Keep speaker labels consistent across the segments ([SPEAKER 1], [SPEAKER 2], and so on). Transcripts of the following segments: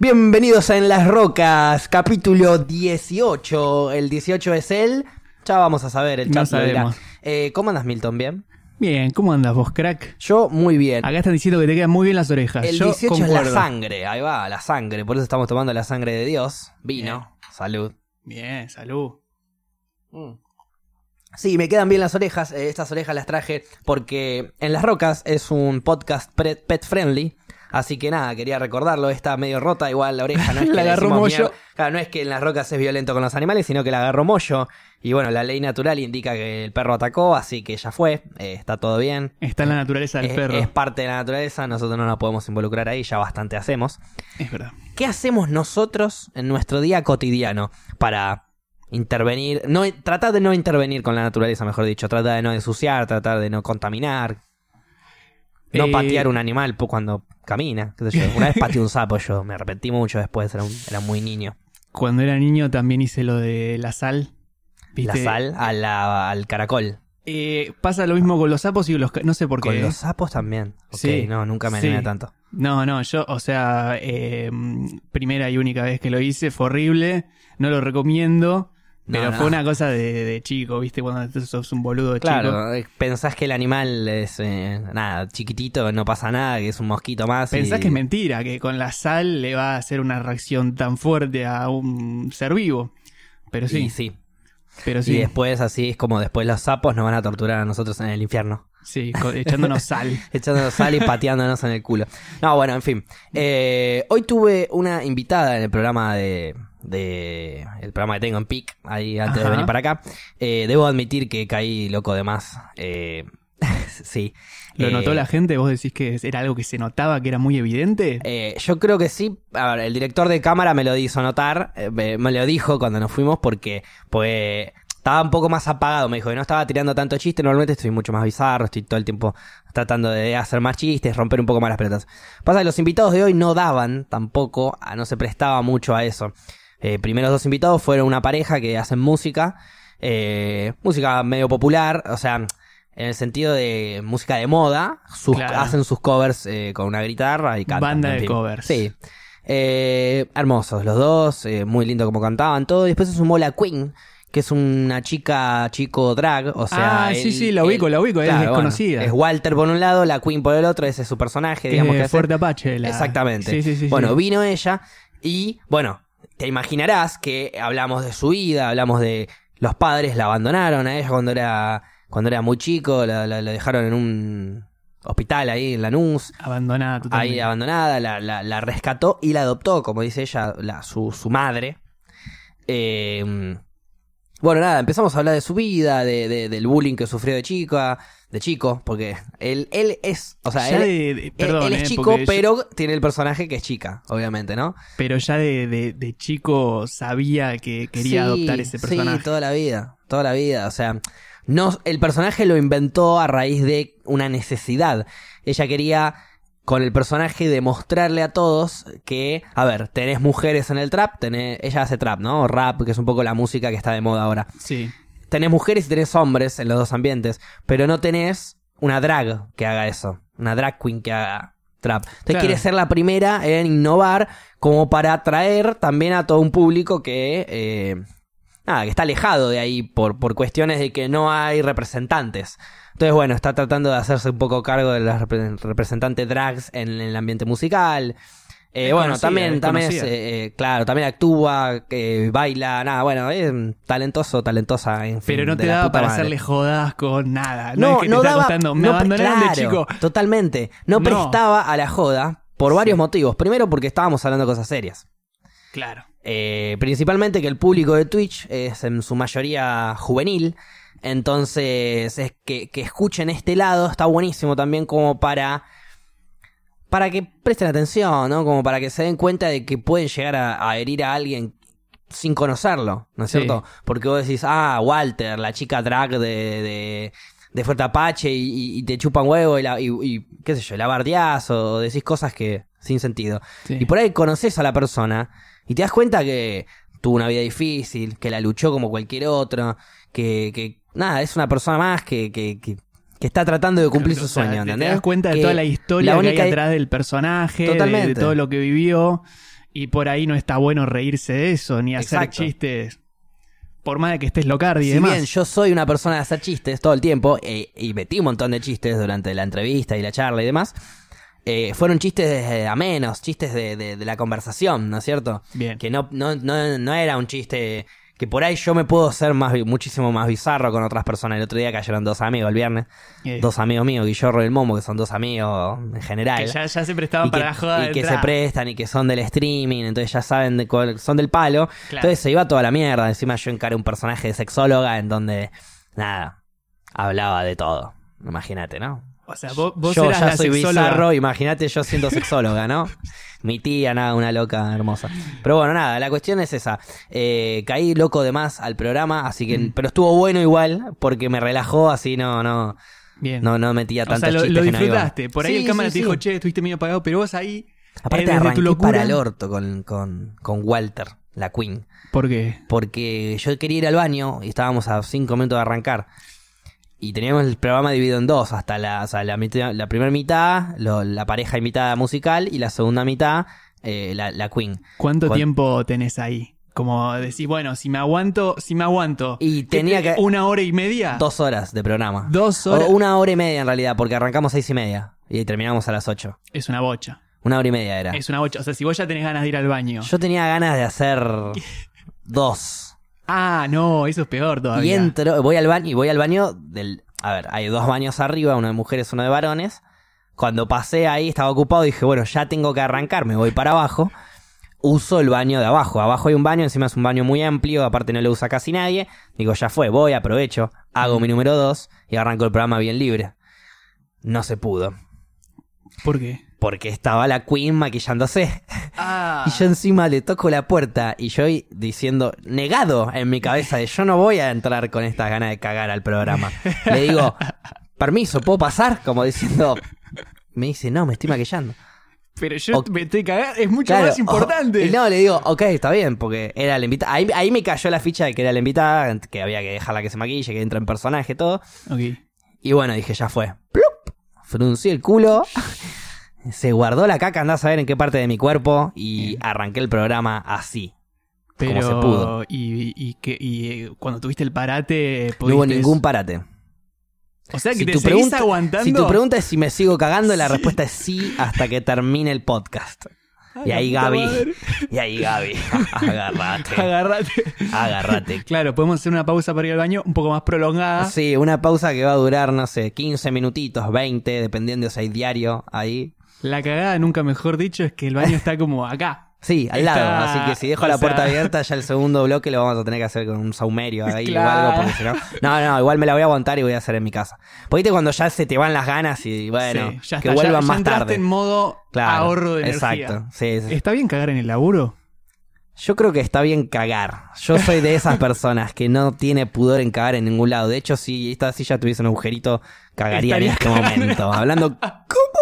[SPEAKER 1] Bienvenidos a En las Rocas, capítulo 18. El 18 es él. Ya vamos a saber, el
[SPEAKER 2] No
[SPEAKER 1] chat lo dirá.
[SPEAKER 2] sabemos.
[SPEAKER 1] Eh, ¿Cómo andas, Milton? ¿Bien?
[SPEAKER 2] Bien, ¿cómo andas vos, crack?
[SPEAKER 1] Yo muy bien.
[SPEAKER 2] Acá están diciendo que te quedan muy bien las orejas.
[SPEAKER 1] El
[SPEAKER 2] Yo
[SPEAKER 1] 18 es
[SPEAKER 2] concuerdo.
[SPEAKER 1] la sangre, ahí va, la sangre. Por eso estamos tomando la sangre de Dios. Vino, salud.
[SPEAKER 2] Bien, salud.
[SPEAKER 1] Sí, me quedan bien las orejas. Eh, estas orejas las traje porque En las Rocas es un podcast pre- pet friendly. Así que nada, quería recordarlo. Está medio rota, igual la oreja no es que
[SPEAKER 2] La
[SPEAKER 1] le
[SPEAKER 2] agarró
[SPEAKER 1] decimos
[SPEAKER 2] Moyo.
[SPEAKER 1] mier- Claro, no es que en las rocas es violento con los animales, sino que la agarró mollo. Y bueno, la ley natural indica que el perro atacó, así que ya fue. Eh, está todo bien.
[SPEAKER 2] Está en la naturaleza del
[SPEAKER 1] es,
[SPEAKER 2] perro.
[SPEAKER 1] es parte de la naturaleza, nosotros no nos podemos involucrar ahí, ya bastante hacemos.
[SPEAKER 2] Es verdad.
[SPEAKER 1] ¿Qué hacemos nosotros en nuestro día cotidiano para intervenir? No, tratar de no intervenir con la naturaleza, mejor dicho. Tratar de no ensuciar, tratar de no contaminar. No
[SPEAKER 2] Eh,
[SPEAKER 1] patear un animal po- cuando camina. qué sé yo. Una vez pateé un sapo yo, me arrepentí mucho después, era, un- era muy niño.
[SPEAKER 2] Cuando era niño también hice lo de la sal. ¿viste?
[SPEAKER 1] La sal a la- al caracol.
[SPEAKER 2] Eh, pasa lo mismo con los sapos y con los... ca- No sé por qué. ¿eh?
[SPEAKER 1] Con los sapos también. Ok,
[SPEAKER 2] Sí.
[SPEAKER 1] no, nunca me
[SPEAKER 2] Sí.
[SPEAKER 1] animé tanto.
[SPEAKER 2] No, no, yo, o sea, eh, primera y única vez que lo hice, fue horrible, no lo recomiendo,
[SPEAKER 1] No,
[SPEAKER 2] pero
[SPEAKER 1] no.
[SPEAKER 2] fue una cosa de, de chico, ¿viste? Cuando tú sos un boludo de chico.
[SPEAKER 1] Claro, eh, pensás que el animal es eh, nada, chiquitito, no pasa nada, que es un mosquito más. y-
[SPEAKER 2] Pensás que es mentira, que con la sal le va a hacer una reacción tan fuerte a un ser vivo. Pero sí,
[SPEAKER 1] y sí.
[SPEAKER 2] pero
[SPEAKER 1] Y
[SPEAKER 2] sí,
[SPEAKER 1] después, así es como después los sapos nos van a torturar a nosotros en el infierno.
[SPEAKER 2] sí, co- echándonos sal.
[SPEAKER 1] Echándonos sal y pateándonos en el culo. No, bueno, en fin. Eh, hoy tuve una invitada en el programa de. de- el programa que tengo en PIC, ahí antes de
[SPEAKER 2] Ajá.
[SPEAKER 1] venir para acá. Eh, debo admitir que caí loco de más. Eh, sí.
[SPEAKER 2] ¿Lo
[SPEAKER 1] Eh,
[SPEAKER 2] notó la gente? ¿Vos decís que era algo que se notaba, que era muy evidente?
[SPEAKER 1] Eh, yo creo que sí. A ver, el director de cámara me lo hizo notar, eh, me, me lo dijo cuando nos fuimos porque pues estaba un poco más apagado. Me dijo que no estaba tirando tanto chiste. Normalmente estoy mucho más bizarro, estoy todo el tiempo tratando de hacer más chistes, romper un poco más las pelotas. Pasa que los invitados de hoy no daban tampoco, a- no se prestaba mucho a eso. Eh, primeros dos invitados fueron una pareja que hacen música, eh, música medio popular, o sea, en el sentido de música de moda, sus-
[SPEAKER 2] Claro.
[SPEAKER 1] hacen sus covers eh, con una guitarra y cantan,
[SPEAKER 2] Banda
[SPEAKER 1] en
[SPEAKER 2] de
[SPEAKER 1] fin.
[SPEAKER 2] covers.
[SPEAKER 1] Sí. Eh, hermosos los dos, eh, muy lindo como cantaban todo. Y después se sumó la Queen, que es una chica, chico drag. O sea,
[SPEAKER 2] Ah, sí,
[SPEAKER 1] él-
[SPEAKER 2] sí, la ubico,
[SPEAKER 1] él-
[SPEAKER 2] la ubico, es
[SPEAKER 1] bueno,
[SPEAKER 2] desconocida.
[SPEAKER 1] es Walter por un lado, la Queen por el otro, ese es su personaje,
[SPEAKER 2] Que es
[SPEAKER 1] digamos que hace.
[SPEAKER 2] Fuerte Apache. la-
[SPEAKER 1] Exactamente.
[SPEAKER 2] Sí, sí, sí.
[SPEAKER 1] bueno,
[SPEAKER 2] sí.
[SPEAKER 1] vino ella y, bueno, te imaginarás que hablamos de su vida, hablamos de los padres la abandonaron a ella cuando era, cuando era muy chico, la, la- la dejaron en un hospital ahí en Lanús.
[SPEAKER 2] Abandonada totalmente.
[SPEAKER 1] Ahí ah, abandonada, la, la- la rescató y la adoptó, como dice ella, la- su, su madre. Eh, bueno, nada, empezamos a hablar de su vida, de, de- del bullying que sufrió de chica, de chico, porque él, él es, o sea,
[SPEAKER 2] Ya
[SPEAKER 1] él,
[SPEAKER 2] de- de-
[SPEAKER 1] él-
[SPEAKER 2] perdón,
[SPEAKER 1] él es
[SPEAKER 2] eh,
[SPEAKER 1] chico,
[SPEAKER 2] porque yo-
[SPEAKER 1] pero tiene el personaje que es chica, obviamente, ¿no?
[SPEAKER 2] Pero ya de, de- de chico sabía que quería
[SPEAKER 1] Sí,
[SPEAKER 2] adoptar ese personaje.
[SPEAKER 1] Sí, toda la vida, toda la vida, o sea, no, el personaje lo inventó a raíz de una necesidad. Ella quería con el personaje demostrarle a todos que, a ver, tenés mujeres en el trap, tenés, ella hace trap, ¿no? Rap, que es un poco la música que está de moda ahora.
[SPEAKER 2] Sí.
[SPEAKER 1] Tenés mujeres y tenés hombres en los dos ambientes, pero no tenés una drag que haga eso, una drag queen que haga trap. Entonces
[SPEAKER 2] Claro.
[SPEAKER 1] quiere ser la primera en innovar como para atraer también a todo un público que, eh, nada, que está alejado de ahí por, por cuestiones de que no hay representantes. Entonces, bueno, está tratando de hacerse un poco cargo de las repre- representantes drags en, el ambiente musical. Eh,
[SPEAKER 2] Es
[SPEAKER 1] bueno,
[SPEAKER 2] conocida,
[SPEAKER 1] también,
[SPEAKER 2] es
[SPEAKER 1] también es,
[SPEAKER 2] conocida.
[SPEAKER 1] eh, eh, claro, también actúa, que baila, nada, bueno, es talentoso, talentosa, en fin,
[SPEAKER 2] Pero no
[SPEAKER 1] de
[SPEAKER 2] te
[SPEAKER 1] la
[SPEAKER 2] daba
[SPEAKER 1] puta
[SPEAKER 2] para
[SPEAKER 1] madre.
[SPEAKER 2] hacerle jodas con nada. No,
[SPEAKER 1] No,
[SPEAKER 2] es que
[SPEAKER 1] no
[SPEAKER 2] te
[SPEAKER 1] daba,
[SPEAKER 2] está costando. Me
[SPEAKER 1] no,
[SPEAKER 2] abandonaron de
[SPEAKER 1] claro,
[SPEAKER 2] chico.
[SPEAKER 1] Totalmente, no,
[SPEAKER 2] No.
[SPEAKER 1] prestaba a la joda por varios motivos. Primero porque estábamos hablando de cosas serias.
[SPEAKER 2] Claro.
[SPEAKER 1] Eh, principalmente que el público de Twitch es en su mayoría juvenil. Entonces, es que, que escuchen este lado está buenísimo también como para. Para que presten atención, ¿no? Como para que se den cuenta de que pueden llegar a, a herir a alguien sin conocerlo, ¿no es
[SPEAKER 2] Sí.
[SPEAKER 1] cierto? Porque vos decís, ah, Walter, la chica drag de, de, de Fuerte Apache y, y- y te chupan huevo y, la, y, y qué sé yo, la bardeás o decís cosas que sin sentido.
[SPEAKER 2] Sí.
[SPEAKER 1] Y por ahí conoces a la persona y te das cuenta que tuvo una vida difícil, que la luchó como cualquier otro, que, que nada, es una persona más que, que, que, que está tratando de cumplir
[SPEAKER 2] O
[SPEAKER 1] su
[SPEAKER 2] sea,
[SPEAKER 1] sueño,
[SPEAKER 2] te-
[SPEAKER 1] ¿entendés?
[SPEAKER 2] Te das cuenta de
[SPEAKER 1] Que
[SPEAKER 2] toda la historia
[SPEAKER 1] la
[SPEAKER 2] que hay
[SPEAKER 1] única-
[SPEAKER 2] atrás del personaje, de- de,
[SPEAKER 1] Totalmente.
[SPEAKER 2] todo lo que vivió. Y por ahí no está bueno reírse de eso, ni hacer
[SPEAKER 1] Exacto.
[SPEAKER 2] chistes. Por más de que estés locardi y
[SPEAKER 1] Si
[SPEAKER 2] demás.
[SPEAKER 1] bien yo soy una persona de hacer chistes todo el tiempo, eh, y metí un montón de chistes durante la entrevista y la charla y demás, eh, fueron chistes eh, amenos, chistes de, de- de la conversación, ¿no es cierto?
[SPEAKER 2] Bien.
[SPEAKER 1] Que no, no, no, no era un chiste que por ahí yo me puedo ser más, bi- muchísimo más bizarro con otras personas. El otro día cayeron dos amigos el viernes,
[SPEAKER 2] Eh,
[SPEAKER 1] dos amigos míos, Guillorro y el Momo, que son dos amigos en general.
[SPEAKER 2] que ya, ya se prestaban
[SPEAKER 1] y
[SPEAKER 2] para
[SPEAKER 1] que,
[SPEAKER 2] la joda
[SPEAKER 1] y
[SPEAKER 2] de
[SPEAKER 1] que se
[SPEAKER 2] entrada.
[SPEAKER 1] prestan y que son del streaming, entonces ya saben, de cuál- son del palo.
[SPEAKER 2] Claro.
[SPEAKER 1] Entonces se iba toda la mierda. Encima yo encaré un personaje de sexóloga en donde, nada, hablaba de todo. Imagínate, ¿no?
[SPEAKER 2] O sea, vos, vos
[SPEAKER 1] yo
[SPEAKER 2] eras
[SPEAKER 1] ya
[SPEAKER 2] la
[SPEAKER 1] soy
[SPEAKER 2] sexóloga.
[SPEAKER 1] bizarro, imagínate yo siendo sexóloga, ¿no? Mi tía, nada, una loca hermosa. Pero bueno, nada, la cuestión es esa. Eh, caí loco de más al programa, así que.
[SPEAKER 2] Mm.
[SPEAKER 1] Pero estuvo bueno igual, porque me relajó, así no, no,
[SPEAKER 2] Bien.
[SPEAKER 1] no, no metía
[SPEAKER 2] o
[SPEAKER 1] tantos
[SPEAKER 2] sea, lo,
[SPEAKER 1] chistes
[SPEAKER 2] lo
[SPEAKER 1] que no iban.
[SPEAKER 2] disfrutaste. Por ahí
[SPEAKER 1] Sí,
[SPEAKER 2] el cámara
[SPEAKER 1] sí,
[SPEAKER 2] te dijo,
[SPEAKER 1] sí.
[SPEAKER 2] che, estuviste medio apagado, pero vos ahí. eh,
[SPEAKER 1] Aparte
[SPEAKER 2] desde tu
[SPEAKER 1] arranqué
[SPEAKER 2] locura-
[SPEAKER 1] para el orto con, con, con Walter, la Queen.
[SPEAKER 2] ¿Por qué?
[SPEAKER 1] Porque yo quería ir al baño y estábamos a 5 minutos de arrancar. Y teníamos el programa dividido en dos. Hasta la, o sea, la, mitad- la primera mitad, lo- la pareja invitada musical. Y la segunda mitad, eh, la, la Queen.
[SPEAKER 2] ¿Cuánto
[SPEAKER 1] Cu-
[SPEAKER 2] tiempo tenés ahí? Como decís, bueno, si me aguanto, si me aguanto.
[SPEAKER 1] Y
[SPEAKER 2] ¿Qué
[SPEAKER 1] tenía
[SPEAKER 2] te-
[SPEAKER 1] que-
[SPEAKER 2] ¿Una hora y media?
[SPEAKER 1] Dos horas de programa.
[SPEAKER 2] Dos
[SPEAKER 1] O
[SPEAKER 2] horas.
[SPEAKER 1] una hora y media en realidad, porque arrancamos seis y media. Y terminamos a las 8.
[SPEAKER 2] Es una bocha.
[SPEAKER 1] Una hora y media era.
[SPEAKER 2] Es una bocha. O sea, si vos ya tenés ganas de ir al baño.
[SPEAKER 1] Ah. Yo tenía ganas de hacer dos.
[SPEAKER 2] Ah, no, eso es peor
[SPEAKER 1] Y
[SPEAKER 2] todavía.
[SPEAKER 1] entro, voy al baño, y voy al baño del. A ver, hay dos baños arriba, uno de mujeres, uno de varones. Cuando pasé ahí, estaba ocupado, dije, bueno, ya tengo que arrancar, me voy para abajo. Uso el baño de abajo. Abajo hay un baño, encima es un baño muy amplio, aparte no lo usa casi nadie. Digo, ya fue, voy, aprovecho, hago mi número dos y arranco el programa bien libre. No se pudo,
[SPEAKER 2] ¿Por qué?
[SPEAKER 1] porque estaba la Queen maquillándose.
[SPEAKER 2] Ah,
[SPEAKER 1] Y yo encima le toco la puerta y yo ahí diciendo, negado en mi cabeza, de yo no voy a entrar con estas ganas de cagar al programa. Le digo, permiso, ¿puedo pasar? Como diciendo, me dice, no, me estoy maquillando.
[SPEAKER 2] pero yo
[SPEAKER 1] Ok.
[SPEAKER 2] me estoy cagando. Es mucho
[SPEAKER 1] Claro,
[SPEAKER 2] más importante.
[SPEAKER 1] y no, le digo, ok, está bien, porque era la invitada. Ahí, ahí me cayó la ficha de que era la invitada, que había que dejarla que se maquille, que entra en personaje, todo.
[SPEAKER 2] Ok.
[SPEAKER 1] Y bueno, dije, ya fue. ¡Plup! Fruncí el culo. Se guardó la caca, andás a ver en qué parte de mi cuerpo. Y arranqué el programa así.
[SPEAKER 2] Pero,
[SPEAKER 1] se pudo.
[SPEAKER 2] Y, y, y que, y eh, cuando tuviste el parate,
[SPEAKER 1] No hubo
[SPEAKER 2] pudiste-
[SPEAKER 1] ningún parate.
[SPEAKER 2] O sea, que
[SPEAKER 1] Si
[SPEAKER 2] te
[SPEAKER 1] tu
[SPEAKER 2] seguís
[SPEAKER 1] pregunta-
[SPEAKER 2] aguantando.
[SPEAKER 1] Si tu pregunta es si me sigo cagando, la respuesta es sí hasta que termine el podcast.
[SPEAKER 2] Ah,
[SPEAKER 1] Y
[SPEAKER 2] la
[SPEAKER 1] ahí
[SPEAKER 2] puta madre.
[SPEAKER 1] Gaby, y ahí Gaby, agárrate,
[SPEAKER 2] Agarrate.
[SPEAKER 1] agárrate.
[SPEAKER 2] Claro, podemos hacer una pausa para ir al baño un poco más prolongada.
[SPEAKER 1] Sí, una pausa que va a durar, no sé, 15 minutitos, 20, dependiendo si hay diario ahí.
[SPEAKER 2] La cagada, nunca mejor dicho, es que el baño está como acá.
[SPEAKER 1] Sí, al
[SPEAKER 2] Está-
[SPEAKER 1] lado, así que si dejo
[SPEAKER 2] o
[SPEAKER 1] la puerta
[SPEAKER 2] sea-
[SPEAKER 1] abierta, ya el segundo bloque lo vamos a tener que hacer con un saumerio ahí o
[SPEAKER 2] Claro.
[SPEAKER 1] algo, porque si no... No, no, igual me la voy a aguantar y voy a hacer en mi casa. Porque viste cuando ya se te van las ganas y bueno,
[SPEAKER 2] Sí, ya
[SPEAKER 1] que
[SPEAKER 2] está, ya-
[SPEAKER 1] vuelvan
[SPEAKER 2] ya
[SPEAKER 1] más
[SPEAKER 2] entraste
[SPEAKER 1] tarde.
[SPEAKER 2] en modo
[SPEAKER 1] Claro,
[SPEAKER 2] ahorro de energía.
[SPEAKER 1] Exacto, sí, sí, sí.
[SPEAKER 2] ¿Está bien cagar en el laburo?
[SPEAKER 1] Yo creo que está bien cagar. Yo soy de esas personas que no tiene pudor en cagar en ningún lado. De hecho, si esta silla tuviese un agujerito, cagaría en
[SPEAKER 2] Estaría
[SPEAKER 1] este momento. Hablando como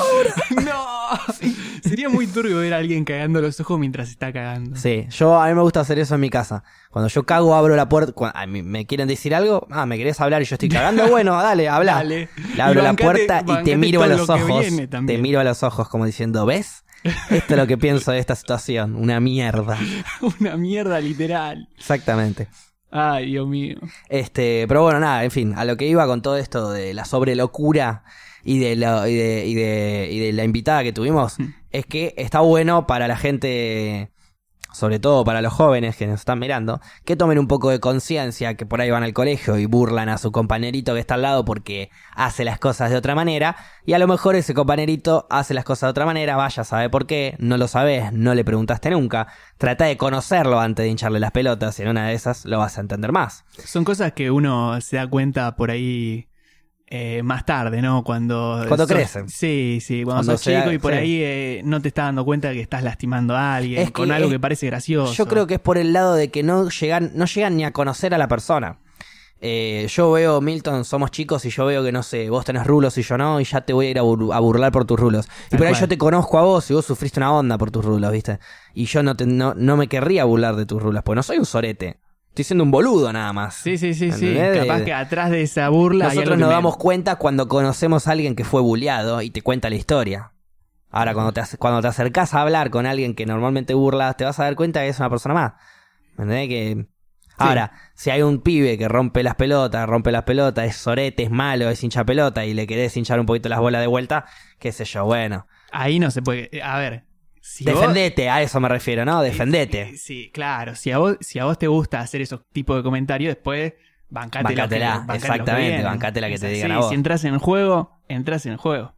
[SPEAKER 1] ahora.
[SPEAKER 2] ¡No! Sería muy turbio ver a alguien cagando los ojos mientras está cagando.
[SPEAKER 1] Sí, yo a mí me gusta hacer eso en mi casa. Cuando yo cago, abro la puerta. Cua- a mí ¿Me quieren decir algo? Ah, ¿me querés hablar y yo estoy cagando? Bueno, dale, habla.
[SPEAKER 2] Dale.
[SPEAKER 1] Le abro
[SPEAKER 2] Y
[SPEAKER 1] la
[SPEAKER 2] bancate-
[SPEAKER 1] puerta y te
[SPEAKER 2] bancate
[SPEAKER 1] miro a
[SPEAKER 2] todo
[SPEAKER 1] los
[SPEAKER 2] lo que
[SPEAKER 1] ojos.
[SPEAKER 2] viene
[SPEAKER 1] Te
[SPEAKER 2] también.
[SPEAKER 1] miro a los ojos como diciendo, ¿ves? Esto es lo que pienso de esta situación. Una mierda.
[SPEAKER 2] Una mierda literal.
[SPEAKER 1] Exactamente.
[SPEAKER 2] Ay, Dios mío.
[SPEAKER 1] Este, pero bueno, nada, en fin, a lo que iba con todo esto de la sobrelocura y de, la- y de, y de- y de la invitada que tuvimos, es que está bueno para la gente, sobre todo para los jóvenes que nos están mirando, que tomen un poco de conciencia, que por ahí van al colegio y burlan a su compañerito que está al lado porque hace las cosas de otra manera, y a lo mejor ese compañerito hace las cosas de otra manera, vaya, sabe por qué, no lo sabes, no le preguntaste nunca, trata de conocerlo antes de hincharle las pelotas, y en una de esas lo vas a entender más.
[SPEAKER 2] Son cosas que uno se da cuenta por ahí eh, más tarde, ¿no? Cuando.
[SPEAKER 1] Cuando
[SPEAKER 2] sos-
[SPEAKER 1] crecen.
[SPEAKER 2] Sí, sí, cuando,
[SPEAKER 1] Cuando
[SPEAKER 2] sos
[SPEAKER 1] se da-
[SPEAKER 2] chico y por
[SPEAKER 1] sí.
[SPEAKER 2] ahí eh, no te estás dando cuenta que estás lastimando a alguien
[SPEAKER 1] Es que-
[SPEAKER 2] con algo
[SPEAKER 1] es-
[SPEAKER 2] que parece gracioso.
[SPEAKER 1] Yo creo que es por el lado de que no llegan, no llegan ni a conocer a la persona. Eh, yo veo, Milton, somos chicos y yo veo que, no sé, vos tenés rulos y yo no, y ya te voy a ir a, bur- a burlar por tus rulos. Y
[SPEAKER 2] Tal
[SPEAKER 1] por ahí
[SPEAKER 2] cual.
[SPEAKER 1] yo te conozco a vos y vos sufriste una onda por tus rulos, ¿viste? Y yo no, te- no, no me querría burlar de tus rulos, porque no soy un sorete. Estoy siendo un boludo nada más.
[SPEAKER 2] Sí, sí, sí, sí.
[SPEAKER 1] ¿Entendés?
[SPEAKER 2] Capaz que atrás de esa burla. hay
[SPEAKER 1] Nosotros
[SPEAKER 2] algo
[SPEAKER 1] nos
[SPEAKER 2] que me-
[SPEAKER 1] damos cuenta cuando conocemos a alguien que fue bulleado y te cuenta la historia. Ahora, cuando te, ac- cuando te acercas a hablar con alguien que normalmente burlas, te vas a dar cuenta que es una persona más. ¿Me entendés? Que... Ahora, si hay un pibe que rompe las pelotas, rompe las pelotas, es sorete, es malo, es hincha pelota y le querés hinchar un poquito las bolas de vuelta, qué sé yo, bueno.
[SPEAKER 2] Ahí no se puede. eh, A ver. Si vos-
[SPEAKER 1] Defendete, a eso me refiero, ¿no? Defendete.
[SPEAKER 2] Sí, sí, claro. Si a, vos, si a vos te gusta hacer esos tipos de comentarios, después bancate
[SPEAKER 1] Bancatela, exactamente, bancate la que te digan a vos.
[SPEAKER 2] Si entras en el juego, entras en el juego.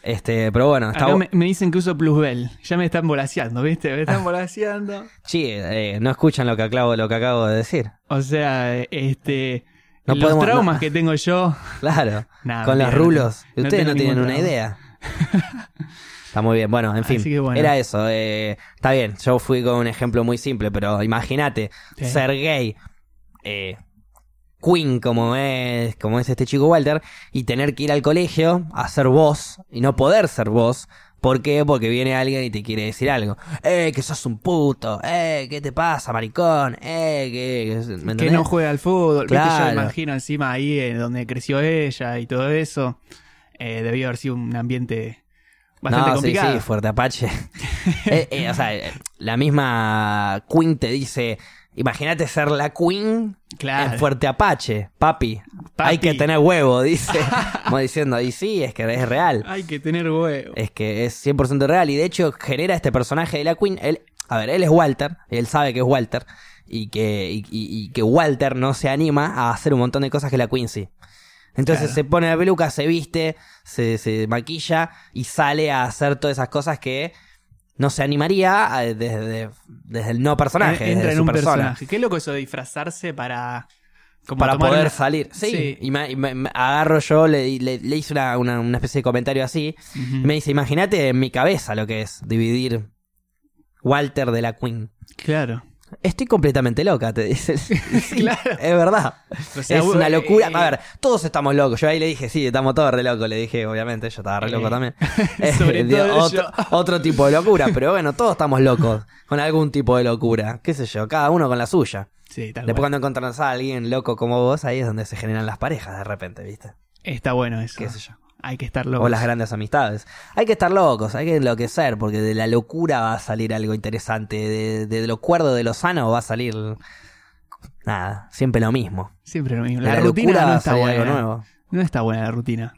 [SPEAKER 1] Este, pero bueno, está
[SPEAKER 2] Acá
[SPEAKER 1] bu-
[SPEAKER 2] me, me dicen que uso Plusbel. Ya me están volaseando, ¿viste? Me están volaseando.
[SPEAKER 1] Sí, eh, no escuchan lo que acabo, lo que acabo de decir.
[SPEAKER 2] O sea, eh, este.
[SPEAKER 1] No
[SPEAKER 2] los
[SPEAKER 1] podemos-
[SPEAKER 2] traumas
[SPEAKER 1] no.
[SPEAKER 2] que tengo yo.
[SPEAKER 1] Claro.
[SPEAKER 2] Nada,
[SPEAKER 1] con los
[SPEAKER 2] mentira,
[SPEAKER 1] rulos.
[SPEAKER 2] no
[SPEAKER 1] Ustedes
[SPEAKER 2] tengo
[SPEAKER 1] no tienen
[SPEAKER 2] ningún
[SPEAKER 1] una
[SPEAKER 2] trauma.
[SPEAKER 1] idea. Está muy bien. Bueno, en fin.
[SPEAKER 2] Así que bueno.
[SPEAKER 1] Era eso. eh, está bien. Yo fui con un ejemplo muy simple, pero imagínate
[SPEAKER 2] Sí.
[SPEAKER 1] ser gay. eh, Queen como es, como es este chico Walter, y tener que ir al colegio a ser vos y no poder ser vos. ¿Por qué? Porque viene alguien y te quiere decir algo. ¡Eh, que sos un puto! ¡Eh, qué te pasa, maricón! ¡Eh, que... ¿me
[SPEAKER 2] Que
[SPEAKER 1] entendés?
[SPEAKER 2] no juega al fútbol. Viste, Yo me
[SPEAKER 1] Claro.
[SPEAKER 2] imagino encima ahí eh, donde creció ella y todo eso. Eh, debió haber sido un ambiente bastante
[SPEAKER 1] no,
[SPEAKER 2] complicado.
[SPEAKER 1] Sí, sí, fuerte Apache. Eh, eh, o sea, eh, la misma Queen te dice, imagínate ser la Queen
[SPEAKER 2] Claro.
[SPEAKER 1] en Fuerte Apache, papi,
[SPEAKER 2] Papi.
[SPEAKER 1] Hay que tener huevo, dice. Como diciendo, y sí, es que es real.
[SPEAKER 2] Hay que tener huevo.
[SPEAKER 1] Es que es 100% real. Y de hecho genera este personaje de la Queen. Él, a ver, él es Walter, él sabe que es Walter. Y que, y, y- y que Walter no se anima a hacer un montón de cosas que la Queen sí. Entonces
[SPEAKER 2] Claro.
[SPEAKER 1] se pone la peluca, se viste, se, se maquilla y sale a hacer todas esas cosas que no se animaría a- desde, desde el no personaje,
[SPEAKER 2] En- Entra
[SPEAKER 1] desde
[SPEAKER 2] en
[SPEAKER 1] su
[SPEAKER 2] un
[SPEAKER 1] persona.
[SPEAKER 2] personaje. Qué loco eso de disfrazarse para. como
[SPEAKER 1] para
[SPEAKER 2] tomar
[SPEAKER 1] poder
[SPEAKER 2] una-
[SPEAKER 1] salir. Sí,
[SPEAKER 2] Sí.
[SPEAKER 1] y, me, y me- me agarro yo, le, le- le hice una, una- una especie de comentario así.
[SPEAKER 2] Ujú.
[SPEAKER 1] Y Me dice, imagínate en mi cabeza lo que es dividir Walter de la Queen.
[SPEAKER 2] Claro.
[SPEAKER 1] Estoy completamente loca, te dice. Sí,
[SPEAKER 2] Claro.
[SPEAKER 1] Es verdad.
[SPEAKER 2] O sea,
[SPEAKER 1] es
[SPEAKER 2] vos-
[SPEAKER 1] una locura.
[SPEAKER 2] eh,
[SPEAKER 1] A ver, todos estamos locos. Yo ahí le dije, sí, estamos todos re locos. Le dije, obviamente, yo estaba re loco
[SPEAKER 2] Eh,
[SPEAKER 1] también.
[SPEAKER 2] sobre
[SPEAKER 1] digo,
[SPEAKER 2] todo
[SPEAKER 1] otro,
[SPEAKER 2] yo.
[SPEAKER 1] otro tipo de locura, pero bueno, todos estamos locos con algún tipo de locura. Qué sé yo, cada uno con la suya.
[SPEAKER 2] Sí, tal
[SPEAKER 1] Después
[SPEAKER 2] cual.
[SPEAKER 1] cuando encontrás a alguien loco como vos, ahí es donde se generan las parejas de repente, ¿viste?
[SPEAKER 2] Está bueno eso.
[SPEAKER 1] Qué sé yo.
[SPEAKER 2] Hay que estar loco.
[SPEAKER 1] O las grandes amistades. Hay que estar locos, hay que enloquecer, porque de la locura va a salir algo interesante. De, de lo cuerdo, de lo sano, va a salir... Nada, siempre lo mismo.
[SPEAKER 2] Siempre lo mismo.
[SPEAKER 1] De
[SPEAKER 2] La,
[SPEAKER 1] locura
[SPEAKER 2] rutina
[SPEAKER 1] va
[SPEAKER 2] no
[SPEAKER 1] a
[SPEAKER 2] está
[SPEAKER 1] salir
[SPEAKER 2] buena.
[SPEAKER 1] algo nuevo.
[SPEAKER 2] No está buena la rutina.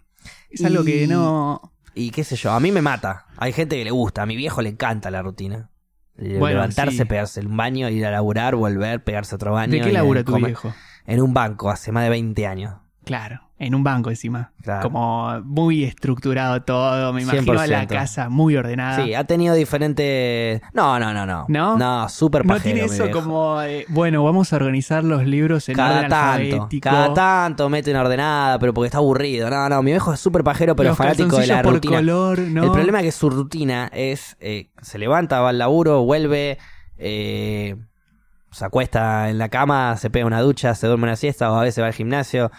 [SPEAKER 2] Es algo que
[SPEAKER 1] Y-
[SPEAKER 2] no.
[SPEAKER 1] Y qué sé yo, a mí me mata. Hay gente que le gusta, a mi viejo le encanta la rutina. Le-
[SPEAKER 2] Bueno,
[SPEAKER 1] Levantarse,
[SPEAKER 2] sí.
[SPEAKER 1] pegarse un baño, ir a laburar, volver, pegarse otro baño.
[SPEAKER 2] ¿De qué
[SPEAKER 1] y
[SPEAKER 2] labura tu
[SPEAKER 1] comer.
[SPEAKER 2] viejo?
[SPEAKER 1] En un banco, hace más de 20 años.
[SPEAKER 2] Claro, en un banco encima.
[SPEAKER 1] Claro.
[SPEAKER 2] Como muy estructurado todo, me imagino la
[SPEAKER 1] 100%.
[SPEAKER 2] casa muy ordenada.
[SPEAKER 1] Sí, ha tenido diferentes. No, no, no, no.
[SPEAKER 2] Ah. ¿No?
[SPEAKER 1] No, súper
[SPEAKER 2] no
[SPEAKER 1] pajero.
[SPEAKER 2] tiene
[SPEAKER 1] mi
[SPEAKER 2] eso
[SPEAKER 1] viejo.
[SPEAKER 2] como, eh, bueno, vamos a organizar los libros en
[SPEAKER 1] Cada
[SPEAKER 2] orden
[SPEAKER 1] tanto,
[SPEAKER 2] alfabético.
[SPEAKER 1] cada tanto mete una ordenada, pero porque está aburrido. No, no, mi viejo es súper pajero, pero
[SPEAKER 2] los
[SPEAKER 1] fanático de la
[SPEAKER 2] calzoncillos por
[SPEAKER 1] rutina.
[SPEAKER 2] color, ¿no?
[SPEAKER 1] El problema es que su rutina es: eh, se levanta, va al laburo, vuelve, eh, se acuesta en la cama, se pega una ducha, se duerme una siesta, o a veces va al gimnasio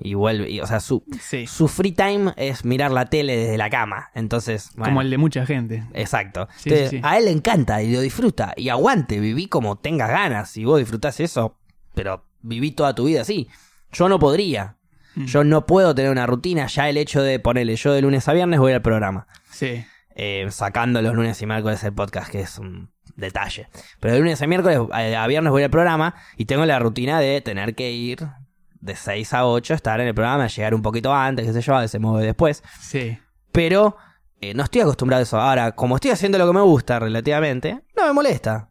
[SPEAKER 1] y vuelve. Y, o sea, su,
[SPEAKER 2] Sí,
[SPEAKER 1] su free time es mirar la tele desde la cama. Entonces, bueno.
[SPEAKER 2] como el de mucha gente.
[SPEAKER 1] Exacto.
[SPEAKER 2] Sí,
[SPEAKER 1] Entonces,
[SPEAKER 2] sí, sí.
[SPEAKER 1] A él le encanta y lo disfruta. Y aguante, viví como tengas ganas. Si vos disfrutás eso, pero viví toda tu vida así. Yo no podría.
[SPEAKER 2] Mm.
[SPEAKER 1] Yo no puedo tener una rutina. Ya el hecho de ponerle yo de lunes a viernes voy al programa.
[SPEAKER 2] Sí,
[SPEAKER 1] Eh, sacando los lunes y miércoles el podcast, que es un detalle. Pero de lunes a miércoles eh, a viernes voy al programa y tengo la rutina de tener que ir de 6 a 8, estar en el programa, llegar un poquito antes, qué sé yo, a veces me voy después
[SPEAKER 2] sí.
[SPEAKER 1] pero eh, no estoy acostumbrado a eso. Ahora, como estoy haciendo lo que me gusta relativamente, no me molesta.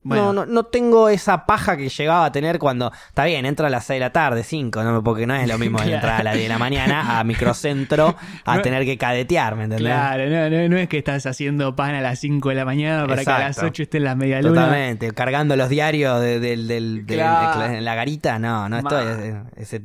[SPEAKER 2] Bueno,
[SPEAKER 1] No, no, no tengo esa paja que llegaba a tener cuando. Está bien, entro a las 6 de la tarde, 5, no, porque no es lo mismo
[SPEAKER 2] Claro.
[SPEAKER 1] que entrar a las 10 de la mañana a microcentro a
[SPEAKER 2] No-
[SPEAKER 1] tener que cadetear, ¿me entendés?
[SPEAKER 2] claro, no, no, no es que estás haciendo pan a las 5 de la mañana para que a las
[SPEAKER 1] Exacto.
[SPEAKER 2] 8 estén las media luna.
[SPEAKER 1] Totalmente, cargando los diarios de, del- del- del-
[SPEAKER 2] Claro.
[SPEAKER 1] de la garita, no, no estoy. ese- ese-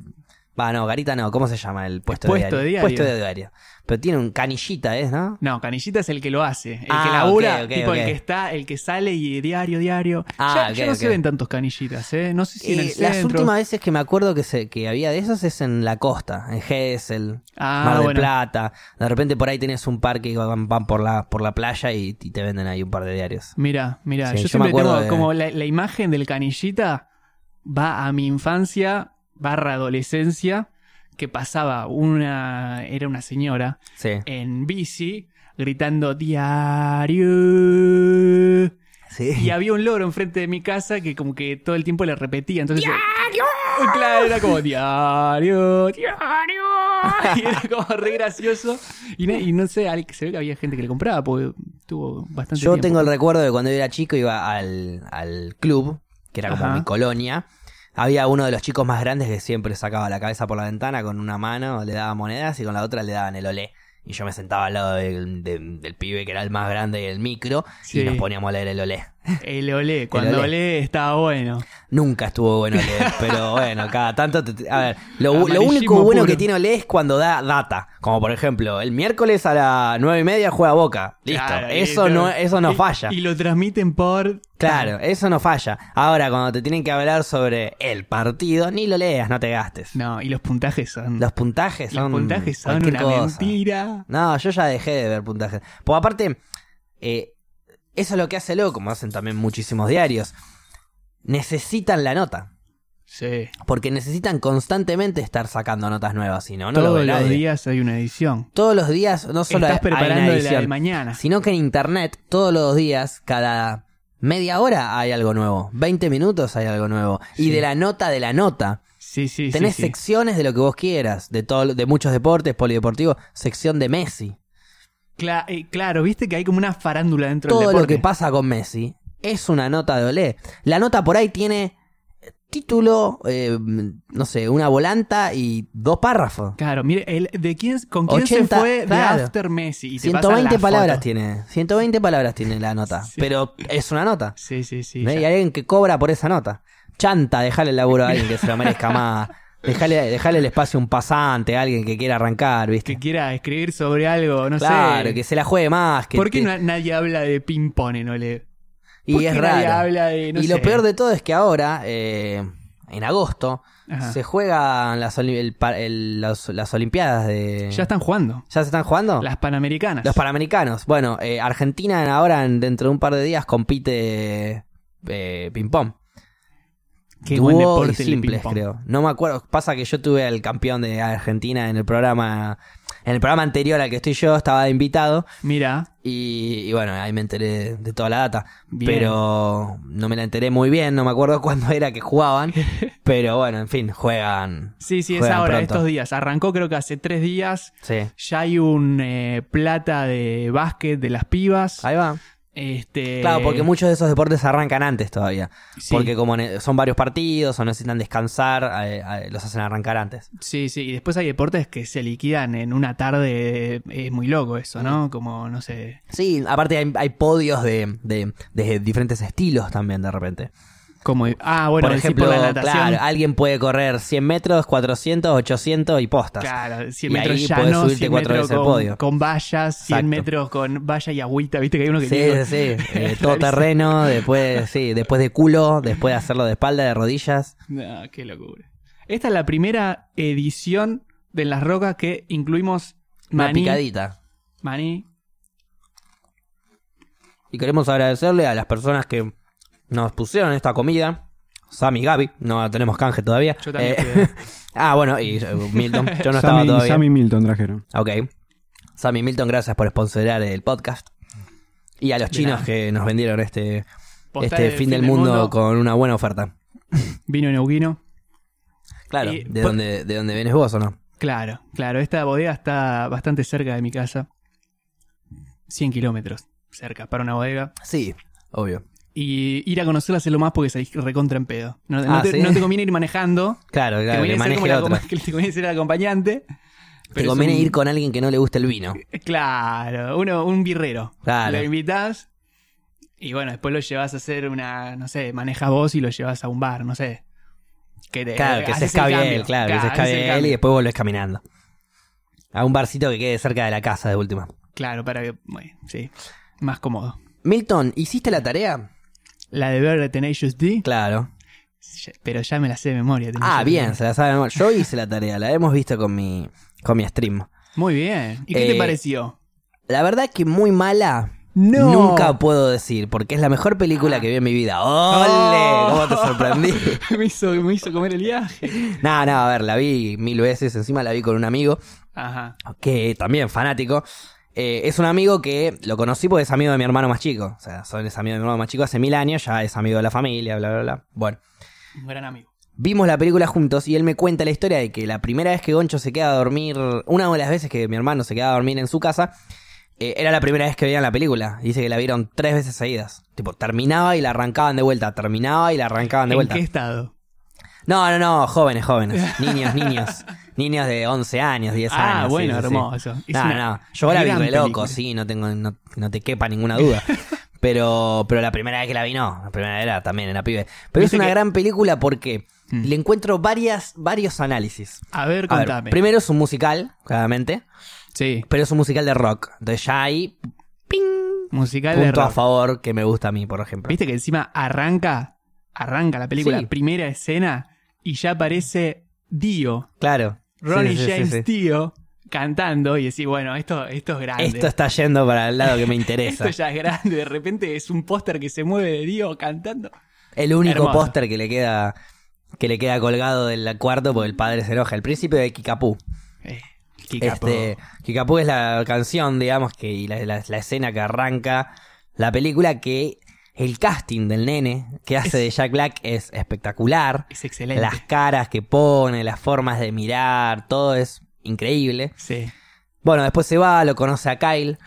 [SPEAKER 1] Va, no, garita no, ¿cómo se llama el puesto, de,
[SPEAKER 2] Puesto
[SPEAKER 1] diario?
[SPEAKER 2] de diario.
[SPEAKER 1] Puesto de diario. Pero tiene un canillita, ¿es, no?
[SPEAKER 2] No, Canillita es el que lo hace. El
[SPEAKER 1] Ah,
[SPEAKER 2] que labura,
[SPEAKER 1] ok, ok,
[SPEAKER 2] tipo
[SPEAKER 1] ok.
[SPEAKER 2] el que está, el que sale y diario, diario.
[SPEAKER 1] Ah,
[SPEAKER 2] ya,
[SPEAKER 1] ok,
[SPEAKER 2] ya no se
[SPEAKER 1] ok.
[SPEAKER 2] ven tantos canillitas, ¿eh? No sé si en el
[SPEAKER 1] Eh, las
[SPEAKER 2] centro.
[SPEAKER 1] últimas veces que me acuerdo que, se, que había de esos es en la costa, en Gesell,
[SPEAKER 2] Ah,
[SPEAKER 1] Mar del
[SPEAKER 2] bueno.
[SPEAKER 1] Plata. De repente por ahí tenés un parque que van, van por, la, por la playa y, y te venden ahí un par de diarios.
[SPEAKER 2] Mira, mira,
[SPEAKER 1] Sí,
[SPEAKER 2] yo
[SPEAKER 1] yo
[SPEAKER 2] siempre
[SPEAKER 1] me acuerdo
[SPEAKER 2] tengo
[SPEAKER 1] de-
[SPEAKER 2] como la, la imagen del canillita va a mi infancia barra adolescencia que pasaba una era una señora
[SPEAKER 1] Sí.
[SPEAKER 2] en bici gritando diario. Y
[SPEAKER 1] Sí.
[SPEAKER 2] había un loro enfrente de mi casa que como que todo el tiempo le repetía. Entonces, yo- claro, era como diario, diario. Y era como re gracioso. Y, no- y no sé, al- se ve que había gente que le compraba porque tuvo bastante
[SPEAKER 1] Yo
[SPEAKER 2] tiempo.
[SPEAKER 1] tengo el recuerdo de cuando yo era chico iba al, al club, que era como
[SPEAKER 2] Ajá.
[SPEAKER 1] mi colonia. Había uno de los chicos más grandes que siempre sacaba la cabeza por la ventana con una mano, le daba monedas y con la otra le daban el olé. Y yo me sentaba al lado del, de- del pibe que era el más grande y el micro
[SPEAKER 2] Sí.
[SPEAKER 1] y nos poníamos a leer el olé.
[SPEAKER 2] El olé, cuando
[SPEAKER 1] olé.
[SPEAKER 2] olé. estaba bueno.
[SPEAKER 1] Nunca estuvo bueno leer, E, pero bueno, cada tanto. te- te- a ver, lo, lo
[SPEAKER 2] Amarillismo
[SPEAKER 1] único bueno
[SPEAKER 2] puro.
[SPEAKER 1] que tiene Olé E es cuando da data. Como por ejemplo, el miércoles a las nueve y media juega Boca. Listo.
[SPEAKER 2] Claro,
[SPEAKER 1] eso,
[SPEAKER 2] y-
[SPEAKER 1] no, eso no
[SPEAKER 2] y-
[SPEAKER 1] falla.
[SPEAKER 2] Y lo transmiten por...
[SPEAKER 1] Claro, eso no falla. Ahora, cuando te tienen que hablar sobre el partido, ni lo leas, no te gastes.
[SPEAKER 2] No, y los puntajes son...
[SPEAKER 1] Los puntajes
[SPEAKER 2] los
[SPEAKER 1] son.
[SPEAKER 2] puntajes son
[SPEAKER 1] cualquier
[SPEAKER 2] una
[SPEAKER 1] cosa.
[SPEAKER 2] mentira.
[SPEAKER 1] No, yo ya dejé de ver puntajes. Pues aparte, eh, eso es lo que hace Loco, como hacen también muchísimos diarios. Necesitan la nota.
[SPEAKER 2] Sí.
[SPEAKER 1] Porque necesitan constantemente estar sacando notas nuevas, si no, no lo
[SPEAKER 2] Todos
[SPEAKER 1] ve
[SPEAKER 2] los
[SPEAKER 1] nadie.
[SPEAKER 2] días hay una edición.
[SPEAKER 1] Todos los días, no solo
[SPEAKER 2] Estás
[SPEAKER 1] hay una
[SPEAKER 2] preparando de la
[SPEAKER 1] edición,
[SPEAKER 2] de mañana.
[SPEAKER 1] sino que en internet, todos los días, cada media hora hay algo nuevo, 20 minutos hay algo nuevo, y
[SPEAKER 2] Sí.
[SPEAKER 1] de la nota de la nota.
[SPEAKER 2] Sí, sí, sí,
[SPEAKER 1] Tenés
[SPEAKER 2] sí.
[SPEAKER 1] secciones de lo que vos quieras, de todo, de muchos deportes, polideportivos, sección de Messi.
[SPEAKER 2] Cla- eh, claro, viste que hay como una farándula dentro del
[SPEAKER 1] Todo lo
[SPEAKER 2] deporte.
[SPEAKER 1] que pasa con Messi es una nota de Olé. La nota por ahí tiene título, eh, no sé, una volanta y dos párrafos.
[SPEAKER 2] Claro, mire, el, ¿de quién, ¿con quién se
[SPEAKER 1] 80,
[SPEAKER 2] fue
[SPEAKER 1] claro.
[SPEAKER 2] de After Messi? Y te pasan
[SPEAKER 1] 120
[SPEAKER 2] la
[SPEAKER 1] palabras
[SPEAKER 2] foto.
[SPEAKER 1] tiene. 120 palabras tiene la nota.
[SPEAKER 2] Sí.
[SPEAKER 1] Pero es una nota.
[SPEAKER 2] Sí, sí, sí.
[SPEAKER 1] ¿eh? Y
[SPEAKER 2] ya.
[SPEAKER 1] hay alguien que cobra por esa nota. Chanta, dejale el laburo a alguien que se lo merezca más. Dejale, dejale el espacio a un pasante, a alguien que quiera arrancar,
[SPEAKER 2] Que
[SPEAKER 1] ¿viste?
[SPEAKER 2] quiera escribir sobre algo, no
[SPEAKER 1] claro,
[SPEAKER 2] sé.
[SPEAKER 1] que se la juegue más. Que
[SPEAKER 2] ¿Por qué
[SPEAKER 1] te-
[SPEAKER 2] na- nadie habla de ping-pong en Ole? ¿Por
[SPEAKER 1] Y es
[SPEAKER 2] qué nadie
[SPEAKER 1] raro.
[SPEAKER 2] habla de, no
[SPEAKER 1] y
[SPEAKER 2] sé?
[SPEAKER 1] lo peor de todo es que ahora, eh, en agosto,
[SPEAKER 2] Ajá.
[SPEAKER 1] se juegan las, oli- el pa- el- las- las Olimpiadas de...
[SPEAKER 2] Ya están jugando.
[SPEAKER 1] ¿Ya se están jugando?
[SPEAKER 2] Las Panamericanas.
[SPEAKER 1] Los Panamericanos. Bueno, eh, Argentina ahora, en- dentro de un par de días, compite eh, ping-pong.
[SPEAKER 2] Qué
[SPEAKER 1] Dúo
[SPEAKER 2] buen
[SPEAKER 1] y
[SPEAKER 2] deporte el
[SPEAKER 1] simples,
[SPEAKER 2] ping-pong.
[SPEAKER 1] creo. No me acuerdo. Pasa que yo tuve al campeón de Argentina en el programa... En el programa anterior al que estoy yo, estaba de invitado.
[SPEAKER 2] Mira,
[SPEAKER 1] Y, y bueno, ahí me enteré de toda la data.
[SPEAKER 2] Bien.
[SPEAKER 1] Pero no me la enteré muy bien, no me acuerdo cuándo era que jugaban. pero bueno, en fin, juegan.
[SPEAKER 2] sí, sí, es
[SPEAKER 1] Juegan
[SPEAKER 2] ahora,
[SPEAKER 1] pronto.
[SPEAKER 2] estos días. Arrancó creo que hace tres días.
[SPEAKER 1] Sí.
[SPEAKER 2] Ya hay un eh, plata de básquet de las pibas.
[SPEAKER 1] Ahí va.
[SPEAKER 2] Este,
[SPEAKER 1] Claro, porque muchos de esos deportes arrancan antes todavía.
[SPEAKER 2] Sí.
[SPEAKER 1] Porque como ne- son varios partidos o necesitan descansar, eh, eh, los hacen arrancar antes.
[SPEAKER 2] Sí, sí, y después hay deportes que se liquidan en una tarde, eh, es muy loco eso, ¿no? Como, no sé.
[SPEAKER 1] Sí, aparte hay, hay podios de, de- de diferentes estilos también de repente.
[SPEAKER 2] Como, ah, bueno,
[SPEAKER 1] por
[SPEAKER 2] decís
[SPEAKER 1] ejemplo,
[SPEAKER 2] por la natación.
[SPEAKER 1] claro, alguien puede correr 100 metros, 400, 800 y postas.
[SPEAKER 2] Claro, 100
[SPEAKER 1] Y
[SPEAKER 2] metros
[SPEAKER 1] ahí podés
[SPEAKER 2] llanos,
[SPEAKER 1] subirte
[SPEAKER 2] 100
[SPEAKER 1] cuatro
[SPEAKER 2] metros
[SPEAKER 1] veces al
[SPEAKER 2] con,
[SPEAKER 1] podio.
[SPEAKER 2] con vallas, 100
[SPEAKER 1] Exacto.
[SPEAKER 2] metros con valla y agüita, viste que hay uno que
[SPEAKER 1] Sí,
[SPEAKER 2] tiene...
[SPEAKER 1] sí, sí. Eh, todo terreno, después, sí, después de culo, después de hacerlo de espalda, de rodillas.
[SPEAKER 2] No, qué locura. Esta es la primera edición de Las Rocas que incluimos
[SPEAKER 1] Una
[SPEAKER 2] maní,
[SPEAKER 1] picadita.
[SPEAKER 2] maní,
[SPEAKER 1] Y queremos agradecerle a las personas que nos pusieron esta comida. Sam y Gaby, no tenemos canje todavía.
[SPEAKER 2] Yo también
[SPEAKER 1] Eh,
[SPEAKER 2] fui.
[SPEAKER 1] ah, bueno, y eh, Milton, yo no estaba
[SPEAKER 3] Sammy,
[SPEAKER 1] todavía.
[SPEAKER 3] Sammy Milton trajeron.
[SPEAKER 1] Ok. Sam y Milton, gracias por sponsorar el podcast. Y a los chinos
[SPEAKER 2] nada.
[SPEAKER 1] que nos vendieron este,
[SPEAKER 2] Postal
[SPEAKER 1] este fin del mundo, con una buena oferta.
[SPEAKER 2] Vino neuquino.
[SPEAKER 1] Claro,
[SPEAKER 2] Y pues
[SPEAKER 1] de,
[SPEAKER 2] por-
[SPEAKER 1] donde, de donde vienes vos o no.
[SPEAKER 2] Claro, claro. Esta bodega está bastante cerca de mi casa. 100 kilómetros cerca para una bodega.
[SPEAKER 1] Sí, obvio.
[SPEAKER 2] Y ir a conocerla es lo más porque salís recontra en pedo. No, no
[SPEAKER 1] Ah,
[SPEAKER 2] te,
[SPEAKER 1] ¿sí?
[SPEAKER 2] no te conviene ir manejando.
[SPEAKER 1] Claro, claro,
[SPEAKER 2] Te
[SPEAKER 1] que
[SPEAKER 2] conviene ser
[SPEAKER 1] maneje
[SPEAKER 2] como
[SPEAKER 1] la
[SPEAKER 2] la
[SPEAKER 1] otra.
[SPEAKER 2] acom- que te conviene ser el acompañante.
[SPEAKER 1] Te
[SPEAKER 2] pero es
[SPEAKER 1] conviene
[SPEAKER 2] un-
[SPEAKER 1] ir con alguien que no le guste el vino.
[SPEAKER 2] Claro, uno, un birrero.
[SPEAKER 1] Claro.
[SPEAKER 2] Lo invitas y bueno, después lo llevas a hacer una, no sé, manejas vos y lo llevas a un bar, no sé. Que te-
[SPEAKER 1] Claro, que se
[SPEAKER 2] haces el
[SPEAKER 1] escabie él,
[SPEAKER 2] cambio.
[SPEAKER 1] claro, que se
[SPEAKER 2] haces el
[SPEAKER 1] escabie él
[SPEAKER 2] cambio.
[SPEAKER 1] y después volvés caminando. A un barcito que quede cerca de la casa de última.
[SPEAKER 2] Claro, para que, bueno, sí, más cómodo.
[SPEAKER 1] Milton, ¿hiciste la tarea?
[SPEAKER 2] La de ver de Tenacious D,
[SPEAKER 1] Claro.
[SPEAKER 2] ya- pero ya me la sé de memoria. Tenacious
[SPEAKER 1] Ah,
[SPEAKER 2] D.
[SPEAKER 1] bien, se la sabe. de memoria. Yo hice la tarea, la hemos visto con mi, con mi stream.
[SPEAKER 2] Muy bien. ¿Y qué
[SPEAKER 1] Eh,
[SPEAKER 2] te pareció?
[SPEAKER 1] La verdad que muy mala.
[SPEAKER 2] No.
[SPEAKER 1] Nunca puedo decir, porque es la mejor película
[SPEAKER 2] Ah.
[SPEAKER 1] que vi en mi vida. ¡Ole! ¿Cómo te sorprendí?
[SPEAKER 2] me, hizo, me hizo comer el viaje.
[SPEAKER 1] No, no, a ver, la vi mil veces. Encima la vi con un amigo
[SPEAKER 2] Ajá.
[SPEAKER 1] que también fanático. eh, es un amigo que lo conocí porque es amigo de mi hermano más chico. O sea, son es amigo de mi hermano más chico hace mil años, ya es amigo de la familia, bla, bla, bla. Bueno,
[SPEAKER 2] Un gran amigo.
[SPEAKER 1] vimos la película juntos y él me cuenta la historia de que la primera vez que Goncho se queda a dormir, una de las veces que mi hermano se queda a dormir en su casa, eh, era la primera vez que veían la película. Dice que la vieron tres veces seguidas. Tipo, terminaba y la arrancaban de vuelta, terminaba y la arrancaban de
[SPEAKER 2] ¿En
[SPEAKER 1] vuelta.
[SPEAKER 2] qué estado?
[SPEAKER 1] No, no, no, jóvenes, jóvenes. Niños, niños. Niños de 11 años, 10
[SPEAKER 2] Ah,
[SPEAKER 1] años. sí,
[SPEAKER 2] bueno,
[SPEAKER 1] sí, sí.
[SPEAKER 2] hermoso. Es
[SPEAKER 1] No,
[SPEAKER 2] una
[SPEAKER 1] no. Yo la vi
[SPEAKER 2] gran
[SPEAKER 1] re loco,
[SPEAKER 2] película.
[SPEAKER 1] sí, no, tengo, no, no te quepa ninguna duda. Pero, pero la primera vez que la vi, no. La primera vez era también, era pibe. Pero es
[SPEAKER 2] Viste
[SPEAKER 1] una
[SPEAKER 2] que-
[SPEAKER 1] gran película porque
[SPEAKER 2] Mm.
[SPEAKER 1] le encuentro varias, varios análisis.
[SPEAKER 2] A ver,
[SPEAKER 1] A ver,
[SPEAKER 2] contame.
[SPEAKER 1] primero es un musical, claramente.
[SPEAKER 2] sí,
[SPEAKER 1] Pero es un musical de rock. Entonces ya hay
[SPEAKER 2] musical de
[SPEAKER 1] punto a
[SPEAKER 2] rock.
[SPEAKER 1] favor que me gusta a mí, por ejemplo.
[SPEAKER 2] Viste que encima arranca, arranca la película,
[SPEAKER 1] Sí.
[SPEAKER 2] primera escena, y ya aparece Dio,
[SPEAKER 1] Claro. Sí,
[SPEAKER 2] Ronnie
[SPEAKER 1] sí, sí,
[SPEAKER 2] James
[SPEAKER 1] sí.
[SPEAKER 2] Dio, cantando, y decís, bueno, esto, esto es grande.
[SPEAKER 1] Esto está yendo para el lado que me interesa.
[SPEAKER 2] Esto ya es grande, de repente es un póster que se mueve de Dio cantando.
[SPEAKER 1] El único
[SPEAKER 2] Hermoso.
[SPEAKER 1] póster que le queda que le queda colgado del cuarto porque el padre se enoja. El príncipe de Kikapú.
[SPEAKER 2] Eh, qué capo.
[SPEAKER 1] Este, Kikapú es la canción, digamos, que y la, la- la escena que arranca la película que el casting del nene que hace de Jack Black es espectacular.
[SPEAKER 2] Es excelente.
[SPEAKER 1] Las caras que pone, las formas de mirar, todo es increíble.
[SPEAKER 2] Sí.
[SPEAKER 1] Bueno, después se va, lo conoce a Kyle,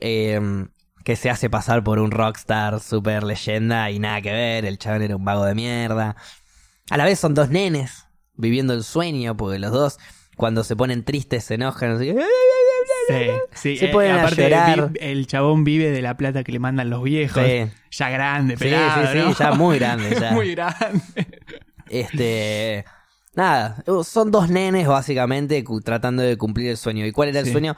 [SPEAKER 1] eh, que se hace pasar por un rockstar super leyenda y nada que ver, el chaval era un vago de mierda. A la vez son dos nenes viviendo el sueño, porque los dos cuando se ponen tristes se enojan, así que, "Eh,
[SPEAKER 2] Sí, sí. Eh,
[SPEAKER 1] Se ponen a
[SPEAKER 2] aparte,
[SPEAKER 1] llorar.
[SPEAKER 2] vi- el chabón vive de la plata que le mandan los viejos.
[SPEAKER 1] Sí.
[SPEAKER 2] Ya grande,
[SPEAKER 1] Sí,
[SPEAKER 2] pelado,
[SPEAKER 1] sí, sí,
[SPEAKER 2] ¿no?
[SPEAKER 1] ya muy grande, ya.
[SPEAKER 2] Muy grande.
[SPEAKER 1] Este. Nada, son dos nenes básicamente cu- tratando de cumplir el sueño. ¿Y cuál era el
[SPEAKER 2] Sí.
[SPEAKER 1] sueño?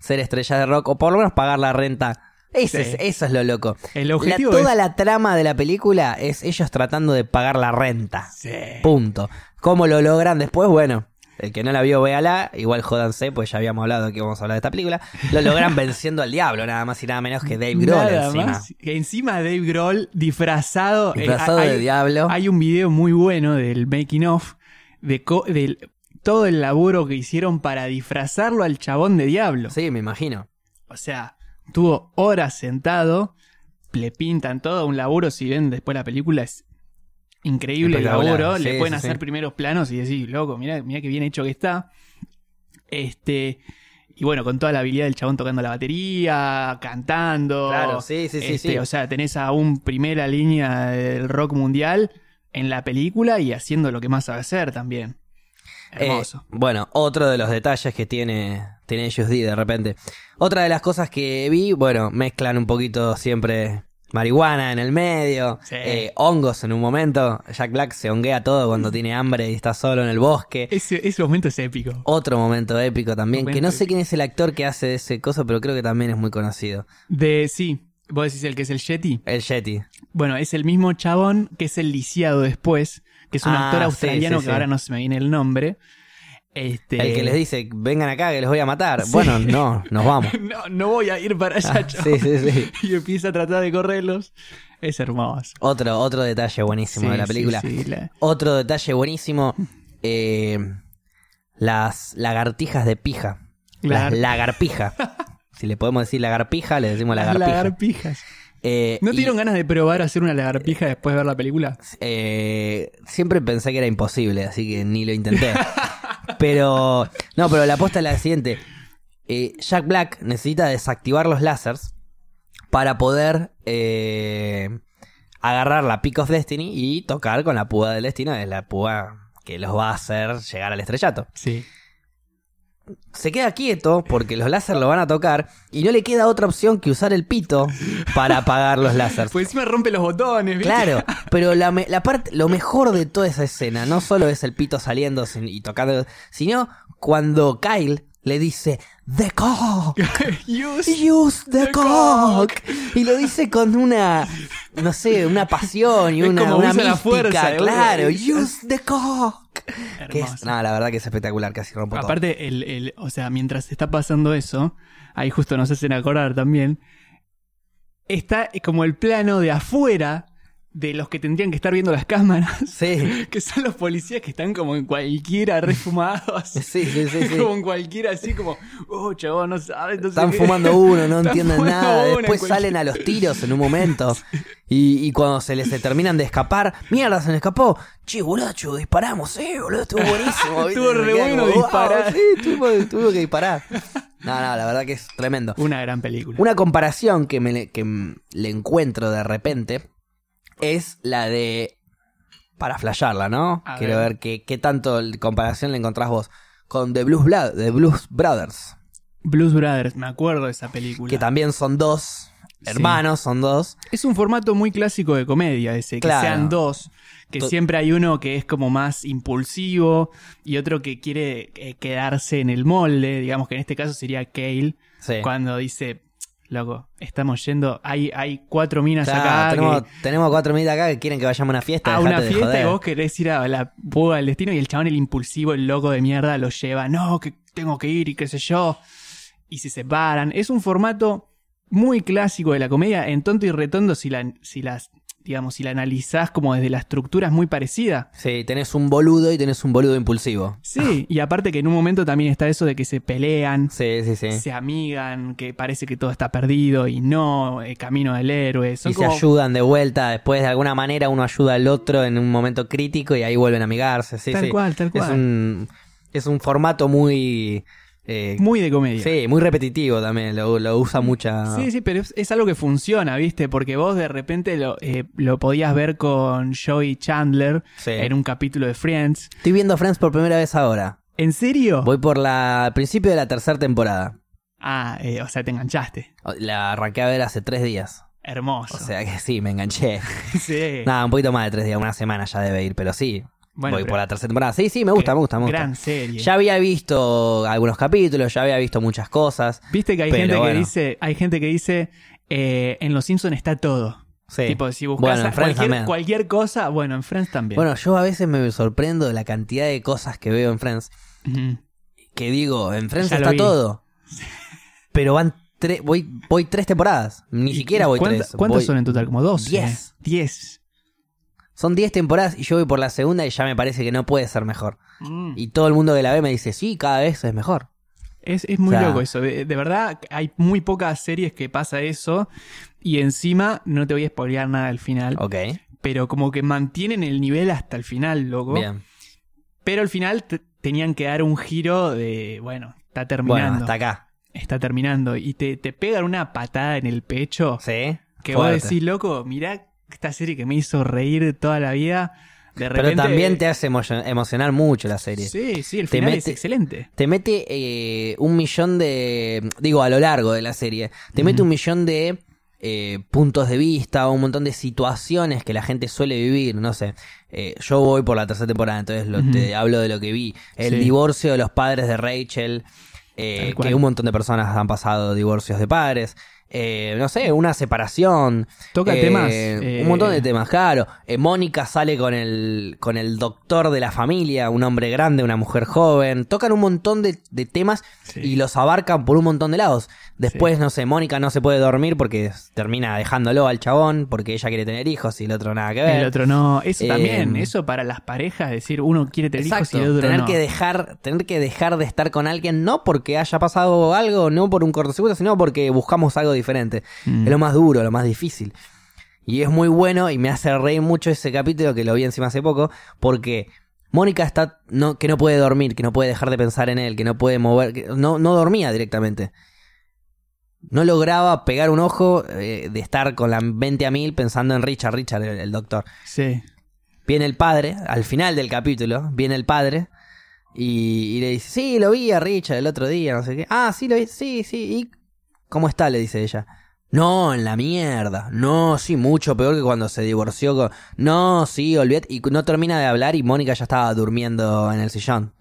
[SPEAKER 1] Ser estrella de rock o por lo menos pagar la renta. Ese
[SPEAKER 2] Sí.
[SPEAKER 1] es- eso es lo loco.
[SPEAKER 2] El
[SPEAKER 1] La-
[SPEAKER 2] objetivo
[SPEAKER 1] toda
[SPEAKER 2] es...
[SPEAKER 1] la trama de la película es ellos tratando de pagar la renta.
[SPEAKER 2] Sí.
[SPEAKER 1] Punto. ¿Cómo lo logran después? Bueno, el que no la vio, véala. Igual jódanse, pues ya habíamos hablado que íbamos a hablar de esta película. Lo logran venciendo al diablo, nada más y nada menos que Dave Grohl
[SPEAKER 2] Nada
[SPEAKER 1] encima.
[SPEAKER 2] más. Que encima Dave Grohl disfrazado. eh,
[SPEAKER 1] Disfrazado
[SPEAKER 2] hay,
[SPEAKER 1] de diablo.
[SPEAKER 2] Hay un video muy bueno del making of de co- del todo el laburo que hicieron para disfrazarlo al chabón de diablo.
[SPEAKER 1] Sí, me imagino.
[SPEAKER 2] O sea, tuvo horas sentado, le pintan todo un laburo, si ven después la película es increíble el
[SPEAKER 1] Espectacular,
[SPEAKER 2] laburo,
[SPEAKER 1] sí,
[SPEAKER 2] le pueden
[SPEAKER 1] sí,
[SPEAKER 2] hacer
[SPEAKER 1] sí.
[SPEAKER 2] primeros planos y decir, loco, mira, mira qué bien hecho que está. Este y bueno, con toda la habilidad del chabón tocando la batería, cantando.
[SPEAKER 1] Claro, sí, sí, sí,
[SPEAKER 2] Este,
[SPEAKER 1] sí.
[SPEAKER 2] O sea, tenés a un primera línea del rock mundial en la película y haciendo lo que más sabe hacer también.
[SPEAKER 1] Eh,
[SPEAKER 2] Hermoso.
[SPEAKER 1] bueno, otro de los detalles que tiene, tiene Just D de repente. Otra de las cosas que vi, bueno, mezclan un poquito siempre marihuana en el medio,
[SPEAKER 2] Sí.
[SPEAKER 1] eh, hongos en un momento. Jack Black se honguea todo
[SPEAKER 2] Mm.
[SPEAKER 1] cuando tiene hambre y está solo en el bosque.
[SPEAKER 2] ese, ese momento es épico.
[SPEAKER 1] Otro momento épico también, que no
[SPEAKER 2] Momento
[SPEAKER 1] sé quién es el actor que hace ese coso, pero creo que también es muy conocido.
[SPEAKER 2] De sí, vos decís el que es el Yeti.
[SPEAKER 1] El Yeti.
[SPEAKER 2] Bueno, es el mismo chabón que es el lisiado después, que es un
[SPEAKER 1] Ah,
[SPEAKER 2] actor
[SPEAKER 1] sí,
[SPEAKER 2] australiano
[SPEAKER 1] sí, sí.
[SPEAKER 2] que ahora no se me viene el nombre. Este...
[SPEAKER 1] El que les dice, vengan acá que los voy a matar.
[SPEAKER 2] Sí.
[SPEAKER 1] Bueno, no, nos vamos.
[SPEAKER 2] No, no voy a ir para allá,
[SPEAKER 1] Ah,
[SPEAKER 2] chabón.
[SPEAKER 1] sí, sí, sí.
[SPEAKER 2] Y empieza a tratar de correrlos. Es hermoso.
[SPEAKER 1] Otro, otro detalle buenísimo
[SPEAKER 2] Sí,
[SPEAKER 1] de la
[SPEAKER 2] sí,
[SPEAKER 1] película.
[SPEAKER 2] sí, la-
[SPEAKER 1] Otro detalle buenísimo, eh, las lagartijas de pija. Las
[SPEAKER 2] Lagar-
[SPEAKER 1] lagarpija. si le podemos decir lagarpija, le decimos
[SPEAKER 2] las
[SPEAKER 1] lagarpija.
[SPEAKER 2] lagarpijas.
[SPEAKER 1] Eh,
[SPEAKER 2] ¿No
[SPEAKER 1] y,
[SPEAKER 2] te dieron ganas de probar hacer una lagarpija después de ver la película?
[SPEAKER 1] eh, siempre pensé que era imposible, así que ni lo intenté. pero, no, pero la apuesta es la siguiente. Eh, Jack Black necesita desactivar los lásers para poder eh, agarrar la Peak of Destiny y tocar con la púa del destino, es la púa que los va a hacer llegar al estrellato.
[SPEAKER 2] Sí.
[SPEAKER 1] se queda quieto porque los láser lo van a tocar y no le queda otra opción que usar el pito para apagar los láser.
[SPEAKER 2] Pues encima rompe los botones, ¿viste?
[SPEAKER 1] Claro, pero la, me- la parte, lo mejor de toda esa escena no solo es el pito saliendo sin- y tocando, sino cuando Kyle le dice The cock,
[SPEAKER 2] Use-
[SPEAKER 1] use the
[SPEAKER 2] The
[SPEAKER 1] cock, y lo dice con una, no sé, una pasión y
[SPEAKER 2] Es
[SPEAKER 1] una,
[SPEAKER 2] como
[SPEAKER 1] una
[SPEAKER 2] usa la
[SPEAKER 1] mística,
[SPEAKER 2] fuerza, ¿eh?
[SPEAKER 1] claro, use the cock. Que es,
[SPEAKER 2] Hermoso.
[SPEAKER 1] no, la verdad que es espectacular, casi rompo todo.
[SPEAKER 2] Aparte, el, el- o sea, mientras está pasando eso, ahí justo nos hacen acordar también, está como el plano de afuera de los que tendrían que estar viendo las cámaras,
[SPEAKER 1] Sí.
[SPEAKER 2] que son los policías que están como en cualquiera, refumados.
[SPEAKER 1] Sí, sí, sí, sí.
[SPEAKER 2] Como en cualquiera, así como, oh, chabón, no sabes. no sé
[SPEAKER 1] Están
[SPEAKER 2] qué".
[SPEAKER 1] fumando uno, no
[SPEAKER 2] Están
[SPEAKER 1] entienden
[SPEAKER 2] fumando
[SPEAKER 1] nada.
[SPEAKER 2] uno en
[SPEAKER 1] Después
[SPEAKER 2] cualquier-
[SPEAKER 1] salen a los tiros en un momento. Y, y cuando se les terminan de escapar, mierda, se me escapó. Che, bolacho, disparamos, eh, boludo, estuvo buenísimo. ¿viste?
[SPEAKER 2] Estuvo
[SPEAKER 1] Se
[SPEAKER 2] re
[SPEAKER 1] quedan
[SPEAKER 2] bueno
[SPEAKER 1] "Wow,
[SPEAKER 2] disparar".
[SPEAKER 1] Sí, tuvo, tuvo que disparar. No, no, la verdad que es tremendo.
[SPEAKER 2] Una gran película.
[SPEAKER 1] Una comparación que, me, le- que mm, le encuentro de repente es la de. Para flashearla, ¿no?
[SPEAKER 2] A
[SPEAKER 1] Quiero
[SPEAKER 2] ver.
[SPEAKER 1] ver, qué, qué tanto comparación le encontrás vos. Con The Blues, Bla- The Blues Brothers.
[SPEAKER 2] Blues Brothers, me acuerdo de esa película.
[SPEAKER 1] que también son dos hermanos, son dos.
[SPEAKER 2] Es un formato muy clásico de comedia ese, que
[SPEAKER 1] Claro.
[SPEAKER 2] sean dos, que
[SPEAKER 1] To-
[SPEAKER 2] siempre hay uno que es como más impulsivo y otro que quiere eh, quedarse en el molde, digamos que en este caso sería Kale,
[SPEAKER 1] Sí.
[SPEAKER 2] cuando dice, loco, estamos yendo, hay, hay cuatro minas
[SPEAKER 1] Claro,
[SPEAKER 2] acá,
[SPEAKER 1] tenemos,
[SPEAKER 2] que-
[SPEAKER 1] tenemos cuatro mil de acá que quieren que vayamos a una fiesta.
[SPEAKER 2] a
[SPEAKER 1] dejate
[SPEAKER 2] Ah, una
[SPEAKER 1] de
[SPEAKER 2] fiesta y
[SPEAKER 1] joder.
[SPEAKER 2] vos querés ir a la puga del destino y el chabón, el impulsivo, el loco de mierda, lo lleva, no, que tengo que ir y qué sé yo, y se separan. Es un formato muy clásico de la comedia, en tonto y retondo, si la, si las, digamos, si la analizás como desde la estructura es muy parecida.
[SPEAKER 1] Sí, tenés un boludo y tenés un boludo impulsivo.
[SPEAKER 2] Sí, y aparte que en un momento también está eso de que se pelean,
[SPEAKER 1] Sí, sí, sí.
[SPEAKER 2] se amigan, que parece que todo está perdido y no, eh, camino del héroe. Son
[SPEAKER 1] y
[SPEAKER 2] como-
[SPEAKER 1] se ayudan de vuelta. Después, de alguna manera, uno ayuda al otro en un momento crítico y ahí vuelven a amigarse. Sí,
[SPEAKER 2] Tal
[SPEAKER 1] sí.
[SPEAKER 2] cual, tal
[SPEAKER 1] Es
[SPEAKER 2] cual.
[SPEAKER 1] un, es un formato muy. eh,
[SPEAKER 2] Muy de comedia.
[SPEAKER 1] sí, muy repetitivo también. Lo, lo usa mucha.
[SPEAKER 2] Sí, sí, pero es, es algo que funciona, ¿viste? Porque vos de repente lo, eh, lo podías ver con Joey Chandler
[SPEAKER 1] Sí.
[SPEAKER 2] en un capítulo de Friends.
[SPEAKER 1] Estoy viendo Friends por primera vez ahora.
[SPEAKER 2] ¿En serio?
[SPEAKER 1] Voy por la al principio de la tercera temporada.
[SPEAKER 2] Ah, eh, o sea, te enganchaste.
[SPEAKER 1] La arranqué a ver hace tres días.
[SPEAKER 2] Hermoso.
[SPEAKER 1] O sea que sí, me enganché.
[SPEAKER 2] sí.
[SPEAKER 1] Nada, un poquito más de tres días, una semana ya debe ir, pero sí.
[SPEAKER 2] Bueno,
[SPEAKER 1] voy
[SPEAKER 2] pero- ¿eh?
[SPEAKER 1] por la tercera temporada. Sí, sí, me gusta, me gusta, me gusta.
[SPEAKER 2] Gran serie.
[SPEAKER 1] Ya había visto algunos capítulos, ya había visto muchas cosas.
[SPEAKER 2] Viste que hay
[SPEAKER 1] Pero
[SPEAKER 2] gente que
[SPEAKER 1] bueno.
[SPEAKER 2] dice, hay gente que dice, eh, en Los Simpsons está todo.
[SPEAKER 1] Sí.
[SPEAKER 2] Tipo, si buscas
[SPEAKER 1] Bueno, en
[SPEAKER 2] a-
[SPEAKER 1] Friends
[SPEAKER 2] cualquier,
[SPEAKER 1] también.
[SPEAKER 2] cualquier cosa, bueno, en Friends también.
[SPEAKER 1] Bueno, yo a veces me sorprendo de la cantidad de cosas que veo en Friends.
[SPEAKER 2] Ujú.
[SPEAKER 1] Que digo, en Friends
[SPEAKER 2] Ya lo
[SPEAKER 1] está
[SPEAKER 2] vi.
[SPEAKER 1] todo. Pero van tres, voy, voy tres temporadas. Ni
[SPEAKER 2] ¿Y-
[SPEAKER 1] siquiera
[SPEAKER 2] y
[SPEAKER 1] voy
[SPEAKER 2] cuánta-
[SPEAKER 1] tres.
[SPEAKER 2] ¿Cuántas
[SPEAKER 1] Voy-
[SPEAKER 2] son en total? Como 12.
[SPEAKER 1] Diez.
[SPEAKER 2] 10.
[SPEAKER 1] Son diez temporadas y yo voy por la segunda y ya me parece que no puede ser mejor.
[SPEAKER 2] Mm.
[SPEAKER 1] Y todo el mundo que la ve me dice, sí, cada vez es mejor.
[SPEAKER 2] Es, es muy
[SPEAKER 1] O sea-
[SPEAKER 2] loco eso. De, de verdad, hay muy pocas series que pasa eso. Y encima, no te voy a spoilear nada al final.
[SPEAKER 1] Ok,
[SPEAKER 2] Pero como que mantienen el nivel hasta el final, loco.
[SPEAKER 1] bien.
[SPEAKER 2] Pero al final te- tenían que dar un giro de, bueno, está terminando.
[SPEAKER 1] Bueno, hasta acá.
[SPEAKER 2] Está terminando. Y te, te pegan una patada en el pecho.
[SPEAKER 1] Sí.
[SPEAKER 2] Que
[SPEAKER 1] fuerte.
[SPEAKER 2] vos decís, loco, mirá esta serie que me hizo reír toda la vida. De repente.
[SPEAKER 1] Pero también te hace emo- emocionar mucho la serie.
[SPEAKER 2] Sí, sí, el
[SPEAKER 1] te
[SPEAKER 2] final es
[SPEAKER 1] mete-
[SPEAKER 2] excelente.
[SPEAKER 1] Te mete eh, un millón de. Digo, a lo largo de la serie. Te mete un millón de eh, puntos de vista, un montón de situaciones que la gente suele vivir. No sé. Eh, yo voy por la tercera temporada, entonces lo-
[SPEAKER 2] Ujú.
[SPEAKER 1] te hablo de lo que vi. El
[SPEAKER 2] Sí.
[SPEAKER 1] divorcio de los padres de Rachel. eh,
[SPEAKER 2] Tal cual.
[SPEAKER 1] que un montón de personas han pasado divorcios de padres. Eh, no sé, una separación.
[SPEAKER 2] Toca
[SPEAKER 1] Eh,
[SPEAKER 2] temas. eh,
[SPEAKER 1] Un montón de temas, claro. Eh, Mónica sale con el, con el doctor de la familia, un hombre grande, una mujer joven. Tocan un montón de, de temas
[SPEAKER 2] Sí.
[SPEAKER 1] y los abarcan por un montón de lados. Después, no sé, Mónica no se puede dormir porque termina dejándolo al chabón porque ella quiere tener hijos y el otro nada que ver.
[SPEAKER 2] El otro no. Eso
[SPEAKER 1] Eh,
[SPEAKER 2] también, eso para las parejas, decir uno quiere tener hijos y
[SPEAKER 1] Exacto,
[SPEAKER 2] el otro
[SPEAKER 1] tener
[SPEAKER 2] no.
[SPEAKER 1] que dejar, tener que dejar de estar con alguien no porque haya pasado algo, no por un cortocircuito, sino porque buscamos algo diferente.
[SPEAKER 2] Mm.
[SPEAKER 1] Es lo más duro, lo más difícil. Y es muy bueno y me hace reír mucho ese capítulo que lo vi encima hace poco porque Mónica está no, que no puede dormir, que no puede dejar de pensar en él, que no puede mover, que no, no dormía directamente. No lograba pegar un ojo eh, de estar con la mente a mil pensando en Richard, Richard, el- el doctor.
[SPEAKER 2] Sí.
[SPEAKER 1] Viene el padre, al final del capítulo, viene el padre y, y le dice, sí, lo vi a Richard el otro día, no sé qué. Ah, sí, lo vi, sí, sí. ¿Y cómo está? Le dice ella. No, en la mierda. No, sí, mucho peor que cuando se divorció. con- No, sí, olvídate. Y no termina de hablar y Mónica ya estaba durmiendo en el sillón.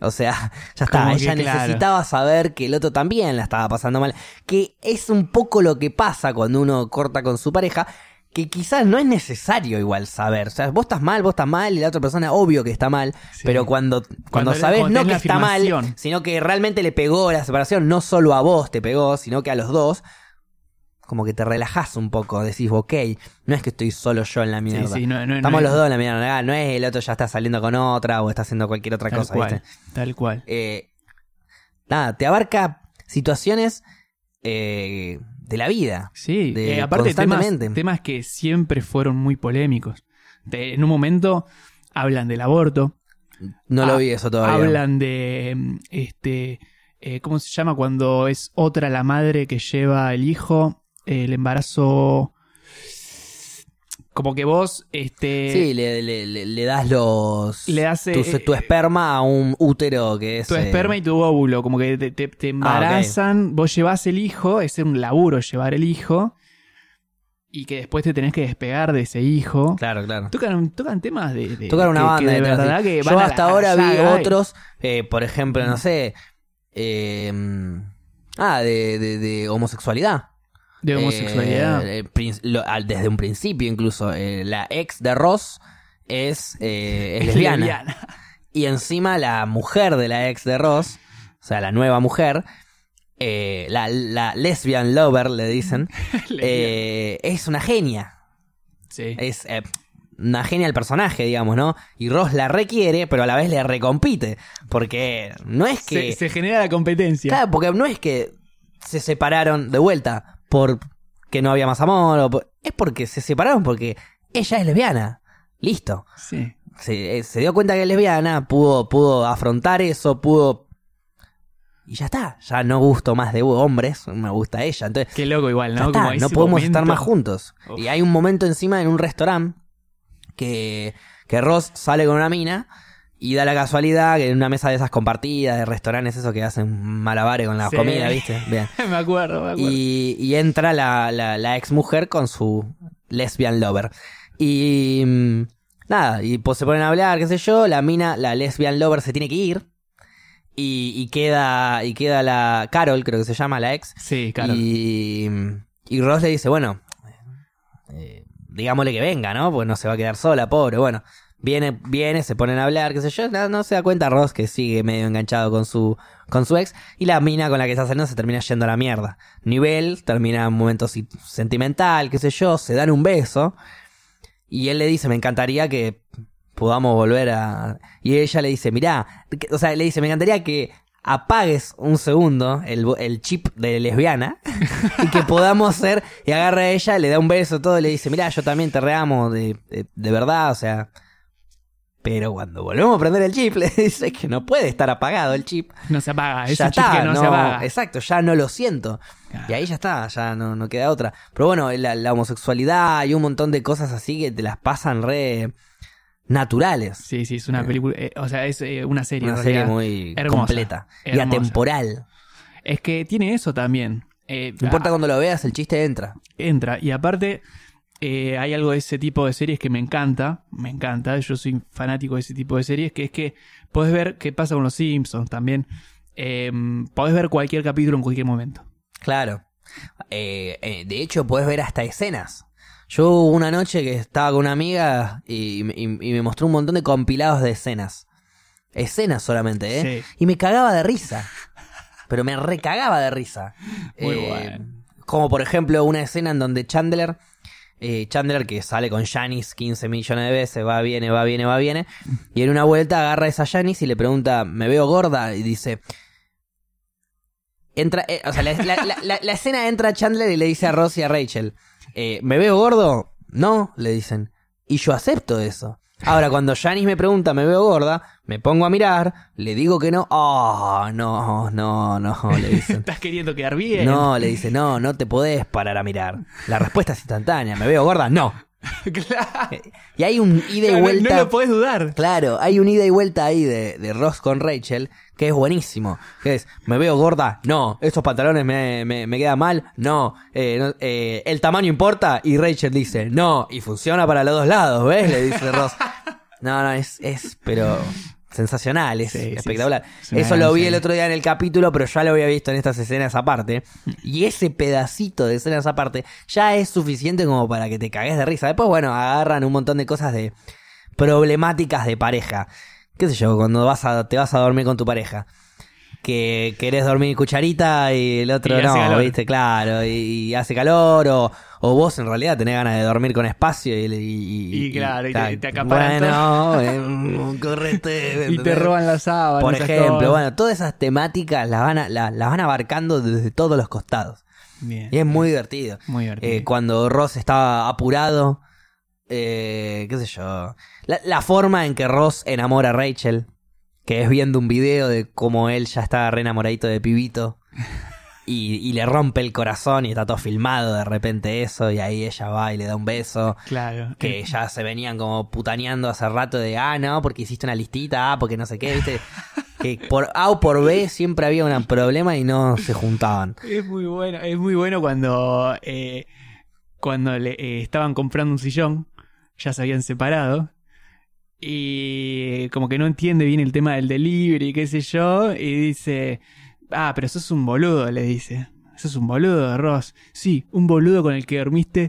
[SPEAKER 1] O sea, ya está.
[SPEAKER 2] Como que
[SPEAKER 1] Ella
[SPEAKER 2] claro.
[SPEAKER 1] necesitaba saber que el otro también la estaba pasando mal. Que es un poco lo que pasa cuando uno corta con su pareja. Que quizás no es necesario igual saber. O sea, vos estás mal, vos estás mal y la otra persona obvio que está mal.
[SPEAKER 2] Sí.
[SPEAKER 1] Pero cuando, cuando,
[SPEAKER 2] Cuando le-
[SPEAKER 1] sabes
[SPEAKER 2] cuando
[SPEAKER 1] no que
[SPEAKER 2] tenés la
[SPEAKER 1] está mal,
[SPEAKER 2] afirmación.
[SPEAKER 1] sino que realmente le pegó la separación, no solo a vos te pegó, sino que a los dos, como que te relajás un poco, decís, ok, no es que estoy solo yo en la mierda.
[SPEAKER 2] sí, no- no- no
[SPEAKER 1] Estamos
[SPEAKER 2] es-
[SPEAKER 1] los dos en la mierda, no es el otro ya está saliendo con otra o está haciendo cualquier otra
[SPEAKER 2] Tal
[SPEAKER 1] cosa,
[SPEAKER 2] cual.
[SPEAKER 1] ¿viste?
[SPEAKER 2] Tal cual.
[SPEAKER 1] Eh, nada, te abarca situaciones eh, de la vida.
[SPEAKER 2] Sí,
[SPEAKER 1] de-
[SPEAKER 2] eh, aparte temas,
[SPEAKER 1] constantemente.
[SPEAKER 2] temas que siempre fueron muy polémicos. De- en un momento hablan del aborto,
[SPEAKER 1] No lo
[SPEAKER 2] Ah,
[SPEAKER 1] vi eso todavía.
[SPEAKER 2] hablan de mm, este eh, ¿cómo se llama cuando es otra la madre que lleva el hijo, el embarazo como que vos este
[SPEAKER 1] sí, le, le- le- le das los...
[SPEAKER 2] le das, eh,
[SPEAKER 1] tu, tu esperma a un útero que es...
[SPEAKER 2] tu
[SPEAKER 1] eh,
[SPEAKER 2] esperma y tu óvulo, como que te,
[SPEAKER 1] Ah,
[SPEAKER 2] te- te embarazan, vos llevas el hijo, es un laburo llevar el hijo y que después te tenés que despegar de ese hijo.
[SPEAKER 1] Claro, claro.
[SPEAKER 2] Tocan, tocan temas de, de-
[SPEAKER 1] Tocar una
[SPEAKER 2] que- que
[SPEAKER 1] banda
[SPEAKER 2] de
[SPEAKER 1] detrás,
[SPEAKER 2] verdad
[SPEAKER 1] sí.
[SPEAKER 2] que van
[SPEAKER 1] Yo
[SPEAKER 2] a la-
[SPEAKER 1] hasta
[SPEAKER 2] a la
[SPEAKER 1] ahora vi
[SPEAKER 2] llaga y-
[SPEAKER 1] otros, eh, por ejemplo, no sé. eh, ah, de, de- de homosexualidad.
[SPEAKER 2] de homosexualidad.
[SPEAKER 1] Eh, el prin- lo- al- desde un principio, incluso. eh, la ex de Ross es, eh, es
[SPEAKER 2] Es
[SPEAKER 1] lesbiana. Y encima la mujer de la ex de Ross, o sea, la nueva mujer, eh, la, la lesbian lover, le dicen,
[SPEAKER 2] Lesbiana.
[SPEAKER 1] eh, es una genia.
[SPEAKER 2] Sí.
[SPEAKER 1] es eh, una genia el personaje, digamos, ¿no? Y Ross la requiere, pero a la vez le recompite. Porque no es que.
[SPEAKER 2] se, se genera la competencia.
[SPEAKER 1] Claro, porque no es que se separaron de vuelta por que no había más amor. o por- es porque se separaron porque ella es lesbiana. Listo.
[SPEAKER 2] Sí.
[SPEAKER 1] Se, eh, se dio cuenta que es lesbiana, pudo, pudo afrontar eso, pudo. Y ya está. Ya no gusto más de hombres, me gusta ella. Entonces,
[SPEAKER 2] Qué loco igual,
[SPEAKER 1] ya
[SPEAKER 2] ¿no?
[SPEAKER 1] está,
[SPEAKER 2] Como ese
[SPEAKER 1] no podemos estar
[SPEAKER 2] momento.
[SPEAKER 1] más juntos.
[SPEAKER 2] Uf.
[SPEAKER 1] Y hay un momento encima en un restaurante que, que Ross sale con una mina y da la casualidad que en una mesa de esas compartidas, de restaurantes, eso que hacen malabares con la
[SPEAKER 2] Sí.
[SPEAKER 1] comida, ¿viste? Bien.
[SPEAKER 2] me acuerdo, me acuerdo.
[SPEAKER 1] Y, y entra la, la, ex mujer con su lesbian lover. Y mm, nada, y pues se ponen a hablar, qué sé yo, la mina, la lesbian lover se tiene que ir. Y, y queda y queda la Carol, creo que se llama la ex,
[SPEAKER 2] Sí, claro.
[SPEAKER 1] y, y Ross le dice, bueno, eh, digámosle que venga, ¿no? Porque no se va a quedar sola, pobre. Bueno, viene, viene, se ponen a hablar, qué sé yo. No, no se da cuenta Ross que sigue medio enganchado con su, con su ex. Y la mina con la que está saliendo se termina yendo a la mierda. Nivel termina en un momento si- sentimental, qué sé yo. Se dan un beso. Y él le dice, me encantaría que podamos volver a... Y ella le dice, mirá, que- o sea, le dice, me encantaría que apagues un segundo el, bo- el chip de lesbiana y que podamos ser... Y agarra a ella, le da un beso, todo, y le dice, mirá, yo también te reamo, de, de, de verdad, o sea... Pero cuando volvemos a prender el chip, le dice que no puede estar apagado el chip.
[SPEAKER 2] no se apaga, es
[SPEAKER 1] ya
[SPEAKER 2] un chip
[SPEAKER 1] está,
[SPEAKER 2] que no,
[SPEAKER 1] no-
[SPEAKER 2] se apaga.
[SPEAKER 1] Exacto, ya no lo siento. Y ahí ya está, ya no, no queda otra. Pero bueno, la, la homosexualidad y un montón de cosas así que te las pasan re naturales.
[SPEAKER 2] Sí, sí, es una película, eh, o sea, es eh, una serie.
[SPEAKER 1] Una
[SPEAKER 2] en
[SPEAKER 1] serie
[SPEAKER 2] realidad.
[SPEAKER 1] muy
[SPEAKER 2] hermosa,
[SPEAKER 1] completa y
[SPEAKER 2] hermosa.
[SPEAKER 1] atemporal.
[SPEAKER 2] Es que tiene eso también. Eh,
[SPEAKER 1] No importa
[SPEAKER 2] ah,
[SPEAKER 1] cuando lo veas, el chiste entra.
[SPEAKER 2] entra. Y aparte, eh, hay algo de ese tipo de series que me encanta. Me encanta. Yo soy fanático de ese tipo de series. Que es que podés ver qué pasa con los Simpsons también. Eh, podés ver cualquier capítulo en cualquier momento.
[SPEAKER 1] Claro. Eh, eh, de hecho, podés ver hasta escenas. Yo hubo una noche que estaba con una amiga y, y- y me mostró un montón de compilados de escenas. Escenas solamente, ¿eh?
[SPEAKER 2] Sí.
[SPEAKER 1] Y me cagaba de risa. Pero me recagaba de risa. Eh,
[SPEAKER 2] Muy bueno.
[SPEAKER 1] Como por ejemplo una escena en donde Chandler, eh, Chandler que sale con Janice 15 millones de veces, va, viene, va, viene, va, viene. Y en una vuelta agarra a esa Janice y le pregunta, me veo gorda. Y dice, entra, eh, o sea, la, la- la- la- la escena entra Chandler y le dice a Ross y a Rachel, eh, ¿me veo gordo? No, le dicen. Y yo acepto eso. Ahora, cuando Janice me pregunta, ¿me veo gorda? Me pongo a mirar, le digo que no. Oh, no, no, no, le dicen.
[SPEAKER 2] Estás queriendo quedar bien.
[SPEAKER 1] No, le dice, no, no te podés parar a mirar. La respuesta es instantánea. ¿Me veo gorda? No.
[SPEAKER 2] claro.
[SPEAKER 1] Y hay un ida
[SPEAKER 2] No,
[SPEAKER 1] y
[SPEAKER 2] no
[SPEAKER 1] vuelta.
[SPEAKER 2] lo podés dudar.
[SPEAKER 1] Claro, hay un ida y vuelta ahí de, de Ross con Rachel que es buenísimo. Que es, ¿me veo gorda? No. ¿Estos pantalones me, me, me quedan mal? No. Eh, no- eh, ¿El tamaño importa? Y Rachel dice, no. Y funciona para los dos lados, ¿ves? Le dice Ross. No, no, es, es pero sensacional, es
[SPEAKER 2] Sí, sí,
[SPEAKER 1] espectacular.
[SPEAKER 2] es una
[SPEAKER 1] Eso
[SPEAKER 2] gran
[SPEAKER 1] lo vi el
[SPEAKER 2] serie.
[SPEAKER 1] otro día en el capítulo, pero ya lo había visto en estas escenas aparte. Y ese pedacito de escenas aparte ya es suficiente como para que te cagues de risa. Después, bueno, agarran un montón de cosas de problemáticas de pareja. Qué sé yo, cuando vas a, te vas a dormir con tu pareja. que querés dormir cucharita y el otro
[SPEAKER 2] Y hace
[SPEAKER 1] no,
[SPEAKER 2] calor.
[SPEAKER 1] viste, claro, y, y hace calor, o, o vos en realidad tenés ganas de dormir con espacio y... Y,
[SPEAKER 2] Y claro, y te- y te acaparan
[SPEAKER 1] Bueno, em, correte.
[SPEAKER 2] Y te
[SPEAKER 1] ¿entendés?
[SPEAKER 2] roban las sábanas.
[SPEAKER 1] Por
[SPEAKER 2] esas
[SPEAKER 1] ejemplo,
[SPEAKER 2] cosas.
[SPEAKER 1] bueno, todas esas temáticas las van, a- la- las van abarcando desde todos los costados.
[SPEAKER 2] Bien.
[SPEAKER 1] Y es muy divertido.
[SPEAKER 2] Muy divertido.
[SPEAKER 1] Eh, cuando Ross estaba apurado, eh, qué sé yo. La, la forma en que Ross enamora a Rachel, que es viendo un video de cómo él ya está re enamoradito de pibito. Y, y le rompe el corazón y está todo filmado de repente eso y ahí ella va y le da un beso
[SPEAKER 2] Claro.
[SPEAKER 1] que ya se venían como putaneando hace rato de ah no porque hiciste una listita ah porque no sé qué viste que por A o por B siempre había un problema y no se juntaban
[SPEAKER 2] Es muy bueno, es muy bueno cuando, eh, cuando le, eh, estaban comprando un sillón, ya se habían separado. Y como que no entiende bien el tema del delivery, qué sé yo, y dice, ah, pero sos un boludo, le dice. Sos un boludo, Ross. Sí, un boludo con el que dormiste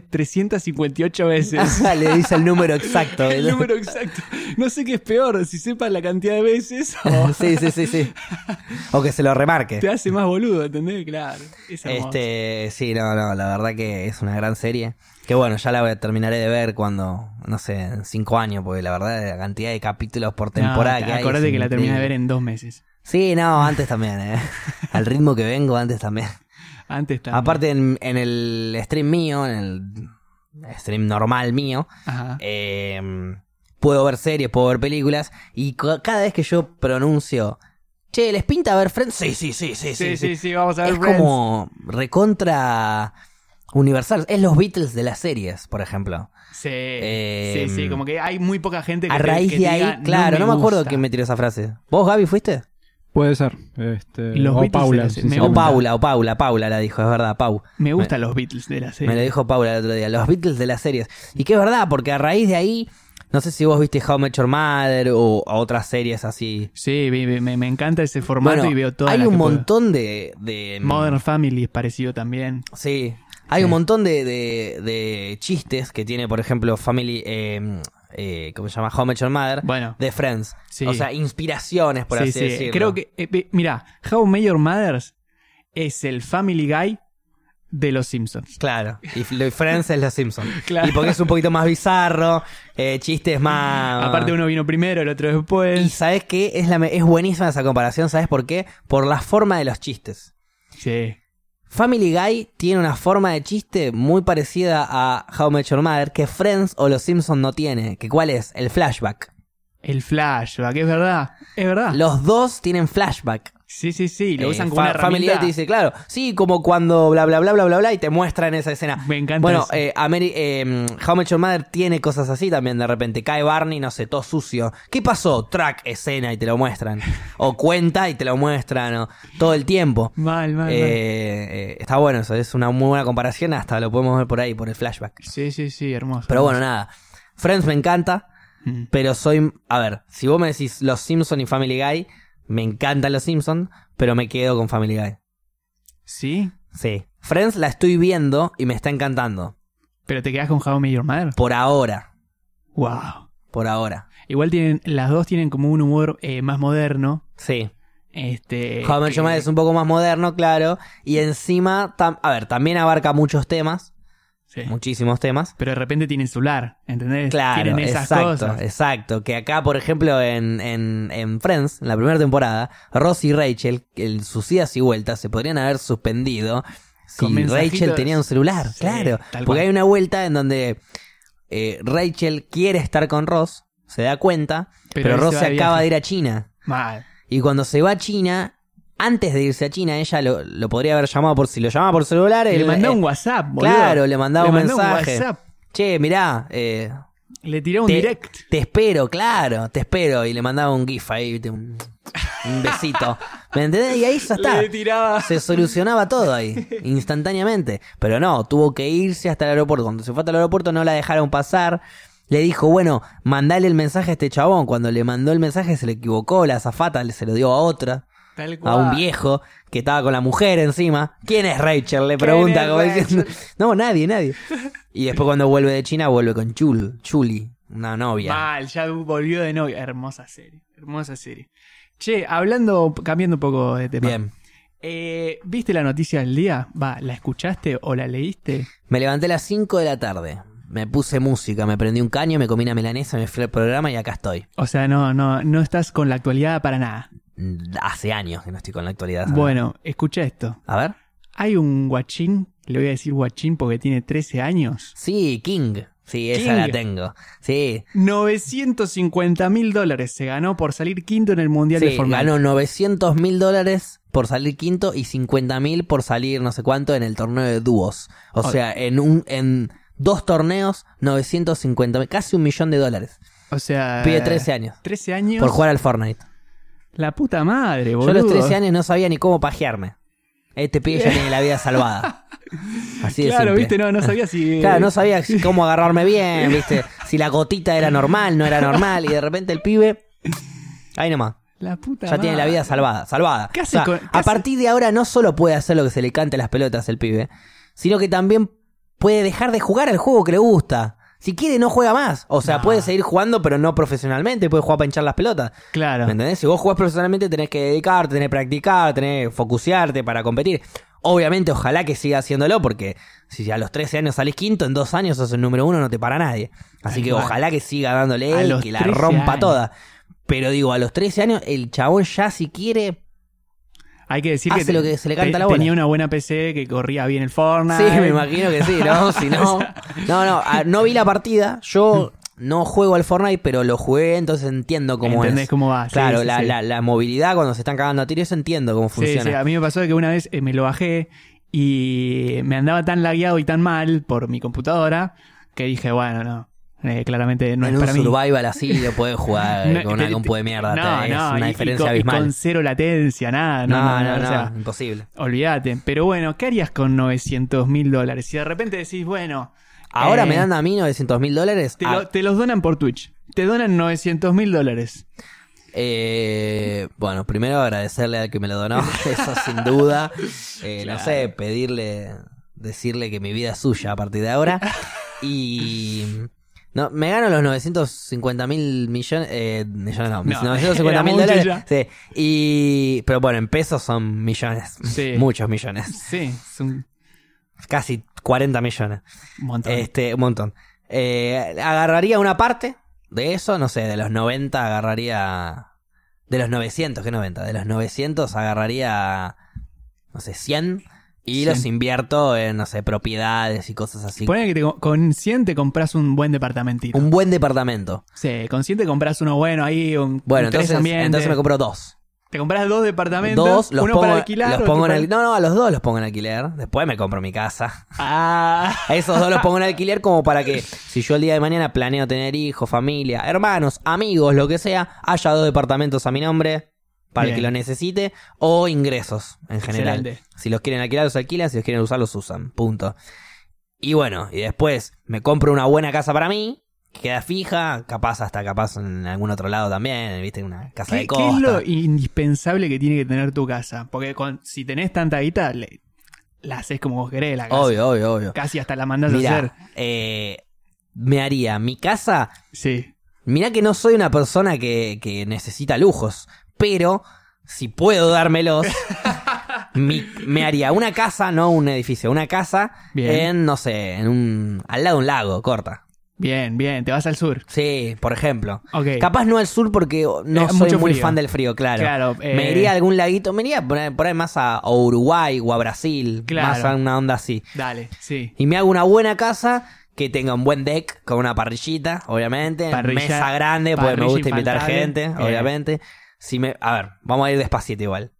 [SPEAKER 2] 358 veces.
[SPEAKER 1] le dice el número exacto
[SPEAKER 2] el número exacto. No sé qué es peor, si sepas la cantidad de veces o
[SPEAKER 1] sí sí sí sí o que se lo remarque
[SPEAKER 2] Oh. te hace más boludo, ¿entendés? Claro. Es hermoso.
[SPEAKER 1] este sí no no la verdad que es una gran serie que bueno ya la voy a- terminaré de ver cuando no sé en cinco años porque la verdad la cantidad de capítulos por temporada
[SPEAKER 2] No,
[SPEAKER 1] que hay
[SPEAKER 2] acordate
[SPEAKER 1] es
[SPEAKER 2] que la terminé de ver
[SPEAKER 1] increíble.
[SPEAKER 2] en dos meses.
[SPEAKER 1] sí no antes también eh. al ritmo que vengo antes también
[SPEAKER 2] Antes también.
[SPEAKER 1] Aparte, en, en el stream mío, en el stream normal mío,
[SPEAKER 2] Ajá.
[SPEAKER 1] eh, puedo ver series, puedo ver películas, y co- cada vez que yo pronuncio, che, ¿les pinta ver Friends? Sí, sí, sí, sí, sí.
[SPEAKER 2] sí, sí,
[SPEAKER 1] sí".
[SPEAKER 2] sí, vamos a ver
[SPEAKER 1] Es
[SPEAKER 2] Friends.
[SPEAKER 1] como recontra universal. Es los Beatles de las series, por ejemplo.
[SPEAKER 2] Sí,
[SPEAKER 1] Eh,
[SPEAKER 2] sí, sí, como que hay muy poca gente que
[SPEAKER 1] A
[SPEAKER 2] te-
[SPEAKER 1] raíz
[SPEAKER 2] que
[SPEAKER 1] de
[SPEAKER 2] te
[SPEAKER 1] ahí,
[SPEAKER 2] diga,
[SPEAKER 1] claro, no me, acuerdo
[SPEAKER 2] gusta".
[SPEAKER 1] quién me tiró esa frase. ¿Vos, Gaby, fuiste?
[SPEAKER 3] Puede ser. Este,
[SPEAKER 2] Los
[SPEAKER 3] o
[SPEAKER 2] Beatles
[SPEAKER 3] Paula.
[SPEAKER 2] eran- me-
[SPEAKER 1] O
[SPEAKER 3] sinceramente.
[SPEAKER 1] Paula, o Paula, Paula la dijo, es verdad, Pau.
[SPEAKER 2] Me gustan los Beatles de la serie.
[SPEAKER 1] Me lo dijo Paula el otro día. Los Beatles de las series. Y que es verdad, porque a raíz de ahí, no sé si vos viste How I Met Your Mother o otras series así.
[SPEAKER 2] Sí, vi- vi- me, me encanta ese formato
[SPEAKER 1] Bueno,
[SPEAKER 2] y veo todas
[SPEAKER 1] hay
[SPEAKER 2] las
[SPEAKER 1] un
[SPEAKER 2] que puedo.
[SPEAKER 1] montón de, de- mm,
[SPEAKER 2] Modern Family es parecido también.
[SPEAKER 1] Sí. Hay un montón de, de- de chistes que tiene, por ejemplo, Family. Eh, eh, ¿Cómo se llama? How I Met Your Mother.
[SPEAKER 2] Bueno.
[SPEAKER 1] De Friends.
[SPEAKER 2] Sí.
[SPEAKER 1] O sea, inspiraciones, por
[SPEAKER 2] sí,
[SPEAKER 1] así
[SPEAKER 2] sí.
[SPEAKER 1] decirlo.
[SPEAKER 2] Creo que, eh, vi- mira, How I Met Your Mothers es el Family Guy de los Simpsons.
[SPEAKER 1] Claro, y F- lo- Friends es Los Simpsons.
[SPEAKER 2] Claro.
[SPEAKER 1] Y porque es un poquito más bizarro, eh, chistes más...
[SPEAKER 2] Aparte uno vino primero, el otro
[SPEAKER 1] Y
[SPEAKER 2] después.
[SPEAKER 1] sabes qué? Es, la, me- es buenísima esa comparación, ¿sabes por qué? Por la forma de los chistes.
[SPEAKER 2] Sí.
[SPEAKER 1] Family Guy tiene una forma de chiste muy parecida a How I Met Your Mother que Friends o Los Simpsons no tiene. ¿Que ¿Cuál es? El flashback.
[SPEAKER 2] El flashback, es verdad. Es verdad.
[SPEAKER 1] Los dos tienen flashback.
[SPEAKER 2] Sí, sí, sí. Ah. Lo
[SPEAKER 1] Eh,
[SPEAKER 2] usan como
[SPEAKER 1] Fa-
[SPEAKER 2] una
[SPEAKER 1] Family Guy
[SPEAKER 2] herramienta.
[SPEAKER 1] te dice, claro, sí, como cuando bla bla bla bla bla bla y te muestran esa escena.
[SPEAKER 2] Me encanta
[SPEAKER 1] Bueno,
[SPEAKER 2] eso.
[SPEAKER 1] eh, Ameri- eh, How I Met Your Mother tiene cosas así también. De repente cae Barney, no sé, todo sucio. ¿Qué pasó? Track, escena y te lo muestran. O cuenta y te lo muestran. o todo el tiempo.
[SPEAKER 2] Mal, mal, mal.
[SPEAKER 1] Eh, eh, está bueno eso, es una muy buena comparación, hasta lo podemos ver por ahí, por el flashback.
[SPEAKER 2] Sí, sí, sí, hermoso.
[SPEAKER 1] Pero bueno, nada. Friends me encanta,
[SPEAKER 2] Mm.
[SPEAKER 1] pero soy... A ver, si vos me decís Los Simpson y Family Guy, me encantan Los Simpson, pero me quedo con Family Guy.
[SPEAKER 2] Sí,
[SPEAKER 1] Sí. Friends la estoy viendo y me está encantando.
[SPEAKER 2] pero te quedas con How I Met Your Mother.
[SPEAKER 1] Por ahora,
[SPEAKER 2] Wow.
[SPEAKER 1] por ahora.
[SPEAKER 2] Igual tienen, las dos tienen como un humor eh, más moderno.
[SPEAKER 1] Sí.
[SPEAKER 2] Este.
[SPEAKER 1] How I Met Your Mother
[SPEAKER 2] que-
[SPEAKER 1] es un poco más moderno, claro. Y encima, tam- a ver, también abarca muchos temas,
[SPEAKER 2] Sí.
[SPEAKER 1] muchísimos temas.
[SPEAKER 2] Pero de repente tienen su lar, ¿entendés?
[SPEAKER 1] Claro,
[SPEAKER 2] tienen esas
[SPEAKER 1] exacto,
[SPEAKER 2] cosas.
[SPEAKER 1] exacto. Que acá, por ejemplo, en, en, en Friends, en la primera temporada, Ross y Rachel, el, sus idas y vueltas, se podrían haber suspendido si
[SPEAKER 2] Con mensajitos.
[SPEAKER 1] Rachel tenía un celular.
[SPEAKER 2] Sí,
[SPEAKER 1] claro.
[SPEAKER 2] tal
[SPEAKER 1] Porque
[SPEAKER 2] cual.
[SPEAKER 1] hay una vuelta en donde eh, Rachel quiere estar con Ross, se da cuenta,
[SPEAKER 2] Pero
[SPEAKER 1] pero,
[SPEAKER 2] él se
[SPEAKER 1] Ross
[SPEAKER 2] va
[SPEAKER 1] se
[SPEAKER 2] de
[SPEAKER 1] acaba
[SPEAKER 2] viaje.
[SPEAKER 1] de ir a China.
[SPEAKER 2] Mal.
[SPEAKER 1] Y cuando se va a China, antes de irse a China, ella lo, lo podría haber llamado por si lo llamaba por celular.
[SPEAKER 2] Le
[SPEAKER 1] él-
[SPEAKER 2] mandaba
[SPEAKER 1] eh,
[SPEAKER 2] un WhatsApp, boludo.
[SPEAKER 1] Claro, le mandaba
[SPEAKER 2] Le
[SPEAKER 1] un
[SPEAKER 2] mandaba
[SPEAKER 1] mensaje.
[SPEAKER 2] WhatsApp.
[SPEAKER 1] Che, mirá, eh,
[SPEAKER 2] Le tiró un
[SPEAKER 1] Te-
[SPEAKER 2] direct.
[SPEAKER 1] Te espero, claro, te espero. Y le mandaba un GIF ahí, viste, un, un besito. ¿Me entendés? Y ahí ya está.
[SPEAKER 2] Le tiraba.
[SPEAKER 1] Se solucionaba todo ahí, instantáneamente. Pero no, tuvo que irse hasta el aeropuerto. Cuando se fue hasta el aeropuerto no la dejaron pasar. Le dijo, bueno, mandale el mensaje a este chabón. Cuando le mandó el mensaje se le equivocó, la azafata se lo dio a otra,
[SPEAKER 2] Tal cual.
[SPEAKER 1] a un viejo que estaba con la mujer encima. ¿Quién es Rachel? Le pregunta,
[SPEAKER 2] es
[SPEAKER 1] como
[SPEAKER 2] Rachel?
[SPEAKER 1] diciendo, no, nadie, nadie. Y después cuando vuelve de China, vuelve con Chul, Chuli, una novia.
[SPEAKER 2] Mal, ya volvió de novia. Hermosa serie. Hermosa serie. Che, hablando, cambiando un poco de tema.
[SPEAKER 1] Bien.
[SPEAKER 2] Eh, ¿Viste la noticia del día? Va, ¿la escuchaste o la leíste?
[SPEAKER 1] Me levanté a las 5 de la tarde. Me puse música, me prendí un caño, me comí una melanesa, me fui al programa y acá estoy.
[SPEAKER 2] O sea, no, no, no estás con la actualidad para nada.
[SPEAKER 1] Mm, Hace años que no estoy con la actualidad. ¿sabes?
[SPEAKER 2] Bueno, escucha esto.
[SPEAKER 1] A ver.
[SPEAKER 2] Hay un guachín, le voy a decir guachín porque tiene 13 años.
[SPEAKER 1] Sí, King. Sí, esa
[SPEAKER 2] King.
[SPEAKER 1] la tengo. Sí.
[SPEAKER 2] 950 mil dólares se ganó por salir quinto en el Mundial de
[SPEAKER 1] Sí,
[SPEAKER 2] Fortnite.
[SPEAKER 1] ganó 900 mil dólares por salir quinto y 50 mil por salir no sé cuánto en el torneo de dúos. O
[SPEAKER 2] Ay.
[SPEAKER 1] sea, en un en dos torneos, 950 mil, casi un millón de dólares.
[SPEAKER 2] O sea...
[SPEAKER 1] Pide 13 años
[SPEAKER 2] 13 Eh. años.
[SPEAKER 1] por jugar al Fortnite.
[SPEAKER 2] La puta madre,
[SPEAKER 1] Yo a
[SPEAKER 2] boludo.
[SPEAKER 1] los 13 años no sabía ni cómo pajearme. Este pibe ya tiene la vida salvada. Así de
[SPEAKER 2] Claro,
[SPEAKER 1] simple.
[SPEAKER 2] viste, no, no sabía si...
[SPEAKER 1] Claro, no sabía si- cómo agarrarme bien, viste. Si la gotita era normal, no era normal. Y de repente el pibe. Ahí nomás.
[SPEAKER 2] La puta
[SPEAKER 1] Ya tiene la
[SPEAKER 2] madre.
[SPEAKER 1] vida salvada, salvada.
[SPEAKER 2] ¿Qué hace
[SPEAKER 1] O sea,
[SPEAKER 2] con- qué
[SPEAKER 1] a
[SPEAKER 2] hace?
[SPEAKER 1] partir de ahora no solo puede hacer lo que se le cante las pelotas el pibe, sino que también puede dejar de jugar al juego que le gusta. Si quiere, no juega más. O sea,
[SPEAKER 2] No.
[SPEAKER 1] puede seguir jugando, pero no profesionalmente. Puede jugar para hinchar las pelotas.
[SPEAKER 2] Claro.
[SPEAKER 1] ¿Me entendés? Si vos jugás profesionalmente, tenés que dedicarte, tenés que practicar, tenés que focusearte para competir. Obviamente, ojalá que siga haciéndolo, porque si a los 13 años salís quinto, en dos años sos el número uno, no te para nadie. Así
[SPEAKER 2] Tal
[SPEAKER 1] que
[SPEAKER 2] cual.
[SPEAKER 1] ojalá que siga dándole
[SPEAKER 2] A
[SPEAKER 1] él,
[SPEAKER 2] los
[SPEAKER 1] que la
[SPEAKER 2] 13
[SPEAKER 1] rompa
[SPEAKER 2] años.
[SPEAKER 1] toda. Pero digo, a los 13 años, el chabón ya si quiere.
[SPEAKER 2] Hay que decir
[SPEAKER 1] Hace
[SPEAKER 2] que,
[SPEAKER 1] lo que se le canta la bola.
[SPEAKER 2] tenía una buena PC que corría bien el Fortnite.
[SPEAKER 1] Sí, me imagino que sí, ¿no? Si no. No, no, ah, no vi la partida. Yo no juego al Fortnite, pero lo jugué, entonces entiendo cómo
[SPEAKER 2] Mm. ¿Entendés
[SPEAKER 1] es.
[SPEAKER 2] cómo va? Sí,
[SPEAKER 1] Claro,
[SPEAKER 2] sí,
[SPEAKER 1] la,
[SPEAKER 2] sí.
[SPEAKER 1] La, la movilidad cuando se están cagando a tiro, eso entiendo cómo
[SPEAKER 2] Sí,
[SPEAKER 1] funciona.
[SPEAKER 2] sí, a mí me pasó que una vez eh, me lo bajé y me andaba tan lagueado y tan mal por mi computadora que dije, bueno, no, eh, claramente no
[SPEAKER 1] en
[SPEAKER 2] es
[SPEAKER 1] un
[SPEAKER 2] para mí.
[SPEAKER 1] survival así lo puedes jugar
[SPEAKER 2] No,
[SPEAKER 1] con una
[SPEAKER 2] te-
[SPEAKER 1] compu de mierda.
[SPEAKER 2] no,
[SPEAKER 1] te- es
[SPEAKER 2] no,
[SPEAKER 1] una
[SPEAKER 2] y- y
[SPEAKER 1] diferencia
[SPEAKER 2] con, y
[SPEAKER 1] abismal.
[SPEAKER 2] con cero latencia, nada. No, no, no, o sea,
[SPEAKER 1] imposible.
[SPEAKER 2] olvídate. Pero bueno, ¿qué harías con 900 mil dólares? Si de repente decís, bueno,
[SPEAKER 1] Ahora
[SPEAKER 2] eh,
[SPEAKER 1] me dan a mí 900 mil dólares.
[SPEAKER 2] te,
[SPEAKER 1] ah,
[SPEAKER 2] lo- te los donan por Twitch. Te donan 900 mil dólares.
[SPEAKER 1] eh, bueno, primero agradecerle al que me lo donó, eso sin duda. Eh, No
[SPEAKER 2] Claro.
[SPEAKER 1] sé, pedirle, decirle que mi vida es suya a partir de ahora. Y... No, me gano los 950 mil millones, eh, millones no,
[SPEAKER 2] No,
[SPEAKER 1] 950 mil
[SPEAKER 2] era mucho
[SPEAKER 1] dólares.
[SPEAKER 2] ya.
[SPEAKER 1] Sí. Y, pero bueno, en pesos son millones,
[SPEAKER 2] Sí.
[SPEAKER 1] muchos millones.
[SPEAKER 2] Sí, es un
[SPEAKER 1] casi 40 millones.
[SPEAKER 2] montón.
[SPEAKER 1] Este, un montón. Eh, agarraría una parte de eso, no sé, de los 90 agarraría... De los 900, ¿qué 90? De los 900 agarraría, no sé, 100 y
[SPEAKER 2] Sí.
[SPEAKER 1] los invierto en, no sé, propiedades y cosas así.
[SPEAKER 2] Ponele que te co- con 100 te compras un buen departamentito.
[SPEAKER 1] Un buen departamento.
[SPEAKER 2] Sí, con 100 te compras uno bueno ahí, un,
[SPEAKER 1] Bueno,
[SPEAKER 2] un tres
[SPEAKER 1] entonces,
[SPEAKER 2] ambientes.
[SPEAKER 1] entonces me compro dos.
[SPEAKER 2] Te compras dos departamentos,
[SPEAKER 1] Dos, los
[SPEAKER 2] uno
[SPEAKER 1] pongo,
[SPEAKER 2] para alquilar.
[SPEAKER 1] los
[SPEAKER 2] otro
[SPEAKER 1] pongo en
[SPEAKER 2] para-
[SPEAKER 1] alquiler. No, no, a los dos los pongo en alquiler. Después me compro mi casa.
[SPEAKER 2] Ah,
[SPEAKER 1] A esos dos los pongo en alquiler como para que si yo el día de mañana planeo tener hijos, familia, hermanos, amigos, lo que sea, haya dos departamentos a mi nombre para el
[SPEAKER 2] Bien.
[SPEAKER 1] que lo necesite o ingresos en general.
[SPEAKER 2] Excelente.
[SPEAKER 1] Si los quieren alquilar, los alquilan, si los quieren usar, los usan. Punto. Y bueno, y después me compro una buena casa para mí, que queda fija, capaz hasta capaz en algún otro lado también, viste, una casa
[SPEAKER 2] ¿qué,
[SPEAKER 1] de
[SPEAKER 2] qué es lo
[SPEAKER 1] costa.
[SPEAKER 2] indispensable que tiene que tener tu casa? Porque con- si tenés tanta guita, le- la haces como vos querés la casa.
[SPEAKER 1] Obvio, obvio, obvio.
[SPEAKER 2] Casi hasta la mandás a hacer.
[SPEAKER 1] Mirá, eh, me haría mi casa
[SPEAKER 2] Sí.
[SPEAKER 1] Mirá que no soy una persona que, que necesita lujos, pero si puedo dármelos, mi- me haría una casa, no un edificio, una casa
[SPEAKER 2] Bien.
[SPEAKER 1] en, no sé, en un, al lado de un lago, corta.
[SPEAKER 2] Bien, bien, te vas al sur.
[SPEAKER 1] Sí, por ejemplo.
[SPEAKER 2] Ok.
[SPEAKER 1] Capaz no al sur porque no
[SPEAKER 2] Eh,
[SPEAKER 1] soy
[SPEAKER 2] mucho
[SPEAKER 1] muy
[SPEAKER 2] frío.
[SPEAKER 1] fan del frío, claro.
[SPEAKER 2] Claro,
[SPEAKER 1] Me
[SPEAKER 2] eh,
[SPEAKER 1] iría a algún laguito, me iría por ahí, por ahí más a o Uruguay o a Brasil,
[SPEAKER 2] Claro.
[SPEAKER 1] más a una onda así.
[SPEAKER 2] Dale, sí.
[SPEAKER 1] Y me hago una buena casa que tenga un buen deck con una parrillita, obviamente.
[SPEAKER 2] Parrilla,
[SPEAKER 1] mesa grande, porque me
[SPEAKER 2] parrilla
[SPEAKER 1] gusta invitar
[SPEAKER 2] infaltable. Eh.
[SPEAKER 1] gente,
[SPEAKER 2] Bien.
[SPEAKER 1] obviamente. Si me, a ver, vamos a ir despacito igual.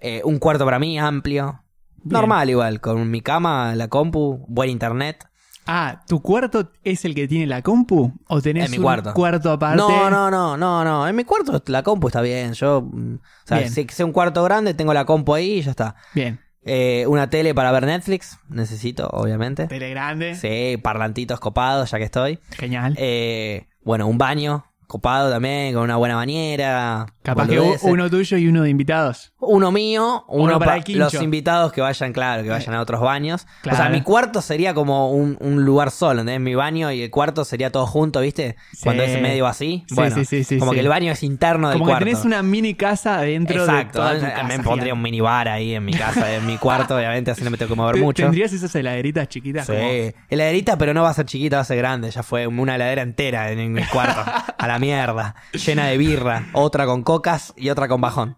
[SPEAKER 1] Eh, un cuarto para mí, amplio.
[SPEAKER 2] Bien.
[SPEAKER 1] Normal igual, con mi cama, la compu, buen internet.
[SPEAKER 2] Ah, ¿tu cuarto es el que tiene la compu? ¿O tenés
[SPEAKER 1] En mi
[SPEAKER 2] un
[SPEAKER 1] cuarto.
[SPEAKER 2] aparte?
[SPEAKER 1] No, no, no, no, no. En mi cuarto la compu está bien. Yo, mm, o sea,
[SPEAKER 2] Bien.
[SPEAKER 1] si que sea un cuarto grande, tengo la compu ahí y ya está.
[SPEAKER 2] Bien.
[SPEAKER 1] Eh, una tele para ver Netflix, necesito, obviamente.
[SPEAKER 2] Tele grande.
[SPEAKER 1] Sí, parlantitos copados, ya que estoy.
[SPEAKER 2] Genial.
[SPEAKER 1] Eh, bueno, un baño copado también, con una buena bañera,
[SPEAKER 2] Capaz que
[SPEAKER 1] boludeces.
[SPEAKER 2] uno tuyo y uno de invitados.
[SPEAKER 1] Uno mío, uno,
[SPEAKER 2] Uno para
[SPEAKER 1] para
[SPEAKER 2] el quincho.
[SPEAKER 1] los invitados que vayan, claro, que vayan a otros baños. O sea,
[SPEAKER 2] Claro.
[SPEAKER 1] mi cuarto sería como un, un lugar solo, ¿entendés? Mi baño y el cuarto sería todo junto, ¿viste?
[SPEAKER 2] Sí.
[SPEAKER 1] Cuando es medio así.
[SPEAKER 2] Sí,
[SPEAKER 1] bueno,
[SPEAKER 2] sí, sí, sí,
[SPEAKER 1] como
[SPEAKER 2] sí.
[SPEAKER 1] que el baño es interno del
[SPEAKER 2] Como
[SPEAKER 1] cuarto.
[SPEAKER 2] que tenés una mini casa dentro
[SPEAKER 1] Exacto,
[SPEAKER 2] de
[SPEAKER 1] ¿eh?
[SPEAKER 2] toda tu casa
[SPEAKER 1] me
[SPEAKER 2] gigante.
[SPEAKER 1] pondría un minibar ahí en mi casa, en mi cuarto, obviamente, así no me tengo que mover
[SPEAKER 2] Te-
[SPEAKER 1] mucho.
[SPEAKER 2] Tendrías esas heladeritas chiquitas. como-
[SPEAKER 1] Sí, heladerita, pero no va a ser chiquita, va a ser grande. Ya fue una heladera entera en, en mi cuarto. a la mierda. Llena de birra. Otra con cocas y otra con bajón.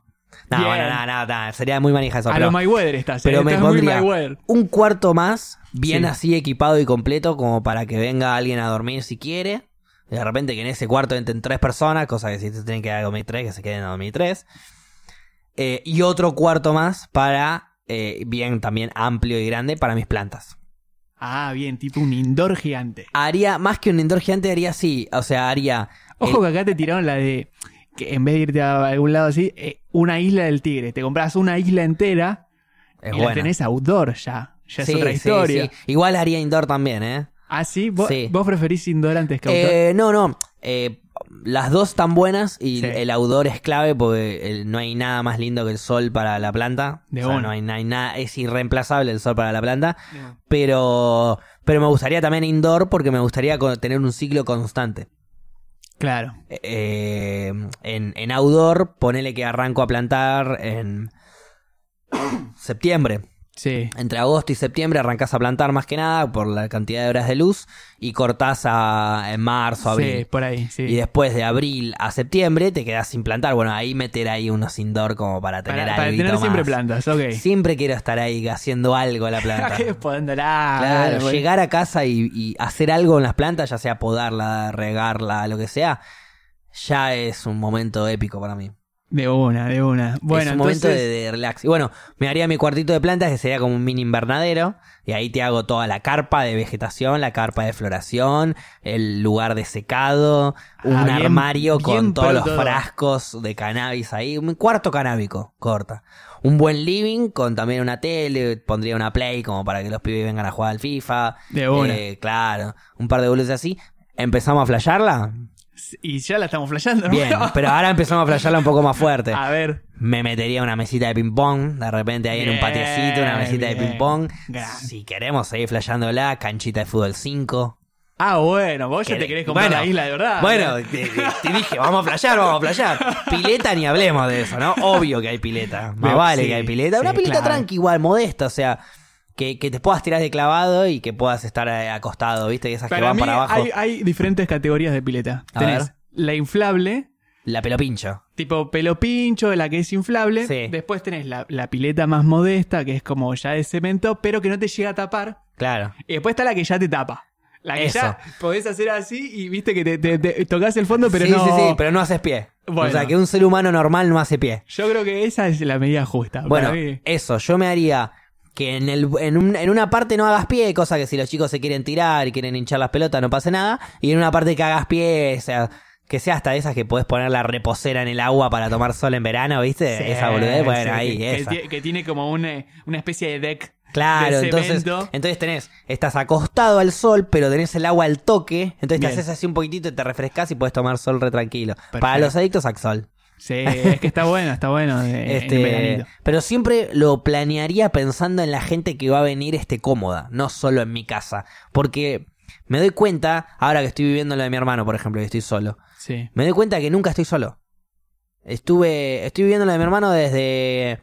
[SPEAKER 1] No,
[SPEAKER 2] Bien.
[SPEAKER 1] bueno, no, no, no, Sería muy manija eso.
[SPEAKER 2] a
[SPEAKER 1] pero
[SPEAKER 2] lo Mayweather estás.
[SPEAKER 1] pero
[SPEAKER 2] eh,
[SPEAKER 1] me
[SPEAKER 2] estás muy
[SPEAKER 1] pondría
[SPEAKER 2] Mayweather.
[SPEAKER 1] un cuarto más, bien
[SPEAKER 2] Sí.
[SPEAKER 1] así equipado y completo, como para que venga alguien a dormir si quiere. De repente que en ese cuarto entren tres personas, cosa que si se tienen que quedar a dormir tres, que se queden a dormir tres. Eh, y otro cuarto más para, eh, bien también amplio y grande, para mis plantas.
[SPEAKER 2] Ah, bien, tipo un indoor gigante.
[SPEAKER 1] Eh, Haría, más que un indoor gigante, haría así. O sea, haría.
[SPEAKER 2] Ojo que acá te tiraron la de que en vez de irte a algún lado así, eh, una isla del tigre. Te compras una isla entera
[SPEAKER 1] Es
[SPEAKER 2] y la
[SPEAKER 1] buena.
[SPEAKER 2] tenés outdoor ya. Ya
[SPEAKER 1] Sí,
[SPEAKER 2] es otra
[SPEAKER 1] sí,
[SPEAKER 2] historia.
[SPEAKER 1] sí. Igual haría indoor también, ¿eh?
[SPEAKER 2] Ah, sí, vos,
[SPEAKER 1] Sí.
[SPEAKER 2] vos preferís indoor antes que outdoor.
[SPEAKER 1] Eh, no, no. Eh, las dos están buenas y
[SPEAKER 2] Sí.
[SPEAKER 1] el outdoor es clave porque el- no hay nada más lindo que el sol para la planta.
[SPEAKER 2] De
[SPEAKER 1] o sea,
[SPEAKER 2] una.
[SPEAKER 1] no hay, no hay nada, es irreemplazable el sol para la planta. Pero, pero me gustaría también indoor porque me gustaría co- tener un ciclo constante.
[SPEAKER 2] Claro.
[SPEAKER 1] Eh, en, en outdoor, ponele que arranco a plantar en septiembre.
[SPEAKER 2] Sí.
[SPEAKER 1] Entre agosto y septiembre arrancás a plantar más que nada por la cantidad de horas de luz y cortás a, en marzo,
[SPEAKER 2] Sí,
[SPEAKER 1] abril.
[SPEAKER 2] por ahí, sí.
[SPEAKER 1] Y después de abril a septiembre te quedás sin plantar. Bueno, ahí meter ahí unos indoor como para tener
[SPEAKER 2] para,
[SPEAKER 1] algo.
[SPEAKER 2] para tener siempre plantas, ok.
[SPEAKER 1] Siempre quiero estar ahí haciendo algo a la planta.
[SPEAKER 2] Podándola.
[SPEAKER 1] Claro,
[SPEAKER 2] bueno.
[SPEAKER 1] llegar a casa y, y hacer algo en las plantas, ya sea podarla, regarla, lo que sea, ya es un momento épico para mí.
[SPEAKER 2] De una, de una. Bueno,
[SPEAKER 1] es un
[SPEAKER 2] entonces,
[SPEAKER 1] momento de, de relax. Y bueno, me haría mi cuartito de plantas, que sería como un mini invernadero. Y ahí te hago toda la carpa de vegetación, la carpa de floración, el lugar de secado, un
[SPEAKER 2] Ah, bien-
[SPEAKER 1] armario
[SPEAKER 2] bien
[SPEAKER 1] con todos
[SPEAKER 2] pro
[SPEAKER 1] los
[SPEAKER 2] todo.
[SPEAKER 1] frascos de cannabis ahí. Un cuarto canábico, corta. Un buen living con también una tele, pondría una play como para que los pibes vengan a jugar al FIFA.
[SPEAKER 2] De una.
[SPEAKER 1] Eh, claro, un par de boludeces así. ¿Empezamos a flashearla?
[SPEAKER 2] Y ya la estamos flasheando, ¿no?
[SPEAKER 1] Bien, pero ahora empezamos a flashearla un poco más fuerte.
[SPEAKER 2] A ver.
[SPEAKER 1] Me metería una mesita de ping-pong, de repente ahí en un
[SPEAKER 2] Bien,
[SPEAKER 1] patiecito, una mesita de
[SPEAKER 2] bien.
[SPEAKER 1] ping-pong.
[SPEAKER 2] Gran.
[SPEAKER 1] Si queremos seguir flasheándola, canchita de fútbol 5.
[SPEAKER 2] Ah, bueno, vos ya te
[SPEAKER 1] Quere-
[SPEAKER 2] querés comprar
[SPEAKER 1] Bueno,
[SPEAKER 2] la isla de verdad.
[SPEAKER 1] Bueno, te, te- te dije, vamos a flashear, vamos a flashear. Pileta ni hablemos de eso, ¿no? Obvio que hay pileta. Más
[SPEAKER 2] Pero-
[SPEAKER 1] vale
[SPEAKER 2] sí,
[SPEAKER 1] que hay pileta. Una
[SPEAKER 2] sí,
[SPEAKER 1] pileta
[SPEAKER 2] claro.
[SPEAKER 1] tranqui igual, modesta, o sea, que, que te puedas tirar de clavado y que puedas estar eh, acostado, ¿viste? Esas que
[SPEAKER 2] para
[SPEAKER 1] van
[SPEAKER 2] mí
[SPEAKER 1] para abajo.
[SPEAKER 2] Hay, hay diferentes categorías de pileta.
[SPEAKER 1] A
[SPEAKER 2] Tenés
[SPEAKER 1] ver.
[SPEAKER 2] la inflable,
[SPEAKER 1] La pelopincho.
[SPEAKER 2] tipo pelo pincho, la que es inflable.
[SPEAKER 1] Sí.
[SPEAKER 2] Después tenés la, la pileta más modesta, que es como ya de cemento, pero que no te llega a tapar.
[SPEAKER 1] Claro.
[SPEAKER 2] Y después está la que ya te tapa. La que
[SPEAKER 1] Eso.
[SPEAKER 2] ya podés hacer así y viste que te, te- te tocas el fondo, pero
[SPEAKER 1] sí,
[SPEAKER 2] no.
[SPEAKER 1] sí, sí, pero no haces pie. O
[SPEAKER 2] Bueno.
[SPEAKER 1] sea, que un ser humano normal no hace pie.
[SPEAKER 2] Yo creo que esa es la medida justa.
[SPEAKER 1] Bueno,
[SPEAKER 2] para mí.
[SPEAKER 1] eso, yo me haría que en, el, en, un- en una parte no hagas pie, cosa que si los chicos se quieren tirar y quieren hinchar las pelotas no pase nada, y en una parte que hagas pie, o sea, que sea hasta de esas que podés poner la reposera en el agua para tomar sol en verano, ¿viste?
[SPEAKER 2] Sí,
[SPEAKER 1] eh, esa boludez, bueno,
[SPEAKER 2] sí,
[SPEAKER 1] ahí,
[SPEAKER 2] que,
[SPEAKER 1] esa.
[SPEAKER 2] que ti- que tiene como una, una especie de deck.
[SPEAKER 1] Claro,
[SPEAKER 2] de
[SPEAKER 1] entonces,
[SPEAKER 2] cemento.
[SPEAKER 1] entonces tenés, estás acostado al sol, pero tenés el agua al toque, entonces
[SPEAKER 2] Bien.
[SPEAKER 1] te haces así un poquitito y te refrescás y podés tomar sol re tranquilo. Para
[SPEAKER 2] Perfecto.
[SPEAKER 1] los adictos, Axol.
[SPEAKER 2] Sí, es que está bueno, está bueno. de- en
[SPEAKER 1] Este,
[SPEAKER 2] veranito.
[SPEAKER 1] pero siempre lo planearía pensando en la gente que va a venir este cómoda, no solo en mi casa. Porque me doy cuenta, ahora que estoy viviendo lo de mi hermano, por ejemplo, y estoy solo,
[SPEAKER 2] Sí.
[SPEAKER 1] me doy cuenta que nunca estoy solo. Estuve, estoy viviendo lo de mi hermano desde,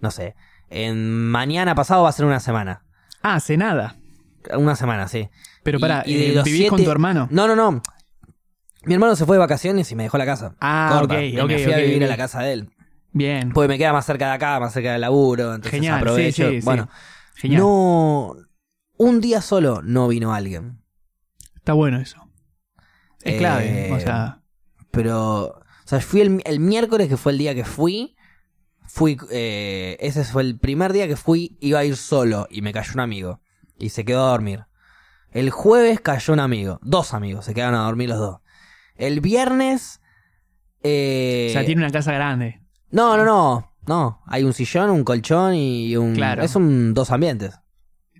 [SPEAKER 1] no sé, en mañana pasado va a ser una semana.
[SPEAKER 2] Ah, hace nada.
[SPEAKER 1] Una semana, sí.
[SPEAKER 2] Pero
[SPEAKER 1] Y-
[SPEAKER 2] pará,
[SPEAKER 1] y de
[SPEAKER 2] eh,
[SPEAKER 1] los
[SPEAKER 2] ¿vivís
[SPEAKER 1] siete-
[SPEAKER 2] con tu hermano?
[SPEAKER 1] No, no, no. Mi hermano se fue de vacaciones y me dejó la casa.
[SPEAKER 2] Ah,
[SPEAKER 1] Corta.
[SPEAKER 2] ok,
[SPEAKER 1] Y
[SPEAKER 2] ok,
[SPEAKER 1] me fui a
[SPEAKER 2] ok,
[SPEAKER 1] vivir a
[SPEAKER 2] ok.
[SPEAKER 1] la casa de él.
[SPEAKER 2] Bien.
[SPEAKER 1] Porque me queda más cerca de acá, más cerca del laburo, entonces
[SPEAKER 2] Genial, sí,
[SPEAKER 1] aprovecho.
[SPEAKER 2] sí, sí.
[SPEAKER 1] bueno,
[SPEAKER 2] Genial.
[SPEAKER 1] no. Un día solo no vino alguien.
[SPEAKER 2] Está bueno eso. Es
[SPEAKER 1] Eh,
[SPEAKER 2] clave. O sea,
[SPEAKER 1] Pero. O sea, fui el, el miércoles, que fue el día que fui. Fui. eh, ese fue el primer día que fui. Iba a ir solo y me cayó un amigo. Y se quedó a dormir. El jueves cayó un amigo. Dos amigos se quedaron a dormir los dos. El viernes. Eh,
[SPEAKER 2] o sea, tiene una casa grande.
[SPEAKER 1] No, no, no. No. Hay un sillón, un colchón y un.
[SPEAKER 2] Claro.
[SPEAKER 1] Es un dos ambientes.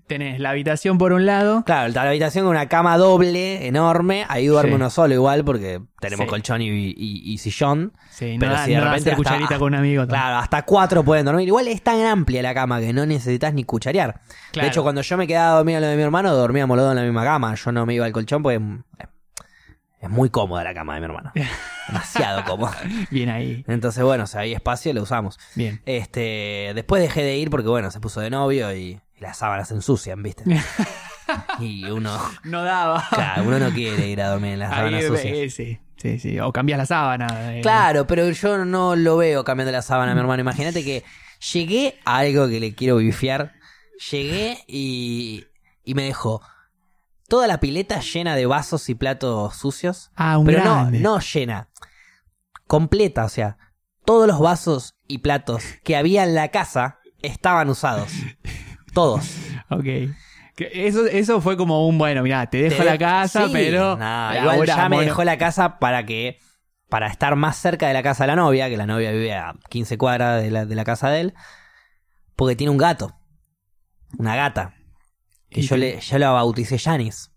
[SPEAKER 2] tenés la habitación por un lado.
[SPEAKER 1] Claro, está la habitación con una cama doble, enorme. Ahí duerme
[SPEAKER 2] Sí.
[SPEAKER 1] uno solo igual porque tenemos
[SPEAKER 2] Sí.
[SPEAKER 1] colchón y, y- y sillón.
[SPEAKER 2] Sí, no
[SPEAKER 1] Pero
[SPEAKER 2] da-
[SPEAKER 1] si de
[SPEAKER 2] no da
[SPEAKER 1] repente
[SPEAKER 2] hacer
[SPEAKER 1] hasta-
[SPEAKER 2] cucharita con un amigo. tampoco.
[SPEAKER 1] Claro, hasta cuatro pueden dormir. Igual es tan amplia la cama que no necesitas ni cucharear.
[SPEAKER 2] Claro.
[SPEAKER 1] De hecho, cuando yo me quedaba a dormir en lo de mi hermano, dormíamos los dos en la misma cama. Yo no me iba al colchón porque es- es muy cómoda la cama de mi hermano. Demasiado cómoda.
[SPEAKER 2] Bien ahí.
[SPEAKER 1] Entonces, bueno, si había espacio, lo usamos.
[SPEAKER 2] Bien.
[SPEAKER 1] Este, después dejé de ir porque, bueno, se puso de novio y, y las sábanas se ensucian, ¿viste? y uno,
[SPEAKER 2] No daba.
[SPEAKER 1] claro, uno no quiere ir a dormir en las
[SPEAKER 2] Ahí,
[SPEAKER 1] sábanas sucias.
[SPEAKER 2] eh, sí, sí, sí. O cambias la sábana. eh.
[SPEAKER 1] Claro, pero yo no lo veo cambiando la sábana, mi hermano. Imagínate que llegué a algo que le quiero bifiar. Llegué y, y me dejó toda la pileta llena de vasos y platos sucios.
[SPEAKER 2] Ah, un
[SPEAKER 1] Pero no,
[SPEAKER 2] grande.
[SPEAKER 1] no llena. Completa, o sea, todos los vasos y platos que había en la casa estaban usados. Todos.
[SPEAKER 2] Ok. Que Eso, eso fue como un, bueno, mirá, te dejo
[SPEAKER 1] Te-
[SPEAKER 2] la casa,
[SPEAKER 1] sí,
[SPEAKER 2] pero...
[SPEAKER 1] nah,
[SPEAKER 2] ahora,
[SPEAKER 1] igual ya me
[SPEAKER 2] mono.
[SPEAKER 1] dejó la casa para que. Para estar más cerca de la casa de la novia, que la novia vive a 15 cuadras de la, de la casa de él. Porque tiene un gato. Una gata. Que
[SPEAKER 2] Y-
[SPEAKER 1] yo, le, yo la bauticé Janis.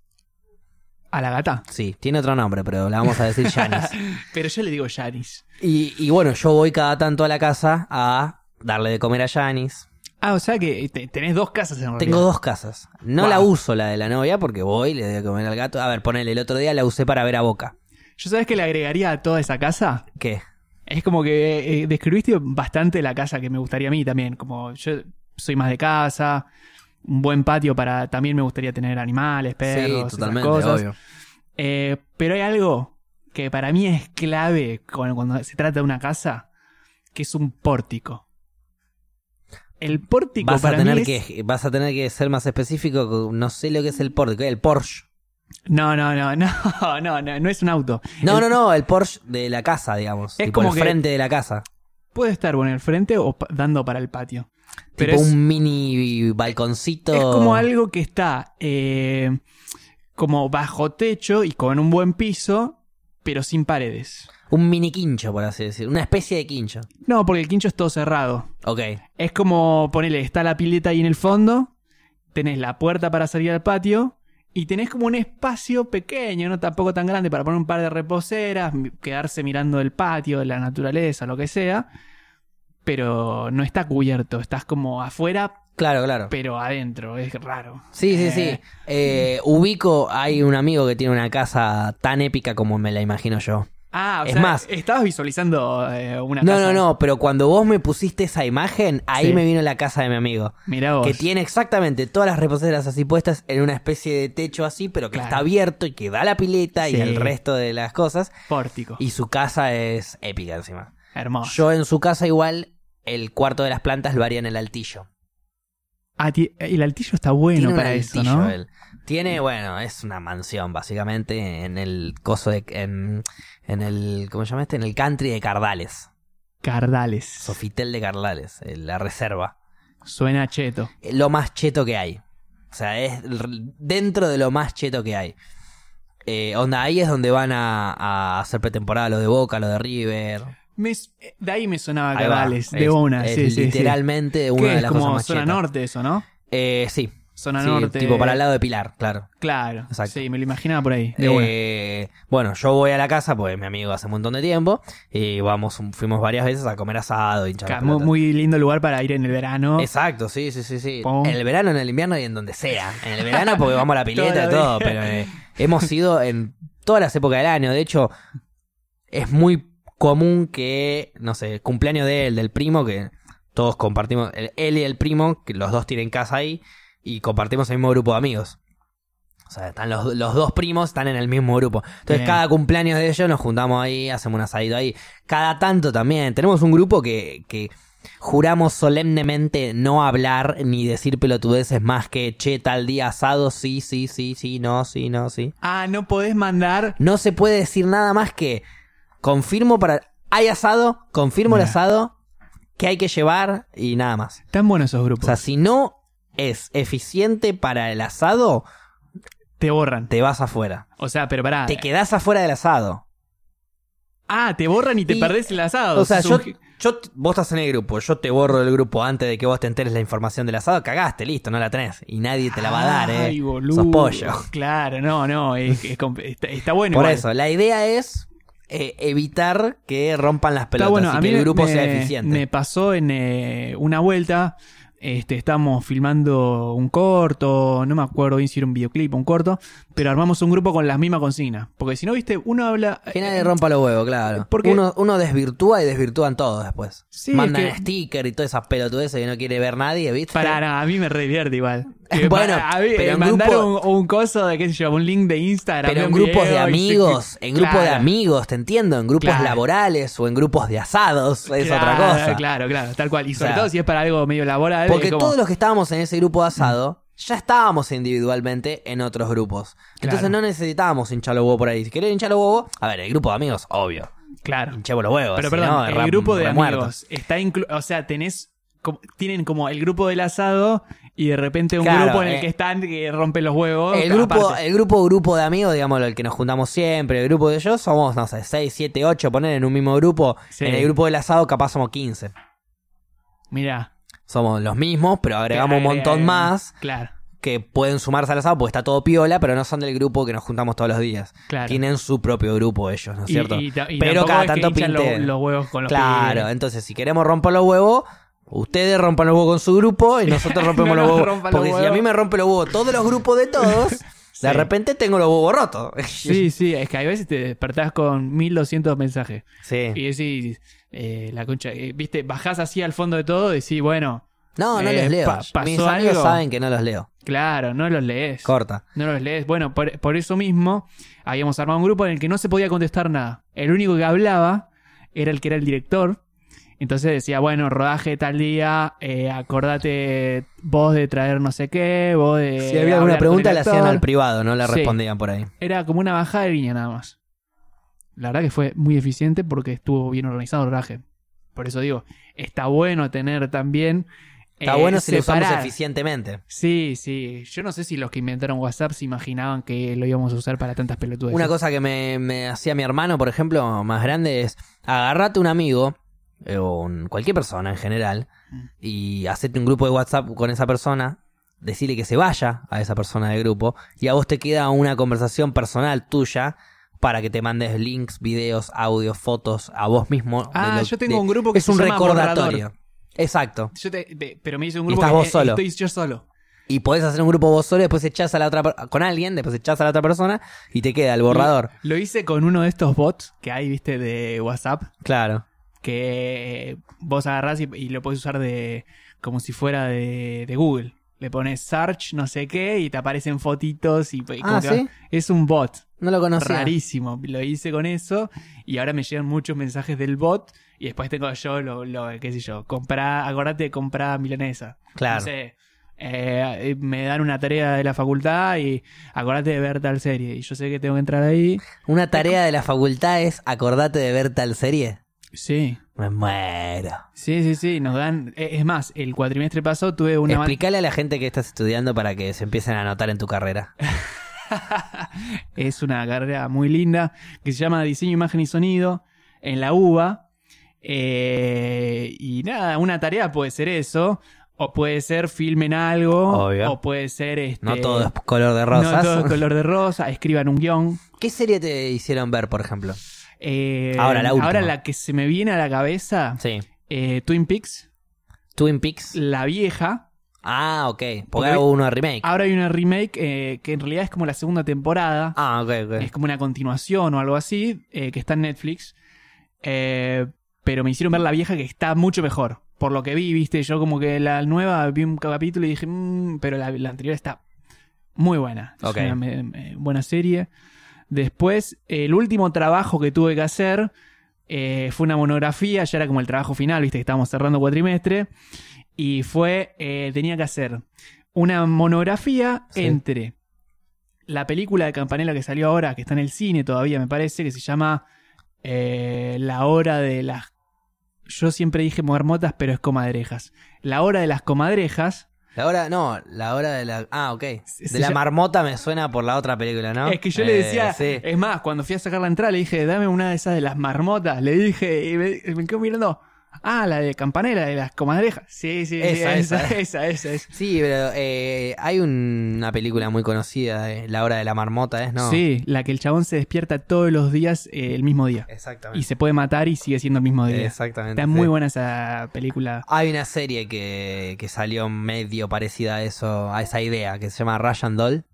[SPEAKER 2] A la gata.
[SPEAKER 1] Sí, tiene otro nombre, pero la vamos a decir Janis.
[SPEAKER 2] Pero yo le digo Yanis.
[SPEAKER 1] Y, y bueno, yo voy cada tanto a la casa a darle de comer a Janis.
[SPEAKER 2] Ah, o sea que te- tenés dos casas en realidad.
[SPEAKER 1] Tengo dos casas. No la
[SPEAKER 2] Wow.
[SPEAKER 1] uso la de la novia porque voy, le doy de comer al gato. A ver, ponele, el otro día la usé para ver a Boca.
[SPEAKER 2] ¿Yo sabes que le agregaría a toda esa casa?
[SPEAKER 1] ¿Qué?
[SPEAKER 2] Es como que eh, describiste bastante la casa que me gustaría a mí también. Como yo soy más de casa, un buen patio para... También me gustaría tener animales, perros,
[SPEAKER 1] sí,
[SPEAKER 2] esas
[SPEAKER 1] totalmente,
[SPEAKER 2] cosas.
[SPEAKER 1] obvio.
[SPEAKER 2] Eh, pero hay algo que para mí es clave con- cuando se trata de una casa, que es un pórtico. El pórtico
[SPEAKER 1] Vas a,
[SPEAKER 2] para
[SPEAKER 1] tener
[SPEAKER 2] mí es-
[SPEAKER 1] que, vas a tener que ser más específico. No sé lo que es el Porsche. El Porsche.
[SPEAKER 2] No, no, no, no, no, no, no es un auto.
[SPEAKER 1] No,
[SPEAKER 2] El-
[SPEAKER 1] no, no. El Porsche de la casa, digamos.
[SPEAKER 2] Es
[SPEAKER 1] tipo
[SPEAKER 2] como
[SPEAKER 1] el
[SPEAKER 2] que-
[SPEAKER 1] frente de la casa.
[SPEAKER 2] Puede estar bueno en el frente o pa- dando para el patio. Pero
[SPEAKER 1] tipo
[SPEAKER 2] es,
[SPEAKER 1] un mini balconcito.
[SPEAKER 2] es como algo que está eh, como bajo techo y con un buen piso, pero sin paredes.
[SPEAKER 1] Un mini quincho, por así decir. Una especie de quincho.
[SPEAKER 2] No, porque el quincho es todo cerrado.
[SPEAKER 1] Ok.
[SPEAKER 2] Es como, ponele, está la pileta ahí en el fondo, tenés la puerta para salir al patio y tenés como un espacio pequeño, no tampoco tan grande, para poner un par de reposeras, mi- quedarse mirando el patio, la naturaleza, lo que sea, pero no está cubierto, estás como afuera,
[SPEAKER 1] Claro, claro.
[SPEAKER 2] pero adentro, es raro.
[SPEAKER 1] Sí, sí,
[SPEAKER 2] Eh,
[SPEAKER 1] sí. Eh, ubico, hay un amigo que tiene una casa tan épica como me la imagino yo.
[SPEAKER 2] Ah, o
[SPEAKER 1] Es
[SPEAKER 2] sea,
[SPEAKER 1] más-
[SPEAKER 2] estabas visualizando eh, una
[SPEAKER 1] No,
[SPEAKER 2] casa.
[SPEAKER 1] no, no, pero cuando vos me pusiste esa imagen, ahí
[SPEAKER 2] Sí.
[SPEAKER 1] me vino la casa de mi amigo.
[SPEAKER 2] Mirá vos.
[SPEAKER 1] Que tiene exactamente todas las reposeras así puestas en una especie de techo así, pero que
[SPEAKER 2] Claro.
[SPEAKER 1] está abierto y que da la pileta y
[SPEAKER 2] Sí.
[SPEAKER 1] el resto de las cosas.
[SPEAKER 2] Pórtico.
[SPEAKER 1] Y su casa es épica encima.
[SPEAKER 2] Hermoso.
[SPEAKER 1] Yo en su casa igual, el cuarto de las plantas lo haría en el altillo.
[SPEAKER 2] Ah, ti- el altillo está bueno
[SPEAKER 1] Tiene un
[SPEAKER 2] para eso,
[SPEAKER 1] altillo
[SPEAKER 2] ¿no?
[SPEAKER 1] él. Tiene, bueno, es una mansión básicamente en el coso de... En, en el... ¿Cómo se llama este? En el country de Cardales.
[SPEAKER 2] Cardales.
[SPEAKER 1] Sofitel de Cardales, eh, la reserva.
[SPEAKER 2] Suena cheto.
[SPEAKER 1] lo más cheto que hay. O sea, es r- dentro de lo más cheto que hay. Eh, onda, ahí es donde van a, a hacer pretemporada lo de Boca, lo de River.
[SPEAKER 2] Me s- eh, de ahí me sonaba
[SPEAKER 1] Ahí va.
[SPEAKER 2] Cardales,
[SPEAKER 1] Es-
[SPEAKER 2] de una,
[SPEAKER 1] es
[SPEAKER 2] sí, sí, sí.
[SPEAKER 1] Literalmente una
[SPEAKER 2] ¿Qué
[SPEAKER 1] de
[SPEAKER 2] es
[SPEAKER 1] las
[SPEAKER 2] como
[SPEAKER 1] cosas más
[SPEAKER 2] zona
[SPEAKER 1] chetas.
[SPEAKER 2] norte eso, ¿no?
[SPEAKER 1] Eh, sí.
[SPEAKER 2] Zona
[SPEAKER 1] Sí,
[SPEAKER 2] norte.
[SPEAKER 1] Tipo para el lado de Pilar, claro.
[SPEAKER 2] Claro,
[SPEAKER 1] Exacto.
[SPEAKER 2] sí, me lo imaginaba por ahí. De una.
[SPEAKER 1] Eh, bueno, yo voy a la casa, pues mi amigo hace un montón de tiempo, y vamos, fuimos varias veces a comer asado, hinchar
[SPEAKER 2] Ca-
[SPEAKER 1] las
[SPEAKER 2] Muy,
[SPEAKER 1] pelotas.
[SPEAKER 2] muy lindo lugar para ir en el verano.
[SPEAKER 1] Exacto, sí, sí, sí, sí.
[SPEAKER 2] Pum.
[SPEAKER 1] En el verano, en el invierno y en donde sea. En el verano porque vamos a la pileta y
[SPEAKER 2] Todo
[SPEAKER 1] todo,
[SPEAKER 2] bien.
[SPEAKER 1] pero eh, hemos ido en todas las épocas del año. De hecho, es muy común que, no sé, cumpleaños de él, del primo, que todos compartimos, el- él y el primo, que los dos tienen casa ahí, y compartimos el mismo grupo de amigos. O sea, están los, los dos primos están en el mismo grupo. Entonces,
[SPEAKER 2] Bien.
[SPEAKER 1] cada cumpleaños de ellos nos juntamos ahí, hacemos un asadito ahí. Cada tanto también. Tenemos un grupo que, que juramos solemnemente no hablar ni decir pelotudeces más que che, tal día asado, sí, sí, sí, sí, no, sí, no, sí.
[SPEAKER 2] Ah, no podés mandar.
[SPEAKER 1] No se puede decir nada más que confirmo para. Hay asado, confirmo el
[SPEAKER 2] Mira.
[SPEAKER 1] asado, que hay que llevar y nada más.
[SPEAKER 2] Tan buenos esos
[SPEAKER 1] O
[SPEAKER 2] grupos.
[SPEAKER 1] sea, si no es eficiente para el asado,
[SPEAKER 2] te borran.
[SPEAKER 1] te vas afuera.
[SPEAKER 2] o sea, pero pará.
[SPEAKER 1] Te quedás afuera del asado.
[SPEAKER 2] ah, te borran y te
[SPEAKER 1] Y-
[SPEAKER 2] perdés el asado.
[SPEAKER 1] O sea,
[SPEAKER 2] Sos
[SPEAKER 1] yo
[SPEAKER 2] un-
[SPEAKER 1] yo, t- vos estás en el grupo, yo te borro del grupo antes de que vos te enteres la información del asado, cagaste, listo, no la tenés. Y nadie te la va a dar, ¿eh?
[SPEAKER 2] Ay, boludo.
[SPEAKER 1] Sos pollo.
[SPEAKER 2] Claro, no, no. es- es comp- está, está bueno.
[SPEAKER 1] Por
[SPEAKER 2] igual.
[SPEAKER 1] eso, la idea es eh, evitar que rompan las
[SPEAKER 2] Está
[SPEAKER 1] pelotas y que el grupo sea eficiente.
[SPEAKER 2] me pasó en eh, una vuelta. Este, estábamos filmando un corto, no me acuerdo bien si era un videoclip o un corto, pero armamos un grupo con las mismas consignas. Porque si no, viste, uno habla. eh,
[SPEAKER 1] Que nadie rompa los huevos, claro.
[SPEAKER 2] Porque-
[SPEAKER 1] uno, uno desvirtúa y desvirtúan todo después.
[SPEAKER 2] Sí,
[SPEAKER 1] Mandan
[SPEAKER 2] es que-
[SPEAKER 1] sticker y todas esas pelotudeces que no quiere ver nadie, ¿viste?
[SPEAKER 2] Para, no, a mí me revierte igual.
[SPEAKER 1] Bueno,
[SPEAKER 2] a mí,
[SPEAKER 1] pero
[SPEAKER 2] eh,
[SPEAKER 1] en
[SPEAKER 2] mandaron
[SPEAKER 1] grupo-
[SPEAKER 2] un, un coso de qué sé yo, un link de Instagram.
[SPEAKER 1] Pero en
[SPEAKER 2] un
[SPEAKER 1] grupos de
[SPEAKER 2] video y se-
[SPEAKER 1] amigos, en grupos de
[SPEAKER 2] Claro,
[SPEAKER 1] amigos, te entiendo, en grupos
[SPEAKER 2] Claro.
[SPEAKER 1] laborales o en grupos de asados, es otra
[SPEAKER 2] claro,
[SPEAKER 1] cosa.
[SPEAKER 2] Claro, claro, tal cual. Y sobre
[SPEAKER 1] Claro.
[SPEAKER 2] todo si es para algo medio laboral.
[SPEAKER 1] Porque
[SPEAKER 2] es como- Mm.
[SPEAKER 1] todos los que estábamos en ese grupo de asado, ya estábamos individualmente en otros grupos. Entonces
[SPEAKER 2] Claro.
[SPEAKER 1] no necesitábamos hinchar los huevos por ahí. Si querés hinchar los huevos, a ver, el grupo de amigos, obvio.
[SPEAKER 2] Claro.
[SPEAKER 1] Hinchemos los huevos.
[SPEAKER 2] Pero
[SPEAKER 1] si
[SPEAKER 2] perdón,
[SPEAKER 1] no,
[SPEAKER 2] el
[SPEAKER 1] re-
[SPEAKER 2] grupo de
[SPEAKER 1] remuerto.
[SPEAKER 2] amigos está inclu o sea, tenés como- tienen como el grupo del asado y de repente un
[SPEAKER 1] Claro,
[SPEAKER 2] grupo en el
[SPEAKER 1] eh.
[SPEAKER 2] que están que rompen los huevos.
[SPEAKER 1] El
[SPEAKER 2] cada
[SPEAKER 1] grupo, eh,
[SPEAKER 2] parte.
[SPEAKER 1] el grupo, grupo de amigos, digamos, el que nos juntamos siempre, el grupo de ellos, somos, no sé, 6, 7, 8, poner en un mismo grupo.
[SPEAKER 2] Sí.
[SPEAKER 1] En el grupo del asado capaz somos 15.
[SPEAKER 2] Mirá.
[SPEAKER 1] Somos los mismos, pero agregamos un
[SPEAKER 2] Claro,
[SPEAKER 1] montón
[SPEAKER 2] eh,
[SPEAKER 1] más
[SPEAKER 2] Claro,
[SPEAKER 1] que pueden sumarse al asado porque está todo piola, pero no son del grupo que nos juntamos todos los días.
[SPEAKER 2] claro.
[SPEAKER 1] Tienen su propio grupo ellos, ¿no es
[SPEAKER 2] Y-
[SPEAKER 1] cierto?
[SPEAKER 2] y ta- y
[SPEAKER 1] pero
[SPEAKER 2] tampoco
[SPEAKER 1] cada
[SPEAKER 2] es que
[SPEAKER 1] tanto
[SPEAKER 2] hinchan lo-
[SPEAKER 1] pinten.
[SPEAKER 2] los huevos con los
[SPEAKER 1] claro,
[SPEAKER 2] pibes.
[SPEAKER 1] entonces si queremos romper los huevos, ustedes rompan los huevos con su grupo y nosotros rompemos
[SPEAKER 2] No
[SPEAKER 1] los
[SPEAKER 2] nos
[SPEAKER 1] huevos.
[SPEAKER 2] rompan los
[SPEAKER 1] Porque si a
[SPEAKER 2] huevos.
[SPEAKER 1] mí me rompe los huevos todos los grupos de todos, de repente tengo los huevos rotos.
[SPEAKER 2] Sí, sí, es que a veces te despertás con 1200 mensajes.
[SPEAKER 1] Sí.
[SPEAKER 2] Y decís, eh, la concha, eh, viste, bajás así al fondo de todo y decís, bueno,
[SPEAKER 1] No, no
[SPEAKER 2] Eh,
[SPEAKER 1] los leo.
[SPEAKER 2] pa- ¿pasó
[SPEAKER 1] Mis amigos
[SPEAKER 2] algo?
[SPEAKER 1] saben que no los leo.
[SPEAKER 2] claro, no los lees.
[SPEAKER 1] Corta.
[SPEAKER 2] No los lees. Bueno, por, por eso mismo habíamos armado un grupo en el que no se podía contestar nada. El único que hablaba era el que era el director. Entonces decía, bueno, rodaje tal día, eh, acordate vos de traer no sé qué, vos de...
[SPEAKER 1] si había alguna
[SPEAKER 2] hablar Eh, con el
[SPEAKER 1] pregunta, la hacían
[SPEAKER 2] actor".
[SPEAKER 1] al privado, no la
[SPEAKER 2] Sí.
[SPEAKER 1] respondían por ahí.
[SPEAKER 2] Era como una bajada de línea nada más. La verdad que fue muy eficiente porque estuvo bien organizado el rodaje. Por eso digo, está bueno tener también...
[SPEAKER 1] Está
[SPEAKER 2] eh,
[SPEAKER 1] bueno si lo usamos
[SPEAKER 2] separar.
[SPEAKER 1] eficientemente.
[SPEAKER 2] Sí, sí. Yo no sé si los que inventaron WhatsApp se imaginaban que lo íbamos a usar para tantas pelotudes.
[SPEAKER 1] Una cosa que me, me hacía mi hermano, por ejemplo, más grande es agarrate un amigo, eh, o un- cualquier persona en general,
[SPEAKER 2] Mm.
[SPEAKER 1] y hacete un grupo de WhatsApp con esa persona, decirle que se vaya a esa persona del grupo, y a vos te queda una conversación personal tuya para que te mandes links, videos, audios, fotos a vos mismo. de
[SPEAKER 2] Ah,
[SPEAKER 1] lo-
[SPEAKER 2] yo tengo
[SPEAKER 1] de-
[SPEAKER 2] un grupo que
[SPEAKER 1] es
[SPEAKER 2] se
[SPEAKER 1] un
[SPEAKER 2] llama
[SPEAKER 1] recordatorio.
[SPEAKER 2] Borrador.
[SPEAKER 1] Exacto.
[SPEAKER 2] Yo te- te- pero me hice un
[SPEAKER 1] Y
[SPEAKER 2] grupo
[SPEAKER 1] estás
[SPEAKER 2] que-
[SPEAKER 1] vos
[SPEAKER 2] eh,
[SPEAKER 1] solo.
[SPEAKER 2] Estoy yo solo.
[SPEAKER 1] Y podés hacer un grupo vos solo, después echás a la otra per- con alguien, después echás a la otra persona y te queda el borrador.
[SPEAKER 2] Lo hice con uno de estos bots que hay, viste, de WhatsApp,
[SPEAKER 1] Claro.
[SPEAKER 2] que eh, vos agarrás y, y lo podés usar de como si fuera de, de Google. Le pones search, no sé qué, y te aparecen fotitos y, y como
[SPEAKER 1] Ah,
[SPEAKER 2] que-
[SPEAKER 1] ¿sí?
[SPEAKER 2] es un bot.
[SPEAKER 1] No lo conocía.
[SPEAKER 2] rarísimo. Lo hice con eso y ahora me llegan muchos mensajes del bot y después tengo yo lo, lo qué sé yo, comprá, acordate de comprar milanesa.
[SPEAKER 1] Claro.
[SPEAKER 2] No sé, eh, eh, me dan una tarea de la facultad y acordate de ver tal serie. Y yo sé que tengo que entrar ahí.
[SPEAKER 1] Una tarea de la facultad es acordate de ver tal serie.
[SPEAKER 2] Sí.
[SPEAKER 1] Me muero.
[SPEAKER 2] Sí, sí, sí, nos dan... eh, Es más, el cuatrimestre pasado tuve una... ma-
[SPEAKER 1] Explicale a la gente que estás estudiando para que se empiecen a anotar en tu carrera.
[SPEAKER 2] Es una carrera muy linda que se llama Diseño, Imagen y Sonido en la UBA. Eh, y nada, una tarea puede ser eso. O puede ser filmen algo.
[SPEAKER 1] Obvio.
[SPEAKER 2] O puede ser este.
[SPEAKER 1] No todo es color de rosas.
[SPEAKER 2] No todo es color de rosa. Escriban un guión.
[SPEAKER 1] ¿Qué serie te hicieron ver, por ejemplo?
[SPEAKER 2] Eh,
[SPEAKER 1] Ahora la última.
[SPEAKER 2] Ahora la que se me viene a la cabeza.
[SPEAKER 1] Sí.
[SPEAKER 2] eh, Twin Peaks,
[SPEAKER 1] Twin Peaks.
[SPEAKER 2] la vieja.
[SPEAKER 1] Ah, ok.
[SPEAKER 2] Porque
[SPEAKER 1] Porque hubo
[SPEAKER 2] vi- Ah.
[SPEAKER 1] uno de remake.
[SPEAKER 2] Ahora hay una remake eh, que en realidad es como la segunda temporada.
[SPEAKER 1] Ah, ok,
[SPEAKER 2] es
[SPEAKER 1] ok.
[SPEAKER 2] como una continuación o algo así, eh, que está en Netflix. Eh, pero me hicieron ver la vieja que está mucho mejor. Por lo que vi, viste, yo como que la nueva vi un capítulo y dije, "Mm", pero la, la anterior está muy buena. Es
[SPEAKER 1] Ok.
[SPEAKER 2] una me- me- buena serie. Después, el último trabajo que tuve que hacer eh, fue una monografía, ya era como el trabajo final, viste, que estábamos cerrando cuatrimestre. Y fue, eh, tenía que hacer una monografía
[SPEAKER 1] Sí.
[SPEAKER 2] entre la película de Campanella que salió ahora, que está en el cine todavía, me parece, que se llama eh, La Hora de las. Yo siempre dije muermotas, pero es comadrejas. La Hora de las Comadrejas.
[SPEAKER 1] La hora, no, la hora de la. Ah, ok.
[SPEAKER 2] Se- se
[SPEAKER 1] De la
[SPEAKER 2] llama-
[SPEAKER 1] marmota me suena por la otra película, ¿no?
[SPEAKER 2] Es que yo le
[SPEAKER 1] Eh,
[SPEAKER 2] decía,
[SPEAKER 1] sí.
[SPEAKER 2] es más, cuando fui a sacar la entrada le dije, dame una de esas de las marmotas. Le dije, y me, me quedo mirando, Ah, la de Campanela, de las comadrejas. Sí, sí, sí,
[SPEAKER 1] Esa, esa.
[SPEAKER 2] esa, esa, esa, esa.
[SPEAKER 1] Sí, pero eh, hay un- una película muy conocida, eh, La Hora de la Marmota, ¿es? ¿No?
[SPEAKER 2] Sí, la que el chabón se despierta todos los días eh, el mismo día.
[SPEAKER 1] Exactamente.
[SPEAKER 2] Y se puede matar y sigue siendo el mismo día.
[SPEAKER 1] Exactamente.
[SPEAKER 2] Está muy
[SPEAKER 1] sí.
[SPEAKER 2] buena esa película.
[SPEAKER 1] Hay una serie que, que salió medio parecida a eso, a esa idea, que se llama Ryan Doll.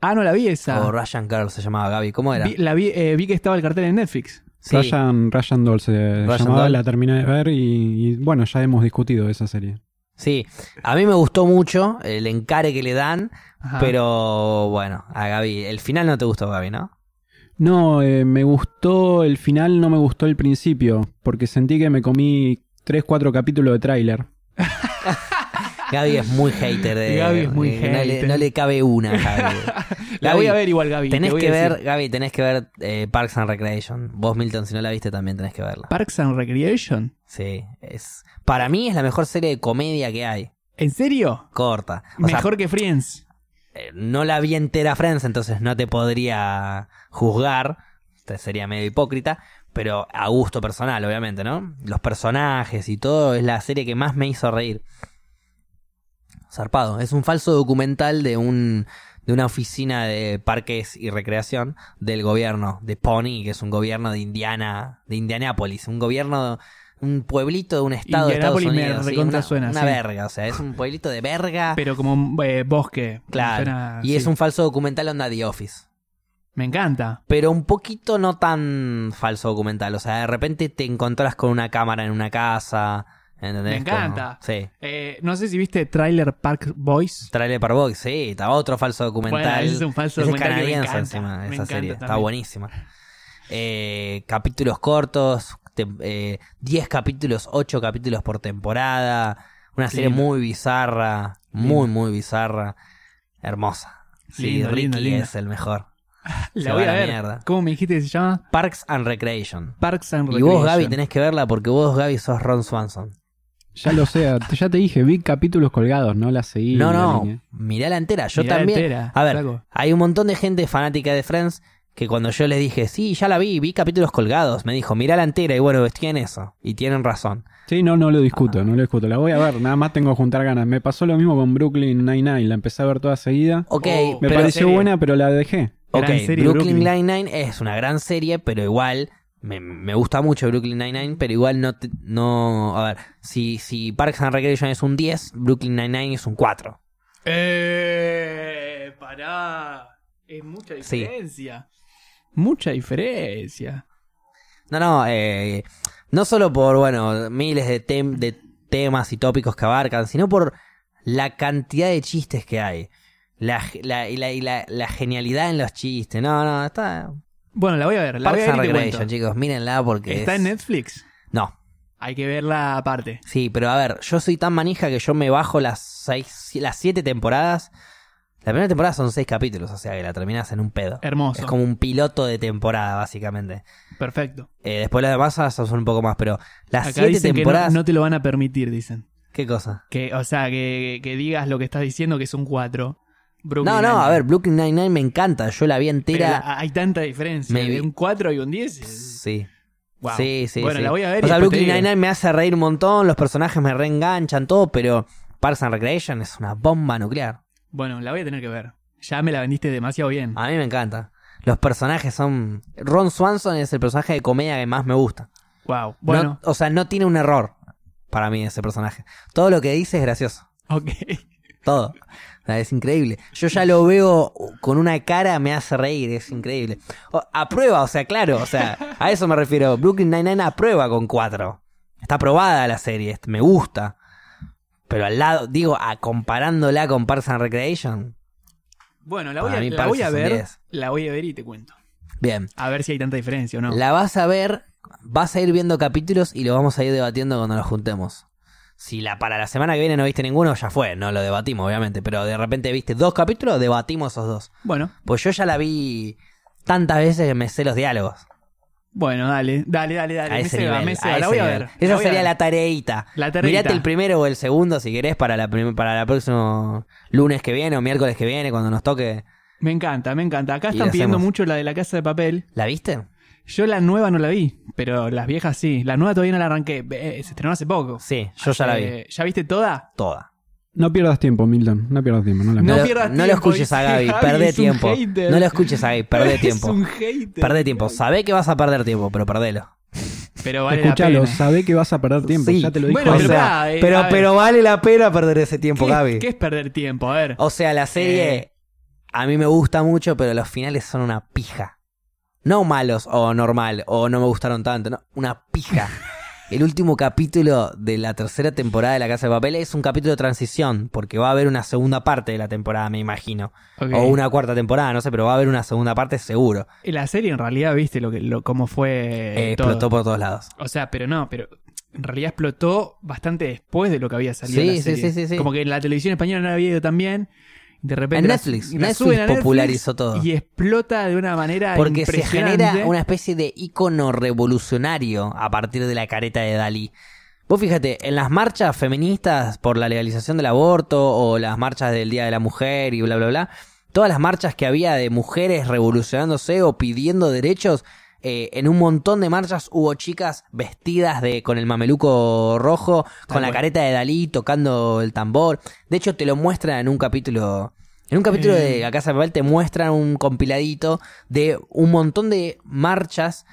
[SPEAKER 2] Ah, no la vi
[SPEAKER 1] O
[SPEAKER 2] esa.
[SPEAKER 1] Ryan Girl se llamaba Gaby. ¿Cómo era?
[SPEAKER 2] Vi, la vi, eh, vi que estaba el cartel en Netflix.
[SPEAKER 1] Sí.
[SPEAKER 3] Ryan, Ryan Doll se
[SPEAKER 1] Ryan
[SPEAKER 3] llamaba,
[SPEAKER 1] Doll.
[SPEAKER 3] la terminé de ver y, y, bueno, ya hemos discutido esa serie.
[SPEAKER 1] Sí. A mí me gustó mucho el encare que le dan,
[SPEAKER 2] Ajá.
[SPEAKER 1] pero bueno, a Gaby. El final no te gustó, Gaby, ¿no?
[SPEAKER 3] No, eh, me gustó el final, no me gustó el principio, porque sentí que me comí 3, 4 capítulos de tráiler.
[SPEAKER 1] Gaby es muy hater de.
[SPEAKER 2] Gaby es muy
[SPEAKER 1] eh, no le-
[SPEAKER 2] hater.
[SPEAKER 1] No le, cabe una, Gaby.
[SPEAKER 2] la
[SPEAKER 1] Gaby,
[SPEAKER 2] voy a ver igual, Gaby. te
[SPEAKER 1] Tenés
[SPEAKER 2] voy a
[SPEAKER 1] que
[SPEAKER 2] decir.
[SPEAKER 1] ver, Gaby, tenés que ver eh, Parks and Recreation. Vos, Milton, si no la viste, también tenés que verla.
[SPEAKER 2] Parks and Recreation.
[SPEAKER 1] Sí, es. Para mí es la mejor serie de comedia que hay.
[SPEAKER 2] ¿En serio?
[SPEAKER 1] Corta. O sea,
[SPEAKER 2] Mejor que Friends.
[SPEAKER 1] eh, no la vi entera Friends, entonces no te podría juzgar. Te sería medio hipócrita. Pero a gusto personal, obviamente, ¿no? Los personajes y todo es la serie que más me hizo reír. Zarpado. Es un falso documental de un de una oficina de parques y recreación del gobierno de Pony, que es un gobierno de Indiana, de Indianápolis, un gobierno un pueblito de un estado de Estados
[SPEAKER 2] Indianápolis me
[SPEAKER 1] Unidos, sí,
[SPEAKER 2] recontra
[SPEAKER 1] una,
[SPEAKER 2] suena,
[SPEAKER 1] una
[SPEAKER 2] sí.
[SPEAKER 1] verga, o sea, es un pueblito de verga.
[SPEAKER 2] Pero como eh, bosque.
[SPEAKER 1] Claro.
[SPEAKER 2] Suena-
[SPEAKER 1] y
[SPEAKER 2] sí.
[SPEAKER 1] es un falso documental onda The Office.
[SPEAKER 2] Me encanta.
[SPEAKER 1] Pero un poquito no tan falso documental. O sea, de repente te encontrás con una cámara en una casa. ¿Entendés?
[SPEAKER 2] Me encanta.
[SPEAKER 1] Como- sí.
[SPEAKER 2] Eh, no sé si viste Trailer Park Boys.
[SPEAKER 1] Trailer para Box, sí. Está otro falso documental.
[SPEAKER 2] Bueno, ese es un falso
[SPEAKER 1] Ese es
[SPEAKER 2] documental que me
[SPEAKER 1] canadiense
[SPEAKER 2] encanta.
[SPEAKER 1] encima,
[SPEAKER 2] Me
[SPEAKER 1] esa
[SPEAKER 2] encanta
[SPEAKER 1] serie. Está
[SPEAKER 2] también.
[SPEAKER 1] buenísima. Eh, capítulos cortos. te- eh, 10 capítulos, 8 capítulos por temporada. Una serie
[SPEAKER 2] Lindo.
[SPEAKER 1] muy bizarra. Muy, muy bizarra. Hermosa. Sí,
[SPEAKER 2] Lindo,
[SPEAKER 1] Ricky
[SPEAKER 2] lindo, lindo.
[SPEAKER 1] es el mejor. Se
[SPEAKER 2] La
[SPEAKER 1] va
[SPEAKER 2] voy a
[SPEAKER 1] la
[SPEAKER 2] ver.
[SPEAKER 1] mierda.
[SPEAKER 2] ¿Cómo me dijiste que se llama?
[SPEAKER 1] Parks and Recreation.
[SPEAKER 2] Parks and
[SPEAKER 1] Y
[SPEAKER 2] Recreation.
[SPEAKER 1] vos, Gaby, tenés que verla porque vos, Gaby, sos Ron Swanson.
[SPEAKER 3] Ya lo sé, te- ya te dije, vi capítulos colgados, no la seguí.
[SPEAKER 1] No,
[SPEAKER 3] la
[SPEAKER 1] no,
[SPEAKER 3] línea.
[SPEAKER 1] mirala entera. Yo
[SPEAKER 2] Mirá
[SPEAKER 1] también.
[SPEAKER 2] entera,
[SPEAKER 1] a ver,
[SPEAKER 2] flaco.
[SPEAKER 1] hay un montón de gente fanática de Friends que cuando yo les dije, sí, ya la vi, vi capítulos colgados, me dijo, mirala entera. Y bueno, estoy en eso. Y tienen razón.
[SPEAKER 3] Sí, no, no lo discuto, no lo discuto. La voy a ver, nada más tengo que juntar ganas. Me pasó lo mismo con Brooklyn Nine-Nine, la empecé a ver toda seguida.
[SPEAKER 1] Ok,
[SPEAKER 2] Oh,
[SPEAKER 3] Me
[SPEAKER 1] pero.
[SPEAKER 3] pareció
[SPEAKER 2] serie.
[SPEAKER 3] buena, pero la dejé.
[SPEAKER 1] ok,
[SPEAKER 2] gran serie,
[SPEAKER 1] Brooklyn
[SPEAKER 2] Brooklyn.
[SPEAKER 1] Nine-Nine es una gran serie, pero igual. Me, me gusta mucho Brooklyn Nine-Nine, pero igual no. te- no a ver, si, si Parks and Recreation es un 10, Brooklyn Nine-Nine es un 4.
[SPEAKER 2] Eh, pará. Es mucha
[SPEAKER 1] Sí.
[SPEAKER 2] diferencia. Mucha diferencia.
[SPEAKER 1] No, no, eh, no solo por, bueno, miles de, tem- de temas y tópicos que abarcan, sino por la cantidad de chistes que hay. La, ge- la- y la, y la- la genialidad en los chistes. No, no, está...
[SPEAKER 2] Bueno, la voy a ver. La voy
[SPEAKER 1] Parks
[SPEAKER 2] a
[SPEAKER 1] and
[SPEAKER 2] ver y te
[SPEAKER 1] Recreation,
[SPEAKER 2] cuento.
[SPEAKER 1] chicos, mírenla porque
[SPEAKER 2] Está
[SPEAKER 1] es-
[SPEAKER 2] en Netflix.
[SPEAKER 1] No,
[SPEAKER 2] Hay que verla aparte.
[SPEAKER 1] sí, pero a ver, yo soy tan manija que yo me bajo las seis, si- las siete temporadas. La primera temporada son seis capítulos, o sea que la terminas en un pedo.
[SPEAKER 2] Hermoso.
[SPEAKER 1] Es como un piloto de temporada, básicamente.
[SPEAKER 2] Perfecto.
[SPEAKER 1] Eh, después las demás son un poco más, pero las
[SPEAKER 2] Acá
[SPEAKER 1] siete
[SPEAKER 2] dicen
[SPEAKER 1] temporadas...
[SPEAKER 2] que no- no, te lo van a permitir, dicen.
[SPEAKER 1] ¿Qué cosa?
[SPEAKER 2] Que, o sea, que, que digas lo que estás diciendo, que son cuatro. Brooklyn
[SPEAKER 1] No, no, a
[SPEAKER 2] Nine-Nine.
[SPEAKER 1] ver, Brooklyn Nine-Nine me encanta. Yo la vi
[SPEAKER 2] Pero
[SPEAKER 1] entera.
[SPEAKER 2] la- hay tanta diferencia.
[SPEAKER 1] Me vi-
[SPEAKER 2] De un 4 y un 10.
[SPEAKER 1] Sí.
[SPEAKER 2] Wow.
[SPEAKER 1] Sí, sí.
[SPEAKER 2] Bueno,
[SPEAKER 1] sí.
[SPEAKER 2] la voy a ver.
[SPEAKER 1] O
[SPEAKER 2] y
[SPEAKER 1] sea,
[SPEAKER 2] después te
[SPEAKER 1] Brooklyn
[SPEAKER 2] digo.
[SPEAKER 1] Nine-Nine me hace reír un montón. Los personajes me reenganchan, todo. Pero Parks and Recreation es una bomba nuclear.
[SPEAKER 2] Bueno, la voy a tener que ver. Ya me la vendiste demasiado bien.
[SPEAKER 1] A mí me encanta. Los personajes son. Ron Swanson es el personaje de comedia que más me gusta.
[SPEAKER 2] Wow. Bueno,
[SPEAKER 1] No- o sea, no tiene un error para mí ese personaje. Todo lo que dice es gracioso.
[SPEAKER 2] ok.
[SPEAKER 1] Todo. O sea, Es increíble. Yo ya lo veo con una cara, me hace reír, es increíble. O- aprueba, o sea, claro, o sea, a eso me refiero. Brooklyn Nine-Nine aprueba con cuatro. Está aprobada la serie, est- me gusta. Pero al lado, digo, a, comparándola con Parks and Recreation,
[SPEAKER 2] Bueno, la voy a,
[SPEAKER 1] Para mí
[SPEAKER 2] la
[SPEAKER 1] Parks
[SPEAKER 2] voy a
[SPEAKER 1] es un
[SPEAKER 2] ver.
[SPEAKER 1] 10.
[SPEAKER 2] La voy a ver y te cuento.
[SPEAKER 1] bien.
[SPEAKER 2] A ver si hay tanta diferencia o no.
[SPEAKER 1] La vas a ver, vas a ir viendo capítulos y lo vamos a ir debatiendo cuando nos juntemos. Si la para la semana que viene no viste ninguno, ya fue, no lo debatimos, obviamente. Pero de repente viste dos capítulos, debatimos esos dos.
[SPEAKER 2] Bueno,
[SPEAKER 1] Pues yo ya la vi tantas veces que me sé los diálogos.
[SPEAKER 2] bueno, dale, dale, dale, dale.
[SPEAKER 1] a
[SPEAKER 2] me
[SPEAKER 1] ese
[SPEAKER 2] ceba,
[SPEAKER 1] nivel.
[SPEAKER 2] me
[SPEAKER 1] a
[SPEAKER 2] ceba.
[SPEAKER 1] ese
[SPEAKER 2] La voy a
[SPEAKER 1] nivel.
[SPEAKER 2] ver.
[SPEAKER 1] Esa
[SPEAKER 2] voy a
[SPEAKER 1] sería
[SPEAKER 2] ver.
[SPEAKER 1] la tareita.
[SPEAKER 2] La tareita.
[SPEAKER 1] Mirate el primero o el segundo si querés para la prim- para la próximo lunes que viene o miércoles que viene cuando nos toque.
[SPEAKER 2] Me encanta, me encanta. Acá
[SPEAKER 1] Y
[SPEAKER 2] están
[SPEAKER 1] la
[SPEAKER 2] pidiendo
[SPEAKER 1] hacemos.
[SPEAKER 2] mucho la de la casa de papel.
[SPEAKER 1] ¿La viste?
[SPEAKER 2] Yo la nueva no la vi, pero las viejas sí. La nueva todavía no la arranqué. Eh, se estrenó hace poco.
[SPEAKER 1] Sí, yo ya la vi.
[SPEAKER 2] Eh, ¿Ya viste toda?
[SPEAKER 1] Toda.
[SPEAKER 3] No pierdas tiempo, Milton. No pierdas tiempo. No la
[SPEAKER 1] No,
[SPEAKER 3] pierdas.
[SPEAKER 1] lo-
[SPEAKER 2] pierdas
[SPEAKER 1] no lo
[SPEAKER 2] tiempo,
[SPEAKER 1] escuches a
[SPEAKER 2] dice
[SPEAKER 1] Gaby,
[SPEAKER 2] Gaby,
[SPEAKER 1] perdé
[SPEAKER 2] es un
[SPEAKER 1] tiempo.
[SPEAKER 2] hater.
[SPEAKER 1] No lo escuches a Gaby, perdé tiempo.
[SPEAKER 2] Es un hater.
[SPEAKER 1] Perdé tiempo. Sabé que vas a perder tiempo, pero perdelo.
[SPEAKER 2] Pero vale la
[SPEAKER 3] Escuchalo,
[SPEAKER 2] pena.
[SPEAKER 3] sabe que vas a perder tiempo.
[SPEAKER 1] Sí.
[SPEAKER 3] Ya te lo dije.
[SPEAKER 2] Bueno,
[SPEAKER 1] o
[SPEAKER 2] pero
[SPEAKER 1] sea,
[SPEAKER 2] pará, eh, a
[SPEAKER 1] pero,
[SPEAKER 2] ver.
[SPEAKER 1] pero vale la pena perder ese tiempo,
[SPEAKER 2] ¿Qué,
[SPEAKER 1] Gaby.
[SPEAKER 2] qué es perder tiempo? A ver.
[SPEAKER 1] O sea, la serie
[SPEAKER 2] Eh.
[SPEAKER 1] a mí me gusta mucho, pero los finales son una pija. No malos o normal o no me gustaron tanto, no, una pija. El último capítulo de la tercera temporada de La Casa de Papel es un capítulo de transición, porque va a haber una segunda parte de la temporada, me imagino.
[SPEAKER 2] Ok.
[SPEAKER 1] O una cuarta temporada, no sé, pero va a haber una segunda parte seguro.
[SPEAKER 2] Y La serie en realidad, viste lo que, lo, cómo fue.
[SPEAKER 1] Eh,
[SPEAKER 2] todo.
[SPEAKER 1] explotó por todos lados.
[SPEAKER 2] O sea, pero no, pero en realidad explotó bastante después de lo que había salido.
[SPEAKER 1] Sí,
[SPEAKER 2] la
[SPEAKER 1] sí,
[SPEAKER 2] serie.
[SPEAKER 1] sí, sí, sí.
[SPEAKER 2] Como que la televisión española no la había ido tan bien. De repente.
[SPEAKER 1] En
[SPEAKER 2] la-
[SPEAKER 1] Netflix.
[SPEAKER 2] la
[SPEAKER 1] Netflix
[SPEAKER 2] suben a
[SPEAKER 1] popularizó todo.
[SPEAKER 2] Y explota de una manera.
[SPEAKER 1] Porque se
[SPEAKER 2] impresionante.
[SPEAKER 1] genera una especie de icono revolucionario a partir de la careta de Dalí. Vos fíjate, en las marchas feministas por la legalización del aborto o las marchas del Día de la Mujer y bla, bla, bla, todas las marchas que había de mujeres revolucionándose o pidiendo derechos, eh, en un montón de marchas hubo chicas vestidas de con el mameluco rojo, con la
[SPEAKER 2] cual.
[SPEAKER 1] careta de Dalí, tocando el tambor. De hecho, te lo muestra en un capítulo... En un capítulo de
[SPEAKER 2] Eh.
[SPEAKER 1] La Casa de Papel te muestran un compiladito de un montón de marchas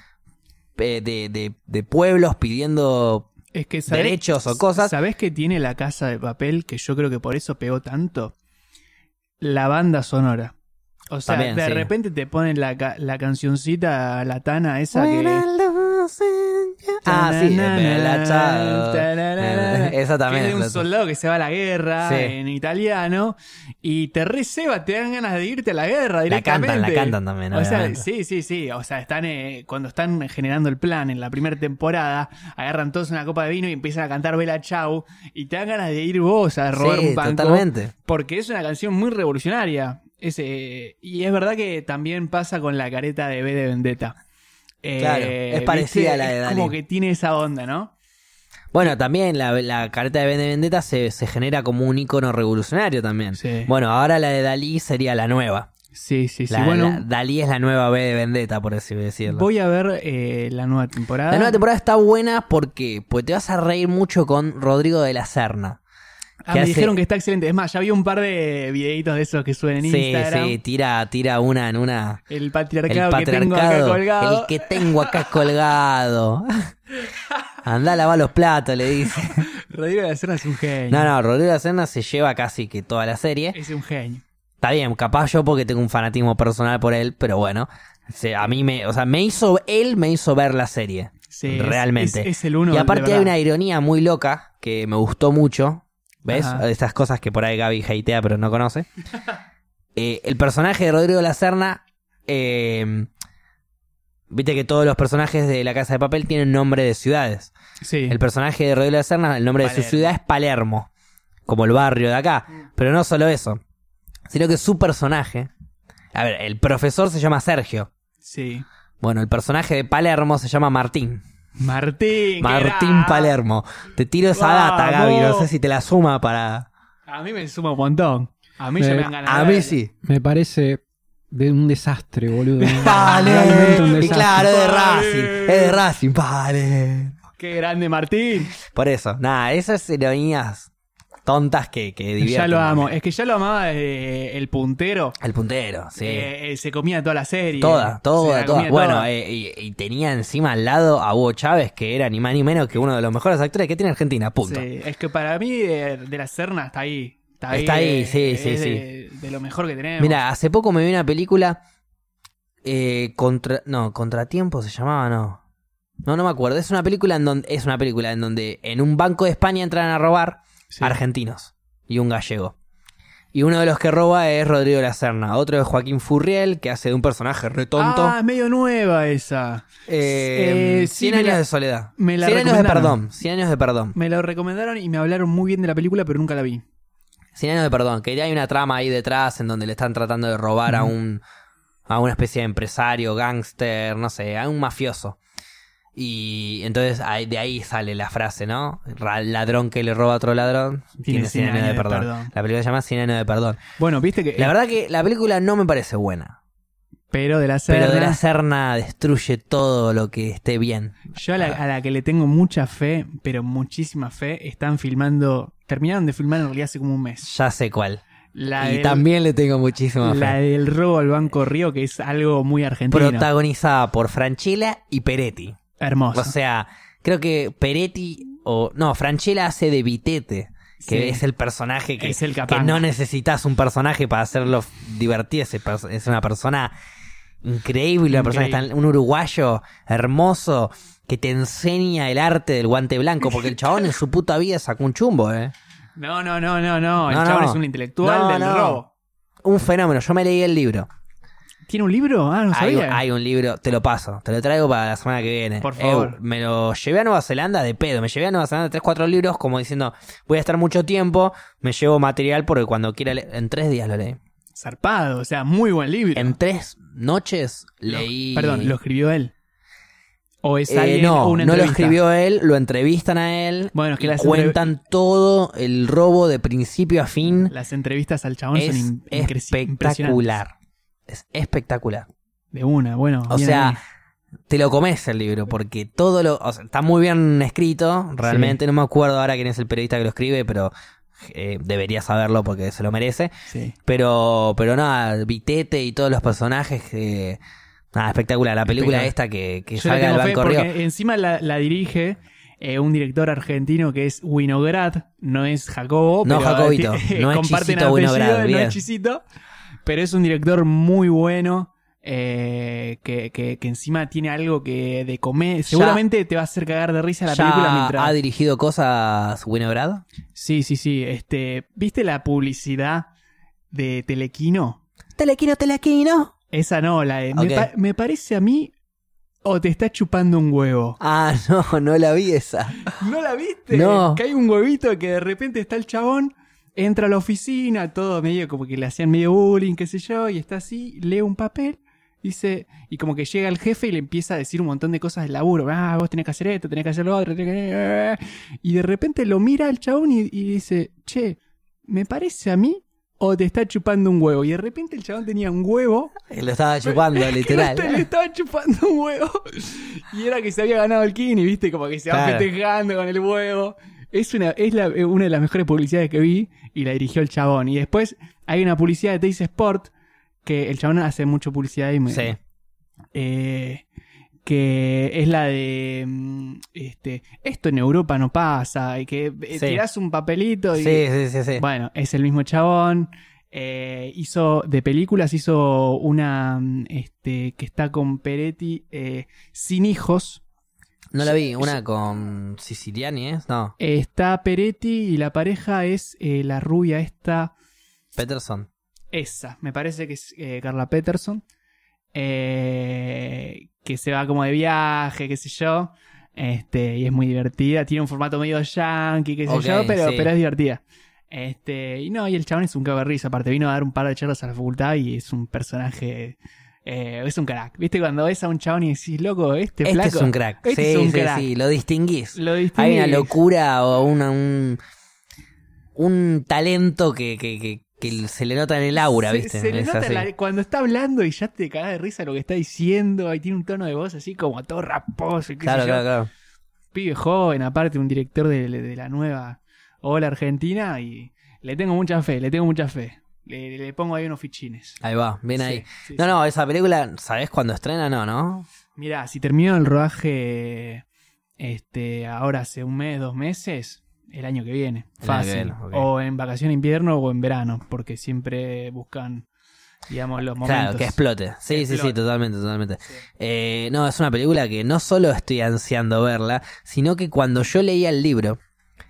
[SPEAKER 1] eh, de, de- de pueblos pidiendo
[SPEAKER 2] Es que sabés-
[SPEAKER 1] derechos o cosas.
[SPEAKER 2] ¿Sabés que tiene la casa de papel? Que yo creo que por eso pegó tanto. La banda sonora. O sea,
[SPEAKER 1] También,
[SPEAKER 2] de
[SPEAKER 1] sí.
[SPEAKER 2] repente te ponen la, ca- la cancioncita latana esa que.
[SPEAKER 1] Ah, sí,
[SPEAKER 2] Tananana,
[SPEAKER 1] eh, la cha-
[SPEAKER 2] tananana.
[SPEAKER 1] eh, Esa
[SPEAKER 2] Que
[SPEAKER 1] también.
[SPEAKER 2] es de un soldado que se va a la guerra
[SPEAKER 1] Sí.
[SPEAKER 2] en italiano y te receba, te dan ganas de irte a la guerra
[SPEAKER 1] La
[SPEAKER 2] directamente.
[SPEAKER 1] cantan, la cantan también.
[SPEAKER 2] O sea,
[SPEAKER 1] obviamente.
[SPEAKER 2] sí, sí, sí. O sea, están eh, cuando están generando el plan en la primera temporada, agarran todos una copa de vino y empiezan a cantar Bella Chau y te dan ganas de ir vos a robar
[SPEAKER 1] Sí,
[SPEAKER 2] un banco.
[SPEAKER 1] totalmente.
[SPEAKER 2] Porque es una canción muy revolucionaria. Ese, y es verdad que también pasa con la careta de B de Vendetta. Eh,
[SPEAKER 1] Claro, es parecida a la de
[SPEAKER 2] Es
[SPEAKER 1] Dalí.
[SPEAKER 2] Como que tiene esa onda, ¿no?
[SPEAKER 1] Bueno, también la, la careta de Ben de Vendetta se, se genera como un icono revolucionario también.
[SPEAKER 2] Sí.
[SPEAKER 1] Bueno, ahora la de Dalí sería la nueva.
[SPEAKER 2] Sí, sí, sí.
[SPEAKER 1] La-
[SPEAKER 2] bueno,
[SPEAKER 1] la- Dalí es la nueva B de Vendetta, por así decirlo.
[SPEAKER 2] voy a ver eh, la nueva temporada.
[SPEAKER 1] La nueva temporada está buena porque pues te vas a reír mucho con Rodrigo de la Serna.
[SPEAKER 2] Ah,
[SPEAKER 1] que
[SPEAKER 2] me
[SPEAKER 1] hace-
[SPEAKER 2] dijeron que está excelente. Es más, ya vi un par de videitos de esos que suben en
[SPEAKER 1] sí,
[SPEAKER 2] Instagram.
[SPEAKER 1] sí, tira, tira una en una.
[SPEAKER 2] El
[SPEAKER 1] El
[SPEAKER 2] patriarcado, que tengo acá
[SPEAKER 1] patriarcado,
[SPEAKER 2] colgado.
[SPEAKER 1] el que tengo acá colgado. Andá a lavar los platos, le dice.
[SPEAKER 2] Rodrigo de la Serna es un genio.
[SPEAKER 1] No, no, Rodrigo de la Serna se lleva casi que toda la serie.
[SPEAKER 2] Es un genio.
[SPEAKER 1] Está bien, capaz yo porque tengo un fanatismo personal por él, pero bueno. Se- a mí me, o sea, me hizo, él me hizo ver la serie.
[SPEAKER 2] Sí, es-
[SPEAKER 1] Realmente.
[SPEAKER 2] Es, es el uno.
[SPEAKER 1] Y
[SPEAKER 2] de
[SPEAKER 1] aparte hay
[SPEAKER 2] verdad.
[SPEAKER 1] una ironía muy loca que me gustó mucho. ¿Ves?
[SPEAKER 2] Ajá.
[SPEAKER 1] Estas cosas que por ahí Gaby hatea pero no conoce. Eh, el personaje de Rodrigo La Serna. eh, Viste que todos los personajes de La Casa de Papel tienen nombre de ciudades.
[SPEAKER 2] Sí.
[SPEAKER 1] El personaje de Rodrigo La Serna, el nombre de su
[SPEAKER 2] Palermo. Mm.
[SPEAKER 1] ciudad es Palermo. Como el barrio de acá. Pero no solo eso. Sino que su personaje. A ver, el profesor se llama Sergio.
[SPEAKER 2] Sí.
[SPEAKER 1] Bueno, el personaje de Palermo se llama Martín.
[SPEAKER 2] Martín. que
[SPEAKER 1] Martín
[SPEAKER 2] era-
[SPEAKER 1] Palermo. Te tiro esa data,
[SPEAKER 2] Vamos.
[SPEAKER 1] Gaby. No sé si te la suma para.
[SPEAKER 2] A mí me suma un montón. A mí ya
[SPEAKER 3] Eh,
[SPEAKER 2] me han ganado.
[SPEAKER 1] A mí sí.
[SPEAKER 3] Me parece de un desastre, boludo. Realmente un
[SPEAKER 1] Vale. Y
[SPEAKER 3] desastre.
[SPEAKER 1] claro, es de
[SPEAKER 2] Vale.
[SPEAKER 1] Racing. Es de Racing. Vale.
[SPEAKER 2] Qué grande Martín.
[SPEAKER 1] Por eso. Nada, esas ironías tontas que, que divierten.
[SPEAKER 2] Ya lo amo. Es que ya lo amaba desde el puntero.
[SPEAKER 1] El puntero, sí.
[SPEAKER 2] Eh, eh, se comía toda la serie.
[SPEAKER 1] Toda,
[SPEAKER 2] Se
[SPEAKER 1] toda,
[SPEAKER 2] la
[SPEAKER 1] toda.
[SPEAKER 2] comía
[SPEAKER 1] Bueno,
[SPEAKER 2] toda.
[SPEAKER 1] eh, y, y tenía encima al lado a Hugo Chávez, que era ni más ni menos que uno de los mejores actores que tiene Argentina, punto.
[SPEAKER 2] Sí, es que para mí de, de la Serna está ahí. Está ahí,
[SPEAKER 1] Está ahí,
[SPEAKER 2] eh,
[SPEAKER 1] sí,
[SPEAKER 2] es
[SPEAKER 1] sí,
[SPEAKER 2] de, de lo mejor que tenemos.
[SPEAKER 1] Mira, hace poco me vi una película. eh, contra, no, Contratiempo se llamaba, no. No, no me acuerdo. Es una película en donde. Es una película en donde en un banco de España entran a robar
[SPEAKER 2] Sí.
[SPEAKER 1] argentinos y un gallego. Y uno de los que roba es Rodrigo La Serna. Otro es Joaquín Furriel, que hace de un personaje retonto.
[SPEAKER 2] Ah, es medio nueva esa.
[SPEAKER 1] Eh,
[SPEAKER 2] eh,
[SPEAKER 1] 100
[SPEAKER 2] sí, me
[SPEAKER 1] años
[SPEAKER 2] la-
[SPEAKER 1] de soledad.
[SPEAKER 2] me la
[SPEAKER 1] 100 años de
[SPEAKER 2] recomendaron.
[SPEAKER 1] perdón. 100 años de perdón.
[SPEAKER 2] Me lo recomendaron y me hablaron muy bien de la película, pero nunca la vi.
[SPEAKER 1] 100 años de perdón. Que ya hay una trama ahí detrás en donde le están tratando de robar a un. a una especie de empresario, gángster, no sé, a un mafioso. Y entonces ahí- de ahí sale la frase, ¿no? Ra- Ladrón que le roba a otro ladrón tiene 100 años de perdón. La película se llama 100 años de perdón.
[SPEAKER 2] Eh, Bueno, viste que.
[SPEAKER 1] La verdad que la película no me parece buena.
[SPEAKER 2] Pero de la Serna.
[SPEAKER 1] Pero de la Serna destruye todo lo que esté bien.
[SPEAKER 2] Yo a la,
[SPEAKER 1] Ah.
[SPEAKER 2] a la que le tengo mucha fe, pero muchísima fe, están filmando. Terminaron de filmar en realidad hace como un mes.
[SPEAKER 1] Ya sé cuál.
[SPEAKER 2] La
[SPEAKER 1] y
[SPEAKER 2] del-
[SPEAKER 1] también le tengo muchísima
[SPEAKER 2] La
[SPEAKER 1] fe.
[SPEAKER 2] del robo al Banco Río, que es algo muy argentino.
[SPEAKER 1] Protagonizada por Franchella y Peretti.
[SPEAKER 2] Hermoso.
[SPEAKER 1] O sea, creo que Peretti o. No, Franchella hace de Vitete. Que
[SPEAKER 2] Sí.
[SPEAKER 1] es el personaje que,
[SPEAKER 2] Es el
[SPEAKER 1] que
[SPEAKER 2] capanga.
[SPEAKER 1] no necesitas un personaje para hacerlo f- divertido. ese perso- Es una persona increíble, una persona que
[SPEAKER 2] Increíble.
[SPEAKER 1] está- un uruguayo hermoso que te enseña el arte del guante blanco. Porque el chabón en su puta vida sacó un chumbo, ¿eh?
[SPEAKER 2] No, no, no, no, no. El
[SPEAKER 1] No,
[SPEAKER 2] chabón
[SPEAKER 1] no.
[SPEAKER 2] es un intelectual
[SPEAKER 1] No,
[SPEAKER 2] del
[SPEAKER 1] no.
[SPEAKER 2] robo.
[SPEAKER 1] Un fenómeno. Yo me leí el libro.
[SPEAKER 2] ¿Tiene un libro? Ah, no
[SPEAKER 1] Hay,
[SPEAKER 2] sabía.
[SPEAKER 1] hay un libro, te lo paso, te lo traigo para la semana que viene.
[SPEAKER 2] Por favor.
[SPEAKER 1] Eu, me lo llevé a Nueva Zelanda de pedo, me llevé a Nueva Zelanda tres, cuatro libros como diciendo, voy a estar mucho tiempo, me llevo material porque cuando quiera, le- en tres días lo leí.
[SPEAKER 2] Zarpado, o sea, muy buen libro.
[SPEAKER 1] En tres noches
[SPEAKER 2] Lo-
[SPEAKER 1] leí...
[SPEAKER 2] Perdón, ¿lo escribió él? ¿O es
[SPEAKER 1] Eh,
[SPEAKER 2] alguien o
[SPEAKER 1] no,
[SPEAKER 2] una
[SPEAKER 1] no lo
[SPEAKER 2] entrevista?
[SPEAKER 1] escribió él, lo entrevistan a él
[SPEAKER 2] Bueno, es que
[SPEAKER 1] y
[SPEAKER 2] las entrev-
[SPEAKER 1] cuentan todo el robo de principio a fin.
[SPEAKER 2] Las entrevistas al chabón son
[SPEAKER 1] es
[SPEAKER 2] in- increci- impresionantes.
[SPEAKER 1] espectacular. Es espectacular.
[SPEAKER 2] De una, bueno.
[SPEAKER 1] O
[SPEAKER 2] bien
[SPEAKER 1] sea,
[SPEAKER 2] ahí.
[SPEAKER 1] te lo comes el libro, porque todo lo. o sea, está muy bien escrito, realmente. No me acuerdo ahora quién es el periodista que lo escribe, pero eh, debería saberlo porque se lo merece.
[SPEAKER 2] Sí.
[SPEAKER 1] Pero, pero nada, Vitete y todos los personajes. eh, nada, espectacular. La película esta que, que
[SPEAKER 2] Yo le
[SPEAKER 1] salga del
[SPEAKER 2] tengo fe
[SPEAKER 1] banco
[SPEAKER 2] porque
[SPEAKER 1] Río.
[SPEAKER 2] encima la, la dirige eh, un director argentino que es Winograd, no es Jacobo.
[SPEAKER 1] No,
[SPEAKER 2] pero,
[SPEAKER 1] Jacobito,
[SPEAKER 2] eh,
[SPEAKER 1] no es
[SPEAKER 2] comparten
[SPEAKER 1] Chisito
[SPEAKER 2] apellido,
[SPEAKER 1] Winograd,
[SPEAKER 2] no
[SPEAKER 1] bien.
[SPEAKER 2] es Chisito, pero es un director muy bueno. eh, que, que- que encima tiene algo que de comer. Seguramente te va a hacer cagar de risa la película
[SPEAKER 1] ¿Ya
[SPEAKER 2] mientras.
[SPEAKER 1] ha dirigido cosas Winograd?
[SPEAKER 2] Sí, sí, sí. Este, ¿Viste la publicidad de Telequino?
[SPEAKER 1] Telequino, telequino.
[SPEAKER 2] Esa no, la de.
[SPEAKER 1] Ok.
[SPEAKER 2] Me, pa- me parece a mí. O te está chupando un huevo.
[SPEAKER 1] Ah, no, no la vi esa.
[SPEAKER 2] ¿No la viste?
[SPEAKER 1] No.
[SPEAKER 2] Que hay un huevito que de repente está el chabón, entra a la oficina, todo medio como que le hacían medio bullying, qué sé yo, y está así, lee un papel, dice, y como que llega el jefe y le empieza a decir un montón de cosas del laburo. Ah, vos tenés que hacer esto, tenés que hacer lo otro, tenés que... Y de repente lo mira el chabón y, y dice, che, ¿me parece a mí? O te está chupando un huevo. Y de repente el chabón tenía un huevo
[SPEAKER 1] Lo estaba chupando,
[SPEAKER 2] que le
[SPEAKER 1] literal.
[SPEAKER 2] está- le estaba chupando un huevo. Y era que se había ganado el Kini, viste, como que se va
[SPEAKER 1] Claro.
[SPEAKER 2] festejando con el huevo. Es una, es la- eh, una de las mejores publicidades que vi y la dirigió el chabón. Y después hay una publicidad de Teis Sport que el chabón hace mucho publicidad y me,
[SPEAKER 1] Sí.
[SPEAKER 2] eh, que es la de mm, este esto en Europa no pasa y que eh,
[SPEAKER 1] Sí.
[SPEAKER 2] tirás un papelito y
[SPEAKER 1] Sí, sí, sí, sí.
[SPEAKER 2] bueno, es el mismo chabón. Eh, hizo de películas, hizo una mm, este, que está con Peretti, eh, Sin Hijos.
[SPEAKER 1] No la vi, una con Siciliani, ¿es? No,
[SPEAKER 2] Eh, está Peretti y la pareja es eh, la rubia esta,
[SPEAKER 1] Peterson.
[SPEAKER 2] esa, me parece que es eh, Carla Peterson, eh, que se va como de viaje, qué sé yo, este, y es muy divertida, tiene un formato medio yankee, qué sé
[SPEAKER 1] Ok,
[SPEAKER 2] yo, pero,
[SPEAKER 1] sí.
[SPEAKER 2] pero es divertida. Este, y no, y el chabón es un cagarrizo, aparte vino a dar un par de charlas a la facultad y es un personaje, eh, es un crack. ¿Viste cuando ves a un chabón y decís, loco, este,
[SPEAKER 1] Este
[SPEAKER 2] flaco?
[SPEAKER 1] es un crack.
[SPEAKER 2] Este
[SPEAKER 1] sí,
[SPEAKER 2] es un
[SPEAKER 1] sí,
[SPEAKER 2] crack.
[SPEAKER 1] sí, lo distinguís.
[SPEAKER 2] Lo
[SPEAKER 1] Hay una
[SPEAKER 2] distinguís.
[SPEAKER 1] locura o una, un, un talento que, que, que, que se le nota en el aura,
[SPEAKER 2] Se-
[SPEAKER 1] ¿viste?
[SPEAKER 2] se le
[SPEAKER 1] Es
[SPEAKER 2] nota
[SPEAKER 1] así.
[SPEAKER 2] la- cuando está hablando y ya te cagas de risa lo que está diciendo, y tiene un tono de voz así como todo raposo y qué
[SPEAKER 1] Claro,
[SPEAKER 2] sé yo.
[SPEAKER 1] claro, claro.
[SPEAKER 2] pibe joven, aparte un director de, de la nueva ola argentina y le tengo mucha fe, le tengo mucha fe. Le, le pongo ahí unos fichines.
[SPEAKER 1] Ahí va, bien ahí.
[SPEAKER 2] Sí, sí,
[SPEAKER 1] no,
[SPEAKER 2] sí.
[SPEAKER 1] no, esa película, ¿sabés cuándo estrena? No, ¿no?
[SPEAKER 2] Mirá, si termino el rodaje este ahora hace un mes, dos meses, el año que viene,
[SPEAKER 1] El año que
[SPEAKER 2] fácil.
[SPEAKER 1] viene, ok.
[SPEAKER 2] O en vacaciones de invierno o en verano, porque siempre buscan, digamos, los momentos.
[SPEAKER 1] Claro, que explote. Sí,
[SPEAKER 2] Que
[SPEAKER 1] sí, sí,
[SPEAKER 2] explote.
[SPEAKER 1] totalmente, totalmente. Eh, no, es una película que no solo estoy ansiando verla, sino que cuando yo leía el libro,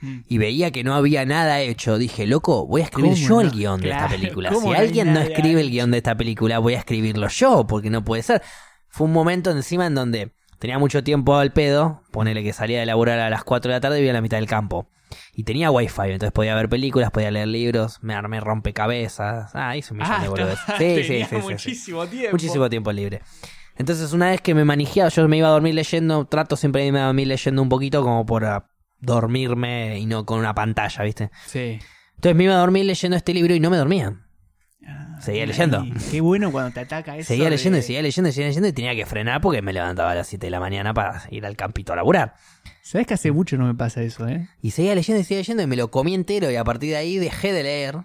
[SPEAKER 2] Mm.
[SPEAKER 1] y veía que no había nada hecho, dije, loco, voy a escribir
[SPEAKER 2] ¿Cómo
[SPEAKER 1] yo el
[SPEAKER 2] no?
[SPEAKER 1] guión de esta
[SPEAKER 2] Claro,
[SPEAKER 1] película.
[SPEAKER 2] ¿cómo
[SPEAKER 1] Si
[SPEAKER 2] no hay
[SPEAKER 1] alguien no
[SPEAKER 2] nada
[SPEAKER 1] escribe el
[SPEAKER 2] hecho?
[SPEAKER 1] guión de esta película, voy a escribirlo yo, porque no puede ser. Fue un momento encima en donde tenía mucho tiempo al pedo, ponele que salía de laburar a las 4 de la tarde y vivía en la mitad del campo. Y tenía wifi, entonces podía ver películas, podía leer libros, me armé rompecabezas. Ah, hice un millón
[SPEAKER 2] Ah,
[SPEAKER 1] de boludeces.
[SPEAKER 2] está-
[SPEAKER 1] Sí, sí,
[SPEAKER 2] tenía
[SPEAKER 1] sí, sí, sí.
[SPEAKER 2] muchísimo tiempo.
[SPEAKER 1] Muchísimo tiempo libre. Entonces, una vez que me manejaba, yo me iba a dormir leyendo, trato siempre de irme a dormir leyendo un poquito como por ah, dormirme y no con una pantalla, ¿viste?
[SPEAKER 2] Sí.
[SPEAKER 1] Entonces me iba a dormir leyendo este libro y no me dormía. Seguía leyendo.
[SPEAKER 2] Ay, qué bueno cuando te ataca Ah, eso.
[SPEAKER 1] Seguía
[SPEAKER 2] de-
[SPEAKER 1] leyendo y seguía leyendo y seguía leyendo y tenía que frenar porque me levantaba a las 7 de la mañana para ir al campito a laburar.
[SPEAKER 2] Sabes que hace
[SPEAKER 1] Mm.
[SPEAKER 2] mucho no me pasa eso, ¿eh?
[SPEAKER 1] Y seguía leyendo y seguía leyendo y me lo comí entero y a partir de ahí dejé de leer.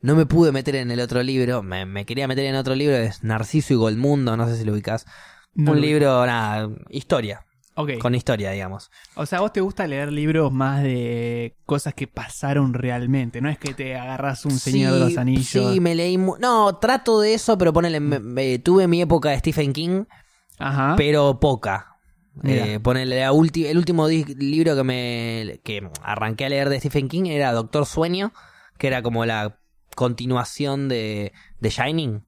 [SPEAKER 1] No me pude meter en el otro libro, me, me quería meter en otro libro, es Narciso y Golmundo, no sé si lo ubicás.
[SPEAKER 2] No
[SPEAKER 1] Un
[SPEAKER 2] lo-
[SPEAKER 1] libro, nada, historia,
[SPEAKER 2] Ok.
[SPEAKER 1] con historia, digamos.
[SPEAKER 2] O sea, vos te gusta leer libros más de cosas que pasaron realmente. No es que te agarras un señor de
[SPEAKER 1] Sí,
[SPEAKER 2] los anillos.
[SPEAKER 1] Sí, me leí... mu- No, trato de eso, pero ponele, me- me- tuve mi época de Stephen King,
[SPEAKER 2] Ajá.
[SPEAKER 1] pero poca.
[SPEAKER 2] Ah. Mira.
[SPEAKER 1] Eh, ponele, la ulti- el último di- libro que me que arranqué a leer de Stephen King era Doctor Sueño, que era como la continuación de, de Shining.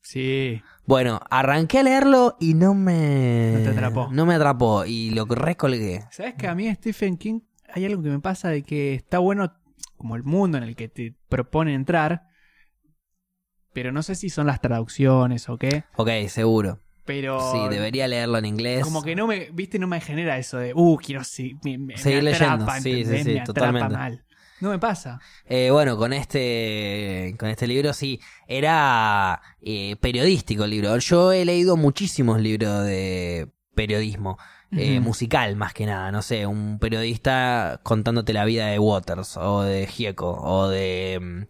[SPEAKER 2] Sí.
[SPEAKER 1] Bueno, arranqué a leerlo y no me...
[SPEAKER 2] No te atrapó.
[SPEAKER 1] No me atrapó y lo recolgué.
[SPEAKER 2] ¿Sabes que a
[SPEAKER 1] Mm.
[SPEAKER 2] mí Stephen King hay algo que me pasa de que está bueno como el mundo en el que te propone entrar, pero no sé si son las traducciones o qué,
[SPEAKER 1] Ok, seguro.
[SPEAKER 2] pero
[SPEAKER 1] Sí, debería leerlo en inglés.
[SPEAKER 2] como que no me, viste, no me genera eso de, uh, quiero si me, me- me
[SPEAKER 1] Seguir leyendo,
[SPEAKER 2] atrapa,
[SPEAKER 1] sí, sí,
[SPEAKER 2] ¿entendés?
[SPEAKER 1] sí,
[SPEAKER 2] me atrapa
[SPEAKER 1] totalmente.
[SPEAKER 2] mal. No me pasa.
[SPEAKER 1] Eh, bueno, con este, con este libro sí, era eh, periodístico el libro. Yo he leído muchísimos libros de periodismo, eh,
[SPEAKER 2] Ujú.
[SPEAKER 1] musical más que nada, no sé, un periodista contándote la vida de Waters o de Gieco o de, mm,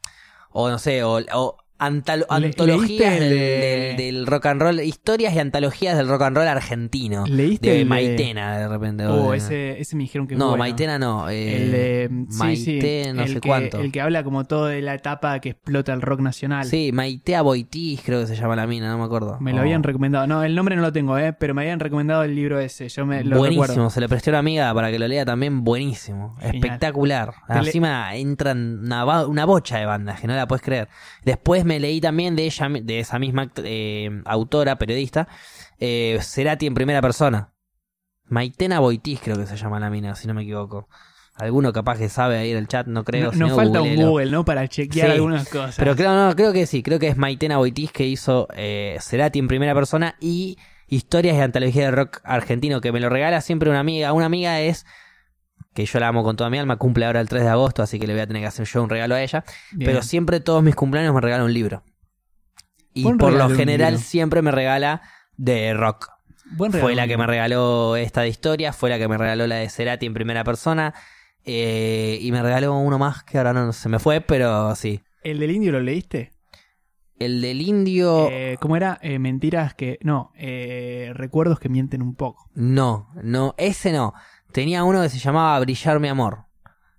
[SPEAKER 1] o no sé, o, o antalo-
[SPEAKER 2] Le-
[SPEAKER 1] antologías
[SPEAKER 2] ¿leíste el
[SPEAKER 1] del,
[SPEAKER 2] de-
[SPEAKER 1] del- del rock and roll, historias y antologías del rock and roll argentino.
[SPEAKER 2] ¿Leíste
[SPEAKER 1] De
[SPEAKER 2] el de-
[SPEAKER 1] Maitena, de repente. o
[SPEAKER 2] Oh,
[SPEAKER 1] de-
[SPEAKER 2] ese, ese me dijeron que es
[SPEAKER 1] no,
[SPEAKER 2] bueno.
[SPEAKER 1] Maitena no. eh,
[SPEAKER 2] El de, sí, sí,
[SPEAKER 1] Maite, no
[SPEAKER 2] el
[SPEAKER 1] sé
[SPEAKER 2] que-
[SPEAKER 1] cuánto.
[SPEAKER 2] El que habla como todo de la etapa que explota el rock nacional.
[SPEAKER 1] Sí, Maitea Boitis creo que se llama la mina, no me acuerdo.
[SPEAKER 2] Me lo
[SPEAKER 1] Oh.
[SPEAKER 2] habían recomendado. No, el nombre no lo tengo, ¿eh? Pero me habían recomendado el libro ese. Yo me lo
[SPEAKER 1] Buenísimo,
[SPEAKER 2] recuerdo.
[SPEAKER 1] se le prestó una amiga para que lo lea también, buenísimo,
[SPEAKER 2] Genial.
[SPEAKER 1] espectacular.
[SPEAKER 2] Te le-
[SPEAKER 1] Encima entran una, ba- una bocha de bandas, que no la puedes creer. Después me leí también de ella, de esa misma act- eh, autora, periodista, eh, Cerati en primera persona. Maitena Boitis creo que se llama la mina, si no me equivoco. Alguno capaz que sabe ahí en el chat, no creo.
[SPEAKER 2] No-
[SPEAKER 1] si
[SPEAKER 2] nos
[SPEAKER 1] no,
[SPEAKER 2] falta un
[SPEAKER 1] googleelo.
[SPEAKER 2] Google, ¿no? Para chequear
[SPEAKER 1] Sí.
[SPEAKER 2] algunas cosas.
[SPEAKER 1] Pero creo, no, creo que sí, creo que es Maitena Boitis que hizo eh, Cerati en primera persona y historias de antología de rock argentino que me lo regala siempre una amiga. Una amiga es, que yo la amo con toda mi alma, cumple ahora el 3 de agosto, así que le voy a tener que hacer yo un regalo a ella.
[SPEAKER 2] Bien.
[SPEAKER 1] Pero siempre todos mis cumpleaños me regala un libro. Y
[SPEAKER 2] Buen
[SPEAKER 1] por lo
[SPEAKER 2] regalo, un
[SPEAKER 1] general
[SPEAKER 2] libro.
[SPEAKER 1] siempre me regala de rock.
[SPEAKER 2] Buen
[SPEAKER 1] Fue
[SPEAKER 2] regalo.
[SPEAKER 1] la que me regaló esta de historia, fue la que me regaló la de Cerati en primera persona. eh, y me regaló uno más que ahora no se me fue, pero sí.
[SPEAKER 2] ¿El del indio lo leíste?
[SPEAKER 1] El del indio.
[SPEAKER 2] Eh, ¿Cómo era? Eh, mentiras que... No, eh, recuerdos que mienten un poco.
[SPEAKER 1] No, no, ese no. Tenía uno que se llamaba Brillar mi amor.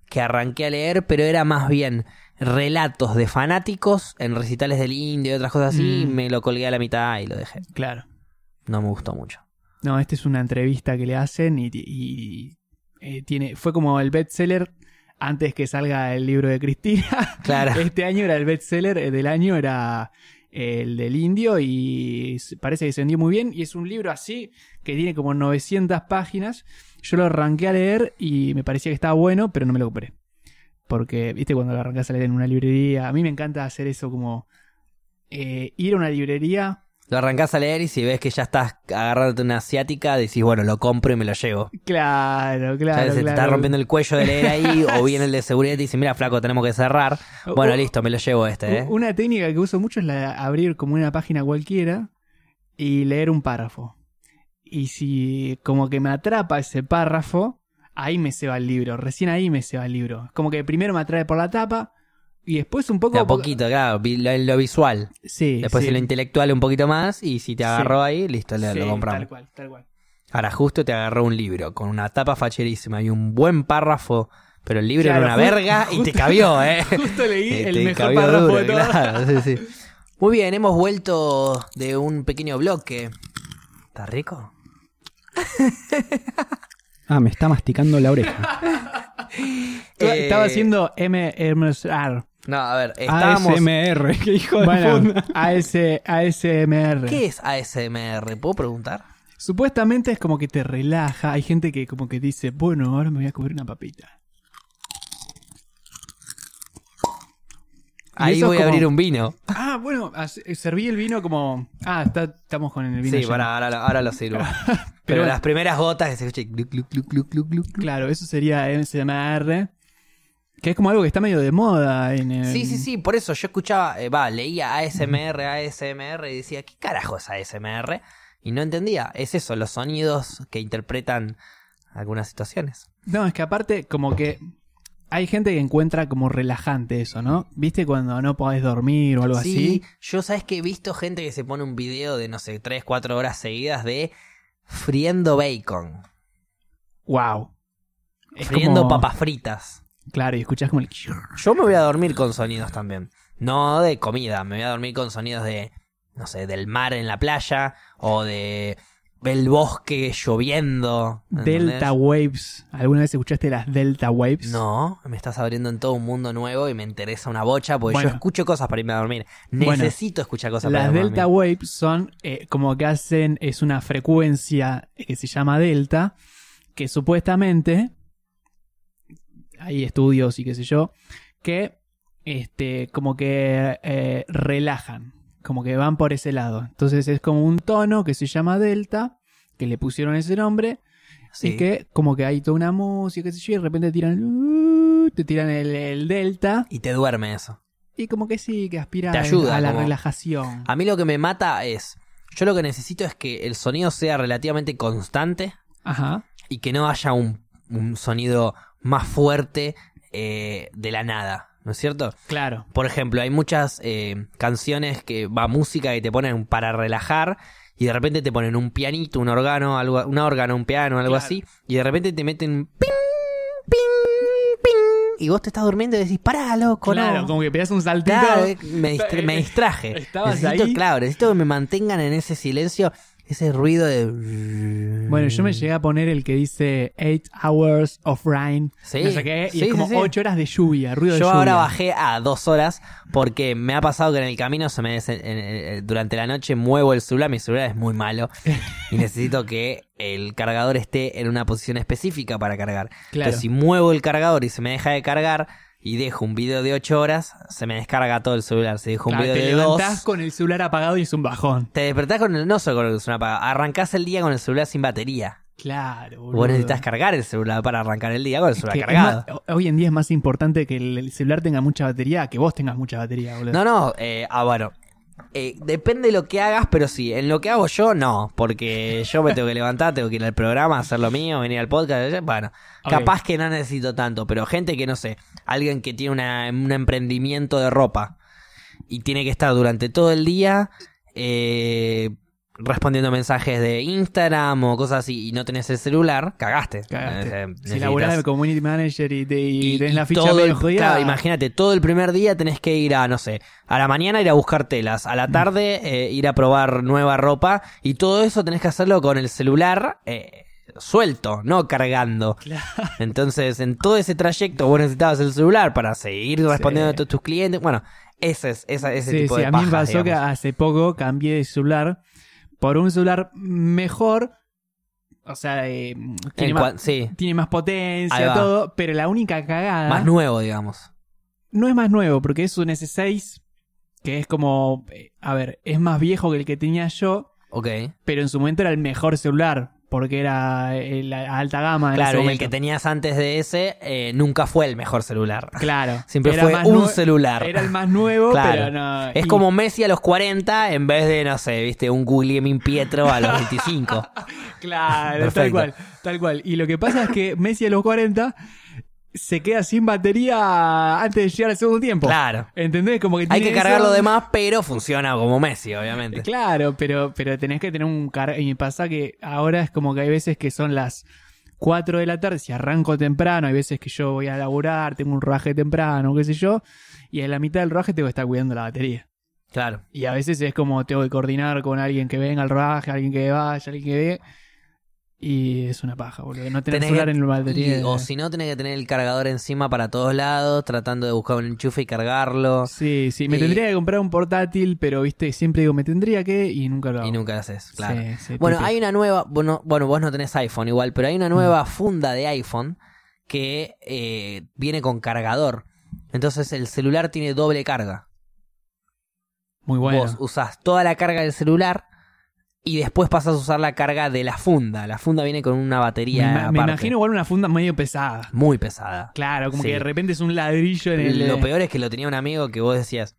[SPEAKER 1] Que arranqué a leer, pero era más bien relatos de fanáticos en recitales del indio y otras cosas así. y
[SPEAKER 2] Mm.
[SPEAKER 1] Me lo colgué a la mitad y lo dejé.
[SPEAKER 2] Claro.
[SPEAKER 1] No me gustó mucho.
[SPEAKER 2] No, esta es una entrevista que le hacen y, y- eh, tiene fue como el bestseller antes que salga el libro de Cristina.
[SPEAKER 1] Claro.
[SPEAKER 2] Este año era el bestseller eh, del año, era eh, el del indio y s- parece que se vendió muy bien. Y es un libro así que tiene como 900 páginas. Yo lo arranqué a leer y me parecía que estaba bueno, pero no me lo compré. Porque, viste, cuando lo arrancas a leer en una librería, a mí me encanta hacer eso como eh, ir a una librería,
[SPEAKER 1] Lo arrancás a leer y si ves que ya estás agarrándote una asiática, decís, bueno, lo compro y me lo llevo.
[SPEAKER 2] Claro,
[SPEAKER 1] Ya
[SPEAKER 2] claro.
[SPEAKER 1] se te está
[SPEAKER 2] claro.
[SPEAKER 1] rompiendo el cuello de leer ahí, o viene el de seguridad y te dice, mira, flaco, tenemos que cerrar. Bueno,
[SPEAKER 2] U-
[SPEAKER 1] listo, me lo llevo este, ¿eh?
[SPEAKER 2] u- Una técnica que uso mucho es la de abrir como una página cualquiera y leer un párrafo. Y si como que me atrapa ese párrafo, ahí me se va el libro. Recién ahí me se va el libro. Como que primero me atrae por la tapa y después un poco.
[SPEAKER 1] De a poquito, claro, vi- lo, lo visual.
[SPEAKER 2] Sí.
[SPEAKER 1] Después
[SPEAKER 2] sí.
[SPEAKER 1] lo intelectual un poquito más y si te
[SPEAKER 2] Sí.
[SPEAKER 1] agarró ahí, listo, le-
[SPEAKER 2] Sí,
[SPEAKER 1] lo compramos.
[SPEAKER 2] Tal cual, tal cual.
[SPEAKER 1] Ahora justo te agarró un libro con una tapa facherísima y un buen párrafo, pero el libro
[SPEAKER 2] Claro,
[SPEAKER 1] era una
[SPEAKER 2] ju-
[SPEAKER 1] verga y te
[SPEAKER 2] justo-
[SPEAKER 1] cabió, ¿eh?
[SPEAKER 2] Justo leí
[SPEAKER 1] Eh,
[SPEAKER 2] el
[SPEAKER 1] te
[SPEAKER 2] mejor
[SPEAKER 1] cabió
[SPEAKER 2] párrafo
[SPEAKER 1] duro,
[SPEAKER 2] de todo.
[SPEAKER 1] claro, sí, sí. Muy bien, hemos vuelto de un pequeño bloque. ¿Está rico?
[SPEAKER 3] Ah, me está masticando la oreja.
[SPEAKER 1] Eh,
[SPEAKER 2] Estaba haciendo MMR.
[SPEAKER 1] No, a ver, estábamos...
[SPEAKER 3] ASMR, qué hijo de
[SPEAKER 2] Bueno,
[SPEAKER 3] puta.
[SPEAKER 2] AS, ASMR.
[SPEAKER 1] ¿Qué es ASMR? ¿Puedo preguntar?
[SPEAKER 2] Supuestamente es como que te relaja. Hay gente que como que dice, bueno, ahora me voy a comer una papita. Y
[SPEAKER 1] Ahí
[SPEAKER 2] eso es
[SPEAKER 1] voy a
[SPEAKER 2] como-
[SPEAKER 1] abrir un vino.
[SPEAKER 2] Ah, bueno, as- eh, serví el vino como... Ah, está- estamos con el vino.
[SPEAKER 1] Sí,
[SPEAKER 2] ya.
[SPEAKER 1] para, ahora, lo- ahora lo sirvo. Pero,
[SPEAKER 2] Pero-
[SPEAKER 1] las primeras gotas que se escucha... gluc, gluc, gluc, gluc, gluc, gluc.
[SPEAKER 2] Claro, eso sería SMR. Que es como algo que está medio de moda en el-
[SPEAKER 1] Sí, sí, sí, por eso yo escuchaba, eh, va, leía ASMR, ASMR y decía, ¿qué carajo es ASMR? Y no entendía, es eso, los sonidos que interpretan algunas situaciones.
[SPEAKER 2] No, es que aparte, como que hay gente que encuentra como relajante eso, ¿no? ¿Viste cuando no podés dormir o algo
[SPEAKER 1] Sí, yo sabes que he visto gente que se pone un video de, no sé, 3, 4 horas seguidas de friendo bacon,
[SPEAKER 2] así? ¡Wow! Es
[SPEAKER 1] friendo
[SPEAKER 2] como-
[SPEAKER 1] papas fritas.
[SPEAKER 2] Claro, y escuchás como el.
[SPEAKER 1] Yo me voy a dormir con sonidos también, no de comida, me voy a dormir con sonidos de, no sé, del mar en la playa o de... del bosque lloviendo. ¿entendés?
[SPEAKER 2] Delta Waves. ¿Alguna vez escuchaste las Delta Waves?
[SPEAKER 1] No, me estás abriendo en todo un mundo nuevo y me interesa una bocha porque
[SPEAKER 2] Bueno.
[SPEAKER 1] yo escucho cosas para irme a dormir.
[SPEAKER 2] Bueno.
[SPEAKER 1] Necesito escuchar cosas para
[SPEAKER 2] Las
[SPEAKER 1] irme a
[SPEAKER 2] delta
[SPEAKER 1] dormir.
[SPEAKER 2] waves son eh, como que hacen, es una frecuencia eh, que se llama delta, que supuestamente, hay estudios y qué sé yo, que este, como que eh, relajan, como que van por ese lado. Entonces es como un tono que se llama delta, que le pusieron ese nombre,
[SPEAKER 1] Sí.
[SPEAKER 2] y que como que hay toda una música, qué sé yo, y de repente tiran, te tiran el, el delta,
[SPEAKER 1] Y te duerme eso.
[SPEAKER 2] y como que sí, que aspira
[SPEAKER 1] Te
[SPEAKER 2] a-
[SPEAKER 1] ayuda,
[SPEAKER 2] a la
[SPEAKER 1] como-
[SPEAKER 2] relajación.
[SPEAKER 1] A mí lo que me mata es, yo lo que necesito es que el sonido sea relativamente constante
[SPEAKER 2] Ajá.
[SPEAKER 1] y que no haya un, un sonido más fuerte eh, de la nada, ¿no es cierto?
[SPEAKER 2] Claro.
[SPEAKER 1] Por ejemplo, hay muchas eh, canciones que va música que te ponen para relajar y de repente te ponen un pianito, un órgano, algo, un órgano, un piano, algo
[SPEAKER 2] Claro.
[SPEAKER 1] así y de repente te meten ping, ping, ping y vos te estás durmiendo y decís pará loco,
[SPEAKER 2] Claro,
[SPEAKER 1] no.
[SPEAKER 2] como que pegas un saltito.
[SPEAKER 1] Claro, eh, me, distra- me distraje.
[SPEAKER 2] Estabas
[SPEAKER 1] necesito,
[SPEAKER 2] ahí.
[SPEAKER 1] claro, necesito que me mantengan en ese silencio, ese ruido de
[SPEAKER 2] Bueno, yo me llegué a poner el que dice 8 hours of rain.
[SPEAKER 1] Sí.
[SPEAKER 2] No sé qué, y
[SPEAKER 1] Sí,
[SPEAKER 2] es como
[SPEAKER 1] sí, sí.
[SPEAKER 2] 8 horas de lluvia, ruido de
[SPEAKER 1] Yo
[SPEAKER 2] lluvia.
[SPEAKER 1] ahora bajé a dos horas porque me ha pasado que en el camino se me des- en- en- en- durante la noche muevo el celular, mi celular es muy malo y necesito que el cargador esté en una posición específica para cargar.
[SPEAKER 2] Claro.
[SPEAKER 1] Entonces si muevo el cargador y se me deja de cargar y dejo un video de ocho horas, se me descarga todo el celular. Si dejo un
[SPEAKER 2] Claro,
[SPEAKER 1] video
[SPEAKER 2] te
[SPEAKER 1] de
[SPEAKER 2] levantás
[SPEAKER 1] dos,
[SPEAKER 2] con el celular apagado y es un bajón.
[SPEAKER 1] te despertás con el no solo con el celular apagado, arrancás el día con el celular sin batería.
[SPEAKER 2] Claro, boludo.
[SPEAKER 1] Vos necesitas cargar el celular para arrancar el día con el celular
[SPEAKER 2] Que es
[SPEAKER 1] cargado.
[SPEAKER 2] más- ho- hoy en día es más importante que el el celular tenga mucha batería que vos tengas mucha batería, boludo.
[SPEAKER 1] No, no, eh, ah, bueno. Eh, depende de lo que hagas, pero sí, en lo que hago yo, no. Porque yo me tengo que levantar, tengo que ir al programa, hacer lo mío, venir al podcast. eh, Bueno,
[SPEAKER 2] Ok.
[SPEAKER 1] capaz que no necesito tanto, pero gente que no sé, alguien que tiene una- un emprendimiento de ropa y tiene que estar durante todo el día eh, respondiendo mensajes de Instagram o cosas así y no tenés el celular, cagaste.
[SPEAKER 2] Cagaste.
[SPEAKER 1] Eh,
[SPEAKER 2] si
[SPEAKER 1] necesitas-
[SPEAKER 2] laburás de community manager y, te, y tenés la ficha
[SPEAKER 1] todo
[SPEAKER 2] medio
[SPEAKER 1] el-
[SPEAKER 2] jodida,
[SPEAKER 1] claro, imagínate, todo el primer día tenés que ir a, no sé, a la mañana ir a buscar telas, a la
[SPEAKER 2] Mm.
[SPEAKER 1] tarde eh, ir a probar nueva ropa y todo eso tenés que hacerlo con el celular eh, suelto, no cargando. Entonces, en todo ese trayecto vos necesitabas el celular para seguir respondiendo a todos tus clientes. Bueno, ese es esa- ese
[SPEAKER 2] sí,
[SPEAKER 1] tipo
[SPEAKER 2] sí,
[SPEAKER 1] de
[SPEAKER 2] a mí me
[SPEAKER 1] pajas,
[SPEAKER 2] pasó que
[SPEAKER 1] digamos.
[SPEAKER 2] hace poco cambié de celular por un celular mejor, o sea, eh, tiene,
[SPEAKER 1] En
[SPEAKER 2] más,
[SPEAKER 1] cua- sí,
[SPEAKER 2] tiene más
[SPEAKER 1] Ahí
[SPEAKER 2] potencia,
[SPEAKER 1] va.
[SPEAKER 2] todo, pero la única cagada
[SPEAKER 1] más nuevo, digamos.
[SPEAKER 2] no es más nuevo, porque es un S6 que es como, eh, a ver, es más viejo que el que tenía yo,
[SPEAKER 1] Ok.
[SPEAKER 2] pero en su momento era el mejor celular, porque era eh, la alta gama. en ese
[SPEAKER 1] Claro, y el
[SPEAKER 2] momento.
[SPEAKER 1] que tenías antes de ese eh, nunca fue el mejor celular.
[SPEAKER 2] Claro,
[SPEAKER 1] Siempre
[SPEAKER 2] era
[SPEAKER 1] fue
[SPEAKER 2] más
[SPEAKER 1] un
[SPEAKER 2] nue-
[SPEAKER 1] celular.
[SPEAKER 2] Era el más nuevo,
[SPEAKER 1] Claro.
[SPEAKER 2] pero no.
[SPEAKER 1] Es
[SPEAKER 2] y-
[SPEAKER 1] como Messi a los 40 en vez de, no sé, viste, un Guglielmin Pietro a los 25.
[SPEAKER 2] Claro, tal
[SPEAKER 1] Perfecto.
[SPEAKER 2] cual, tal cual. Y lo que pasa es que Messi a los 40 se queda sin batería antes de llegar al segundo tiempo.
[SPEAKER 1] Claro.
[SPEAKER 2] ¿Entendés? Como que
[SPEAKER 1] Hay
[SPEAKER 2] tiene
[SPEAKER 1] que cargar
[SPEAKER 2] eso.
[SPEAKER 1] lo demás, pero funciona como Messi, obviamente.
[SPEAKER 2] Claro, pero, pero tenés que tener un cargo. Y me pasa que ahora es como que hay veces que son las 4 de la tarde, si arranco temprano, hay veces que yo voy a laburar, tengo un rodaje temprano, qué sé yo, y en la mitad del rodaje tengo que estar cuidando la batería.
[SPEAKER 1] Claro.
[SPEAKER 2] Y a veces es como tengo que coordinar con alguien que venga al rodaje, alguien que vaya, alguien que ve. Y es una paja, boludo. No tener
[SPEAKER 1] Tenés
[SPEAKER 2] celular
[SPEAKER 1] que-
[SPEAKER 2] en la batería.
[SPEAKER 1] y- o si no, tenés que tener el cargador encima para todos lados, tratando de buscar un enchufe y cargarlo.
[SPEAKER 2] Sí, sí. Me
[SPEAKER 1] Y-
[SPEAKER 2] tendría que comprar un portátil, pero viste, siempre digo, me tendría que y nunca lo hago.
[SPEAKER 1] Y nunca lo haces, claro.
[SPEAKER 2] Sí, sí,
[SPEAKER 1] Bueno,
[SPEAKER 2] típico.
[SPEAKER 1] hay una nueva. Bueno, bueno, vos no tenés iPhone igual, pero hay una nueva funda de iPhone que eh, viene con cargador. Entonces el celular tiene doble carga.
[SPEAKER 2] Muy bueno.
[SPEAKER 1] Vos usás toda la carga del celular y después pasas a usar la carga de la funda. La funda viene con una batería
[SPEAKER 2] me, me
[SPEAKER 1] aparte.
[SPEAKER 2] imagino igual una funda medio pesada.
[SPEAKER 1] muy pesada.
[SPEAKER 2] Claro, como
[SPEAKER 1] Sí.
[SPEAKER 2] que de repente es un ladrillo en el.
[SPEAKER 1] Lo peor es que lo tenía un amigo que vos decías,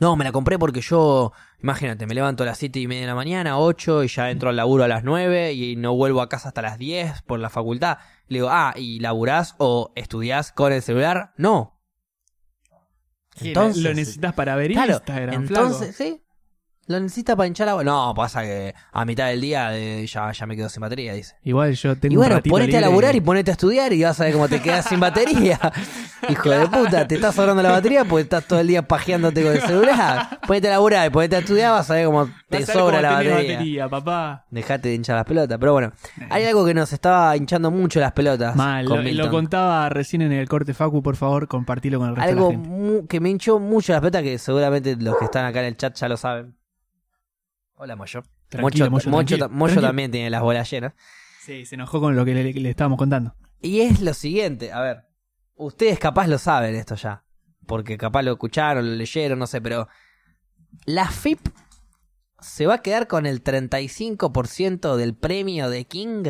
[SPEAKER 1] no, me la compré porque yo, imagínate, me levanto a las siete y media de la mañana, 8, y ya entro al laburo a las 9 y no vuelvo a casa hasta las 10 por la facultad. Le digo, ah, ¿y laburás o estudiás con el celular? No.
[SPEAKER 2] que lo necesitas para ver
[SPEAKER 1] Claro,
[SPEAKER 2] Instagram.
[SPEAKER 1] entonces, sí. Lo necesita para hinchar agua. No, pasa que a mitad del día eh, ya, ya me quedo sin batería, dice.
[SPEAKER 2] flaco. Igual yo tengo
[SPEAKER 1] y
[SPEAKER 2] un
[SPEAKER 1] bueno,
[SPEAKER 2] ratito
[SPEAKER 1] ponete a
[SPEAKER 2] libre.
[SPEAKER 1] laburar y ponete a estudiar y vas a ver cómo te quedas sin batería. Hijo de puta, te estás sobrando la batería porque estás todo el día pajeándote con el celular. Ponete a laburar y ponete a estudiar, vas a ver cómo te
[SPEAKER 2] Vas a ver
[SPEAKER 1] sobra
[SPEAKER 2] cómo
[SPEAKER 1] la
[SPEAKER 2] tenés
[SPEAKER 1] batería.
[SPEAKER 2] papá.
[SPEAKER 1] Dejate de hinchar las pelotas. Pero bueno, hay algo que nos estaba hinchando mucho las pelotas.
[SPEAKER 2] Mal,
[SPEAKER 1] con
[SPEAKER 2] lo, lo
[SPEAKER 1] Milton.
[SPEAKER 2] contaba recién en el corte Facu, por favor, compartilo con el resto
[SPEAKER 1] Algo
[SPEAKER 2] de la gente.
[SPEAKER 1] mu- que me hinchó mucho las pelotas, que seguramente los que están acá en el chat ya lo saben. Hola, Moyo.
[SPEAKER 2] Tranquilo,
[SPEAKER 1] Mocho,
[SPEAKER 2] Moyo,
[SPEAKER 1] Mocho
[SPEAKER 2] tranquilo,
[SPEAKER 1] ta- Moyo
[SPEAKER 2] tranquilo.
[SPEAKER 1] también tiene las bolas llenas.
[SPEAKER 2] Sí, se enojó con lo que le, le estábamos contando.
[SPEAKER 1] Y es lo siguiente, a ver, ustedes capaz lo saben esto ya, porque capaz lo escucharon, lo leyeron, no sé, pero la FIP se va a quedar con el 35% del premio de King,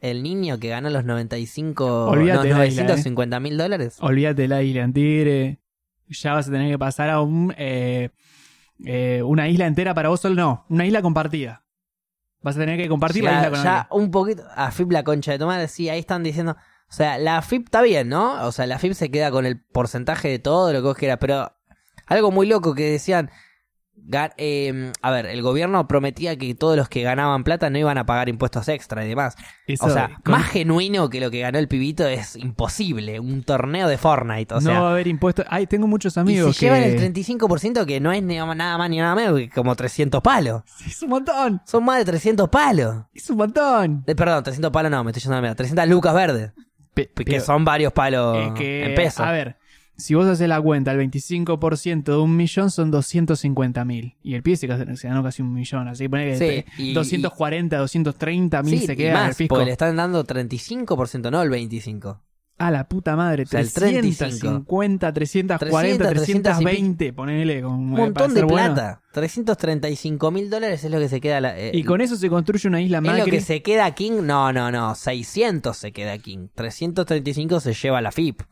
[SPEAKER 1] el niño que ganó los 95,
[SPEAKER 2] Olvídate, eh.
[SPEAKER 1] no,
[SPEAKER 2] Laila,
[SPEAKER 1] 950 mil dólares.
[SPEAKER 2] Olvídate de la isla en Tigre. Ya vas a tener que pasar a un, eh, eh, una isla entera para vos solo. No, una isla compartida. Vas a tener que compartir la
[SPEAKER 1] Ya,
[SPEAKER 2] isla con
[SPEAKER 1] ya
[SPEAKER 2] alguien.
[SPEAKER 1] un poquito, a FIP la concha de tomar, sí, ahí están diciendo, o sea, la FIP está bien, ¿no? O sea, la FIP se queda con el porcentaje de todo lo que vos quieras, pero algo muy loco que decían, ga- eh, a ver, el gobierno prometía que todos los que ganaban plata no iban a pagar impuestos extra y demás.
[SPEAKER 2] Eso,
[SPEAKER 1] o sea,
[SPEAKER 2] con-
[SPEAKER 1] más genuino que lo que ganó el pibito es imposible, un torneo de Fortnite, o
[SPEAKER 2] no
[SPEAKER 1] sea...
[SPEAKER 2] va a haber impuestos. Ay, tengo muchos
[SPEAKER 1] Y
[SPEAKER 2] amigos
[SPEAKER 1] se
[SPEAKER 2] que.
[SPEAKER 1] llevan el 35% que no es ni- nada más ni nada menos que como 300 palos.
[SPEAKER 2] Es un montón.
[SPEAKER 1] Son más de 300 palos.
[SPEAKER 2] Es un montón.
[SPEAKER 1] Eh, perdón, 300 palos no, me estoy yendo a la mierda. 300 lucas verdes. Que
[SPEAKER 2] Pero-
[SPEAKER 1] son varios palos
[SPEAKER 2] Es que,
[SPEAKER 1] en peso.
[SPEAKER 2] A ver, si vos haces la cuenta, el 25% de un millón son 250 mil. Y el pie se ca- se ganó casi un millón. Así que ponele que
[SPEAKER 1] Sí,
[SPEAKER 2] este,
[SPEAKER 1] y-
[SPEAKER 2] 240, 230 mil
[SPEAKER 1] Sí,
[SPEAKER 2] se
[SPEAKER 1] y
[SPEAKER 2] queda en el
[SPEAKER 1] más,
[SPEAKER 2] fisco.
[SPEAKER 1] porque le están dando 35%, no el 25%.
[SPEAKER 2] A la puta madre,
[SPEAKER 1] sea, el
[SPEAKER 2] 350, 340,
[SPEAKER 1] 300,
[SPEAKER 2] 320, ponele. Con,
[SPEAKER 1] Un
[SPEAKER 2] para
[SPEAKER 1] montón de
[SPEAKER 2] ser bueno.
[SPEAKER 1] plata. 335 mil dólares es lo que se queda. la- eh,
[SPEAKER 2] Y con eso se construye una isla
[SPEAKER 1] es lo
[SPEAKER 2] Macri.
[SPEAKER 1] que se queda King. No, no, no. 600 se queda King. 335 se lleva la FIP.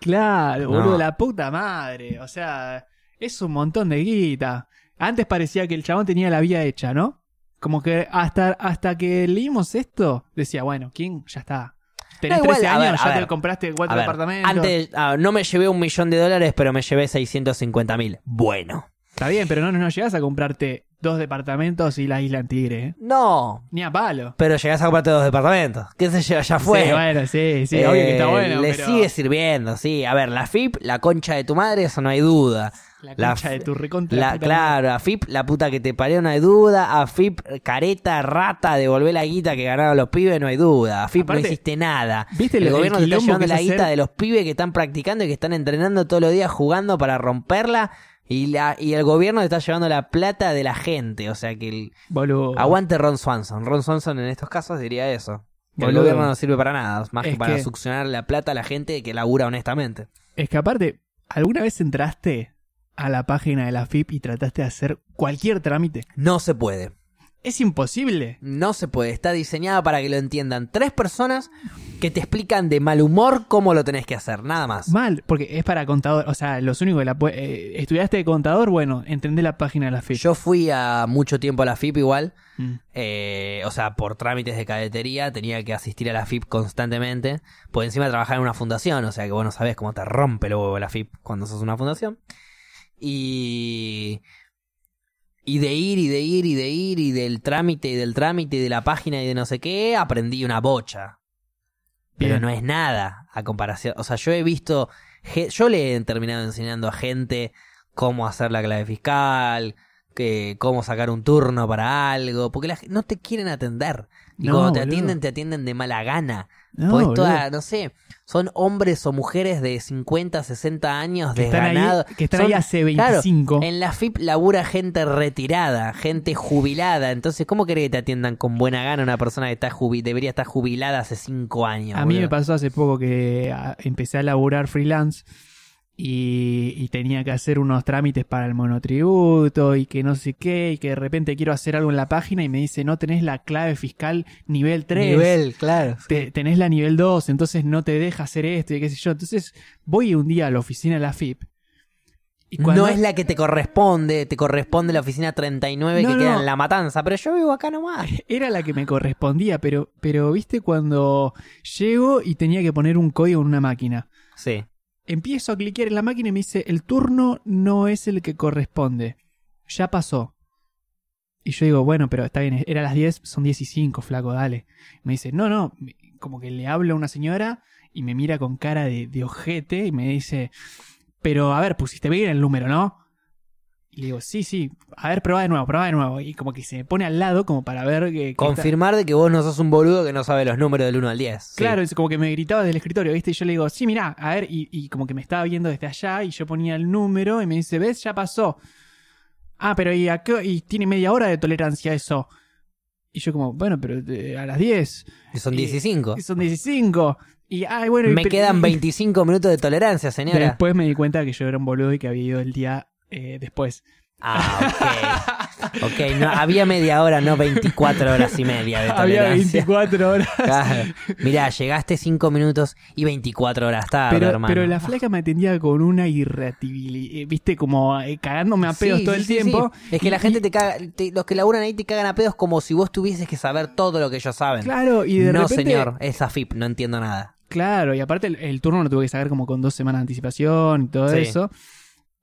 [SPEAKER 2] Claro,
[SPEAKER 1] No.
[SPEAKER 2] boludo, la puta madre. O sea, es un montón de guita. Antes parecía que el chabón tenía la vía hecha, ¿no? Como que hasta, hasta que leímos esto, decía, bueno, King, ya está. Tenés
[SPEAKER 1] No, igual,
[SPEAKER 2] 13
[SPEAKER 1] a
[SPEAKER 2] años,
[SPEAKER 1] ver, a
[SPEAKER 2] ya te
[SPEAKER 1] ver,
[SPEAKER 2] compraste
[SPEAKER 1] A
[SPEAKER 2] cuatro
[SPEAKER 1] ver,
[SPEAKER 2] departamentos.
[SPEAKER 1] antes, ah, no me llevé un millón de dólares, pero me llevé 650 mil. Bueno.
[SPEAKER 2] Está bien, pero no, no llegas a comprarte dos departamentos y la isla en Tigre, ¿eh?
[SPEAKER 1] No,
[SPEAKER 2] Ni a palo.
[SPEAKER 1] pero llegás a comprarte dos departamentos. ¿Qué se lleva? Ya fue.
[SPEAKER 2] Sí, bueno, sí, sí, obvio que está
[SPEAKER 1] Eh,
[SPEAKER 2] bueno,
[SPEAKER 1] Le
[SPEAKER 2] pero
[SPEAKER 1] sigue sirviendo, sí. A ver, la FIP, la concha de tu madre, eso no hay duda.
[SPEAKER 2] la
[SPEAKER 1] la-
[SPEAKER 2] concha de tu recontra.
[SPEAKER 1] La-
[SPEAKER 2] puta madre.
[SPEAKER 1] claro, a FIP, la puta que te parió, no hay duda. A FIP, careta, rata, devolver la guita que ganaron los pibes, no hay duda. A FIP no
[SPEAKER 2] Aparte,
[SPEAKER 1] hiciste nada.
[SPEAKER 2] ¿viste el-
[SPEAKER 1] el
[SPEAKER 2] el
[SPEAKER 1] gobierno te está
[SPEAKER 2] quilombo
[SPEAKER 1] llevando
[SPEAKER 2] que es
[SPEAKER 1] la guita
[SPEAKER 2] hacer?
[SPEAKER 1] de los pibes que están practicando y que están entrenando todos los días jugando para romperla. Y, la, y el gobierno te está llevando la plata de la gente. O sea que el-
[SPEAKER 2] Boludo.
[SPEAKER 1] aguante Ron Swanson. Ron Swanson en estos casos diría eso. Que el
[SPEAKER 2] Boludo.
[SPEAKER 1] gobierno no sirve para nada, más
[SPEAKER 2] Es
[SPEAKER 1] que para
[SPEAKER 2] que-
[SPEAKER 1] succionar la plata a la gente que labura honestamente.
[SPEAKER 2] Es que aparte, ¿alguna vez entraste a la página de la FIP y trataste de hacer cualquier trámite?
[SPEAKER 1] No se puede.
[SPEAKER 2] Es imposible.
[SPEAKER 1] No se puede. Está diseñada para que lo entiendan tres personas que te explican de mal humor cómo lo tenés que hacer, nada más.
[SPEAKER 2] Mal, porque es para contador. O sea, los únicos que la pue- eh, estudiaste de contador, bueno, entendé la página de la FIP.
[SPEAKER 1] Yo fui a mucho tiempo a la FIP igual,
[SPEAKER 2] Mm.
[SPEAKER 1] eh, o sea, por trámites de cadetería, tenía que asistir a la FIP constantemente, por encima trabajar en una fundación, o sea que vos no sabés cómo te rompe el huevo la FIP cuando sos una fundación. Y... Y de ir y de ir y de ir y del trámite y del trámite y de la página y de no sé qué, aprendí una bocha. Pero
[SPEAKER 2] Bien.
[SPEAKER 1] no es nada a comparación. O sea, yo he visto. ge- Yo le he terminado enseñando a gente cómo hacer la clave fiscal, que, cómo sacar un turno para algo, porque la, ge- no te quieren atender. Y
[SPEAKER 2] No,
[SPEAKER 1] cuando te
[SPEAKER 2] boludo.
[SPEAKER 1] atienden, pues te atienden de mala gana.
[SPEAKER 2] No,
[SPEAKER 1] Podés
[SPEAKER 2] boludo.
[SPEAKER 1] toda- no sé, son hombres o mujeres de 50, 60 años,
[SPEAKER 2] que están,
[SPEAKER 1] desganados.
[SPEAKER 2] ahí, que están
[SPEAKER 1] Son-
[SPEAKER 2] ahí hace
[SPEAKER 1] claro,
[SPEAKER 2] 25.
[SPEAKER 1] en la FIP labura gente retirada, gente jubilada. Entonces, ¿cómo querés que te atiendan con buena gana una persona que está jubi- debería estar jubilada hace cinco años?
[SPEAKER 2] a mí me
[SPEAKER 1] boludo?
[SPEAKER 2] pasó hace poco que ah, empecé a laburar freelance y, y tenía que hacer unos trámites para el monotributo y que no sé qué, y que de repente quiero hacer algo en la página y me dice, no tenés la clave fiscal nivel 3.
[SPEAKER 1] Nivel, claro.
[SPEAKER 2] te- tenés la nivel 2, entonces no te deja hacer esto y qué sé yo. Entonces voy un día a la oficina de la FIP. Y
[SPEAKER 1] No es la que te corresponde, te corresponde la oficina 39
[SPEAKER 2] No,
[SPEAKER 1] que queda
[SPEAKER 2] no.
[SPEAKER 1] en La Matanza, pero yo vivo acá nomás.
[SPEAKER 2] Era la que me correspondía, pero, pero viste cuando llego y tenía que poner un código en una máquina.
[SPEAKER 1] Sí.
[SPEAKER 2] Empiezo a cliquear en la máquina y me dice, el turno no es el que corresponde. Ya pasó. Y yo digo, bueno, pero está bien, era las 10, son 15, flaco, dale. Me dice, no, no, me- como que le hablo a una señora y me mira con cara de, de ojete y me dice, pero a ver, pusiste bien el número, ¿no? Y le digo, sí, sí, a ver, probá de nuevo, probá de nuevo. Y como que se me pone al lado como para ver que... que está-
[SPEAKER 1] Confirmar de que vos no sos un boludo que no sabe los números del 1 al 10. Sí.
[SPEAKER 2] Claro, es como que me gritaba desde el escritorio, ¿viste? Y yo le digo, sí, mirá, a ver, y, y como que me estaba viendo desde allá y yo ponía el número y me dice, ¿ves? Ya pasó. Ah, pero ¿y, a qué- y tiene media hora de tolerancia eso? Y yo como, bueno, pero eh, a las 10,
[SPEAKER 1] Y Son
[SPEAKER 2] Y-
[SPEAKER 1] 15.
[SPEAKER 2] son 15. Y, ay, bueno, y
[SPEAKER 1] Me
[SPEAKER 2] pero-
[SPEAKER 1] quedan
[SPEAKER 2] y-
[SPEAKER 1] 25 minutos de tolerancia, señora.
[SPEAKER 2] Después me di cuenta que yo era un boludo y que había ido el día eh, después.
[SPEAKER 1] Ah, ok. Ok, no, había media hora, no 24 horas y media de tolerancia.
[SPEAKER 2] Había 24 horas.
[SPEAKER 1] Claro. Mirá, llegaste 5 minutos y 24 horas tarde,
[SPEAKER 2] Pero,
[SPEAKER 1] hermano.
[SPEAKER 2] pero la flaca me atendía con una irritabilidad, viste, como eh, cagándome a pedos
[SPEAKER 1] Sí,
[SPEAKER 2] todo
[SPEAKER 1] sí,
[SPEAKER 2] el
[SPEAKER 1] sí,
[SPEAKER 2] tiempo.
[SPEAKER 1] sí. Es que la
[SPEAKER 2] Y-
[SPEAKER 1] gente te caga, te- los que laburan ahí te cagan a pedos como si vos tuvieses que saber todo lo que ellos saben.
[SPEAKER 2] Claro, y de
[SPEAKER 1] no,
[SPEAKER 2] repente.
[SPEAKER 1] señor, es AFIP, no entiendo nada.
[SPEAKER 2] Claro, y aparte el, el turno lo tuve que sacar como con dos semanas de anticipación y todo
[SPEAKER 1] Sí.
[SPEAKER 2] eso.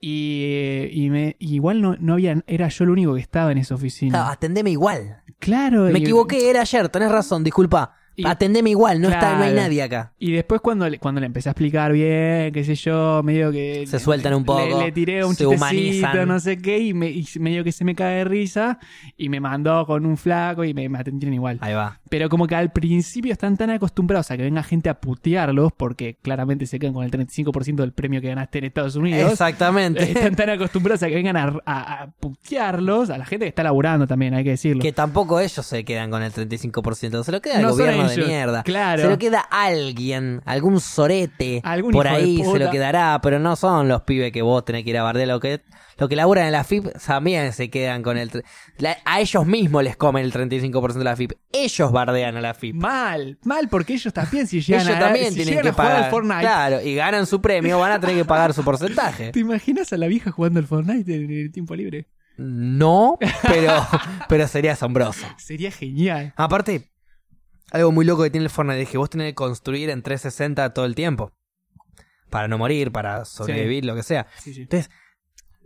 [SPEAKER 2] Y, eh, y me, y igual no, no había, era yo el único que estaba en esa
[SPEAKER 1] Claro,
[SPEAKER 2] oficina.
[SPEAKER 1] atendeme igual.
[SPEAKER 2] Claro.
[SPEAKER 1] Me
[SPEAKER 2] y-
[SPEAKER 1] equivoqué, era ayer, tenés razón, disculpa.
[SPEAKER 2] Y-
[SPEAKER 1] Atendeme igual, no, está, no hay
[SPEAKER 2] Claro.
[SPEAKER 1] nadie acá.
[SPEAKER 2] Y después cuando le, cuando le empecé a explicar bien, qué sé yo, medio que...
[SPEAKER 1] Se sueltan un poco,
[SPEAKER 2] Le, le tiré un
[SPEAKER 1] se
[SPEAKER 2] chistecito,
[SPEAKER 1] humanizan.
[SPEAKER 2] no sé qué, y, me, y medio que se me cae de risa, y me mandó con un flaco y me, me atendieron igual.
[SPEAKER 1] Ahí va.
[SPEAKER 2] Pero como que al principio están tan acostumbrados a que venga gente a putearlos, porque claramente se quedan con el 35% del premio que ganaste en Estados Unidos.
[SPEAKER 1] Exactamente.
[SPEAKER 2] Están tan acostumbrados a que vengan a, a- a putearlos, a la gente que está laburando también, hay que decirlo.
[SPEAKER 1] que tampoco ellos se quedan con el 35%, se lo queda el
[SPEAKER 2] No son
[SPEAKER 1] gobierno de
[SPEAKER 2] ellos,
[SPEAKER 1] mierda.
[SPEAKER 2] claro.
[SPEAKER 1] Se lo queda alguien, algún sorete
[SPEAKER 2] Algún
[SPEAKER 1] por
[SPEAKER 2] hijo de
[SPEAKER 1] ahí se
[SPEAKER 2] puta.
[SPEAKER 1] lo quedará, pero no son los pibes que vos tenés que ir a bardear. Lo que, lo que laburan en la FIP también se quedan con el... tre- la- a ellos mismos les comen el 35% de la FIP. Ellos bardean a la FIP.
[SPEAKER 2] Mal, mal, porque ellos también si llegan
[SPEAKER 1] ellos
[SPEAKER 2] a,
[SPEAKER 1] también
[SPEAKER 2] si
[SPEAKER 1] tienen
[SPEAKER 2] llegan
[SPEAKER 1] que
[SPEAKER 2] a jugar
[SPEAKER 1] pagar.
[SPEAKER 2] al Fortnite.
[SPEAKER 1] Claro, y ganan su premio, van a tener que pagar su porcentaje.
[SPEAKER 2] ¿Te imaginas a la vieja jugando al Fortnite en el tiempo libre?
[SPEAKER 1] No, pero, pero sería asombroso.
[SPEAKER 2] Sería genial.
[SPEAKER 1] Aparte, algo muy loco que tiene el Fortnite es que vos tenés que construir en 360 todo el tiempo. Para no morir, para sobrevivir, lo que sea.
[SPEAKER 2] Sí, sí.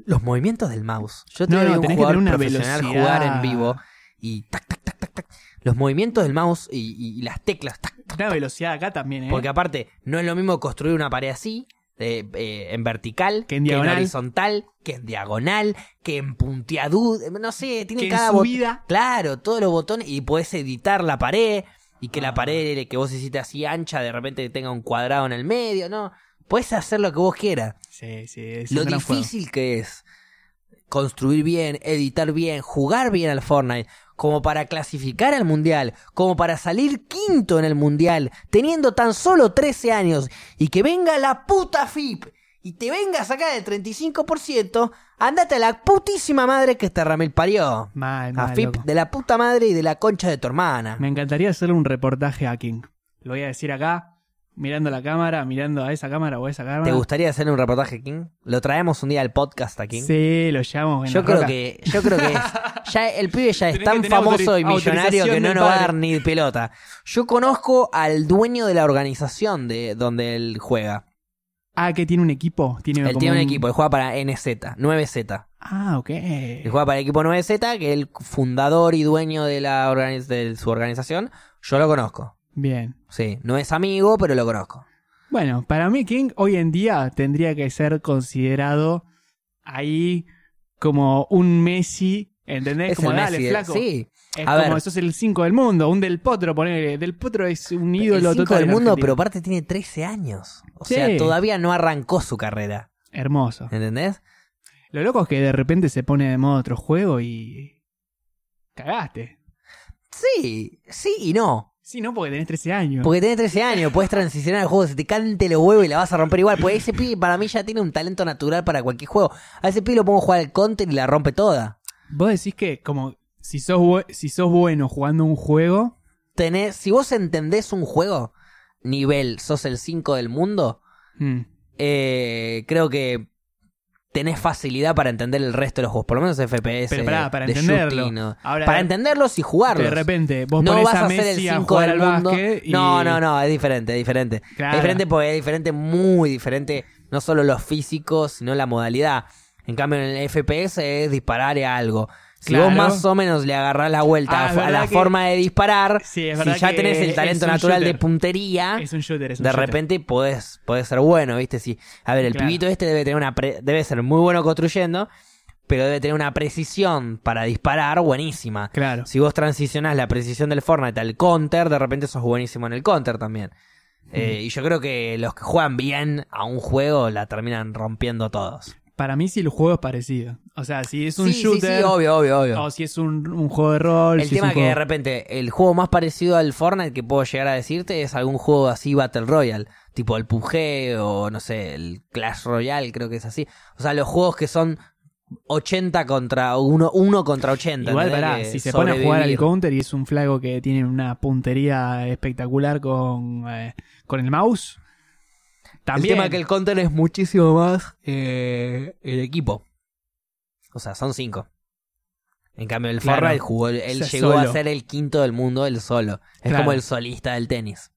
[SPEAKER 1] Los movimientos del mouse. Yo te
[SPEAKER 2] No,
[SPEAKER 1] vi
[SPEAKER 2] no,
[SPEAKER 1] un
[SPEAKER 2] tenés que
[SPEAKER 1] jugador
[SPEAKER 2] tener una
[SPEAKER 1] profesional
[SPEAKER 2] velocidad.
[SPEAKER 1] jugar en vivo y tac, tac, tac, tac, tac. Los movimientos del mouse y, y- y las teclas, tac.
[SPEAKER 2] Una velocidad acá también, ¿eh?
[SPEAKER 1] Porque aparte, no es lo mismo construir una pared así, eh, eh, en vertical,
[SPEAKER 2] Que en diagonal.
[SPEAKER 1] horizontal, que en diagonal, que en punteadud. No sé, tiene
[SPEAKER 2] que en
[SPEAKER 1] cada
[SPEAKER 2] su
[SPEAKER 1] bot-
[SPEAKER 2] vida...
[SPEAKER 1] Claro, todos los botones y podés editar la pared y que
[SPEAKER 2] Ah.
[SPEAKER 1] la pared que vos hiciste así ancha de repente tenga un cuadrado en el medio, ¿no? Podés hacer lo que vos quieras.
[SPEAKER 2] Sí, sí, es
[SPEAKER 1] lo
[SPEAKER 2] un gran juego.
[SPEAKER 1] difícil que es construir bien, editar bien, jugar bien al Fortnite, como para clasificar al Mundial, como para salir quinto en el Mundial, teniendo tan solo 13 años y que venga la puta FIP. Y te venga a sacar el 35%, andate a la putísima madre que te ramel parió.
[SPEAKER 2] Mal, mal,
[SPEAKER 1] A Fip
[SPEAKER 2] loco.
[SPEAKER 1] de la puta madre y de la concha de tu hermana.
[SPEAKER 2] Me encantaría hacer un reportaje a King. Lo voy a decir acá, mirando la cámara, mirando a esa cámara o a esa cámara.
[SPEAKER 1] ¿Te gustaría hacer un reportaje, King? Lo traemos un día al podcast a King.
[SPEAKER 2] Sí, lo llamo.
[SPEAKER 1] Yo creo que, yo creo que es- ya el pibe ya es
[SPEAKER 2] Tenés
[SPEAKER 1] tan
[SPEAKER 2] que tener
[SPEAKER 1] famoso
[SPEAKER 2] autori-
[SPEAKER 1] y millonario
[SPEAKER 2] autorización
[SPEAKER 1] que no
[SPEAKER 2] del
[SPEAKER 1] nos va a dar
[SPEAKER 2] padre.
[SPEAKER 1] ni pelota. Yo conozco al dueño de la organización de donde él juega.
[SPEAKER 2] Ah, que tiene un equipo. Tiene
[SPEAKER 1] Él
[SPEAKER 2] como
[SPEAKER 1] tiene un equipo, él juega para NZ, 9Z.
[SPEAKER 2] Ah, ok.
[SPEAKER 1] Él juega para el equipo 9Z, que es el fundador y dueño de, la organiz- de su organización. Yo lo conozco.
[SPEAKER 2] Bien.
[SPEAKER 1] Sí, no es amigo, pero lo conozco.
[SPEAKER 2] Bueno, para mí King hoy en día tendría que ser considerado ahí como un Messi, ¿entendés? como
[SPEAKER 1] el
[SPEAKER 2] dale,
[SPEAKER 1] Messi de-
[SPEAKER 2] flaco.
[SPEAKER 1] Sí,
[SPEAKER 2] es
[SPEAKER 1] a
[SPEAKER 2] como
[SPEAKER 1] ver.
[SPEAKER 2] eso es el 5 del mundo, un del potro, ponele. Del potro es un
[SPEAKER 1] el
[SPEAKER 2] ídolo
[SPEAKER 1] cinco
[SPEAKER 2] total.
[SPEAKER 1] del
[SPEAKER 2] en
[SPEAKER 1] mundo, pero
[SPEAKER 2] Argentina.
[SPEAKER 1] aparte tiene 13 años. O
[SPEAKER 2] Sí.
[SPEAKER 1] sea, todavía no arrancó su carrera.
[SPEAKER 2] Hermoso.
[SPEAKER 1] ¿Entendés?
[SPEAKER 2] Lo loco es que de repente se pone de moda otro juego y. cagaste.
[SPEAKER 1] Sí, sí y no.
[SPEAKER 2] Sí, no, porque tenés 13 años.
[SPEAKER 1] Porque tenés 13 años, puedes transicionar al juego, se te cante los huevos y la vas a romper igual. Porque ese pibe para mí ya tiene un talento natural para cualquier juego. A ese pibe lo pongo a jugar al counter y la rompe toda.
[SPEAKER 2] Vos decís que, como, si sos, bu- si sos bueno jugando un juego,
[SPEAKER 1] Tenés, si vos entendés un juego, nivel, sos el 5 del mundo,
[SPEAKER 2] mm,
[SPEAKER 1] eh, creo que tenés facilidad para entender el resto de los juegos, por lo menos FPS.
[SPEAKER 2] Pero pará, para
[SPEAKER 1] de
[SPEAKER 2] entenderlo.
[SPEAKER 1] shooting, ¿no?
[SPEAKER 2] Ahora-
[SPEAKER 1] para entenderlos y
[SPEAKER 2] de
[SPEAKER 1] jugarlos.
[SPEAKER 2] repente vos
[SPEAKER 1] no
[SPEAKER 2] ponés
[SPEAKER 1] vas
[SPEAKER 2] a
[SPEAKER 1] a
[SPEAKER 2] Messi
[SPEAKER 1] ser el
[SPEAKER 2] a
[SPEAKER 1] 5
[SPEAKER 2] jugar al
[SPEAKER 1] del mundo.
[SPEAKER 2] básquet y...
[SPEAKER 1] No, no, no, es diferente, es diferente.
[SPEAKER 2] Claro.
[SPEAKER 1] Es diferente porque es diferente, muy diferente, no solo los físicos, sino la modalidad. En cambio, en el FPS es disparar a algo. Si
[SPEAKER 2] Claro.
[SPEAKER 1] vos más o menos le agarrás la
[SPEAKER 2] Ah,
[SPEAKER 1] vuelta
[SPEAKER 2] es
[SPEAKER 1] a- a
[SPEAKER 2] verdad
[SPEAKER 1] la
[SPEAKER 2] que-
[SPEAKER 1] forma de disparar,
[SPEAKER 2] Sí, es
[SPEAKER 1] si
[SPEAKER 2] verdad
[SPEAKER 1] ya
[SPEAKER 2] que
[SPEAKER 1] tenés el
[SPEAKER 2] es
[SPEAKER 1] talento
[SPEAKER 2] un
[SPEAKER 1] natural de
[SPEAKER 2] shooter.
[SPEAKER 1] puntería,
[SPEAKER 2] Es un shooter, es un
[SPEAKER 1] de
[SPEAKER 2] shooter.
[SPEAKER 1] repente podés, podés ser bueno, ¿viste? Sí. A ver, el
[SPEAKER 2] Claro.
[SPEAKER 1] pibito este debe tener una pre- debe ser muy bueno construyendo, pero debe tener una precisión para disparar buenísima.
[SPEAKER 2] Claro.
[SPEAKER 1] Si vos transicionás la precisión del Fortnite al counter, de repente sos buenísimo en el counter también. Eh, y yo creo que los que juegan bien a un juego la terminan rompiendo todos.
[SPEAKER 2] Para mí, si el juego es parecido. O sea, si es un
[SPEAKER 1] sí, sí,
[SPEAKER 2] shooter. Ah,
[SPEAKER 1] sí, obvio, obvio, obvio.
[SPEAKER 2] O si es un, un juego de rol.
[SPEAKER 1] El
[SPEAKER 2] si es
[SPEAKER 1] tema
[SPEAKER 2] un
[SPEAKER 1] que de
[SPEAKER 2] juego-
[SPEAKER 1] repente el juego más parecido al Fortnite que puedo llegar a decirte es algún juego así Battle Royale, tipo el PUBG o no sé, el Clash Royale, creo que es así. O sea, los juegos que son 80 contra 1, 1 contra 80.
[SPEAKER 2] Igual,
[SPEAKER 1] ¿entendés?
[SPEAKER 2] pará,
[SPEAKER 1] Que
[SPEAKER 2] si se pone a jugar al
[SPEAKER 1] sobrevivir.
[SPEAKER 2] counter y es un flaco que tiene una puntería espectacular con, eh, con el mouse. También.
[SPEAKER 1] El tema que el counter es muchísimo más eh, el equipo. O sea, son cinco. En cambio, el
[SPEAKER 2] Claro.
[SPEAKER 1] Fortnite jugó, él
[SPEAKER 2] O sea,
[SPEAKER 1] llegó
[SPEAKER 2] solo.
[SPEAKER 1] a ser el quinto del mundo, él solo. Es
[SPEAKER 2] Claro.
[SPEAKER 1] como el solista del tenis,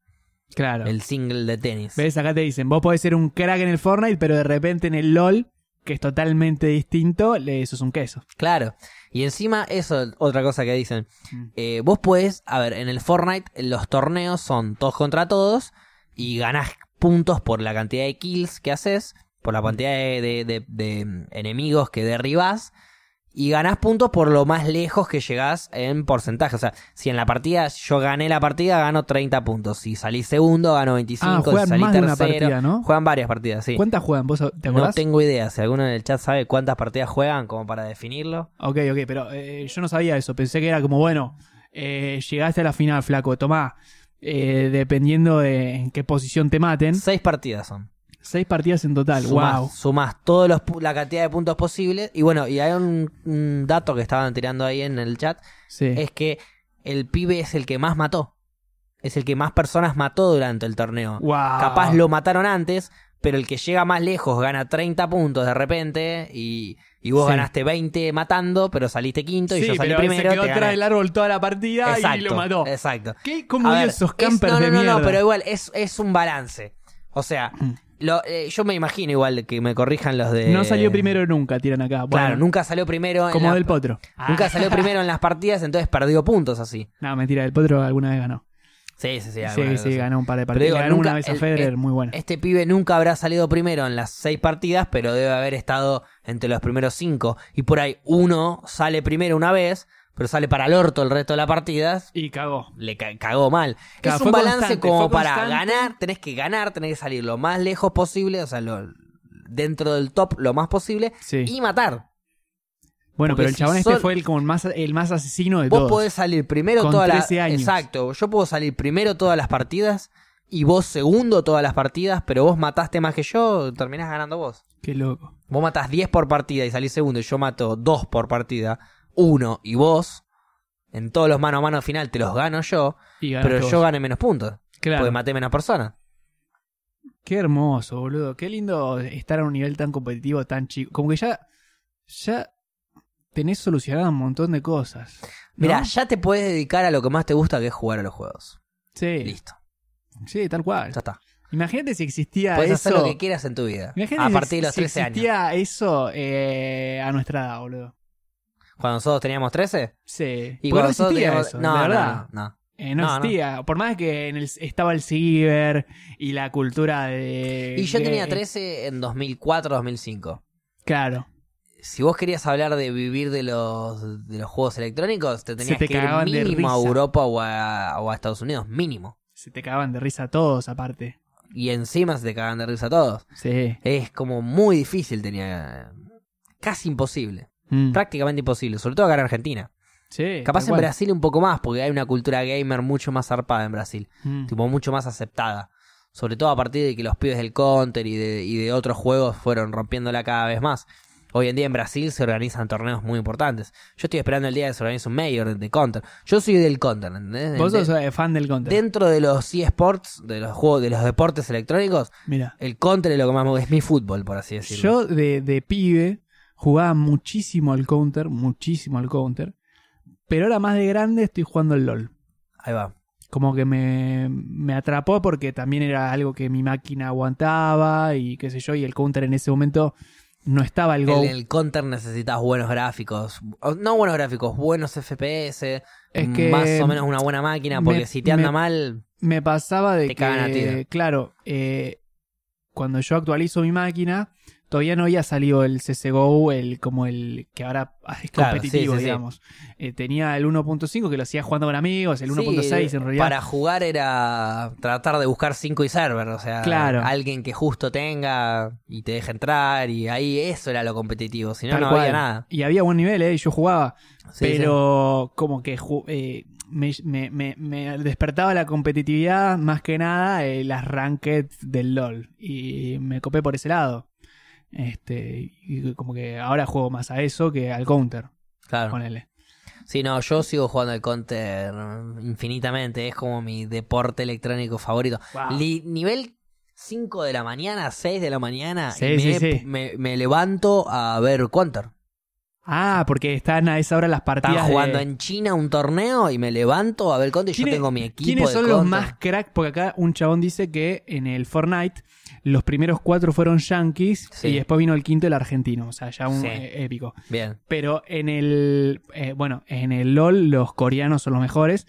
[SPEAKER 2] Claro.
[SPEAKER 1] el single de tenis.
[SPEAKER 2] ¿Ves? Acá te dicen, vos podés ser un crack en el Fortnite, pero de repente en el LOL, que es totalmente distinto, le sos un queso.
[SPEAKER 1] Claro. Y encima, eso, otra cosa que dicen.
[SPEAKER 2] Mm.
[SPEAKER 1] Eh, vos podés, a ver, en el Fortnite los torneos son todos contra todos y ganás puntos por la cantidad de kills que haces, por la cantidad de, de- de- de, mm, enemigos que derribás y ganás puntos por lo más lejos que llegás en porcentaje. O sea, si en la partida yo gané la partida, gano 30 puntos. Si salí segundo, gano 25.
[SPEAKER 2] Ah, juegan
[SPEAKER 1] si salí
[SPEAKER 2] más de una
[SPEAKER 1] tercero,
[SPEAKER 2] partida, ¿no?
[SPEAKER 1] Juegan varias partidas, sí.
[SPEAKER 2] ¿Cuántas juegan? ¿Vos te
[SPEAKER 1] No
[SPEAKER 2] acordás?
[SPEAKER 1] tengo idea. Si alguno en el chat sabe cuántas partidas juegan, como para definirlo.
[SPEAKER 2] Ok, ok, pero eh, yo no sabía eso. Pensé que era como, bueno, eh, llegaste a la final, flaco, tomá. Eh, dependiendo de en qué posición te maten.
[SPEAKER 1] Seis partidas son.
[SPEAKER 2] Seis partidas en total.
[SPEAKER 1] Sumás,
[SPEAKER 2] wow.
[SPEAKER 1] sumás todos los pu- la cantidad de puntos posibles. Y bueno, y hay un, un dato que estaban tirando ahí en el chat.
[SPEAKER 2] Sí.
[SPEAKER 1] Es que el pibe es el que más mató. Es el que más personas mató durante el torneo.
[SPEAKER 2] wow.
[SPEAKER 1] Capaz lo mataron antes, pero el que llega más lejos gana 30 puntos de repente. Y, y vos
[SPEAKER 2] Sí.
[SPEAKER 1] ganaste 20 matando, pero saliste quinto
[SPEAKER 2] Sí,
[SPEAKER 1] y yo salí
[SPEAKER 2] pero
[SPEAKER 1] primero.
[SPEAKER 2] se quedó
[SPEAKER 1] te
[SPEAKER 2] atrás
[SPEAKER 1] gané.
[SPEAKER 2] del árbol toda la partida y lo mató.
[SPEAKER 1] Exacto.
[SPEAKER 2] ¿Qué? ¿Cómo
[SPEAKER 1] A
[SPEAKER 2] odio
[SPEAKER 1] ver,
[SPEAKER 2] esos
[SPEAKER 1] es-
[SPEAKER 2] campers
[SPEAKER 1] no, no,
[SPEAKER 2] de
[SPEAKER 1] no,
[SPEAKER 2] mierda? Mm.
[SPEAKER 1] No, pero igual es, es un balance. O sea, lo- eh, yo me imagino igual que me corrijan los de.
[SPEAKER 2] No salió primero nunca, tiran acá. Bueno,
[SPEAKER 1] Claro, nunca salió primero. en
[SPEAKER 2] Como
[SPEAKER 1] la- Ah.
[SPEAKER 2] del potro.
[SPEAKER 1] Nunca salió primero en las partidas, entonces perdió puntos así.
[SPEAKER 2] No, mentira, del potro alguna vez ganó.
[SPEAKER 1] Sí, sí, sí. alguna
[SPEAKER 2] Sí,
[SPEAKER 1] cosa
[SPEAKER 2] sí,
[SPEAKER 1] así.
[SPEAKER 2] ganó un par de
[SPEAKER 1] Pero
[SPEAKER 2] partidos.
[SPEAKER 1] digo,
[SPEAKER 2] Ganó
[SPEAKER 1] nunca
[SPEAKER 2] una vez a
[SPEAKER 1] el-
[SPEAKER 2] Federer,
[SPEAKER 1] el-
[SPEAKER 2] muy buena.
[SPEAKER 1] Este pibe nunca habrá salido primero en las seis partidas, pero debe haber estado entre los primeros cinco. Y por ahí uno sale primero una vez, pero sale para el orto el resto de las partidas.
[SPEAKER 2] Y cagó.
[SPEAKER 1] le ca- cagó mal.
[SPEAKER 2] Claro,
[SPEAKER 1] es
[SPEAKER 2] fue
[SPEAKER 1] un balance
[SPEAKER 2] constante,
[SPEAKER 1] como
[SPEAKER 2] fue
[SPEAKER 1] para
[SPEAKER 2] constante.
[SPEAKER 1] ganar, tenés que ganar, tenés que salir lo más lejos posible, o sea, lo- dentro del top lo más posible
[SPEAKER 2] Sí.
[SPEAKER 1] y matar.
[SPEAKER 2] Bueno,
[SPEAKER 1] Porque
[SPEAKER 2] pero el
[SPEAKER 1] si
[SPEAKER 2] chabón este
[SPEAKER 1] sol-
[SPEAKER 2] fue el, como el, más, el más asesino de
[SPEAKER 1] Vos
[SPEAKER 2] todos.
[SPEAKER 1] podés salir primero
[SPEAKER 2] Con
[SPEAKER 1] todas
[SPEAKER 2] 13
[SPEAKER 1] las
[SPEAKER 2] años.
[SPEAKER 1] Exacto, yo puedo salir primero todas las partidas y vos segundo todas las partidas, pero vos mataste más que yo, terminás ganando vos.
[SPEAKER 2] Qué loco.
[SPEAKER 1] Vos matás 10 por partida y salís segundo y yo mato 2 por partida, uno y vos en todos los mano a mano final te los gano yo,
[SPEAKER 2] Y ganaste
[SPEAKER 1] pero
[SPEAKER 2] vos.
[SPEAKER 1] yo gané menos puntos,
[SPEAKER 2] Claro.
[SPEAKER 1] porque maté menos personas.
[SPEAKER 2] Qué hermoso, boludo. Qué lindo estar a un nivel tan competitivo, tan chico. Como que ya, ya tenés solucionado un montón de cosas. ¿no?
[SPEAKER 1] Mirá, ya te puedes dedicar a lo que más te gusta, que es jugar a los juegos.
[SPEAKER 2] sí,
[SPEAKER 1] Listo,
[SPEAKER 2] sí, tal cual.
[SPEAKER 1] ya está.
[SPEAKER 2] Imagínate si existía
[SPEAKER 1] Puedes
[SPEAKER 2] Ah, eso.
[SPEAKER 1] hacer lo que quieras en tu vida. A
[SPEAKER 2] Imagínate si-
[SPEAKER 1] partir de los
[SPEAKER 2] si
[SPEAKER 1] 13 años.
[SPEAKER 2] existía eso eh, a nuestra edad, boludo.
[SPEAKER 1] Cuando nosotros teníamos 13.
[SPEAKER 2] Sí.
[SPEAKER 1] Y
[SPEAKER 2] Porque
[SPEAKER 1] cuando
[SPEAKER 2] no
[SPEAKER 1] nosotros
[SPEAKER 2] existía
[SPEAKER 1] teníamos.
[SPEAKER 2] eso,
[SPEAKER 1] no,
[SPEAKER 2] de
[SPEAKER 1] no,
[SPEAKER 2] verdad.
[SPEAKER 1] no, no.
[SPEAKER 2] Eh, no,
[SPEAKER 1] No, no.
[SPEAKER 2] existía. Por más que en el- estaba el ciber y la cultura de.
[SPEAKER 1] Y yo
[SPEAKER 2] de-
[SPEAKER 1] tenía 13 en 2004, 2005.
[SPEAKER 2] Claro.
[SPEAKER 1] Si vos querías hablar de vivir de los, de los juegos electrónicos, te tenías
[SPEAKER 2] te
[SPEAKER 1] que ir
[SPEAKER 2] cagaban de
[SPEAKER 1] mínimo a
[SPEAKER 2] risa.
[SPEAKER 1] Europa o a, o a Estados Unidos, mínimo.
[SPEAKER 2] Se te cagaban de risa todos, aparte.
[SPEAKER 1] Y encima se te cagan de risa todos.
[SPEAKER 2] Sí.
[SPEAKER 1] Es como muy difícil, tenía. Casi imposible.
[SPEAKER 2] Mm.
[SPEAKER 1] Prácticamente imposible, sobre todo acá en Argentina.
[SPEAKER 2] Mm. Sí.
[SPEAKER 1] Capaz
[SPEAKER 2] Eh, tal
[SPEAKER 1] en
[SPEAKER 2] cual.
[SPEAKER 1] Brasil un poco más, porque hay una cultura gamer mucho más zarpada en Brasil.
[SPEAKER 2] Mm.
[SPEAKER 1] Tipo, mucho más aceptada. Sobre todo a partir de que los pibes del Counter y de, y de otros juegos fueron rompiéndola cada vez más. Hoy en día en Brasil se organizan torneos muy importantes. Yo estoy esperando el día que se organice un Major de Counter. Yo soy del Counter, ¿entendés?
[SPEAKER 2] Vos
[SPEAKER 1] De-
[SPEAKER 2] sos eh, fan del Counter.
[SPEAKER 1] Dentro de los eSports, de los juegos, de los deportes electrónicos,
[SPEAKER 2] Mira.
[SPEAKER 1] el Counter es lo que más me gusta. Es mi fútbol, por así decirlo.
[SPEAKER 2] Yo de, de pibe jugaba muchísimo al counter, muchísimo al counter. Pero ahora más de grande estoy jugando al LOL.
[SPEAKER 1] Ahí va.
[SPEAKER 2] Como que me, me atrapó porque también era algo que mi máquina aguantaba y qué sé yo. Y el counter en ese momento no estaba el
[SPEAKER 1] En
[SPEAKER 2] Go.
[SPEAKER 1] el Counter necesitas buenos gráficos. O- No buenos gráficos, buenos FPS.
[SPEAKER 2] Es que
[SPEAKER 1] más o menos una buena máquina.
[SPEAKER 2] me-
[SPEAKER 1] Porque si te anda
[SPEAKER 2] me-
[SPEAKER 1] mal,
[SPEAKER 2] me pasaba de
[SPEAKER 1] Te
[SPEAKER 2] que,
[SPEAKER 1] cagan a tiro.
[SPEAKER 2] claro, eh, cuando yo actualizo mi máquina, todavía no había salido el CSGO, el, como el que ahora es
[SPEAKER 1] Claro,
[SPEAKER 2] competitivo,
[SPEAKER 1] sí, sí, sí.
[SPEAKER 2] digamos. Eh, tenía el 1.5 que lo hacía jugando con amigos, el
[SPEAKER 1] Sí,
[SPEAKER 2] 1.6 en realidad.
[SPEAKER 1] Para jugar era tratar de buscar 5 y server, o sea,
[SPEAKER 2] Claro.
[SPEAKER 1] alguien que justo tenga y te deje entrar y ahí eso era lo competitivo, si no
[SPEAKER 2] Tal
[SPEAKER 1] no
[SPEAKER 2] cual.
[SPEAKER 1] había nada.
[SPEAKER 2] Y había buen nivel, ¿eh? y Yo jugaba.
[SPEAKER 1] Sí,
[SPEAKER 2] pero como que ju- eh, me, me- me- me despertaba la competitividad más que nada eh, las rankeds del LOL y me copé por ese lado. Este, y como que ahora juego más a eso que al counter,
[SPEAKER 1] sí, claro.
[SPEAKER 2] ponele.
[SPEAKER 1] Sí, no, yo sigo jugando al Counter mm, infinitamente, es como mi deporte electrónico favorito.
[SPEAKER 2] Ah.
[SPEAKER 1] Li- nivel 5 de la mañana, 6 de la mañana,
[SPEAKER 2] Sí,
[SPEAKER 1] y me,
[SPEAKER 2] sí, sí.
[SPEAKER 1] me- me levanto a ver Counter.
[SPEAKER 2] Ah, porque están a esa hora las partidas.
[SPEAKER 1] Estaba
[SPEAKER 2] de-
[SPEAKER 1] jugando en China un torneo y me levanto a ver Counter y yo
[SPEAKER 2] ¿Quiénes-
[SPEAKER 1] tengo mi equipo
[SPEAKER 2] ¿Quiénes
[SPEAKER 1] de
[SPEAKER 2] son los
[SPEAKER 1] Counter.
[SPEAKER 2] más crack? Porque acá un chabón dice que en el Fortnite los primeros cuatro fueron yankees
[SPEAKER 1] Sí.
[SPEAKER 2] y después vino el quinto el argentino. O sea, ya un
[SPEAKER 1] Sí.
[SPEAKER 2] eh, épico.
[SPEAKER 1] Bien.
[SPEAKER 2] Pero en el. eh, bueno, en el LOL los coreanos son los mejores.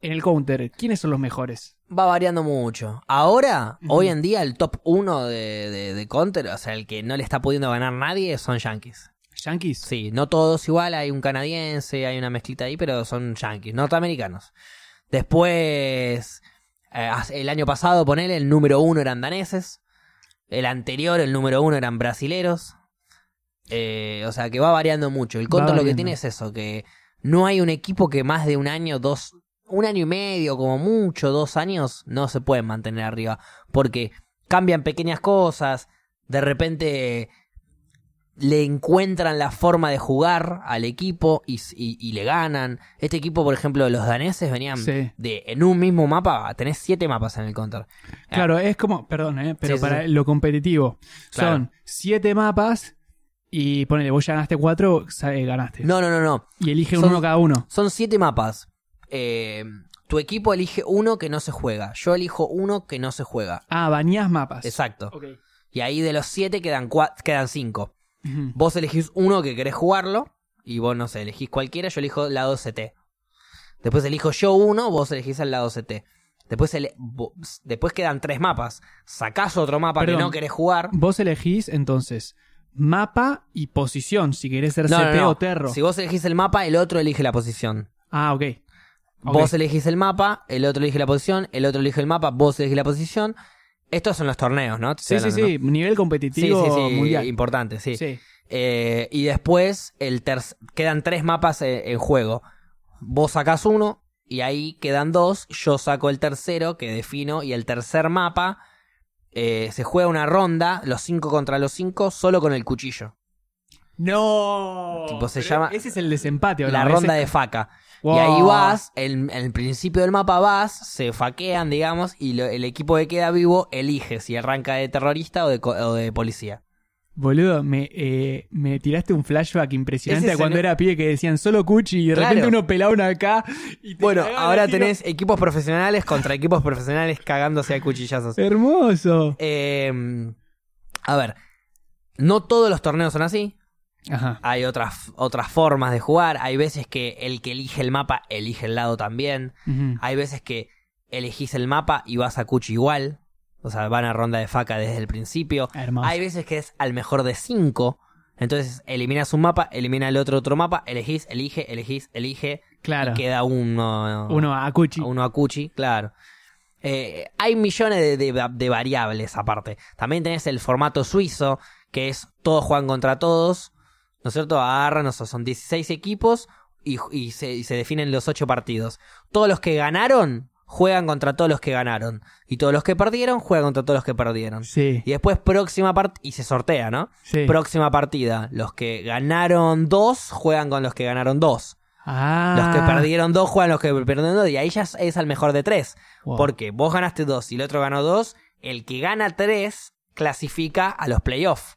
[SPEAKER 2] En el Counter, ¿quiénes son los mejores?
[SPEAKER 1] va variando mucho. Ahora,
[SPEAKER 2] Ujú.
[SPEAKER 1] hoy en día, el top 1 de, de, de Counter, o sea, el que no le está pudiendo ganar nadie, son Yankees.
[SPEAKER 2] ¿Yankees?
[SPEAKER 1] Sí, no todos igual, hay un canadiense, hay una mezclita ahí, pero son Yankees, norteamericanos. Después, eh, hace- el año pasado, ponele, el número 1 eran daneses. El anterior, el número 1 eran brasileros. Eh, o sea, que va variando mucho. El
[SPEAKER 2] Va
[SPEAKER 1] Counter lo que
[SPEAKER 2] variando.
[SPEAKER 1] tiene es eso, que no hay un equipo que más de un año, dos, un año y medio, como mucho, dos años, no se pueden mantener arriba. Porque cambian pequeñas cosas, de repente le encuentran la forma de jugar al equipo y, s- y- y le ganan. Este equipo, por ejemplo, los daneses venían
[SPEAKER 2] Sí.
[SPEAKER 1] de en un mismo mapa, tenés siete mapas en el counter.
[SPEAKER 2] Claro, es como. Perdón, eh, pero
[SPEAKER 1] Ah. Sí, sí,
[SPEAKER 2] para
[SPEAKER 1] sí.
[SPEAKER 2] lo competitivo.
[SPEAKER 1] Claro.
[SPEAKER 2] Son siete mapas y ponele, vos ya ganaste cuatro, sa- eh, ganaste.
[SPEAKER 1] No, no, no, no.
[SPEAKER 2] Y elige
[SPEAKER 1] Son-
[SPEAKER 2] uno cada uno.
[SPEAKER 1] Son siete mapas. Eh, tu equipo elige uno que no se juega. Yo elijo uno que no se juega.
[SPEAKER 2] Ah, bañás mapas.
[SPEAKER 1] Exacto.
[SPEAKER 2] Ok.
[SPEAKER 1] Y ahí de los siete quedan, cua- quedan cinco.
[SPEAKER 2] Ujú.
[SPEAKER 1] Vos elegís uno que querés jugarlo. Y vos, no sé, elegís cualquiera. Yo elijo lado CT. Después elijo yo uno. Vos elegís al lado CT. Después, ele- vo- después quedan tres mapas. Sacás otro mapa
[SPEAKER 2] Perdón.
[SPEAKER 1] que no querés jugar.
[SPEAKER 2] Vos elegís entonces mapa y posición, si querés ser
[SPEAKER 1] No, no,
[SPEAKER 2] CT
[SPEAKER 1] no.
[SPEAKER 2] o Terro.
[SPEAKER 1] Si vos elegís el mapa, el otro elige la posición.
[SPEAKER 2] Ah, ok. Ok.
[SPEAKER 1] Vos elegís el mapa, el otro elige la posición, el otro elige el mapa, vos elegís la posición. Estos son los torneos, ¿no? Te
[SPEAKER 2] Sí,
[SPEAKER 1] estoy
[SPEAKER 2] sí,
[SPEAKER 1] hablando,
[SPEAKER 2] sí. Nivel
[SPEAKER 1] ¿no? Sí,
[SPEAKER 2] competitivo
[SPEAKER 1] sí, sí,
[SPEAKER 2] mundial.
[SPEAKER 1] importante, sí.
[SPEAKER 2] Sí.
[SPEAKER 1] Eh, y después el terc- quedan tres mapas eh, en juego. Vos sacás uno y ahí quedan dos. Yo saco el tercero que defino y el tercer mapa eh, se juega una ronda, los cinco contra los cinco, solo con el cuchillo.
[SPEAKER 2] No.
[SPEAKER 1] Tipo, se
[SPEAKER 2] Pero
[SPEAKER 1] llama-
[SPEAKER 2] Ese es el desempate. ¿o
[SPEAKER 1] La
[SPEAKER 2] no?
[SPEAKER 1] ronda
[SPEAKER 2] Ese-
[SPEAKER 1] de faca.
[SPEAKER 2] Wow.
[SPEAKER 1] Y ahí vas, en, en el principio del mapa vas, se faquean, digamos, y lo- el equipo que queda vivo elige si arranca de terrorista o de, co- o de policía.
[SPEAKER 2] Boludo, me, eh, me tiraste un flashback impresionante
[SPEAKER 1] Ese
[SPEAKER 2] a
[SPEAKER 1] es
[SPEAKER 2] cuando
[SPEAKER 1] el-
[SPEAKER 2] era pibe que decían solo Cuchi y de
[SPEAKER 1] Claro.
[SPEAKER 2] repente uno pelaba una acá. Y te
[SPEAKER 1] Bueno,
[SPEAKER 2] cagaban a
[SPEAKER 1] ahora
[SPEAKER 2] tiro.
[SPEAKER 1] tenés equipos profesionales contra equipos profesionales cagándose a cuchillazos.
[SPEAKER 2] Hermoso.
[SPEAKER 1] Eh, a ver, no todos los torneos son así.
[SPEAKER 2] Ajá.
[SPEAKER 1] Hay otras, otras formas de jugar. Hay veces que el que elige el mapa elige el lado también.
[SPEAKER 2] Ujú.
[SPEAKER 1] Hay veces que elegís el mapa y vas a Cuchi igual. O sea, van a ronda de faca desde el principio.
[SPEAKER 2] Hermoso.
[SPEAKER 1] Hay veces que es al mejor de cinco. Entonces, eliminas un mapa, elimina el otro otro mapa, elegís, elige, elegís, elige.
[SPEAKER 2] claro.
[SPEAKER 1] Queda uno,
[SPEAKER 2] Uno a Cuchi.
[SPEAKER 1] uno a Cuchi, claro. Eh, hay millones de, de- de variables aparte. También tenés el formato suizo, que es todos juegan contra todos, ¿no es cierto? Agarran, o sea, son 16 equipos y, y se, y se definen los ocho partidos. Todos los que ganaron juegan contra todos los que ganaron. Y todos los que perdieron juegan contra todos los que perdieron.
[SPEAKER 2] Sí.
[SPEAKER 1] Y después próxima partida, y se sortea, ¿no?
[SPEAKER 2] sí.
[SPEAKER 1] Próxima partida, los que ganaron dos juegan con los que ganaron dos.
[SPEAKER 2] Ah.
[SPEAKER 1] Los que perdieron dos juegan los que perdieron dos. Y ahí ya es- es al mejor de tres.
[SPEAKER 2] Wow.
[SPEAKER 1] Porque vos ganaste dos y el otro ganó dos. El que gana tres clasifica a los playoffs.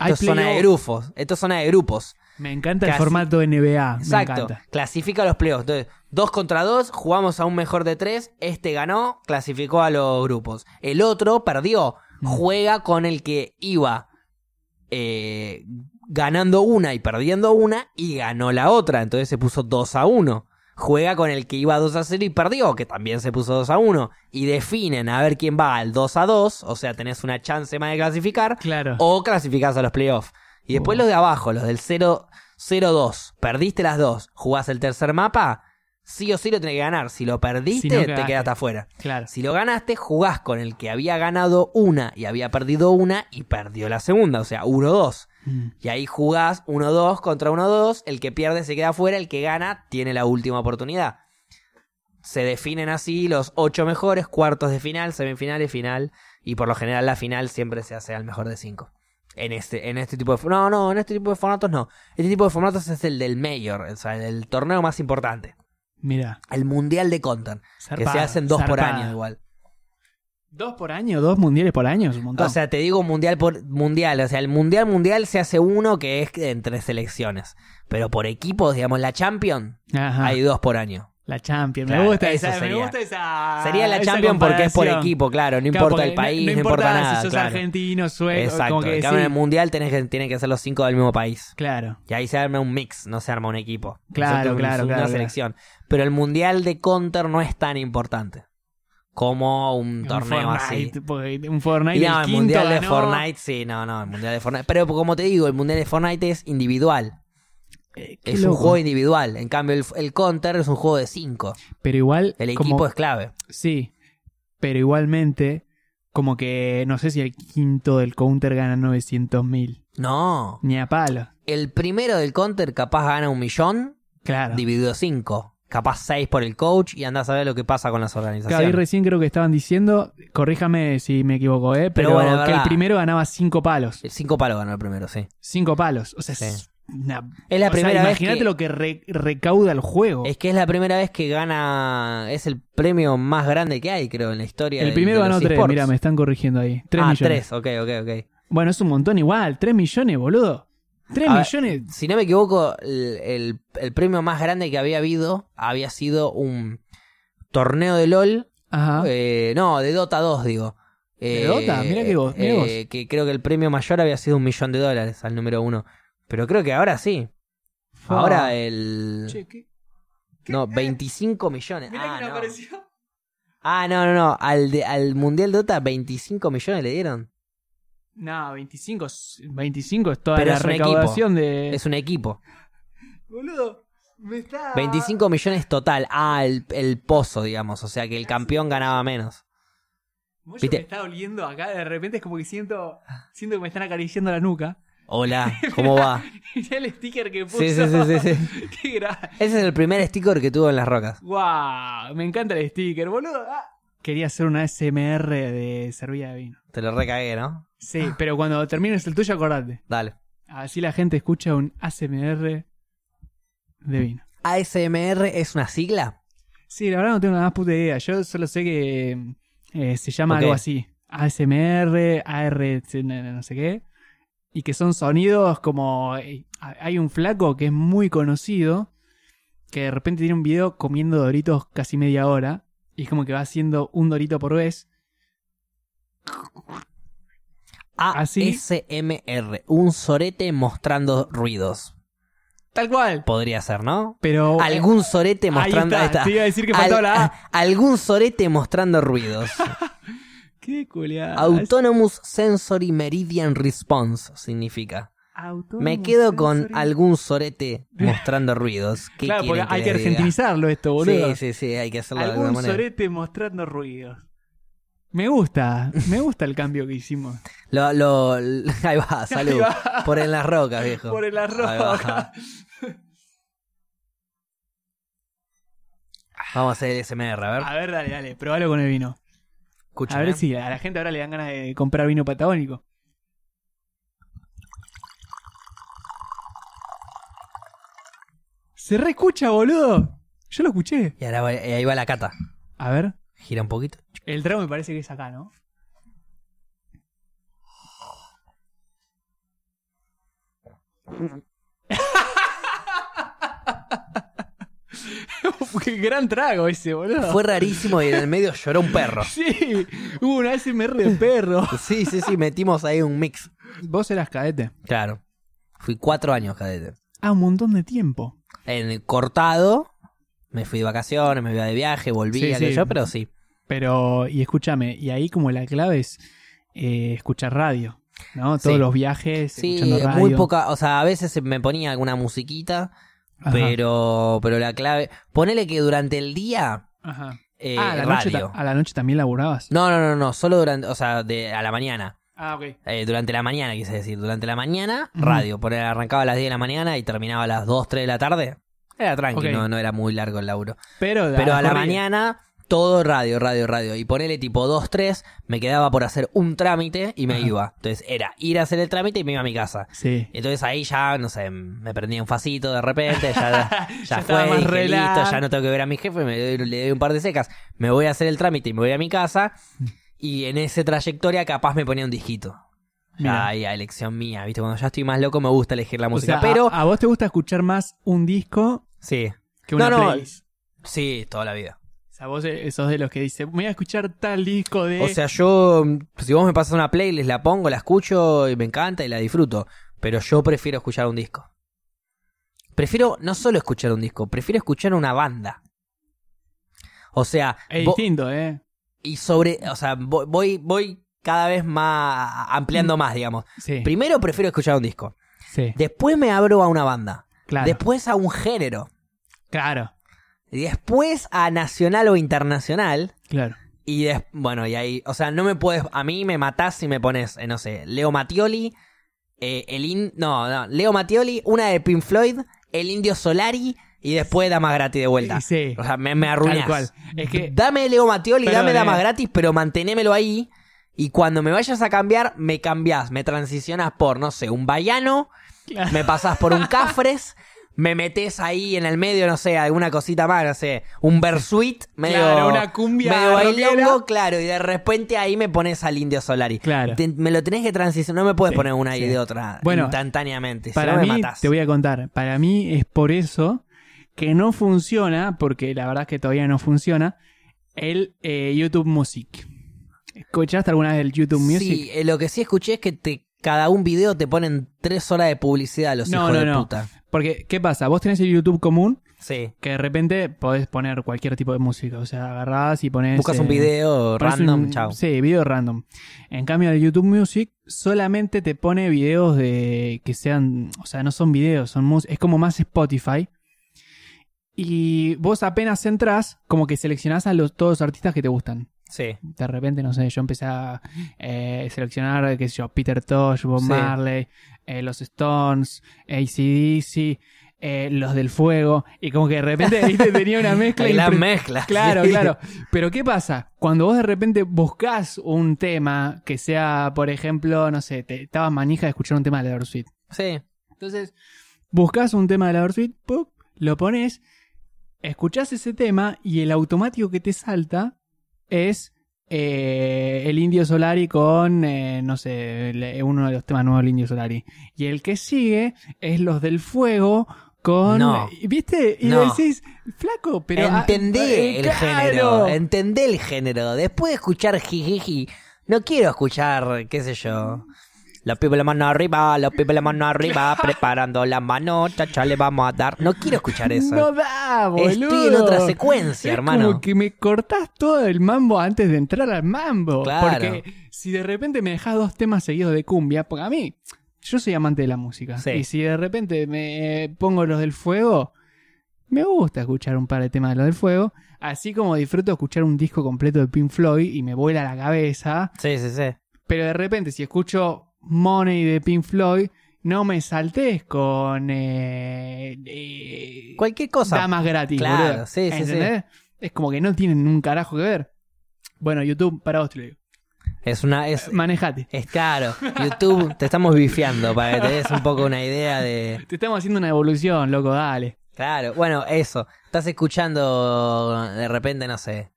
[SPEAKER 2] Hay
[SPEAKER 1] Esto es zona de
[SPEAKER 2] playoff.
[SPEAKER 1] grupos. Esto es zona de grupos.
[SPEAKER 2] Me encanta el
[SPEAKER 1] Casi.
[SPEAKER 2] formato NBA. Me
[SPEAKER 1] Exacto.
[SPEAKER 2] encanta.
[SPEAKER 1] Clasifica a los playoffs. Entonces, dos contra dos, jugamos a un mejor de tres. Este ganó, clasificó a los grupos. El otro perdió.
[SPEAKER 2] Mm.
[SPEAKER 1] Juega con el que iba eh, ganando una y perdiendo una y ganó la otra. Entonces se puso 2 a 1. Juega con el que iba 2 a 0 y perdió, que también se puso 2 a 1. Y definen a ver quién va al 2 a 2. O sea, tenés una chance más de clasificar.
[SPEAKER 2] Claro.
[SPEAKER 1] O clasificás a los playoffs. Y después
[SPEAKER 2] Oh.
[SPEAKER 1] los de abajo, los del 0-2. Perdiste las dos, jugás el tercer mapa, sí o sí lo tenés que ganar. Si lo
[SPEAKER 2] Si
[SPEAKER 1] perdiste,
[SPEAKER 2] no,
[SPEAKER 1] te
[SPEAKER 2] cagaste.
[SPEAKER 1] quedaste afuera.
[SPEAKER 2] Claro.
[SPEAKER 1] Si lo ganaste, jugás con el que había ganado una y había perdido una y perdió la segunda, o sea, 1-2.
[SPEAKER 2] Mm.
[SPEAKER 1] Y ahí jugás 1-2 contra 1-2, el que pierde se queda afuera, el que gana tiene la última oportunidad. Se definen así los ocho mejores, cuartos de final, semifinales, final, y por lo general la final siempre se hace al mejor de cinco. En este, en este tipo de... No, no, en este tipo de formatos no. Este tipo de formatos es el del mayor, o sea, el torneo más importante.
[SPEAKER 2] Mira.
[SPEAKER 1] El Mundial de Counter, que se
[SPEAKER 2] zarpado,
[SPEAKER 1] hacen dos por
[SPEAKER 2] zarpado.
[SPEAKER 1] año igual.
[SPEAKER 2] Dos por año, dos mundiales por año, es un montón.
[SPEAKER 1] O sea, te digo mundial por mundial. O sea, el mundial mundial se hace uno que es entre selecciones. Pero por equipos, digamos, la Champions,
[SPEAKER 2] Ajá.
[SPEAKER 1] hay dos por año.
[SPEAKER 2] La Champions.
[SPEAKER 1] Claro,
[SPEAKER 2] me gusta
[SPEAKER 1] eso
[SPEAKER 2] esa.
[SPEAKER 1] sería.
[SPEAKER 2] Me gusta esa.
[SPEAKER 1] Sería la
[SPEAKER 2] Ah, esa
[SPEAKER 1] Champions porque es por
[SPEAKER 2] comparación.
[SPEAKER 1] equipo, claro. No
[SPEAKER 2] Claro,
[SPEAKER 1] importa
[SPEAKER 2] porque
[SPEAKER 1] el país, no,
[SPEAKER 2] no
[SPEAKER 1] importa, nada.
[SPEAKER 2] Si sos
[SPEAKER 1] claro.
[SPEAKER 2] argentino, sueco.
[SPEAKER 1] Exacto.
[SPEAKER 2] Como que
[SPEAKER 1] En cambio, en el
[SPEAKER 2] sí.
[SPEAKER 1] mundial tenés que, tienen que ser los cinco del mismo país.
[SPEAKER 2] Claro.
[SPEAKER 1] Y ahí se arma un mix, no se arma un equipo.
[SPEAKER 2] Claro,
[SPEAKER 1] Nosotros
[SPEAKER 2] claro,
[SPEAKER 1] somos
[SPEAKER 2] claro,
[SPEAKER 1] Una
[SPEAKER 2] claro.
[SPEAKER 1] selección. Pero el mundial de Counter no es tan importante como un torneo así.
[SPEAKER 2] Fortnite, porque Un Fortnite.
[SPEAKER 1] Y no,
[SPEAKER 2] el
[SPEAKER 1] el
[SPEAKER 2] quinto
[SPEAKER 1] mundial de
[SPEAKER 2] ganó.
[SPEAKER 1] Fortnite, sí, no, no, el mundial de Fortnite. Pero como te digo, el mundial de Fortnite es individual.
[SPEAKER 2] Eh, qué
[SPEAKER 1] Es un
[SPEAKER 2] loco.
[SPEAKER 1] juego individual. En cambio, el, el Counter es un juego de cinco.
[SPEAKER 2] Pero igual.
[SPEAKER 1] El equipo
[SPEAKER 2] como-
[SPEAKER 1] es clave.
[SPEAKER 2] Sí. Pero igualmente. Como que no sé si el quinto del counter gana 900.000.
[SPEAKER 1] No.
[SPEAKER 2] Ni a palo.
[SPEAKER 1] El primero del Counter capaz gana un millón,
[SPEAKER 2] Claro.
[SPEAKER 1] dividido cinco. Capaz seis por el coach y andás a ver lo que pasa con las
[SPEAKER 2] Claro, ahí
[SPEAKER 1] organizaciones.
[SPEAKER 2] recién creo que estaban diciendo, corríjame si me equivoco, ¿eh? pero,
[SPEAKER 1] Pero bueno, es
[SPEAKER 2] que el
[SPEAKER 1] verdad.
[SPEAKER 2] primero ganaba cinco palos.
[SPEAKER 1] Cinco palos ganó el primero, sí.
[SPEAKER 2] Cinco palos. O sea,
[SPEAKER 1] Sí.
[SPEAKER 2] es una-
[SPEAKER 1] Es la
[SPEAKER 2] o sea,
[SPEAKER 1] primera vez
[SPEAKER 2] Imagínate
[SPEAKER 1] que-
[SPEAKER 2] lo que re- recauda el juego.
[SPEAKER 1] Es que es la primera vez que gana. Es el premio más grande que hay, creo, en la historia.
[SPEAKER 2] el
[SPEAKER 1] de-
[SPEAKER 2] primero
[SPEAKER 1] de los
[SPEAKER 2] ganó tres,
[SPEAKER 1] esports.
[SPEAKER 2] mira, me están corrigiendo ahí. Tres
[SPEAKER 1] ah,
[SPEAKER 2] millones.
[SPEAKER 1] tres, ok, ok, ok.
[SPEAKER 2] Bueno, es un montón igual, tres millones, boludo. Tres
[SPEAKER 1] A ver,
[SPEAKER 2] millones.
[SPEAKER 1] si no me equivoco, el, el- el premio más grande que había habido había sido un torneo de LOL.
[SPEAKER 2] Ajá.
[SPEAKER 1] eh, no, de Dota 2, digo.
[SPEAKER 2] Ah.
[SPEAKER 1] Eh,
[SPEAKER 2] ¿De Dota? Mirá que vos, mirá vos.
[SPEAKER 1] Que creo que el premio mayor había sido un millón de dólares al número uno. Pero creo que ahora sí.
[SPEAKER 2] Ah.
[SPEAKER 1] Ahora el.
[SPEAKER 2] Che, ¿qué? ¿qué?
[SPEAKER 1] no,
[SPEAKER 2] Eh,
[SPEAKER 1] 25 millones.
[SPEAKER 2] mirá
[SPEAKER 1] Ah
[SPEAKER 2] que no
[SPEAKER 1] no.
[SPEAKER 2] apareció.
[SPEAKER 1] ah, no, no, no. Al, de- al Mundial Dota 25 millones le dieron.
[SPEAKER 2] No, 25, es- 25 es toda
[SPEAKER 1] Pero
[SPEAKER 2] la
[SPEAKER 1] es un equipo.
[SPEAKER 2] recaudación de...
[SPEAKER 1] Es un equipo.
[SPEAKER 2] Boludo, me está...
[SPEAKER 1] 25 millones total. Ah, el, el pozo, digamos. O sea que el campeón ganaba menos.
[SPEAKER 2] Moyo
[SPEAKER 1] Viste-
[SPEAKER 2] me está oliendo acá, de repente es como que siento, siento que me están acariciando la nuca.
[SPEAKER 1] Hola, ¿cómo va?
[SPEAKER 2] Mirá el sticker que puso.
[SPEAKER 1] Sí, sí, sí, sí, sí.
[SPEAKER 2] Qué gra...
[SPEAKER 1] Ese es el primer sticker que tuvo en las rocas.
[SPEAKER 2] Guau, me encanta el sticker, boludo. Ah. Quería hacer una SMR de servida de vino.
[SPEAKER 1] Te lo recagué, ¿no?
[SPEAKER 2] Sí, pero cuando termines el tuyo, acordate.
[SPEAKER 1] Dale.
[SPEAKER 2] Así la gente escucha un ASMR de vino.
[SPEAKER 1] ASMR es una sigla.
[SPEAKER 2] Sí, la verdad no tengo nada más puta idea. Yo solo sé que eh, se llama
[SPEAKER 1] Ok.
[SPEAKER 2] algo así. ASMR, AR, no, no- no sé qué. Y que son sonidos como... eh, Hay un flaco que es muy conocido, que de repente tiene un video comiendo doritos casi media hora. Y es como que va haciendo un dorito por vez. ¿Así?
[SPEAKER 1] ASMR, un sorete mostrando ruidos.
[SPEAKER 2] Tal cual.
[SPEAKER 1] Podría ser, ¿no?
[SPEAKER 2] Pero... eh,
[SPEAKER 1] Algún sorete
[SPEAKER 2] Oh, Ahí
[SPEAKER 1] mostrando.
[SPEAKER 2] está,
[SPEAKER 1] ahí está.
[SPEAKER 2] Te iba a decir que faltaba
[SPEAKER 1] Al-
[SPEAKER 2] la A.
[SPEAKER 1] a- algún sorete mostrando ruidos.
[SPEAKER 2] Qué culiada.
[SPEAKER 1] Autonomous Sensory Meridian Response significa.
[SPEAKER 2] Autónomo
[SPEAKER 1] Me quedo con
[SPEAKER 2] Oh, sensory.
[SPEAKER 1] algún sorete mostrando ruidos. ¿Qué
[SPEAKER 2] Claro, porque
[SPEAKER 1] quieren
[SPEAKER 2] hay que
[SPEAKER 1] les diga?
[SPEAKER 2] argentinizarlo esto, boludo.
[SPEAKER 1] Sí, sí, sí, hay que hacerlo de alguna
[SPEAKER 2] Algún
[SPEAKER 1] manera.
[SPEAKER 2] sorete mostrando ruidos. Me gusta, me gusta el cambio que hicimos.
[SPEAKER 1] Lo, lo, ahí va, salud.
[SPEAKER 2] va.
[SPEAKER 1] Por en las rocas, viejo.
[SPEAKER 2] Por el arroz.
[SPEAKER 1] Ahí va. Vamos a hacer el SMR, a ver.
[SPEAKER 2] A ver, dale, dale, probalo con el vino.
[SPEAKER 1] Escúchame.
[SPEAKER 2] A ver si a la gente ahora le dan ganas de comprar vino patagónico. Se reescucha, boludo. Yo lo escuché.
[SPEAKER 1] Y ahora va- y ahí va la cata.
[SPEAKER 2] A ver,
[SPEAKER 1] Gira un poquito.
[SPEAKER 2] el trago me parece que es acá, ¿no? Qué gran trago ese, boludo.
[SPEAKER 1] Fue rarísimo y en el medio lloró un perro.
[SPEAKER 2] Sí, hubo un ASMR de perro.
[SPEAKER 1] Sí, sí, sí, metimos ahí un mix.
[SPEAKER 2] Vos eras cadete.
[SPEAKER 1] Claro. Fui cuatro años cadete.
[SPEAKER 2] Ah, un montón de tiempo.
[SPEAKER 1] En el cortado, me fui de vacaciones, me iba de viaje, volví,
[SPEAKER 2] Sí,
[SPEAKER 1] qué sé
[SPEAKER 2] sí.
[SPEAKER 1] yo, pero sí.
[SPEAKER 2] Pero, y escúchame, y ahí como la clave es eh, escuchar radio, ¿no? Todos
[SPEAKER 1] Sí.
[SPEAKER 2] los viajes,
[SPEAKER 1] Sí,
[SPEAKER 2] escuchando radio.
[SPEAKER 1] muy poca, o sea, a veces me ponía alguna musiquita,
[SPEAKER 2] Ajá,
[SPEAKER 1] pero pero la clave, ponele que durante el día
[SPEAKER 2] ajá.
[SPEAKER 1] eh,
[SPEAKER 2] ah, a la, noche
[SPEAKER 1] radio.
[SPEAKER 2] ta- a la noche también laburabas.
[SPEAKER 1] No, no, no, no, solo durante, o sea, de, a la mañana.
[SPEAKER 2] Ah, ok.
[SPEAKER 1] Eh, durante la mañana, quise decir, durante la mañana,
[SPEAKER 2] Ujú.
[SPEAKER 1] radio. Ponele, arrancaba a las 10 de la mañana y terminaba a las 2, 3 de la tarde. Era tranqui,
[SPEAKER 2] Ok.
[SPEAKER 1] no, no era muy largo el laburo.
[SPEAKER 2] Pero,
[SPEAKER 1] Pero a la
[SPEAKER 2] corrida.
[SPEAKER 1] mañana todo radio, radio, radio. Y ponele tipo 2, 3, me quedaba por hacer un trámite y me
[SPEAKER 2] Ajá.
[SPEAKER 1] iba. Entonces era ir a hacer el trámite y me iba a mi casa.
[SPEAKER 2] Sí.
[SPEAKER 1] Entonces ahí ya, no sé, me prendí un facito de repente, ya, ya
[SPEAKER 2] Ya estaba
[SPEAKER 1] fue,
[SPEAKER 2] más
[SPEAKER 1] dije,
[SPEAKER 2] relax.
[SPEAKER 1] listo, ya no tengo que ver a mi jefe, me doy- le doy un par de secas, me voy a hacer el trámite y me voy a mi casa. Y en esa trayectoria capaz me ponía un disquito.
[SPEAKER 2] Mira.
[SPEAKER 1] Ay, a elección mía, viste, cuando ya estoy más loco me gusta elegir la
[SPEAKER 2] O
[SPEAKER 1] música.
[SPEAKER 2] sea, ah,
[SPEAKER 1] pero,
[SPEAKER 2] a, a vos te gusta escuchar más un disco
[SPEAKER 1] sí,
[SPEAKER 2] que una
[SPEAKER 1] No, no.
[SPEAKER 2] playlist.
[SPEAKER 1] sí, toda la vida.
[SPEAKER 2] O sea, vos eh, sos de los que dice, me voy a escuchar tal disco de...
[SPEAKER 1] O sea, yo, si vos me pasas una playlist, la pongo, la escucho y me encanta y la disfruto. Pero yo prefiero escuchar un disco. Prefiero no solo escuchar un disco, prefiero escuchar una banda. O sea,
[SPEAKER 2] es
[SPEAKER 1] vo-
[SPEAKER 2] distinto, ¿eh?
[SPEAKER 1] y sobre, o sea, vo- voy, voy cada vez más ampliando
[SPEAKER 2] Mm.
[SPEAKER 1] más, digamos.
[SPEAKER 2] Sí,
[SPEAKER 1] Primero prefiero escuchar un disco.
[SPEAKER 2] sí,
[SPEAKER 1] Después me abro a una banda.
[SPEAKER 2] claro,
[SPEAKER 1] Después a un género.
[SPEAKER 2] claro,
[SPEAKER 1] Y después a nacional o internacional.
[SPEAKER 2] claro.
[SPEAKER 1] Y des- bueno, y ahí, o sea, no me puedes, a mí me matás si me pones, eh, no sé, Leo Mattioli, eh, el in- no, no, Leo Mattioli, una de Pink Floyd, el Indio Solari y después Damas Gratis de vuelta.
[SPEAKER 2] Sí,
[SPEAKER 1] O sea, me, me
[SPEAKER 2] tal
[SPEAKER 1] arruinás.
[SPEAKER 2] cual. Es que
[SPEAKER 1] Dame Leo Mattioli,
[SPEAKER 2] Pero,
[SPEAKER 1] dame
[SPEAKER 2] eh,
[SPEAKER 1] Damas Gratis, pero mantenémelo ahí. Y cuando me vayas a cambiar, me cambiás, me transicionás por, no sé, un Bayano,
[SPEAKER 2] Claro.
[SPEAKER 1] me pasás por un Cafres, me metes ahí en el medio, no sé, alguna cosita más, no sé, un Bersuit, medio,
[SPEAKER 2] Claro, una cumbia
[SPEAKER 1] medio
[SPEAKER 2] rockera.
[SPEAKER 1] bailongo, claro, y de repente ahí me pones al Indio Solari.
[SPEAKER 2] Claro.
[SPEAKER 1] Te- me lo tenés que transicionar, no me puedes
[SPEAKER 2] Sí,
[SPEAKER 1] poner una
[SPEAKER 2] sí.
[SPEAKER 1] y de otra
[SPEAKER 2] Bueno,
[SPEAKER 1] instantáneamente, si
[SPEAKER 2] Para
[SPEAKER 1] no me
[SPEAKER 2] mí,
[SPEAKER 1] matás.
[SPEAKER 2] te voy a contar, para mí es por eso que no funciona, porque la verdad es que todavía no funciona, el eh, YouTube Music. ¿Escuchaste alguna vez el YouTube
[SPEAKER 1] Sí,
[SPEAKER 2] Music?
[SPEAKER 1] eh, lo que sí escuché es que te, cada un video te ponen tres horas de publicidad los
[SPEAKER 2] No,
[SPEAKER 1] hijos
[SPEAKER 2] no,
[SPEAKER 1] de
[SPEAKER 2] no.
[SPEAKER 1] puta.
[SPEAKER 2] Porque, ¿qué pasa? Vos tenés el YouTube común
[SPEAKER 1] Sí.
[SPEAKER 2] que de repente podés poner cualquier tipo de música. O sea, agarrás y ponés.
[SPEAKER 1] Buscas un
[SPEAKER 2] eh,
[SPEAKER 1] video
[SPEAKER 2] ponés
[SPEAKER 1] random,
[SPEAKER 2] un-
[SPEAKER 1] chao.
[SPEAKER 2] Sí, video random. En cambio, el YouTube Music solamente te pone videos de que sean, o sea, no son videos, son mus- es como más Spotify. Y vos apenas entras, como que seleccionás a los, todos los artistas que te gustan.
[SPEAKER 1] Sí.
[SPEAKER 2] De repente, no sé, yo empecé a eh, seleccionar, qué sé yo, Peter Tosh, Bob
[SPEAKER 1] Sí.
[SPEAKER 2] Marley, eh, los Stones, ACDC, eh, los del Fuego. Y como que de repente ¿viste? tenía una mezcla.
[SPEAKER 1] Ahí la
[SPEAKER 2] impre-
[SPEAKER 1] mezcla.
[SPEAKER 2] Claro,
[SPEAKER 1] sí.
[SPEAKER 2] claro. Pero ¿qué pasa? Cuando vos de repente buscás un tema que sea, por ejemplo, no sé, te estabas manija de escuchar un tema de la Suite.
[SPEAKER 1] Sí.
[SPEAKER 2] Entonces, buscas un tema de la Suite, ¡pup! lo pones, escuchás ese tema y el automático que te salta es eh, el Indio Solari con, eh, no sé, el- uno de los temas nuevos del Indio Solari. Y el que sigue es los del fuego. Con, eh,
[SPEAKER 1] No.
[SPEAKER 2] ¿Viste? Y
[SPEAKER 1] No.
[SPEAKER 2] decís, flaco, pero. ah,
[SPEAKER 1] entendé
[SPEAKER 2] eh,
[SPEAKER 1] el
[SPEAKER 2] claro.
[SPEAKER 1] género, entendé el género. Después de escuchar jijiji, no quiero escuchar, qué sé yo. Los pibes la mano arriba, los pibes la mano arriba, preparando la mano, chacha, le vamos a dar. No quiero escuchar eso.
[SPEAKER 2] No da, boludo.
[SPEAKER 1] Estoy en otra secuencia,
[SPEAKER 2] Es
[SPEAKER 1] hermano.
[SPEAKER 2] Como que me cortás todo el mambo antes de entrar al mambo.
[SPEAKER 1] Claro.
[SPEAKER 2] Porque si de repente me dejás dos temas seguidos de cumbia, porque a mí, yo soy amante de la música.
[SPEAKER 1] Sí.
[SPEAKER 2] Y si de repente me eh, pongo los del fuego, me gusta escuchar un par de temas de los del fuego. Así como disfruto escuchar un disco completo de Pink Floyd y me vuela la cabeza.
[SPEAKER 1] Sí, sí, sí.
[SPEAKER 2] Pero de repente, si escucho Money de Pink Floyd, no me saltes con. eh, eh,
[SPEAKER 1] Cualquier cosa.
[SPEAKER 2] Damas gratis,
[SPEAKER 1] Claro,
[SPEAKER 2] boludo.
[SPEAKER 1] sí, sí, sí.
[SPEAKER 2] ¿Entendés? Es como que no tienen un carajo que ver. Bueno, YouTube, para vos te lo digo.
[SPEAKER 1] Es una. Es,
[SPEAKER 2] Manejate.
[SPEAKER 1] es claro. YouTube, te estamos bifiando para que te des un poco una idea de.
[SPEAKER 2] Te estamos haciendo una evolución, loco, dale.
[SPEAKER 1] Claro, bueno, eso. Estás escuchando de repente, no sé.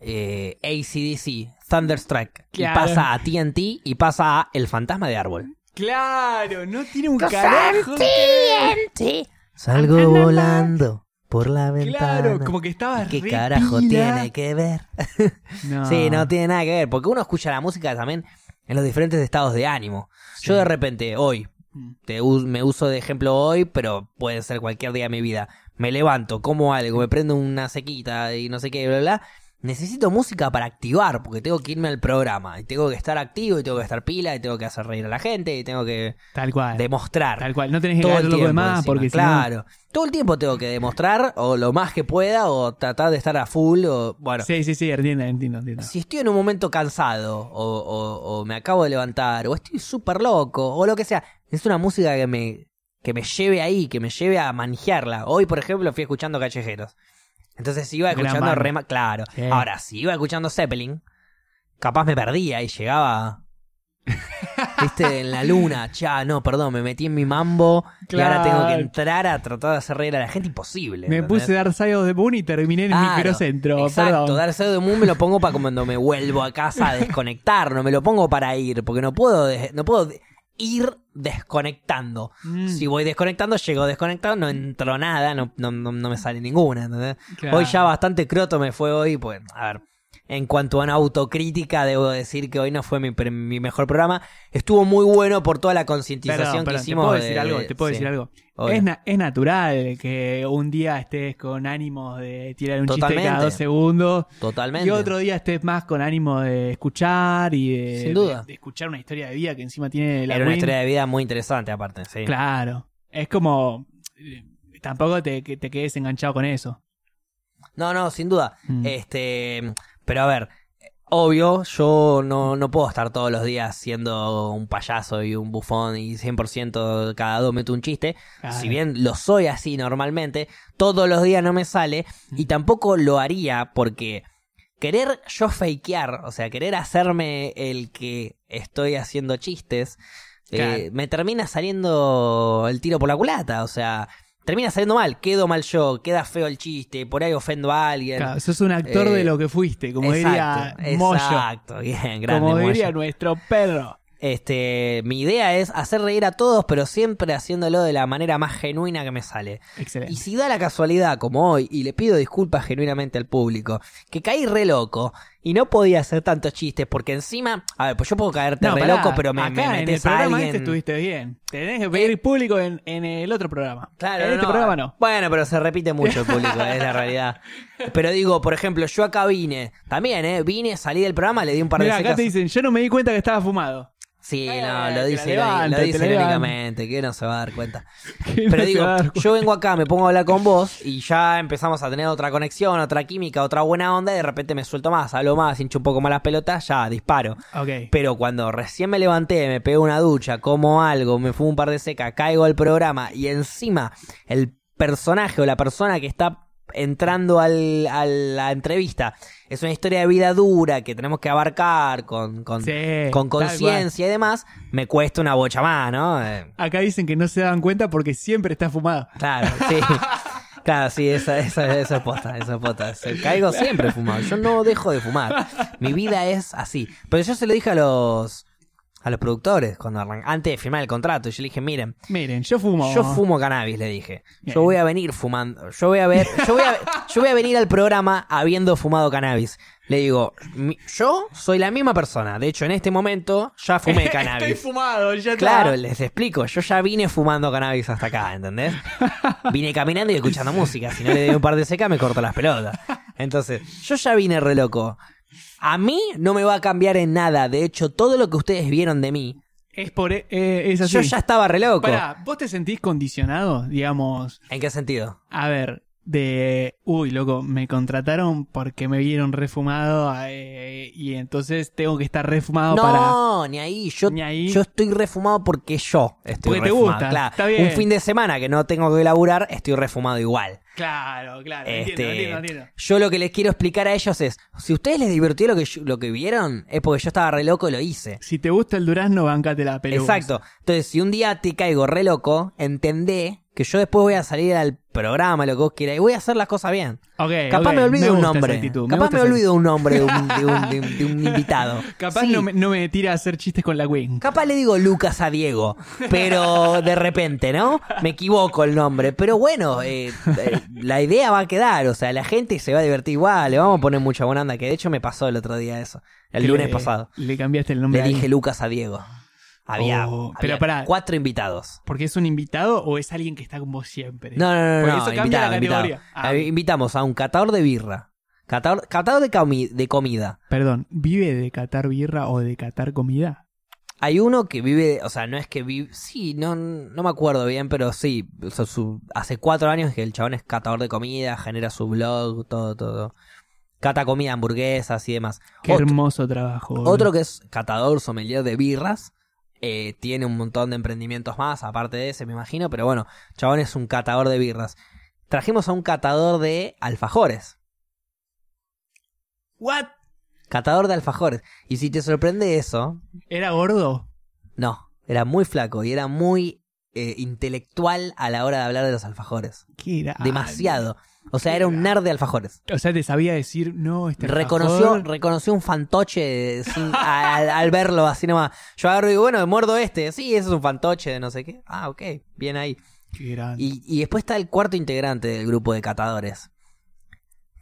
[SPEAKER 1] Eh, ACDC, Thunderstrike.
[SPEAKER 2] Claro.
[SPEAKER 1] Y pasa a TNT y pasa a El Fantasma de Árbol.
[SPEAKER 2] Claro, no tiene un carajo. que ver.
[SPEAKER 1] Salgo volando por la ventana.
[SPEAKER 2] Claro, como que estabas
[SPEAKER 1] ¿Qué
[SPEAKER 2] re
[SPEAKER 1] carajo
[SPEAKER 2] pila.
[SPEAKER 1] tiene que ver?
[SPEAKER 2] No.
[SPEAKER 1] Sí, no tiene nada que ver, porque uno escucha la música también en los diferentes estados de ánimo. Yo de repente, hoy,
[SPEAKER 2] Mm.
[SPEAKER 1] te us- me uso de ejemplo hoy, pero puede ser cualquier día de mi vida, me levanto, como algo, me prendo una sequita y no sé qué, bla, bla, bla. Necesito música para activar, porque tengo que irme al programa, y tengo que estar activo, y tengo que estar pila, y tengo que hacer reír a la gente, y tengo que
[SPEAKER 2] Tal cual.
[SPEAKER 1] demostrar
[SPEAKER 2] Tal cual. No tenés que
[SPEAKER 1] todo
[SPEAKER 2] caer
[SPEAKER 1] el
[SPEAKER 2] loco
[SPEAKER 1] tiempo
[SPEAKER 2] de más
[SPEAKER 1] encima,
[SPEAKER 2] porque si no-
[SPEAKER 1] claro todo el tiempo tengo que demostrar o lo más que pueda o tratar de estar a full o bueno
[SPEAKER 2] Sí, sí, sí, entiendo, entiendo, entiendo.
[SPEAKER 1] si estoy en un momento cansado o, o- o me acabo de levantar o estoy súper loco o lo que sea es una música que me que me lleve ahí que me lleve a manjearla hoy por ejemplo fui escuchando callejeros entonces si iba
[SPEAKER 2] Gran
[SPEAKER 1] escuchando
[SPEAKER 2] banda.
[SPEAKER 1] rema claro
[SPEAKER 2] Sí.
[SPEAKER 1] ahora si iba escuchando Zeppelin capaz me perdía y llegaba Viste, en la luna, ya, no, perdón, me metí en mi mambo y ahora tengo que
[SPEAKER 2] Claro.
[SPEAKER 1] entrar a tratar de hacer reír a la gente, imposible.
[SPEAKER 2] Me
[SPEAKER 1] ¿entendés?
[SPEAKER 2] puse Dark Side of the Moon y terminé en el
[SPEAKER 1] Claro,
[SPEAKER 2] microcentro.
[SPEAKER 1] Exacto,
[SPEAKER 2] perdón.
[SPEAKER 1] Dark Side of the Moon me lo pongo para cuando me vuelvo a casa a desconectar, no me lo pongo para ir, porque no puedo, de- no puedo de- ir desconectando.
[SPEAKER 2] Mm,
[SPEAKER 1] Si voy desconectando, llego desconectado, no entro nada, no, no, no- no me sale ninguna. ¿entendés?
[SPEAKER 2] claro.
[SPEAKER 1] Hoy ya bastante croto me fue hoy, pues, a ver. En cuanto a una autocrítica, debo decir que hoy no fue mi, pre- mi mejor programa. Estuvo muy bueno por toda la concientización
[SPEAKER 2] Perdón,
[SPEAKER 1] que
[SPEAKER 2] perdón, te
[SPEAKER 1] hicimos.
[SPEAKER 2] puedo
[SPEAKER 1] de-
[SPEAKER 2] decir algo,
[SPEAKER 1] de-
[SPEAKER 2] te puedo
[SPEAKER 1] sí,
[SPEAKER 2] decir algo.
[SPEAKER 1] obvio.
[SPEAKER 2] Es, na- es natural que un día estés con ánimo de tirar un chiste cada
[SPEAKER 1] Totalmente.
[SPEAKER 2] dos segundos
[SPEAKER 1] Totalmente.
[SPEAKER 2] y otro día estés más con ánimo de escuchar y de,
[SPEAKER 1] Sin duda.
[SPEAKER 2] de- de escuchar una historia de vida que encima tiene la
[SPEAKER 1] Era una
[SPEAKER 2] Win.
[SPEAKER 1] historia de vida muy interesante, aparte. Sí.
[SPEAKER 2] Claro, es como eh, tampoco te, que te quedes enganchado con eso.
[SPEAKER 1] No, no, sin duda.
[SPEAKER 2] Mm.
[SPEAKER 1] Este, pero a ver, obvio, yo no, no puedo estar todos los días siendo un payaso y un bufón y 100% cada dos meto un chiste.
[SPEAKER 2] Claro.
[SPEAKER 1] Si bien lo soy así normalmente, todos los días no me sale
[SPEAKER 2] Mm.
[SPEAKER 1] y tampoco lo haría porque querer yo fakear, o sea, querer hacerme el que estoy haciendo chistes, eh,
[SPEAKER 2] Claro.
[SPEAKER 1] me termina saliendo el tiro por la culata, o sea, termina saliendo mal, quedo mal yo, queda feo el chiste, por ahí ofendo a alguien.
[SPEAKER 2] Claro, sos un actor
[SPEAKER 1] Eh,
[SPEAKER 2] de lo que fuiste, como
[SPEAKER 1] exacto,
[SPEAKER 2] diría Moyo,
[SPEAKER 1] Exacto, bien, grande
[SPEAKER 2] como
[SPEAKER 1] Moyo.
[SPEAKER 2] diría nuestro perro.
[SPEAKER 1] Este, mi idea es hacer reír a todos, pero siempre haciéndolo de la manera más genuina que me sale.
[SPEAKER 2] Excelente.
[SPEAKER 1] Y si da la casualidad, como hoy, y le pido disculpas genuinamente al público, que caí re loco y no podía hacer tantos chistes, porque encima, a ver, pues yo puedo caerte re
[SPEAKER 2] pará,
[SPEAKER 1] loco, pero me,
[SPEAKER 2] acá
[SPEAKER 1] me
[SPEAKER 2] en el
[SPEAKER 1] metes a
[SPEAKER 2] programa
[SPEAKER 1] alguien. Eh.
[SPEAKER 2] este estuviste bien. Tenés que pedir público en, en el otro programa.
[SPEAKER 1] Claro,
[SPEAKER 2] en este programa no.
[SPEAKER 1] Bueno, pero se repite mucho el público, es la realidad. Pero digo, por ejemplo, yo acá vine, también, ¿eh? Vine, salí del programa, le di un par
[SPEAKER 2] Mira,
[SPEAKER 1] de
[SPEAKER 2] acá
[SPEAKER 1] secas.
[SPEAKER 2] te dicen, yo no me di cuenta que estaba fumado.
[SPEAKER 1] Sí,
[SPEAKER 2] Eh,
[SPEAKER 1] no,
[SPEAKER 2] te
[SPEAKER 1] lo
[SPEAKER 2] la
[SPEAKER 1] dice,
[SPEAKER 2] levanta,
[SPEAKER 1] lo
[SPEAKER 2] te
[SPEAKER 1] dice
[SPEAKER 2] la levanta.
[SPEAKER 1] irónicamente, que no se va a dar cuenta.
[SPEAKER 2] Que no
[SPEAKER 1] Pero
[SPEAKER 2] se
[SPEAKER 1] digo,
[SPEAKER 2] va a dar cu-
[SPEAKER 1] yo vengo acá, me pongo a hablar con vos y ya empezamos a tener otra conexión, otra química, otra buena onda y de repente me suelto más, hablo más, hincho un poco más las pelotas, ya disparo.
[SPEAKER 2] Ok.
[SPEAKER 1] Pero cuando recién me levanté, me pego una ducha, como algo, me fumo un par de secas, caigo al programa y encima el personaje o la persona que está entrando al- a la entrevista es una historia de vida dura que tenemos que abarcar con, con,
[SPEAKER 2] Sí,
[SPEAKER 1] con
[SPEAKER 2] tal cual.
[SPEAKER 1] conciencia y demás, me cuesta una bocha más, ¿no? Eh,
[SPEAKER 2] Acá dicen que no se dan cuenta porque siempre está fumado.
[SPEAKER 1] Claro, sí. Claro, sí, esa, esa, esa es posta, esa es posta. Se- Caigo siempre fumado. Yo no dejo de fumar. Mi vida es así. Pero yo se lo dije a los a los productores cuando arran- antes de firmar el contrato. Yo le dije, miren,
[SPEAKER 2] Miren, yo fumo.
[SPEAKER 1] yo fumo cannabis, le dije. Yo
[SPEAKER 2] Ah. Bien.
[SPEAKER 1] voy a venir fumando. Yo voy a ver, yo voy a, yo voy a venir al programa habiendo fumado cannabis. Le digo, mi- yo soy la misma persona. De hecho, en este momento ya fumé
[SPEAKER 2] Estoy
[SPEAKER 1] cannabis.
[SPEAKER 2] fumado, ya está.
[SPEAKER 1] Claro, les explico. Yo ya vine fumando cannabis hasta acá, ¿entendés? Vine caminando y escuchando música. Si no le doy un par de secas, me corto las pelotas. Entonces, yo ya vine re loco. A mí no me va a cambiar en nada. De hecho, todo lo que ustedes vieron de mí,
[SPEAKER 2] Es por eh, es así.
[SPEAKER 1] yo ya estaba re loco.
[SPEAKER 2] Pará, ¿vos te sentís condicionado, digamos?
[SPEAKER 1] ¿En qué sentido?
[SPEAKER 2] A ver, de, uy, loco, me contrataron porque me vieron refumado eh, y entonces tengo que estar refumado para...
[SPEAKER 1] No, ni ahí. Yo,
[SPEAKER 2] Ni ahí.
[SPEAKER 1] yo estoy refumado porque yo estoy
[SPEAKER 2] Porque te
[SPEAKER 1] refumado.
[SPEAKER 2] gusta,
[SPEAKER 1] Claro.
[SPEAKER 2] está bien.
[SPEAKER 1] Un fin de semana que no tengo que laburar, estoy refumado igual.
[SPEAKER 2] Claro, claro, entiendo,
[SPEAKER 1] Este,
[SPEAKER 2] entiendo, entiendo.
[SPEAKER 1] Yo lo que les quiero explicar a ellos es, si a ustedes les divirtió lo que, yo- lo que vieron, es porque yo estaba re loco y lo hice.
[SPEAKER 2] Si te gusta el durazno, bancate la pelota.
[SPEAKER 1] Exacto. Entonces, si un día te caigo re loco, entendé que yo después voy a salir al programa, lo que vos quieras, y voy a hacer las cosas bien.
[SPEAKER 2] Okay,
[SPEAKER 1] Capaz
[SPEAKER 2] Eh, ok,
[SPEAKER 1] me olvido un
[SPEAKER 2] gusta esa
[SPEAKER 1] nombre.
[SPEAKER 2] actitud,
[SPEAKER 1] Capaz
[SPEAKER 2] gusta
[SPEAKER 1] me
[SPEAKER 2] esa-
[SPEAKER 1] olvido un nombre de un, de un- de un- de un invitado.
[SPEAKER 2] Capaz
[SPEAKER 1] Sí.
[SPEAKER 2] no, me, no me tira a hacer chistes con la Wing.
[SPEAKER 1] Capaz le digo Lucas a Diego, pero de repente, ¿no? Me equivoco el nombre. Pero bueno, eh, eh, la idea va a quedar. O sea, la gente se va a divertir igual. Le vamos a poner mucha buena onda. Que de hecho me pasó el otro día eso. El
[SPEAKER 2] Que
[SPEAKER 1] lunes
[SPEAKER 2] le-
[SPEAKER 1] pasado.
[SPEAKER 2] Le cambiaste el nombre.
[SPEAKER 1] Le
[SPEAKER 2] a
[SPEAKER 1] dije
[SPEAKER 2] alguien.
[SPEAKER 1] Lucas a Diego. Había,
[SPEAKER 2] Oh,
[SPEAKER 1] había
[SPEAKER 2] pero pará.
[SPEAKER 1] cuatro invitados.
[SPEAKER 2] ¿Porque es un invitado o es alguien que está con vos siempre?
[SPEAKER 1] No, no, no,
[SPEAKER 2] Porque
[SPEAKER 1] no,
[SPEAKER 2] eso cambia
[SPEAKER 1] invitado,
[SPEAKER 2] la
[SPEAKER 1] invitado.
[SPEAKER 2] categoría. Ah,
[SPEAKER 1] Eh, Invitamos a un catador de birra. Catador, catador de, comi- de comida.
[SPEAKER 2] Perdón, ¿vive de catar birra o de catar comida?
[SPEAKER 1] Hay uno que vive, o sea, no es que vive, sí, no, no me acuerdo bien, pero sí, o sea, su- hace cuatro años que el chabón es catador de comida, genera su blog, todo, todo. Cata comida, hamburguesas y demás.
[SPEAKER 2] Qué
[SPEAKER 1] Otro-
[SPEAKER 2] hermoso trabajo. boludo.
[SPEAKER 1] Otro que es catador, sommelier de birras, eh, tiene un montón de emprendimientos más, aparte de ese, me imagino, pero bueno, chabón es un catador de birras. Trajimos a un catador de alfajores.
[SPEAKER 2] ¿What?
[SPEAKER 1] Catador de alfajores. Y si te sorprende eso,
[SPEAKER 2] ¿Era gordo?
[SPEAKER 1] No, era muy flaco y era muy eh, intelectual a la hora de hablar de los alfajores.
[SPEAKER 2] ¿Qué era?
[SPEAKER 1] Demasiado. O sea, era un nerd de alfajores.
[SPEAKER 2] O sea, te sabía decir, no, este
[SPEAKER 1] Reconoció,
[SPEAKER 2] alfajor-
[SPEAKER 1] reconoció un fantoche sin- a- al, al verlo así nomás. Yo agarro y digo, bueno, muerdo este. Sí, ese es un fantoche de no sé qué. Ah, ok, bien ahí.
[SPEAKER 2] Qué grande.
[SPEAKER 1] Y, y después está el cuarto integrante del grupo de catadores,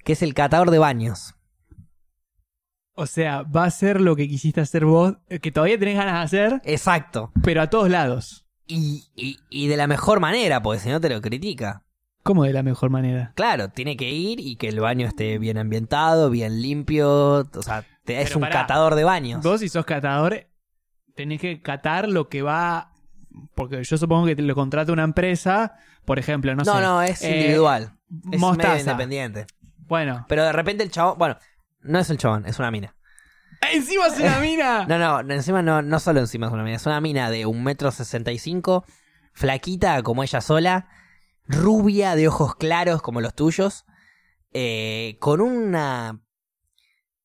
[SPEAKER 1] que es el catador de baños.
[SPEAKER 2] O sea, va a ser lo que quisiste hacer vos, eh, que todavía tenés ganas de hacer,
[SPEAKER 1] Exacto.
[SPEAKER 2] pero a todos lados.
[SPEAKER 1] Y, y, y de la mejor manera, porque si no te lo critica.
[SPEAKER 2] ¿Cómo de la mejor manera?
[SPEAKER 1] Claro, tiene que ir y que el baño esté bien ambientado, bien limpio. O sea, te- es
[SPEAKER 2] Pero
[SPEAKER 1] un
[SPEAKER 2] pará,
[SPEAKER 1] catador de baños.
[SPEAKER 2] Vos, si sos catador, tenés que catar lo que va. Porque yo supongo que te lo contrata una empresa, por ejemplo, no,
[SPEAKER 1] no,
[SPEAKER 2] sé.
[SPEAKER 1] no, es
[SPEAKER 2] eh,
[SPEAKER 1] individual. Es medio
[SPEAKER 2] Mostaza.
[SPEAKER 1] independiente.
[SPEAKER 2] Bueno.
[SPEAKER 1] Pero de repente el chabón. Bueno, no es el chabón, es una mina.
[SPEAKER 2] ¡Encima es una mina!
[SPEAKER 1] No, no, encima no, no solo encima es una mina, es una mina de un metro sesenta y cinco, flaquita como ella sola, rubia, de ojos claros como los tuyos, eh, con una.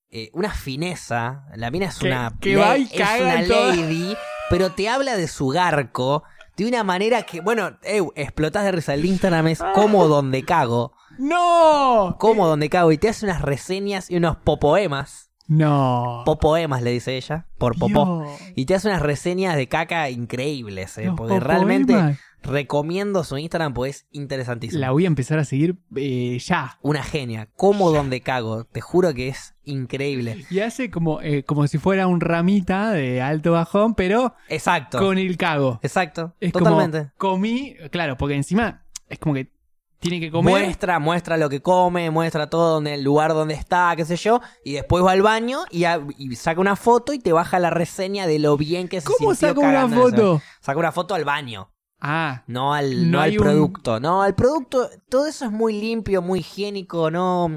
[SPEAKER 1] eh, una fineza. La mina es
[SPEAKER 2] Que-
[SPEAKER 1] una.
[SPEAKER 2] que va y
[SPEAKER 1] es
[SPEAKER 2] caga
[SPEAKER 1] una
[SPEAKER 2] en todo.
[SPEAKER 1] lady, pero te habla de su garco de una manera que, bueno, eu, explotás de risa. El Instagram es
[SPEAKER 2] Ah.
[SPEAKER 1] como donde cago,
[SPEAKER 2] ¡No!
[SPEAKER 1] como donde cago, y te hace unas reseñas y unos popoemas.
[SPEAKER 2] No.
[SPEAKER 1] Popoemas le dice ella, por popó.
[SPEAKER 2] Dios.
[SPEAKER 1] Y te hace unas reseñas de caca increíbles, eh,
[SPEAKER 2] Los
[SPEAKER 1] porque
[SPEAKER 2] popoemas.
[SPEAKER 1] realmente recomiendo su Instagram, pues es interesantísimo.
[SPEAKER 2] La voy a empezar a seguir eh, ya.
[SPEAKER 1] Una genia, como donde cago, te juro que es increíble.
[SPEAKER 2] Y hace como, eh, como si fuera un ramita de alto bajón, pero
[SPEAKER 1] Exacto,
[SPEAKER 2] con el cago.
[SPEAKER 1] exacto,
[SPEAKER 2] Es
[SPEAKER 1] totalmente.
[SPEAKER 2] como comí, claro, porque encima es como que tiene que comer.
[SPEAKER 1] Muestra, muestra lo que come, muestra todo donde, el lugar donde está, qué sé yo, y después va al baño y, a- y saca una foto y te baja la reseña de lo bien que se
[SPEAKER 2] ¿Cómo
[SPEAKER 1] sintió
[SPEAKER 2] saco una
[SPEAKER 1] cagando en ese baño.
[SPEAKER 2] foto?
[SPEAKER 1] Saca una foto al baño.
[SPEAKER 2] Ah,
[SPEAKER 1] No al,
[SPEAKER 2] No
[SPEAKER 1] no
[SPEAKER 2] hay
[SPEAKER 1] al
[SPEAKER 2] un-
[SPEAKER 1] producto. No, al producto, todo eso es muy limpio, muy higiénico, no.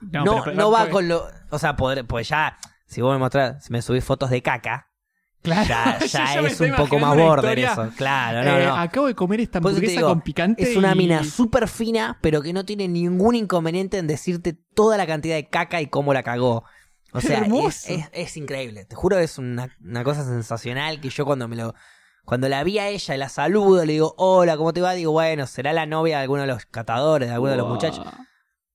[SPEAKER 1] No,
[SPEAKER 2] no, pero-
[SPEAKER 1] no va
[SPEAKER 2] porque-
[SPEAKER 1] con lo. O sea, podré- pues ya, si vos me mostrás, si me subís fotos de caca,
[SPEAKER 2] Claro,
[SPEAKER 1] ya,
[SPEAKER 2] yo
[SPEAKER 1] ya
[SPEAKER 2] me
[SPEAKER 1] es
[SPEAKER 2] estoy
[SPEAKER 1] un poco
[SPEAKER 2] imaginando
[SPEAKER 1] más
[SPEAKER 2] una
[SPEAKER 1] border
[SPEAKER 2] historia,
[SPEAKER 1] eso. Claro, no,
[SPEAKER 2] eh,
[SPEAKER 1] no.
[SPEAKER 2] Acabo de comer esta
[SPEAKER 1] Por eso te
[SPEAKER 2] hamburguesa
[SPEAKER 1] digo,
[SPEAKER 2] con picante.
[SPEAKER 1] Es una
[SPEAKER 2] y-
[SPEAKER 1] mina súper fina, pero que no tiene ningún inconveniente en decirte toda la cantidad de caca y cómo la cagó. O
[SPEAKER 2] Qué
[SPEAKER 1] sea, es,
[SPEAKER 2] hermoso.
[SPEAKER 1] es- es increíble. Te juro que es una, una cosa sensacional que yo cuando me lo. Cuando la vi a ella, la saludo, le digo, hola, ¿cómo te va? Digo, bueno, será la novia de alguno de los catadores, de alguno de los
[SPEAKER 2] Wow.
[SPEAKER 1] muchachos.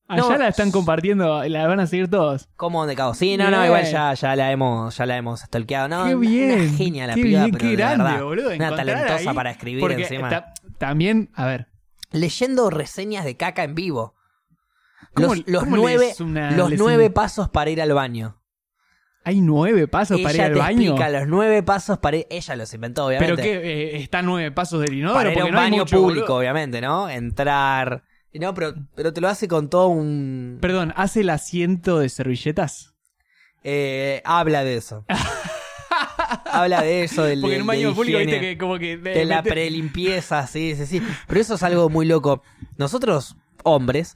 [SPEAKER 2] Allá
[SPEAKER 1] No.
[SPEAKER 2] la están compartiendo, la van a seguir todos.
[SPEAKER 1] ¿Cómo donde cago? Sí, no, no,
[SPEAKER 2] Bien.
[SPEAKER 1] igual ya, ya la hemos, ya la hemos stalkeado. No,
[SPEAKER 2] qué
[SPEAKER 1] una-
[SPEAKER 2] bien.
[SPEAKER 1] Una genia la
[SPEAKER 2] qué
[SPEAKER 1] piba,
[SPEAKER 2] bien,
[SPEAKER 1] pero
[SPEAKER 2] qué
[SPEAKER 1] de
[SPEAKER 2] grande,
[SPEAKER 1] verdad,
[SPEAKER 2] boludo.
[SPEAKER 1] Una
[SPEAKER 2] encontrar
[SPEAKER 1] talentosa
[SPEAKER 2] ahí,
[SPEAKER 1] para escribir
[SPEAKER 2] porque
[SPEAKER 1] encima.
[SPEAKER 2] ta- también, a ver,
[SPEAKER 1] leyendo reseñas de caca en vivo.
[SPEAKER 2] ¿Cómo-
[SPEAKER 1] Los, los
[SPEAKER 2] cómo
[SPEAKER 1] nueve,
[SPEAKER 2] lees una-
[SPEAKER 1] los
[SPEAKER 2] lees
[SPEAKER 1] nueve
[SPEAKER 2] un-
[SPEAKER 1] pasos para ir al baño.
[SPEAKER 2] hay nueve pasos
[SPEAKER 1] ella
[SPEAKER 2] para ir al
[SPEAKER 1] te
[SPEAKER 2] baño.
[SPEAKER 1] explica los nueve pasos para ir... Ella los inventó, obviamente.
[SPEAKER 2] Pero que eh, está nueve pasos del inodoro.
[SPEAKER 1] para ir
[SPEAKER 2] porque
[SPEAKER 1] a un
[SPEAKER 2] no hay
[SPEAKER 1] baño
[SPEAKER 2] mucho,
[SPEAKER 1] público,
[SPEAKER 2] boludo.
[SPEAKER 1] obviamente, ¿no? Entrar... No, pero, pero te lo hace con todo un...
[SPEAKER 2] Perdón, ¿hace el asiento de servilletas?
[SPEAKER 1] eh, habla de eso. habla de eso, del
[SPEAKER 2] Porque en un
[SPEAKER 1] del- de
[SPEAKER 2] baño público,
[SPEAKER 1] higiene.
[SPEAKER 2] viste que como que.
[SPEAKER 1] De la
[SPEAKER 2] mete-
[SPEAKER 1] prelimpieza, sí, sí, sí. Pero eso es algo muy loco. Nosotros hombres.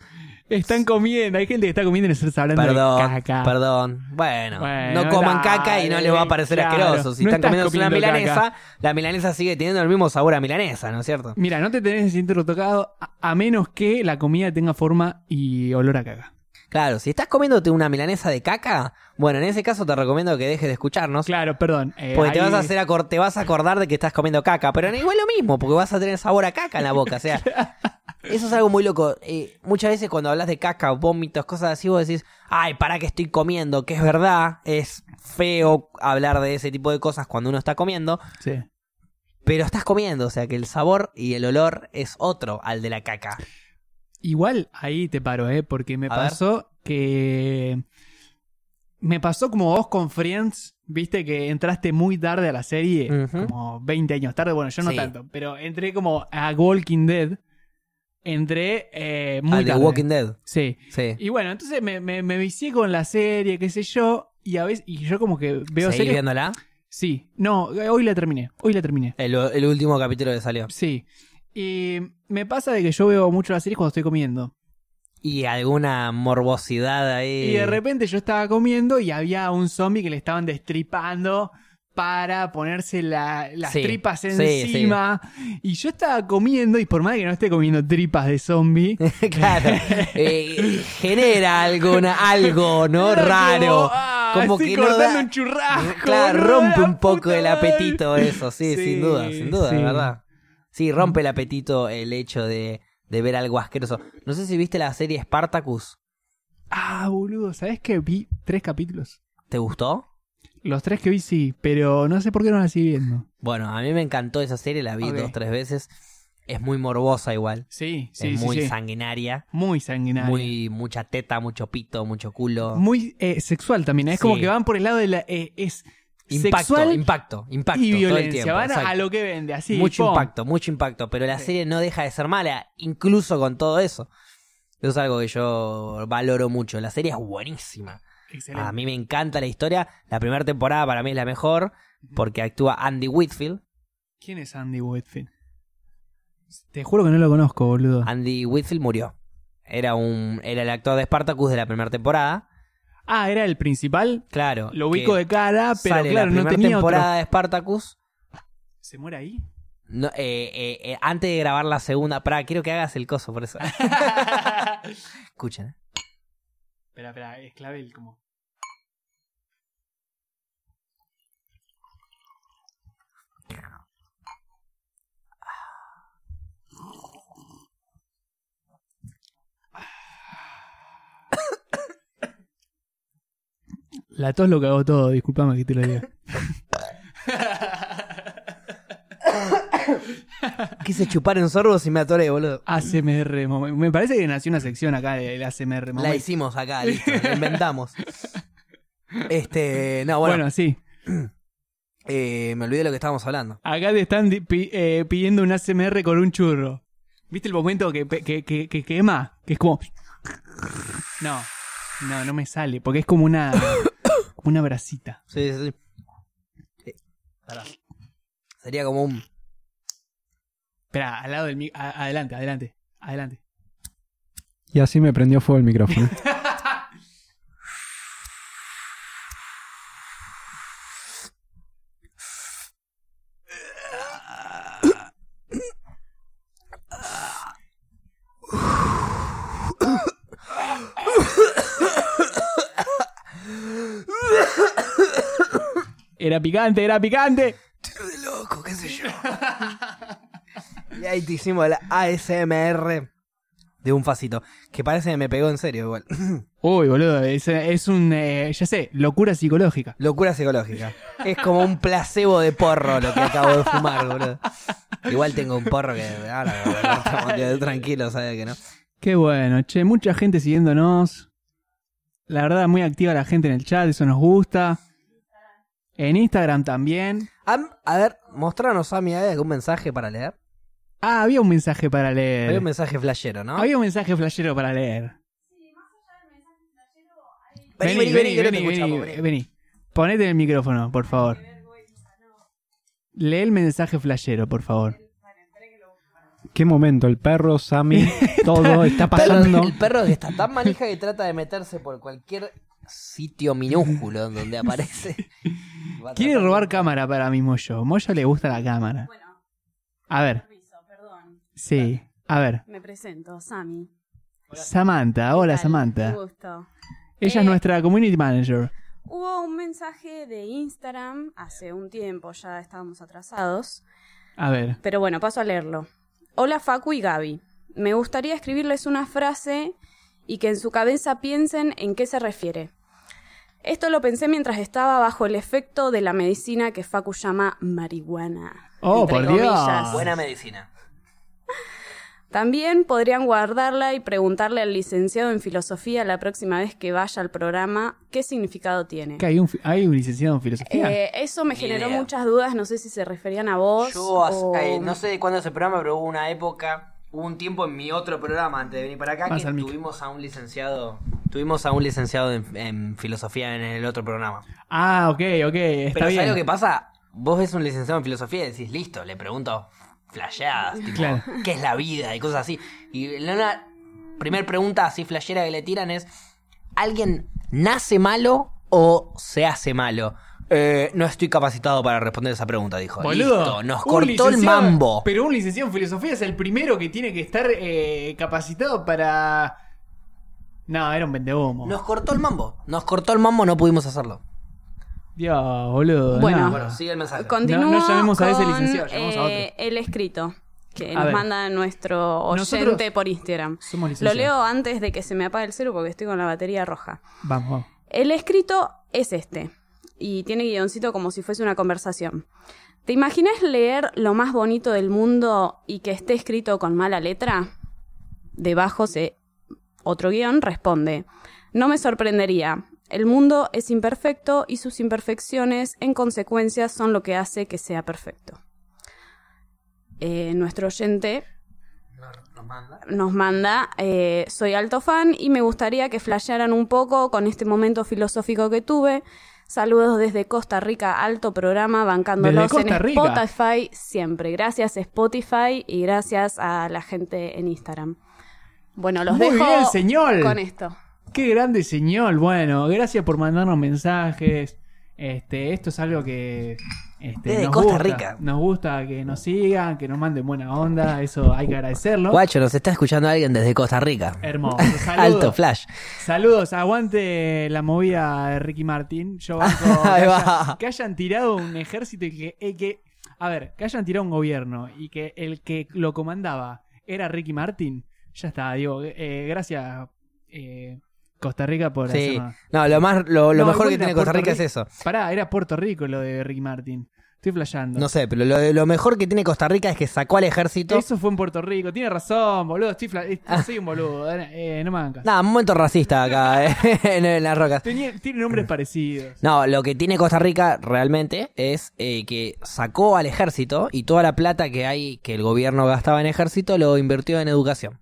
[SPEAKER 2] Están comiendo, hay gente que está comiendo y nosotros hablando de
[SPEAKER 1] Perdón,
[SPEAKER 2] caca.
[SPEAKER 1] perdón. Bueno,
[SPEAKER 2] Bueno,
[SPEAKER 1] no coman
[SPEAKER 2] dale,
[SPEAKER 1] caca y no les va a parecer
[SPEAKER 2] claro.
[SPEAKER 1] asqueroso. Si
[SPEAKER 2] No
[SPEAKER 1] están
[SPEAKER 2] estás
[SPEAKER 1] comiendo una
[SPEAKER 2] comiendo
[SPEAKER 1] milanesa,
[SPEAKER 2] caca.
[SPEAKER 1] la milanesa sigue teniendo el mismo sabor a milanesa, ¿no es cierto?
[SPEAKER 2] Mira, no te tenés que sentir tocado a, a menos que la comida tenga forma y olor a caca.
[SPEAKER 1] Claro, si estás comiéndote una milanesa de caca, bueno, en ese caso te recomiendo que dejes de escucharnos.
[SPEAKER 2] Claro, perdón. eh,
[SPEAKER 1] Porque te
[SPEAKER 2] ahí-
[SPEAKER 1] vas, a hacer acor- te vas a acordar de que estás comiendo caca, pero igual lo mismo, porque vas a tener sabor a caca en la boca. O sea, eso es algo muy loco. Eh, muchas veces cuando hablas de caca, vómitos, cosas así, vos decís, ay, para que estoy comiendo, que es verdad, es feo hablar de ese tipo de cosas cuando uno está comiendo,
[SPEAKER 2] Sí.
[SPEAKER 1] pero estás comiendo, o sea que el sabor y el olor es otro al de la caca.
[SPEAKER 2] Igual ahí te paro, ¿eh? Porque me
[SPEAKER 1] A ver.
[SPEAKER 2] pasó que. Me pasó como vos con Friends, viste que entraste muy tarde a la serie,
[SPEAKER 1] Ujú.
[SPEAKER 2] como 20 años tarde, bueno, yo no
[SPEAKER 1] Sí.
[SPEAKER 2] tanto, pero entré como a Walking Dead, entré eh, muy
[SPEAKER 1] Al Ah, de
[SPEAKER 2] tarde.
[SPEAKER 1] Walking Dead,
[SPEAKER 2] Sí.
[SPEAKER 1] sí.
[SPEAKER 2] Y bueno, entonces me, me, me vicié con la serie, qué sé yo, y a veces, y yo como que veo
[SPEAKER 1] ¿Seguís
[SPEAKER 2] series.
[SPEAKER 1] viéndola?
[SPEAKER 2] Sí, no, eh, hoy la terminé, hoy la terminé.
[SPEAKER 1] El, el último capítulo que salió.
[SPEAKER 2] Sí. Y me pasa de que yo veo mucho las series cuando estoy comiendo.
[SPEAKER 1] Y alguna morbosidad ahí.
[SPEAKER 2] Y de repente yo estaba comiendo y había un zombie que le estaban destripando para ponerse la- las
[SPEAKER 1] Sí,
[SPEAKER 2] tripas
[SPEAKER 1] sí, sí.
[SPEAKER 2] encima. Y yo estaba comiendo, y por más que no esté comiendo tripas de zombie,
[SPEAKER 1] claro. Eh, genera alguna, algo, ¿no?
[SPEAKER 2] era como,
[SPEAKER 1] Raro.
[SPEAKER 2] ah,
[SPEAKER 1] Como
[SPEAKER 2] estoy
[SPEAKER 1] que no
[SPEAKER 2] cortando
[SPEAKER 1] da-
[SPEAKER 2] un churrasco.
[SPEAKER 1] Claro,
[SPEAKER 2] boludo,
[SPEAKER 1] rompe
[SPEAKER 2] la
[SPEAKER 1] un poco
[SPEAKER 2] puta
[SPEAKER 1] el
[SPEAKER 2] madre.
[SPEAKER 1] apetito eso, sí,
[SPEAKER 2] Sí,
[SPEAKER 1] sin duda, sin duda, de
[SPEAKER 2] sí.
[SPEAKER 1] verdad. Sí, rompe el apetito el hecho de, de ver algo asqueroso. No sé si viste la serie Spartacus.
[SPEAKER 2] Ah, boludo, ¿sabes que vi tres capítulos?
[SPEAKER 1] ¿Te gustó?
[SPEAKER 2] Los tres que vi sí, pero no sé por qué no la sigo viendo.
[SPEAKER 1] Bueno, a mí me encantó esa serie, la vi
[SPEAKER 2] Ok.
[SPEAKER 1] dos, tres veces. Es muy morbosa igual.
[SPEAKER 2] Sí, sí,
[SPEAKER 1] es
[SPEAKER 2] sí.
[SPEAKER 1] muy
[SPEAKER 2] sí.
[SPEAKER 1] sanguinaria.
[SPEAKER 2] Muy sanguinario.
[SPEAKER 1] Muy, mucha teta, mucho pito, mucho culo.
[SPEAKER 2] muy eh, sexual también. ¿eh? Es
[SPEAKER 1] Sí.
[SPEAKER 2] como que van por el lado de la. eh, es
[SPEAKER 1] impacto,
[SPEAKER 2] sexual
[SPEAKER 1] impacto, impacto.
[SPEAKER 2] y
[SPEAKER 1] todo
[SPEAKER 2] violencia.
[SPEAKER 1] el tiempo,
[SPEAKER 2] van a
[SPEAKER 1] exacto.
[SPEAKER 2] lo que vende, así.
[SPEAKER 1] mucho
[SPEAKER 2] pum.
[SPEAKER 1] impacto, mucho impacto. Pero la
[SPEAKER 2] Sí.
[SPEAKER 1] serie no deja de ser mala, incluso con todo eso. Eso es algo que yo valoro mucho. La serie es buenísima.
[SPEAKER 2] Excelente.
[SPEAKER 1] A mí me encanta la historia. La primera temporada para mí es la mejor porque actúa Andy Whitfield.
[SPEAKER 2] ¿Quién es Andy Whitfield? Te juro que no lo conozco, boludo.
[SPEAKER 1] Andy Whitfield murió. Era un era el actor de Spartacus de la primera temporada.
[SPEAKER 2] Ah, era el principal.
[SPEAKER 1] Claro.
[SPEAKER 2] Lo ubico
[SPEAKER 1] que
[SPEAKER 2] de cara, pero
[SPEAKER 1] sale
[SPEAKER 2] claro,
[SPEAKER 1] la
[SPEAKER 2] no
[SPEAKER 1] primera
[SPEAKER 2] tenía
[SPEAKER 1] temporada de Spartacus.
[SPEAKER 2] otro. ¿Se muere ahí?
[SPEAKER 1] No, eh, eh, eh, antes de grabar la segunda, para quiero que hagas el coso por eso.
[SPEAKER 2] espera,
[SPEAKER 1] Escuchen. eh.
[SPEAKER 2] espera, es clavel como. La tos lo cagó todo, disculpame que te lo diga.
[SPEAKER 1] Quise chupar en sorbos y me atoré, boludo.
[SPEAKER 2] ACMR, momen- me parece que nació una sección acá del ACMR.
[SPEAKER 1] La
[SPEAKER 2] momen-
[SPEAKER 1] hicimos acá, listo, la inventamos. Este, no, bueno,
[SPEAKER 2] Bueno, sí.
[SPEAKER 1] eh, me olvidé de lo que estábamos hablando.
[SPEAKER 2] Acá te están di- pi- eh, pidiendo un ACMR con un churro. ¿Viste el momento que, pe- que, que- que quema? Que es como. No, no, no me sale. Porque es como una. Como una brasita.
[SPEAKER 1] Sí, sí, sí. Eh, pará. Sería como un.
[SPEAKER 2] Espera, al lado del. mi- a- adelante, adelante, adelante.
[SPEAKER 3] Y así me prendió fuego el micrófono.
[SPEAKER 2] Era picante, era picante.
[SPEAKER 1] Tiro de loco, qué sé yo. y ahí te hicimos el ASMR de un facito. Que parece que me pegó en serio, igual.
[SPEAKER 2] Uy, boludo, es, es un. eh, ya sé, locura psicológica.
[SPEAKER 1] Locura psicológica. Es como un placebo de porro lo que acabo de fumar, boludo. Igual tengo un porro que. Ahora, boludo, tranquilo, sabes que no.
[SPEAKER 2] Qué bueno, che, mucha gente siguiéndonos. La verdad, muy activa la gente en el chat, eso nos gusta. En Instagram también.
[SPEAKER 1] Am- a ver, mostranos a mi algún mensaje para leer.
[SPEAKER 2] Ah, había un mensaje para leer.
[SPEAKER 1] Hay un ¿Ah? mensaje flashero, ¿no?
[SPEAKER 2] Había un mensaje flashero para leer.
[SPEAKER 1] Vení, vení, vení, que no te escuchamos, vení.
[SPEAKER 2] vení. Eh, Ponete en el micrófono, por favor. Lee el mensaje flashero, por favor.
[SPEAKER 3] qué momento, el perro, Sammy, todo está pasando.
[SPEAKER 1] El perro que está tan manija que trata de meterse por cualquier sitio minúsculo donde aparece. Va a
[SPEAKER 2] Quiere
[SPEAKER 1] tratar-
[SPEAKER 2] robar cámara para mi Moyo. Moyo le gusta la cámara.
[SPEAKER 4] Bueno,
[SPEAKER 2] A ver,
[SPEAKER 4] permiso, perdón.
[SPEAKER 2] sí. A ver,
[SPEAKER 4] Me presento, Sami.
[SPEAKER 2] Samantha. Hola,
[SPEAKER 4] Tal,
[SPEAKER 2] Samantha.
[SPEAKER 4] un gusto.
[SPEAKER 2] Ella es
[SPEAKER 4] Eh.
[SPEAKER 2] nuestra community manager.
[SPEAKER 4] Hubo un mensaje de Instagram hace un tiempo, ya estábamos atrasados.
[SPEAKER 2] A ver.
[SPEAKER 4] Pero bueno, paso a leerlo. Hola Facu y Gaby. Me gustaría escribirles una frase y que en su cabeza piensen en qué se refiere. Esto lo pensé mientras estaba bajo el efecto de la medicina que Facu llama marihuana.
[SPEAKER 2] Oh,
[SPEAKER 4] entre
[SPEAKER 2] por Dios.
[SPEAKER 4] comillas.
[SPEAKER 1] Buena medicina.
[SPEAKER 4] También podrían guardarla y preguntarle al licenciado en filosofía la próxima vez que vaya al programa qué significado tiene.
[SPEAKER 2] ¿Que hay, un, fi- ¿Hay un licenciado en filosofía?
[SPEAKER 4] Eh, eso me
[SPEAKER 1] Ni
[SPEAKER 4] generó
[SPEAKER 1] idea.
[SPEAKER 4] muchas dudas, no sé si se referían a vos.
[SPEAKER 1] Yo hace-
[SPEAKER 4] o-
[SPEAKER 1] eh, no sé de cuándo es el programa, pero hubo una época, hubo un tiempo en mi otro programa antes de venir para acá
[SPEAKER 2] Más
[SPEAKER 1] que
[SPEAKER 2] al mic.
[SPEAKER 1] tuvimos a un licenciado, tuvimos a un licenciado en, en filosofía en el otro programa.
[SPEAKER 2] Ah, ok, ok. Está
[SPEAKER 1] pero
[SPEAKER 2] bien.
[SPEAKER 1] ¿sabes lo que pasa? Vos ves un licenciado en filosofía y decís, listo, le pregunto flasheadas, tipo,
[SPEAKER 2] Claro.
[SPEAKER 1] ¿qué es la vida? Y cosas así. Y la una primer pregunta así flashera que le tiran es, ¿alguien nace malo o se hace malo? Eh, no estoy capacitado para responder esa pregunta, dijo.
[SPEAKER 2] Boludo,
[SPEAKER 1] Listo, nos
[SPEAKER 2] un
[SPEAKER 1] cortó el
[SPEAKER 2] licenciado-
[SPEAKER 1] mambo.
[SPEAKER 2] Pero un licenciado en filosofía es el primero que tiene que estar eh, capacitado para. No, era un vendehumo.
[SPEAKER 1] Nos cortó el mambo. Nos cortó el mambo, no pudimos hacerlo.
[SPEAKER 2] Dios, boludo.
[SPEAKER 4] Bueno.
[SPEAKER 2] no.
[SPEAKER 1] Bueno, sigue el mensaje.
[SPEAKER 4] Continúo
[SPEAKER 2] No- no llamemos a ese
[SPEAKER 4] con,
[SPEAKER 2] licenciado, llamemos a
[SPEAKER 4] eh, el escrito que
[SPEAKER 2] A
[SPEAKER 4] nos
[SPEAKER 2] ver.
[SPEAKER 4] manda nuestro oyente
[SPEAKER 2] Nosotros-
[SPEAKER 4] por Instagram.
[SPEAKER 2] Somos
[SPEAKER 4] Lo
[SPEAKER 2] licenciados.
[SPEAKER 4] leo antes de que se me apague el celu porque estoy con la batería roja.
[SPEAKER 2] Vamos, vamos.
[SPEAKER 4] El escrito es este y tiene guioncito como si fuese una conversación. ¿Te imaginas leer lo más bonito del mundo y que esté escrito con mala letra? Debajo se otro guión responde. No me sorprendería. El mundo es imperfecto y sus imperfecciones en consecuencia son lo que hace que sea perfecto. Eh, nuestro oyente
[SPEAKER 1] Nos manda.
[SPEAKER 4] nos manda, eh, soy alto fan y me gustaría que flashearan un poco con este momento filosófico que tuve. Saludos desde Costa Rica, alto programa, bancándolos
[SPEAKER 2] Desde
[SPEAKER 4] en
[SPEAKER 2] Costa Rica.
[SPEAKER 4] Spotify siempre. Gracias Spotify y gracias a la gente en Instagram. Bueno, los
[SPEAKER 2] Muy
[SPEAKER 4] dejo
[SPEAKER 2] bien, señor.
[SPEAKER 4] con esto.
[SPEAKER 2] Qué grande señor. Bueno, gracias por mandarnos mensajes. Este, esto es algo que este,
[SPEAKER 1] Desde
[SPEAKER 2] nos
[SPEAKER 1] Costa
[SPEAKER 2] gusta.
[SPEAKER 1] Rica.
[SPEAKER 2] Nos gusta que nos sigan, que nos manden buena onda. Eso hay que agradecerlo.
[SPEAKER 1] Guacho, nos está escuchando alguien desde Costa Rica.
[SPEAKER 2] Hermoso.
[SPEAKER 1] Alto
[SPEAKER 2] Saludos.
[SPEAKER 1] flash.
[SPEAKER 2] Saludos, aguante la movida de Ricky Martín. Yo banco que,
[SPEAKER 1] Ahí va.
[SPEAKER 2] haya- que hayan tirado un ejército y que, eh, que- A ver, que hayan tirado un gobierno y que el que lo comandaba era Ricky Martín. Ya está, digo, eh, gracias eh, Costa Rica por
[SPEAKER 1] Sí.
[SPEAKER 2] hacernos-
[SPEAKER 1] No, lo, más, lo, lo
[SPEAKER 2] No,
[SPEAKER 1] mejor que
[SPEAKER 2] igual era
[SPEAKER 1] tiene Costa
[SPEAKER 2] Puerto
[SPEAKER 1] Rica es
[SPEAKER 2] Ri-
[SPEAKER 1] eso.
[SPEAKER 2] Pará, era Puerto Rico lo de Ricky Martín. Estoy flasheando.
[SPEAKER 1] No sé, pero lo, lo mejor que tiene Costa Rica es que sacó al ejército.
[SPEAKER 2] Eso fue en Puerto Rico, tiene razón, boludo. Estoy fla- eh,
[SPEAKER 1] Ah.
[SPEAKER 2] Soy un boludo, eh, no me hagan caso.
[SPEAKER 1] Nada, momento racista acá eh, en, en las rocas.
[SPEAKER 2] Tenía- tiene nombres parecidos.
[SPEAKER 1] No, lo que tiene Costa Rica realmente es eh, que sacó al ejército y toda la plata que hay que el gobierno gastaba en ejército lo invirtió en educación.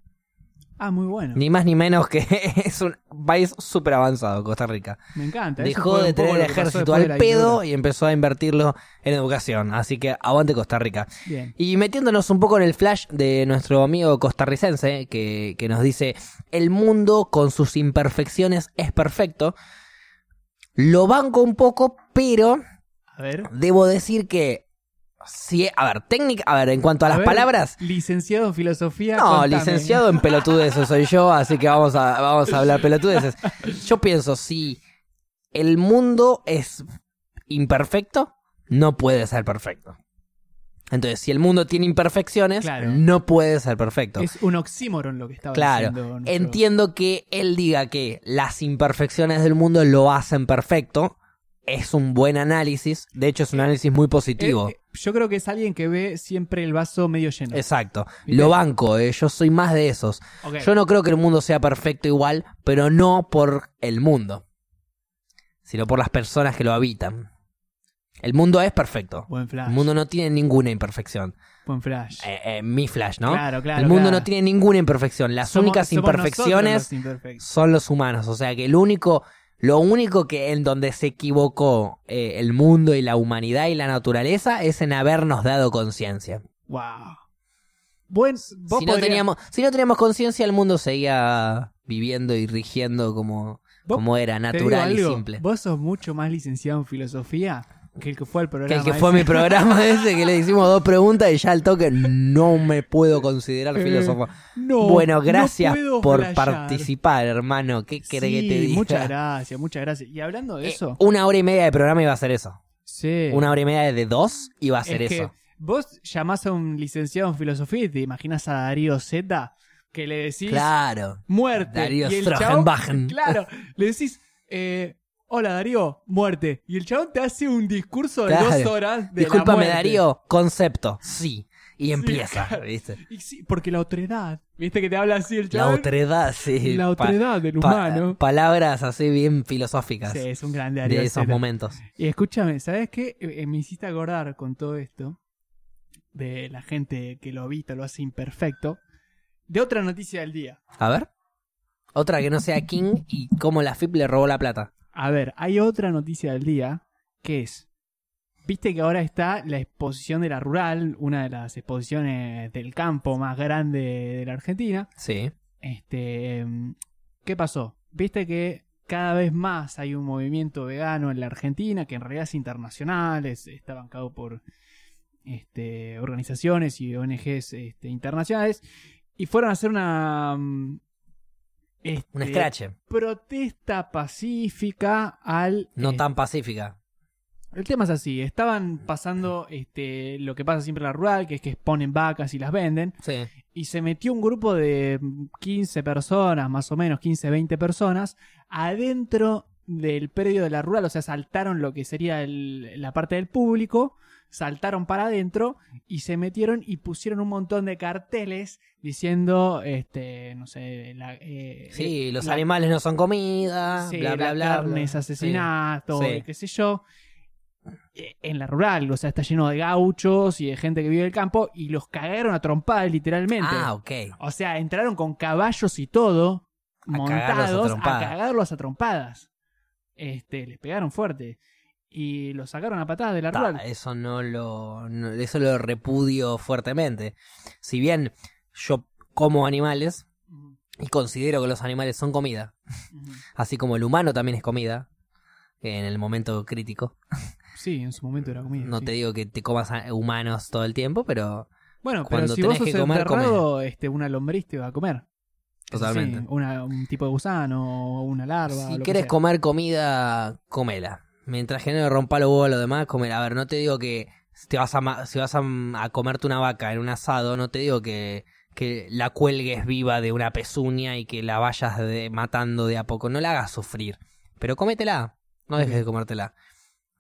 [SPEAKER 2] Ah, muy bueno.
[SPEAKER 1] Ni más ni menos que es un país súper avanzado, Costa Rica.
[SPEAKER 2] Me encanta. eso
[SPEAKER 1] Dejó
[SPEAKER 2] fue
[SPEAKER 1] de
[SPEAKER 2] un poco
[SPEAKER 1] tener el
[SPEAKER 2] lo que pasó
[SPEAKER 1] ejército
[SPEAKER 2] después de la
[SPEAKER 1] al pedo
[SPEAKER 2] dictadura.
[SPEAKER 1] y empezó a invertirlo en educación. Así que aguante Costa Rica.
[SPEAKER 2] Bien.
[SPEAKER 1] Y metiéndonos un poco en el flash de nuestro amigo costarricense que, que nos dice, el mundo con sus imperfecciones es perfecto. Lo banco un poco, pero
[SPEAKER 2] A ver.
[SPEAKER 1] debo decir que... Sí, a ver, técnica, a ver, en cuanto a, las
[SPEAKER 2] ver,
[SPEAKER 1] palabras...
[SPEAKER 2] Licenciado en filosofía.
[SPEAKER 1] No,
[SPEAKER 2] contame.
[SPEAKER 1] licenciado en pelotudeces soy yo, así que vamos a, vamos a hablar pelotudeces. Yo pienso, si el mundo es imperfecto, no puede ser perfecto. Entonces, si el mundo tiene imperfecciones,
[SPEAKER 2] Claro.
[SPEAKER 1] no puede ser perfecto.
[SPEAKER 2] Es un oxímoron lo que estaba
[SPEAKER 1] Claro,
[SPEAKER 2] diciendo. nuestro-
[SPEAKER 1] entiendo que él diga que las imperfecciones del mundo lo hacen perfecto. Es un buen análisis, de hecho es un análisis muy
[SPEAKER 2] Eh,
[SPEAKER 1] positivo.
[SPEAKER 2] eh, yo creo que es alguien que ve siempre el vaso medio lleno.
[SPEAKER 1] Exacto,
[SPEAKER 2] ¿Viste?
[SPEAKER 1] lo banco, eh, yo soy más de esos.
[SPEAKER 2] Ok.
[SPEAKER 1] Yo no creo que el mundo sea perfecto igual, pero no por el mundo, sino por las personas que lo habitan. El mundo es perfecto.
[SPEAKER 2] Buen flash.
[SPEAKER 1] El mundo no tiene ninguna imperfección.
[SPEAKER 2] Buen flash.
[SPEAKER 1] Eh, eh, mi flash, ¿no?
[SPEAKER 2] Claro, claro.
[SPEAKER 1] el mundo
[SPEAKER 2] claro.
[SPEAKER 1] no tiene ninguna imperfección. Las
[SPEAKER 2] Somos-
[SPEAKER 1] únicas
[SPEAKER 2] somos nosotros
[SPEAKER 1] imperfecciones
[SPEAKER 2] los imperfectos.
[SPEAKER 1] son los humanos. O sea que el único, lo único que en donde se equivocó eh, el mundo y la humanidad y la naturaleza es en habernos dado conciencia.
[SPEAKER 2] Wow. Buen, vos
[SPEAKER 1] Si no,
[SPEAKER 2] podrías-
[SPEAKER 1] teníamos, si no teníamos conciencia, el mundo seguía viviendo y rigiendo como,
[SPEAKER 2] Vos-
[SPEAKER 1] como era,
[SPEAKER 2] te
[SPEAKER 1] natural y
[SPEAKER 2] digo algo,
[SPEAKER 1] simple.
[SPEAKER 2] Vos sos mucho más licenciado en filosofía que el que fue al
[SPEAKER 1] Que
[SPEAKER 2] programa.
[SPEAKER 1] el que fue a mi
[SPEAKER 2] ese.
[SPEAKER 1] programa ese, que le hicimos dos preguntas y ya al toque no me puedo considerar filósofo.
[SPEAKER 2] Eh, No,
[SPEAKER 1] bueno,
[SPEAKER 2] no
[SPEAKER 1] gracias
[SPEAKER 2] puedo
[SPEAKER 1] por
[SPEAKER 2] flashear.
[SPEAKER 1] participar, hermano. ¿Qué querés que te
[SPEAKER 2] Sí,
[SPEAKER 1] diga?
[SPEAKER 2] Muchas gracias, muchas gracias. Y hablando de eso,
[SPEAKER 1] Eh, una hora y media de programa iba a ser eso.
[SPEAKER 2] sí.
[SPEAKER 1] Una hora y media de dos iba a
[SPEAKER 2] Es
[SPEAKER 1] ser
[SPEAKER 2] que
[SPEAKER 1] eso.
[SPEAKER 2] Vos llamás a un licenciado en filosofía y te imaginas a Darío Z que le decís
[SPEAKER 1] Claro.
[SPEAKER 2] muerte.
[SPEAKER 1] Darío
[SPEAKER 2] y el chabón-
[SPEAKER 1] Strachenbachen.
[SPEAKER 2] Claro, le decís, eh, hola Darío, muerte. Y el chabón te hace un discurso de
[SPEAKER 1] Claro.
[SPEAKER 2] dos horas de la
[SPEAKER 1] Discúlpame,
[SPEAKER 2] muerte.
[SPEAKER 1] Darío. Concepto. Sí. Y empieza, ¿viste?
[SPEAKER 2] Y sí, porque la otredad, viste que te habla así el
[SPEAKER 1] La
[SPEAKER 2] chabón.
[SPEAKER 1] otredad, sí.
[SPEAKER 2] La
[SPEAKER 1] Pa-
[SPEAKER 2] otredad del
[SPEAKER 1] pa-
[SPEAKER 2] humano.
[SPEAKER 1] palabras así bien filosóficas
[SPEAKER 2] Sí, es un grande Darío
[SPEAKER 1] de esos
[SPEAKER 2] Zeta.
[SPEAKER 1] momentos.
[SPEAKER 2] Y escúchame, ¿sabes qué? Eh, eh, me hiciste acordar con todo esto de la gente que lo habita, lo hace imperfecto, de otra noticia del día.
[SPEAKER 1] A ver. Otra que no sea King y cómo la FIP le robó la plata.
[SPEAKER 2] A ver, hay otra noticia del día que es, viste que ahora está la exposición de la rural, una de las exposiciones del campo más grande de la Argentina.
[SPEAKER 1] Sí.
[SPEAKER 2] Este, em, ¿qué pasó? Viste que cada vez más hay un movimiento vegano en la Argentina que en realidad es internacional, es- está bancado por este, organizaciones y ONGs este, internacionales y fueron a hacer una mm,
[SPEAKER 1] Un
[SPEAKER 2] este,
[SPEAKER 1] scratch.
[SPEAKER 2] protesta pacífica al
[SPEAKER 1] No
[SPEAKER 2] eh,
[SPEAKER 1] tan pacífica.
[SPEAKER 2] el tema es así, estaban pasando este, lo que pasa siempre en la rural, que es que exponen vacas y las venden
[SPEAKER 1] Sí.
[SPEAKER 2] y se metió un grupo de 15 personas, más o menos 15, 20 personas, adentro del predio de la rural, o sea, saltaron lo que sería el- la parte del público, saltaron para adentro y se metieron y pusieron un montón de carteles diciendo, este, no sé, la, eh,
[SPEAKER 1] Sí,
[SPEAKER 2] eh,
[SPEAKER 1] los
[SPEAKER 2] la-
[SPEAKER 1] animales no son comida,
[SPEAKER 2] sí,
[SPEAKER 1] bla, bla,
[SPEAKER 2] la
[SPEAKER 1] bla.
[SPEAKER 2] carne es
[SPEAKER 1] bla.
[SPEAKER 2] asesinato,
[SPEAKER 1] Sí.
[SPEAKER 2] y qué sé yo. Eh, En la rural, o sea, está lleno de gauchos y de gente que vive del campo y los cagaron a trompadas literalmente.
[SPEAKER 1] Ah, ok.
[SPEAKER 2] O sea, entraron con caballos y todo,
[SPEAKER 1] A
[SPEAKER 2] montados,
[SPEAKER 1] cagarlos a
[SPEAKER 2] a
[SPEAKER 1] trompadas.
[SPEAKER 2] cagarlos a trompadas. Este, les pegaron fuerte. Y los sacaron a patadas de la
[SPEAKER 1] Ta, eh.
[SPEAKER 2] rural.
[SPEAKER 1] eso no lo. no- eso lo repudio fuertemente. Si bien yo como animales
[SPEAKER 2] Ujú,
[SPEAKER 1] y considero que los animales son comida,
[SPEAKER 2] ujú.
[SPEAKER 1] así como el humano también es comida, en el momento crítico.
[SPEAKER 2] Sí, en su momento era comida.
[SPEAKER 1] No
[SPEAKER 2] sí.
[SPEAKER 1] te digo que te comas a- humanos todo el tiempo, pero
[SPEAKER 2] Bueno,
[SPEAKER 1] cuando
[SPEAKER 2] pero si vos
[SPEAKER 1] tenés
[SPEAKER 2] sos
[SPEAKER 1] que comer,
[SPEAKER 2] enterrado, este, una lombriz te va a comer. Eso sí,
[SPEAKER 1] totalmente.
[SPEAKER 2] una- un tipo de gusano, una larva. o
[SPEAKER 1] Si
[SPEAKER 2] lo que
[SPEAKER 1] quieres
[SPEAKER 2] sea.
[SPEAKER 1] comer comida, comela. Mientras que no le rompa los huevos a los demás, comela. A ver, no te digo que te vas a ma- si vas a, a comerte una vaca en un asado, no te digo que, que la cuelgues viva de una pezuña y que la vayas de- matando de a poco. No la hagas sufrir. Pero cométela. No dejes de comértela.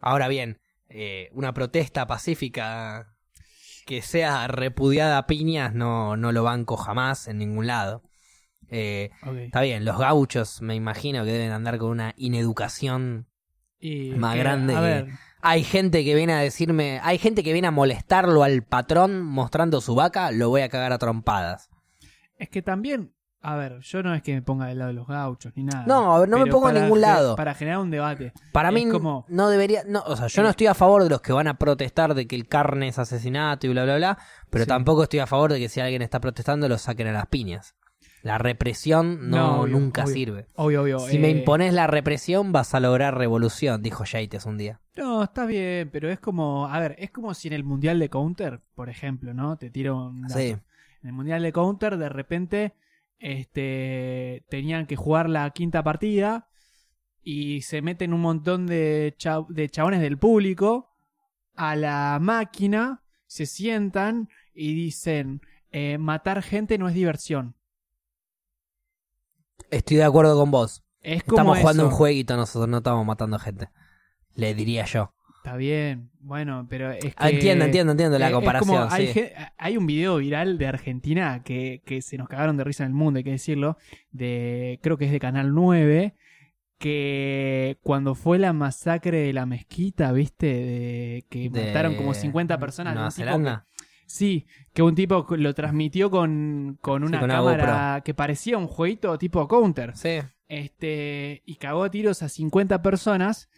[SPEAKER 1] Ahora bien, eh, una protesta pacífica que sea repudiada a piñas no, no lo banco jamás en ningún lado. Eh,
[SPEAKER 2] Ok.
[SPEAKER 1] Está bien, los gauchos me imagino que deben andar con una ineducación.
[SPEAKER 2] Y
[SPEAKER 1] más
[SPEAKER 2] que,
[SPEAKER 1] grande
[SPEAKER 2] A
[SPEAKER 1] que-
[SPEAKER 2] ver,
[SPEAKER 1] Hay gente que viene a decirme, hay gente que viene a molestarlo al patrón mostrando su vaca, lo voy a cagar a trompadas.
[SPEAKER 2] es que también. A ver, yo no es que me ponga del lado de los gauchos ni nada.
[SPEAKER 1] No, no me
[SPEAKER 2] pero
[SPEAKER 1] pongo en
[SPEAKER 2] para
[SPEAKER 1] ningún
[SPEAKER 2] ge-
[SPEAKER 1] lado.
[SPEAKER 2] Para generar un debate.
[SPEAKER 1] Para
[SPEAKER 2] Es
[SPEAKER 1] mí
[SPEAKER 2] como-
[SPEAKER 1] no debería, no, o sea, yo no
[SPEAKER 2] Eh.
[SPEAKER 1] estoy a favor de los que van a protestar de que el carne es asesinato y bla bla bla, pero
[SPEAKER 2] Sí.
[SPEAKER 1] tampoco estoy a favor de que si alguien está protestando lo saquen a las piñas. La represión no,
[SPEAKER 2] No, obvio,
[SPEAKER 1] nunca
[SPEAKER 2] obvio.
[SPEAKER 1] sirve.
[SPEAKER 2] Obvio, obvio.
[SPEAKER 1] Si me
[SPEAKER 2] eh,
[SPEAKER 1] impones la represión vas a lograr revolución, dijo Yates un día.
[SPEAKER 2] No, está bien, pero es como. A ver, es como si en el mundial de Counter, por ejemplo, ¿no? Te tiro un. dato.
[SPEAKER 1] Sí.
[SPEAKER 2] En el mundial de Counter, de repente. Este. Tenían que jugar la quinta partida. Y se meten un montón de, cha- de chabones del público. A la máquina. Se sientan. Y dicen. eh, matar gente no es diversión.
[SPEAKER 1] Estoy de acuerdo con vos.
[SPEAKER 2] Es como
[SPEAKER 1] Estamos jugando
[SPEAKER 2] eso.
[SPEAKER 1] un jueguito nosotros, no estamos matando gente. Le diría yo.
[SPEAKER 2] Está bien, bueno, pero es que...
[SPEAKER 1] Ah, Entiendo, entiendo, entiendo
[SPEAKER 2] Eh,
[SPEAKER 1] la
[SPEAKER 2] es
[SPEAKER 1] comparación.
[SPEAKER 2] como hay,
[SPEAKER 1] sí.
[SPEAKER 2] gen- hay un video viral de Argentina que, que se nos cagaron de risa en el mundo, hay que decirlo, de creo que es de Canal 9, que cuando fue la masacre de la mezquita, ¿viste? De, que
[SPEAKER 1] De
[SPEAKER 2] mataron como 50 personas. de
[SPEAKER 1] Nueva
[SPEAKER 2] un tipo
[SPEAKER 1] Zelanda.
[SPEAKER 2] que- sí, que un tipo lo transmitió con, con
[SPEAKER 1] Sí,
[SPEAKER 2] una
[SPEAKER 1] con una
[SPEAKER 2] cámara que parecía un jueguito tipo Counter.
[SPEAKER 1] Sí.
[SPEAKER 2] Este, y cagó a tiros a 50 personas.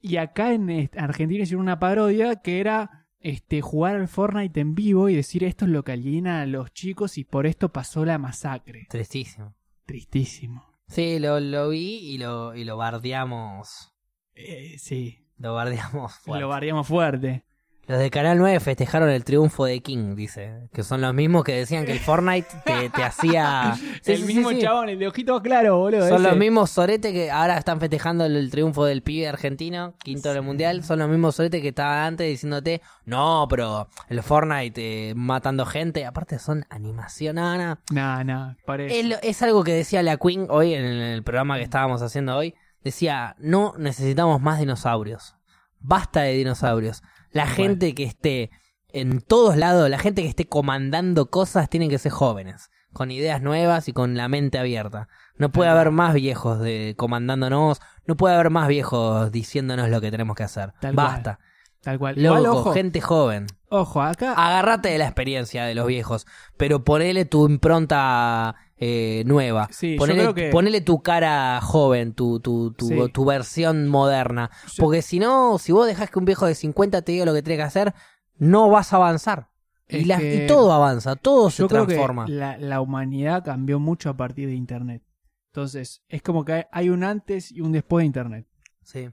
[SPEAKER 2] Y acá en est- Argentina hicieron una parodia que era este, jugar al Fortnite en vivo y decir esto es lo que aliena a los chicos y por esto pasó la masacre.
[SPEAKER 1] Tristísimo.
[SPEAKER 2] Tristísimo.
[SPEAKER 1] Sí, lo, lo vi y lo, y lo bardeamos.
[SPEAKER 2] Eh, sí,
[SPEAKER 1] Lo bardeamos fuerte.
[SPEAKER 2] lo variamos fuerte.
[SPEAKER 1] Los de Canal 9 festejaron el triunfo de King, dice. Que son los mismos que decían que el Fortnite te, te hacía... Sí,
[SPEAKER 2] el
[SPEAKER 1] sí, sí,
[SPEAKER 2] mismo
[SPEAKER 1] sí.
[SPEAKER 2] chabón, el de ojitos claros, boludo.
[SPEAKER 1] Son
[SPEAKER 2] ese.
[SPEAKER 1] los mismos sorete que ahora están festejando el, el triunfo del pibe argentino, quinto del mundial. Son los mismos sorete que estaban antes diciéndote, no, pero el Fortnite eh, matando gente. Aparte son animación, no, no.
[SPEAKER 2] Nah, nah, parece.
[SPEAKER 1] Es, lo- es algo que decía la Queen hoy en el, el programa que estábamos haciendo hoy. Decía, no necesitamos más dinosaurios. Basta de dinosaurios. La gente que esté en todos lados, la gente que esté comandando cosas, tienen que ser jóvenes, con ideas nuevas y con la mente abierta. No puede haber más viejos de, comandándonos, no puede haber más viejos diciéndonos lo que tenemos que hacer.
[SPEAKER 2] Tal
[SPEAKER 1] Basta.
[SPEAKER 2] Tal cual. Igual,
[SPEAKER 1] Loco,
[SPEAKER 2] ojo,
[SPEAKER 1] gente joven.
[SPEAKER 2] ojo, acá
[SPEAKER 1] Ah, Agarrate de la experiencia de los viejos, pero ponele tu impronta eh, nueva.
[SPEAKER 2] Sí, yo
[SPEAKER 1] ponele,
[SPEAKER 2] creo que-
[SPEAKER 1] ponele tu cara joven, tu, tu, tu,
[SPEAKER 2] Sí.
[SPEAKER 1] tu versión moderna.
[SPEAKER 2] Yo-
[SPEAKER 1] Porque si no, si vos dejás que un viejo de 50 te diga lo que tenés que hacer, no vas a avanzar. Y,
[SPEAKER 2] Es
[SPEAKER 1] la-
[SPEAKER 2] que-
[SPEAKER 1] y todo avanza, todo se
[SPEAKER 2] yo creo
[SPEAKER 1] transforma.
[SPEAKER 2] que la, la humanidad cambió mucho a partir de Internet. Entonces, es como que hay- hay un antes y un después de Internet.
[SPEAKER 1] Sí.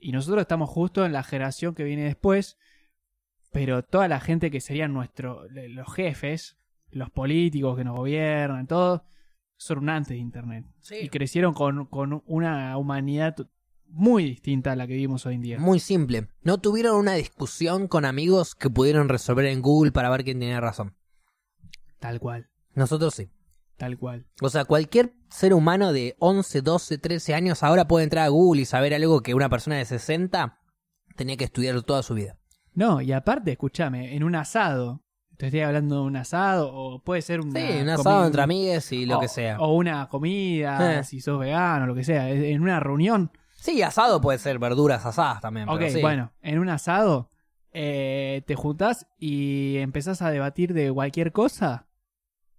[SPEAKER 2] Y nosotros estamos justo en la generación que viene después, pero toda la gente que serían nuestro, los jefes, los políticos que nos gobiernan, todos, son un antes de Internet. Y crecieron con, con una humanidad muy distinta a la que vivimos hoy en día.
[SPEAKER 1] Muy simple. No tuvieron una discusión con amigos que pudieron resolver en Google para ver quién tenía razón.
[SPEAKER 2] Tal cual,
[SPEAKER 1] Nosotros sí.
[SPEAKER 2] tal cual.
[SPEAKER 1] O sea, cualquier ser humano de 11, 12, 13 años ahora puede entrar a Google y saber algo que una persona de 60 tenía que estudiar toda su vida.
[SPEAKER 2] No, y aparte, escúchame, en un asado, te estoy hablando de un asado, o puede ser una
[SPEAKER 1] Sí, un
[SPEAKER 2] comi-
[SPEAKER 1] asado entre amigues y lo
[SPEAKER 2] o-
[SPEAKER 1] que sea.
[SPEAKER 2] O una comida,
[SPEAKER 1] Eh.
[SPEAKER 2] si sos vegano, lo que sea, en en una reunión.
[SPEAKER 1] Sí, asado puede ser verduras asadas también.
[SPEAKER 2] Ok,
[SPEAKER 1] pero sí.
[SPEAKER 2] bueno, en un asado eh, te juntás y empezás a debatir de cualquier cosa.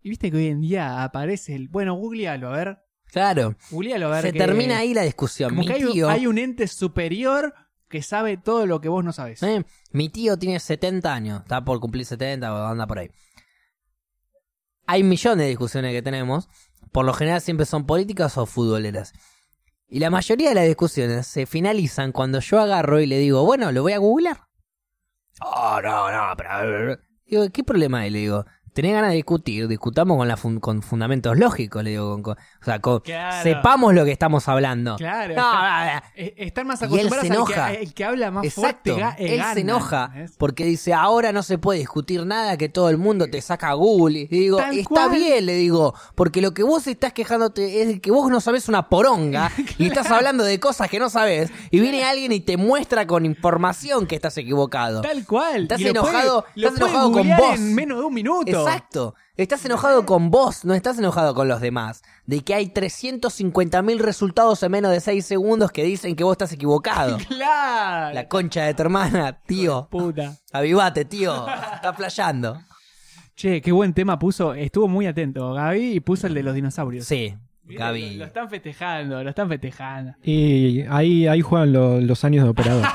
[SPEAKER 2] Y viste que hoy en día aparece el. Bueno, googlealo, a ver.
[SPEAKER 1] Claro,
[SPEAKER 2] Googlealo, a ver.
[SPEAKER 1] se
[SPEAKER 2] que-
[SPEAKER 1] termina ahí la discusión.
[SPEAKER 2] Como
[SPEAKER 1] Mi
[SPEAKER 2] que hay, un-
[SPEAKER 1] tío,
[SPEAKER 2] hay un ente superior que sabe todo lo que vos no sabés.
[SPEAKER 1] eh, mi tío tiene 70 años, está por cumplir 70 o anda por ahí. Hay millones de discusiones que tenemos, por lo general siempre son políticas o futboleras. Y la mayoría de las discusiones se finalizan cuando yo agarro y le digo, bueno, lo voy a googlear. Oh, no, no, pero... Digo, ¿qué problema hay? Le digo, tenés ganas de discutir, discutamos con, la fun- con fundamentos lógicos, le digo, con, co- o sea, con-
[SPEAKER 2] Claro.
[SPEAKER 1] sepamos lo que estamos hablando.
[SPEAKER 2] Claro.
[SPEAKER 1] No,
[SPEAKER 2] está-
[SPEAKER 1] no, no,
[SPEAKER 2] eh, están más
[SPEAKER 1] Y él se
[SPEAKER 2] acostumbrados al
[SPEAKER 1] enoja.
[SPEAKER 2] que, el que habla más fuerte.
[SPEAKER 1] Exacto.
[SPEAKER 2] ga- eh,
[SPEAKER 1] Él
[SPEAKER 2] gana,
[SPEAKER 1] se enoja
[SPEAKER 2] ¿ves?
[SPEAKER 1] porque dice, ahora no se puede discutir nada, que todo el mundo te saca a Google. Y digo,
[SPEAKER 2] Tal
[SPEAKER 1] está
[SPEAKER 2] cual.
[SPEAKER 1] bien, le digo, porque lo que vos estás quejándote es de que vos no sabés una poronga y estás hablando de cosas que no sabés. Y viene alguien y te muestra con información que estás equivocado.
[SPEAKER 2] Tal cual.
[SPEAKER 1] Estás
[SPEAKER 2] Y lo puede-
[SPEAKER 1] enojado-
[SPEAKER 2] lo
[SPEAKER 1] estás
[SPEAKER 2] puede
[SPEAKER 1] enojado con
[SPEAKER 2] googlear
[SPEAKER 1] vos.
[SPEAKER 2] en menos de un minuto.
[SPEAKER 1] Exacto. Estás enojado con vos, no estás enojado con los demás. De que hay 350.000 resultados en menos de 6 segundos que dicen que vos estás equivocado.
[SPEAKER 2] Claro.
[SPEAKER 1] La concha de tu hermana, tío.
[SPEAKER 2] puta.
[SPEAKER 1] Avivate, tío. Está flayando.
[SPEAKER 2] Che, qué buen tema puso. Estuvo muy atento Gaby y puso el de los dinosaurios.
[SPEAKER 1] Sí,
[SPEAKER 2] Mirá,
[SPEAKER 1] Gaby.
[SPEAKER 2] Lo, lo están festejando, lo están festejando.
[SPEAKER 3] Y ahí, ahí juegan lo- los años de operador.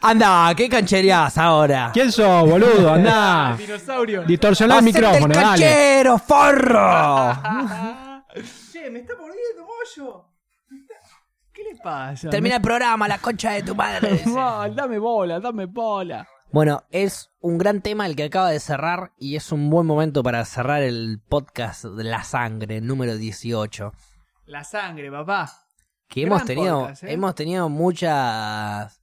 [SPEAKER 1] Anda, ¿qué cancherías ahora?
[SPEAKER 3] ¿Quién sos, boludo?
[SPEAKER 1] Ah.
[SPEAKER 3] Andá.
[SPEAKER 2] Dinosaurio.
[SPEAKER 3] Distorsioná el
[SPEAKER 1] Hacete
[SPEAKER 3] micrófono,
[SPEAKER 1] el
[SPEAKER 3] dale.
[SPEAKER 1] canchero, forro!
[SPEAKER 2] Ah. che, me está mordiendo mollo. ¿Qué le pasa?
[SPEAKER 1] Termina el programa, la concha de tu madre.
[SPEAKER 2] Me- Mal, dame bola, dame bola.
[SPEAKER 1] Bueno, es un gran tema el que acaba de cerrar y es un buen momento para cerrar el podcast de La Sangre, número 18.
[SPEAKER 2] La sangre, papá.
[SPEAKER 1] Que
[SPEAKER 2] Gran
[SPEAKER 1] hemos tenido,
[SPEAKER 2] podcast, ¿eh?
[SPEAKER 1] hemos tenido muchas,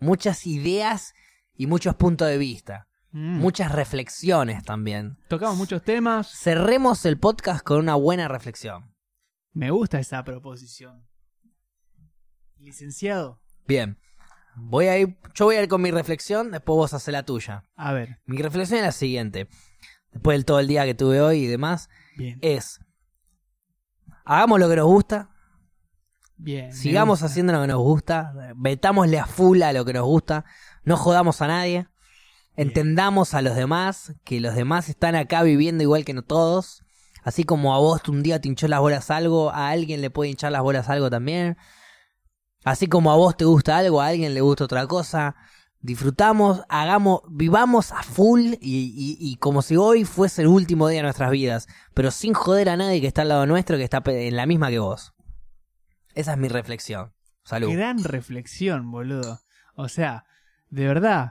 [SPEAKER 1] muchas ideas y muchos puntos de vista.
[SPEAKER 2] Mm.
[SPEAKER 1] Muchas reflexiones también.
[SPEAKER 2] Tocamos muchos temas.
[SPEAKER 1] Cerremos el podcast con una buena reflexión.
[SPEAKER 2] Me gusta esa proposición. Licenciado.
[SPEAKER 1] Bien. Voy a ir, yo voy a ir con mi reflexión, después vos haces la tuya.
[SPEAKER 2] A ver,
[SPEAKER 1] Mi reflexión es la siguiente. Después del todo el día que tuve hoy y demás,
[SPEAKER 2] bien.
[SPEAKER 1] es. Hagamos lo que nos gusta,
[SPEAKER 2] bien. me
[SPEAKER 1] sigamos
[SPEAKER 2] gusta.
[SPEAKER 1] haciendo lo que nos gusta, metámosle a full a lo que nos gusta, no jodamos a nadie, entendamos a los demás, que los demás están acá viviendo igual que no todos. Así como a vos un día te hinchó las bolas algo, a alguien le puede hinchar las bolas algo también. Así como a vos te gusta algo, a alguien le gusta otra cosa. Disfrutamos, hagamos, vivamos a full y, y- y como si hoy fuese el último día de nuestras vidas, pero sin joder a nadie que está al lado nuestro, que está pe- en la misma que vos. Esa es mi reflexión. Salud.
[SPEAKER 2] Gran reflexión, boludo. O sea, de verdad,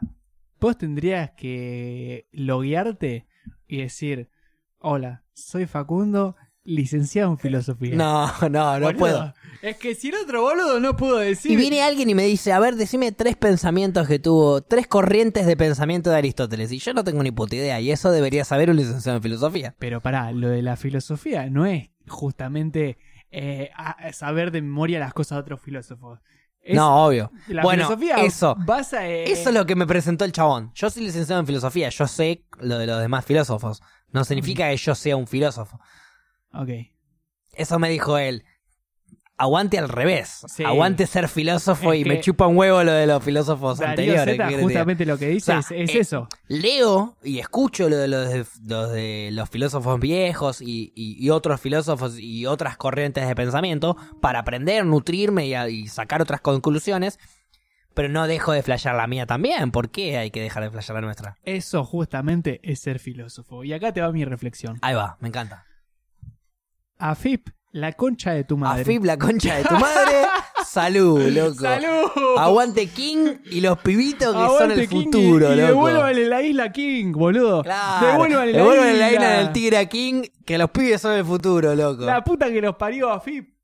[SPEAKER 2] vos tendrías que loguearte y decir, hola, soy Facundo, licenciado en filosofía.
[SPEAKER 1] No, no, no
[SPEAKER 2] Boludo,
[SPEAKER 1] puedo.
[SPEAKER 2] Es que si el otro boludo no pudo decir...
[SPEAKER 1] Y viene alguien y me dice, a ver, decime tres pensamientos que tuvo, tres corrientes de pensamiento de Aristóteles. Y yo no tengo ni puta idea, y eso debería saber un licenciado en filosofía.
[SPEAKER 2] Pero pará, lo de la filosofía no es justamente eh, a- saber de memoria las cosas de otros filósofos. Es-
[SPEAKER 1] no, obvio.
[SPEAKER 2] la
[SPEAKER 1] bueno,
[SPEAKER 2] filosofía
[SPEAKER 1] eso.
[SPEAKER 2] basa en-
[SPEAKER 1] Eso es lo que me presentó el chabón. Yo soy licenciado en filosofía, yo sé lo de los demás filósofos. No significa que yo sea un filósofo.
[SPEAKER 2] Ok.
[SPEAKER 1] Eso me dijo él. Aguante al revés.
[SPEAKER 2] Sí.
[SPEAKER 1] Aguante ser filósofo
[SPEAKER 2] Es
[SPEAKER 1] y
[SPEAKER 2] que-
[SPEAKER 1] me chupa un huevo lo de los filósofos
[SPEAKER 2] Darío
[SPEAKER 1] anteriores.
[SPEAKER 2] Zeta
[SPEAKER 1] ¿qué querés que te diga?
[SPEAKER 2] justamente lo que dice
[SPEAKER 1] O
[SPEAKER 2] es,
[SPEAKER 1] sea,
[SPEAKER 2] es
[SPEAKER 1] eh,
[SPEAKER 2] eso.
[SPEAKER 1] leo y escucho lo de los, de los de los filósofos viejos y, y- y otros filósofos y otras corrientes de pensamiento para aprender, nutrirme y, a- y sacar otras conclusiones, pero no dejo de flashear la mía también. ¿Por qué hay que dejar de flashear la nuestra?
[SPEAKER 2] Eso justamente es ser filósofo. Y acá te va mi reflexión.
[SPEAKER 1] Ahí va, me encanta.
[SPEAKER 2] AFIP, la concha de tu madre.
[SPEAKER 1] Afib la concha de tu madre. Salud, loco.
[SPEAKER 2] ¡Salud!
[SPEAKER 1] Aguante King y los pibitos que son
[SPEAKER 2] Aguante,
[SPEAKER 1] el
[SPEAKER 2] King,
[SPEAKER 1] futuro,
[SPEAKER 2] y, y
[SPEAKER 1] loco.
[SPEAKER 2] devuélvanle la isla King, boludo.
[SPEAKER 1] Claro.
[SPEAKER 2] Devuélvanle la
[SPEAKER 1] Devuélvanle
[SPEAKER 2] isla.
[SPEAKER 1] la isla del tigre a King, que los pibes son el futuro, loco.
[SPEAKER 2] La puta que los parió AFIP.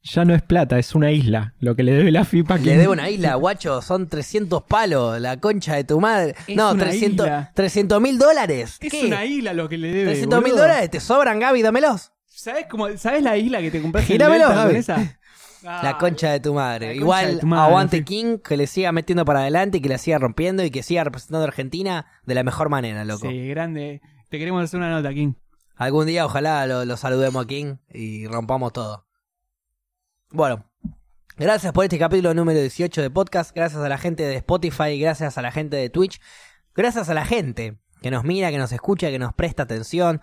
[SPEAKER 3] Ya no es plata, es una isla. Lo que le debe la FIPA.
[SPEAKER 1] Le debo una isla, guacho. Son 300 palos, la concha de tu madre.
[SPEAKER 2] Es
[SPEAKER 1] no,
[SPEAKER 2] una
[SPEAKER 1] 300
[SPEAKER 2] isla.
[SPEAKER 1] 300 mil dólares.
[SPEAKER 2] Es
[SPEAKER 1] ¿Qué?
[SPEAKER 2] una isla lo que le debe.
[SPEAKER 1] 300 mil
[SPEAKER 2] boludo.
[SPEAKER 1] dólares, te sobran, Gaby, dámelos.
[SPEAKER 2] ¿Sabes cómo, ¿Sabes la isla que te compraste? en
[SPEAKER 1] Girámelo,
[SPEAKER 2] Delta con
[SPEAKER 1] Gaby.
[SPEAKER 2] esa? Ah,
[SPEAKER 1] la concha de tu madre.
[SPEAKER 2] la concha
[SPEAKER 1] Igual,
[SPEAKER 2] de tu madre,
[SPEAKER 1] aguante
[SPEAKER 2] sí.
[SPEAKER 1] King, que le siga metiendo para adelante y que la siga rompiendo y que siga representando a Argentina de la mejor manera, loco.
[SPEAKER 2] Ah, Sí, grande. Te queremos hacer una nota, King.
[SPEAKER 1] Algún día, ojalá lo, lo saludemos a King y rompamos todo. Bueno, gracias por este capítulo número 18 de podcast. Gracias a la gente de Spotify, gracias a la gente de Twitch, gracias a la gente que nos mira, que nos escucha, que nos presta atención,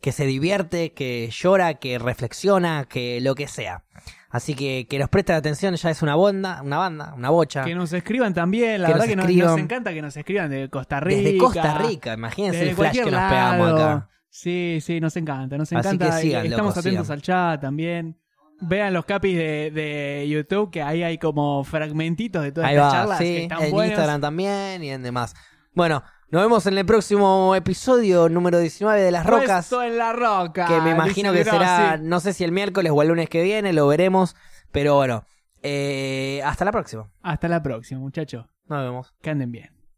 [SPEAKER 1] que se divierte, que llora, que reflexiona, que lo que sea. Así que que nos presta atención ya es una banda, una banda, una bocha.
[SPEAKER 2] Que nos escriban también. La
[SPEAKER 1] Que
[SPEAKER 2] verdad
[SPEAKER 1] nos
[SPEAKER 2] que nos,
[SPEAKER 1] escriban.
[SPEAKER 2] nos encanta que nos escriban de Costa Rica.
[SPEAKER 1] Desde Costa Rica, imagínense
[SPEAKER 2] desde
[SPEAKER 1] el flash que
[SPEAKER 2] cualquier
[SPEAKER 1] nos pegamos
[SPEAKER 2] lado.
[SPEAKER 1] acá.
[SPEAKER 2] Sí, sí, nos encanta, nos
[SPEAKER 1] Así que
[SPEAKER 2] encanta.
[SPEAKER 1] sigan,
[SPEAKER 2] Estamos
[SPEAKER 1] loco,
[SPEAKER 2] atentos
[SPEAKER 1] sigan.
[SPEAKER 2] al chat también. Vean los capis de, de YouTube, que ahí hay como fragmentitos de todas
[SPEAKER 1] Ahí
[SPEAKER 2] estas
[SPEAKER 1] va,
[SPEAKER 2] charlas
[SPEAKER 1] sí,
[SPEAKER 2] que están
[SPEAKER 1] en
[SPEAKER 2] buenos.
[SPEAKER 1] Instagram también y en demás. Bueno, nos vemos en el próximo episodio número 19 de Las Rocas,
[SPEAKER 2] Puesto en la roca.
[SPEAKER 1] que me imagino que
[SPEAKER 2] dice
[SPEAKER 1] será,
[SPEAKER 2] Grossi.
[SPEAKER 1] no sé si el miércoles o el lunes que viene, lo veremos, pero bueno, eh, hasta la próxima.
[SPEAKER 2] Hasta la próxima, muchachos.
[SPEAKER 1] Nos vemos.
[SPEAKER 2] Que anden bien.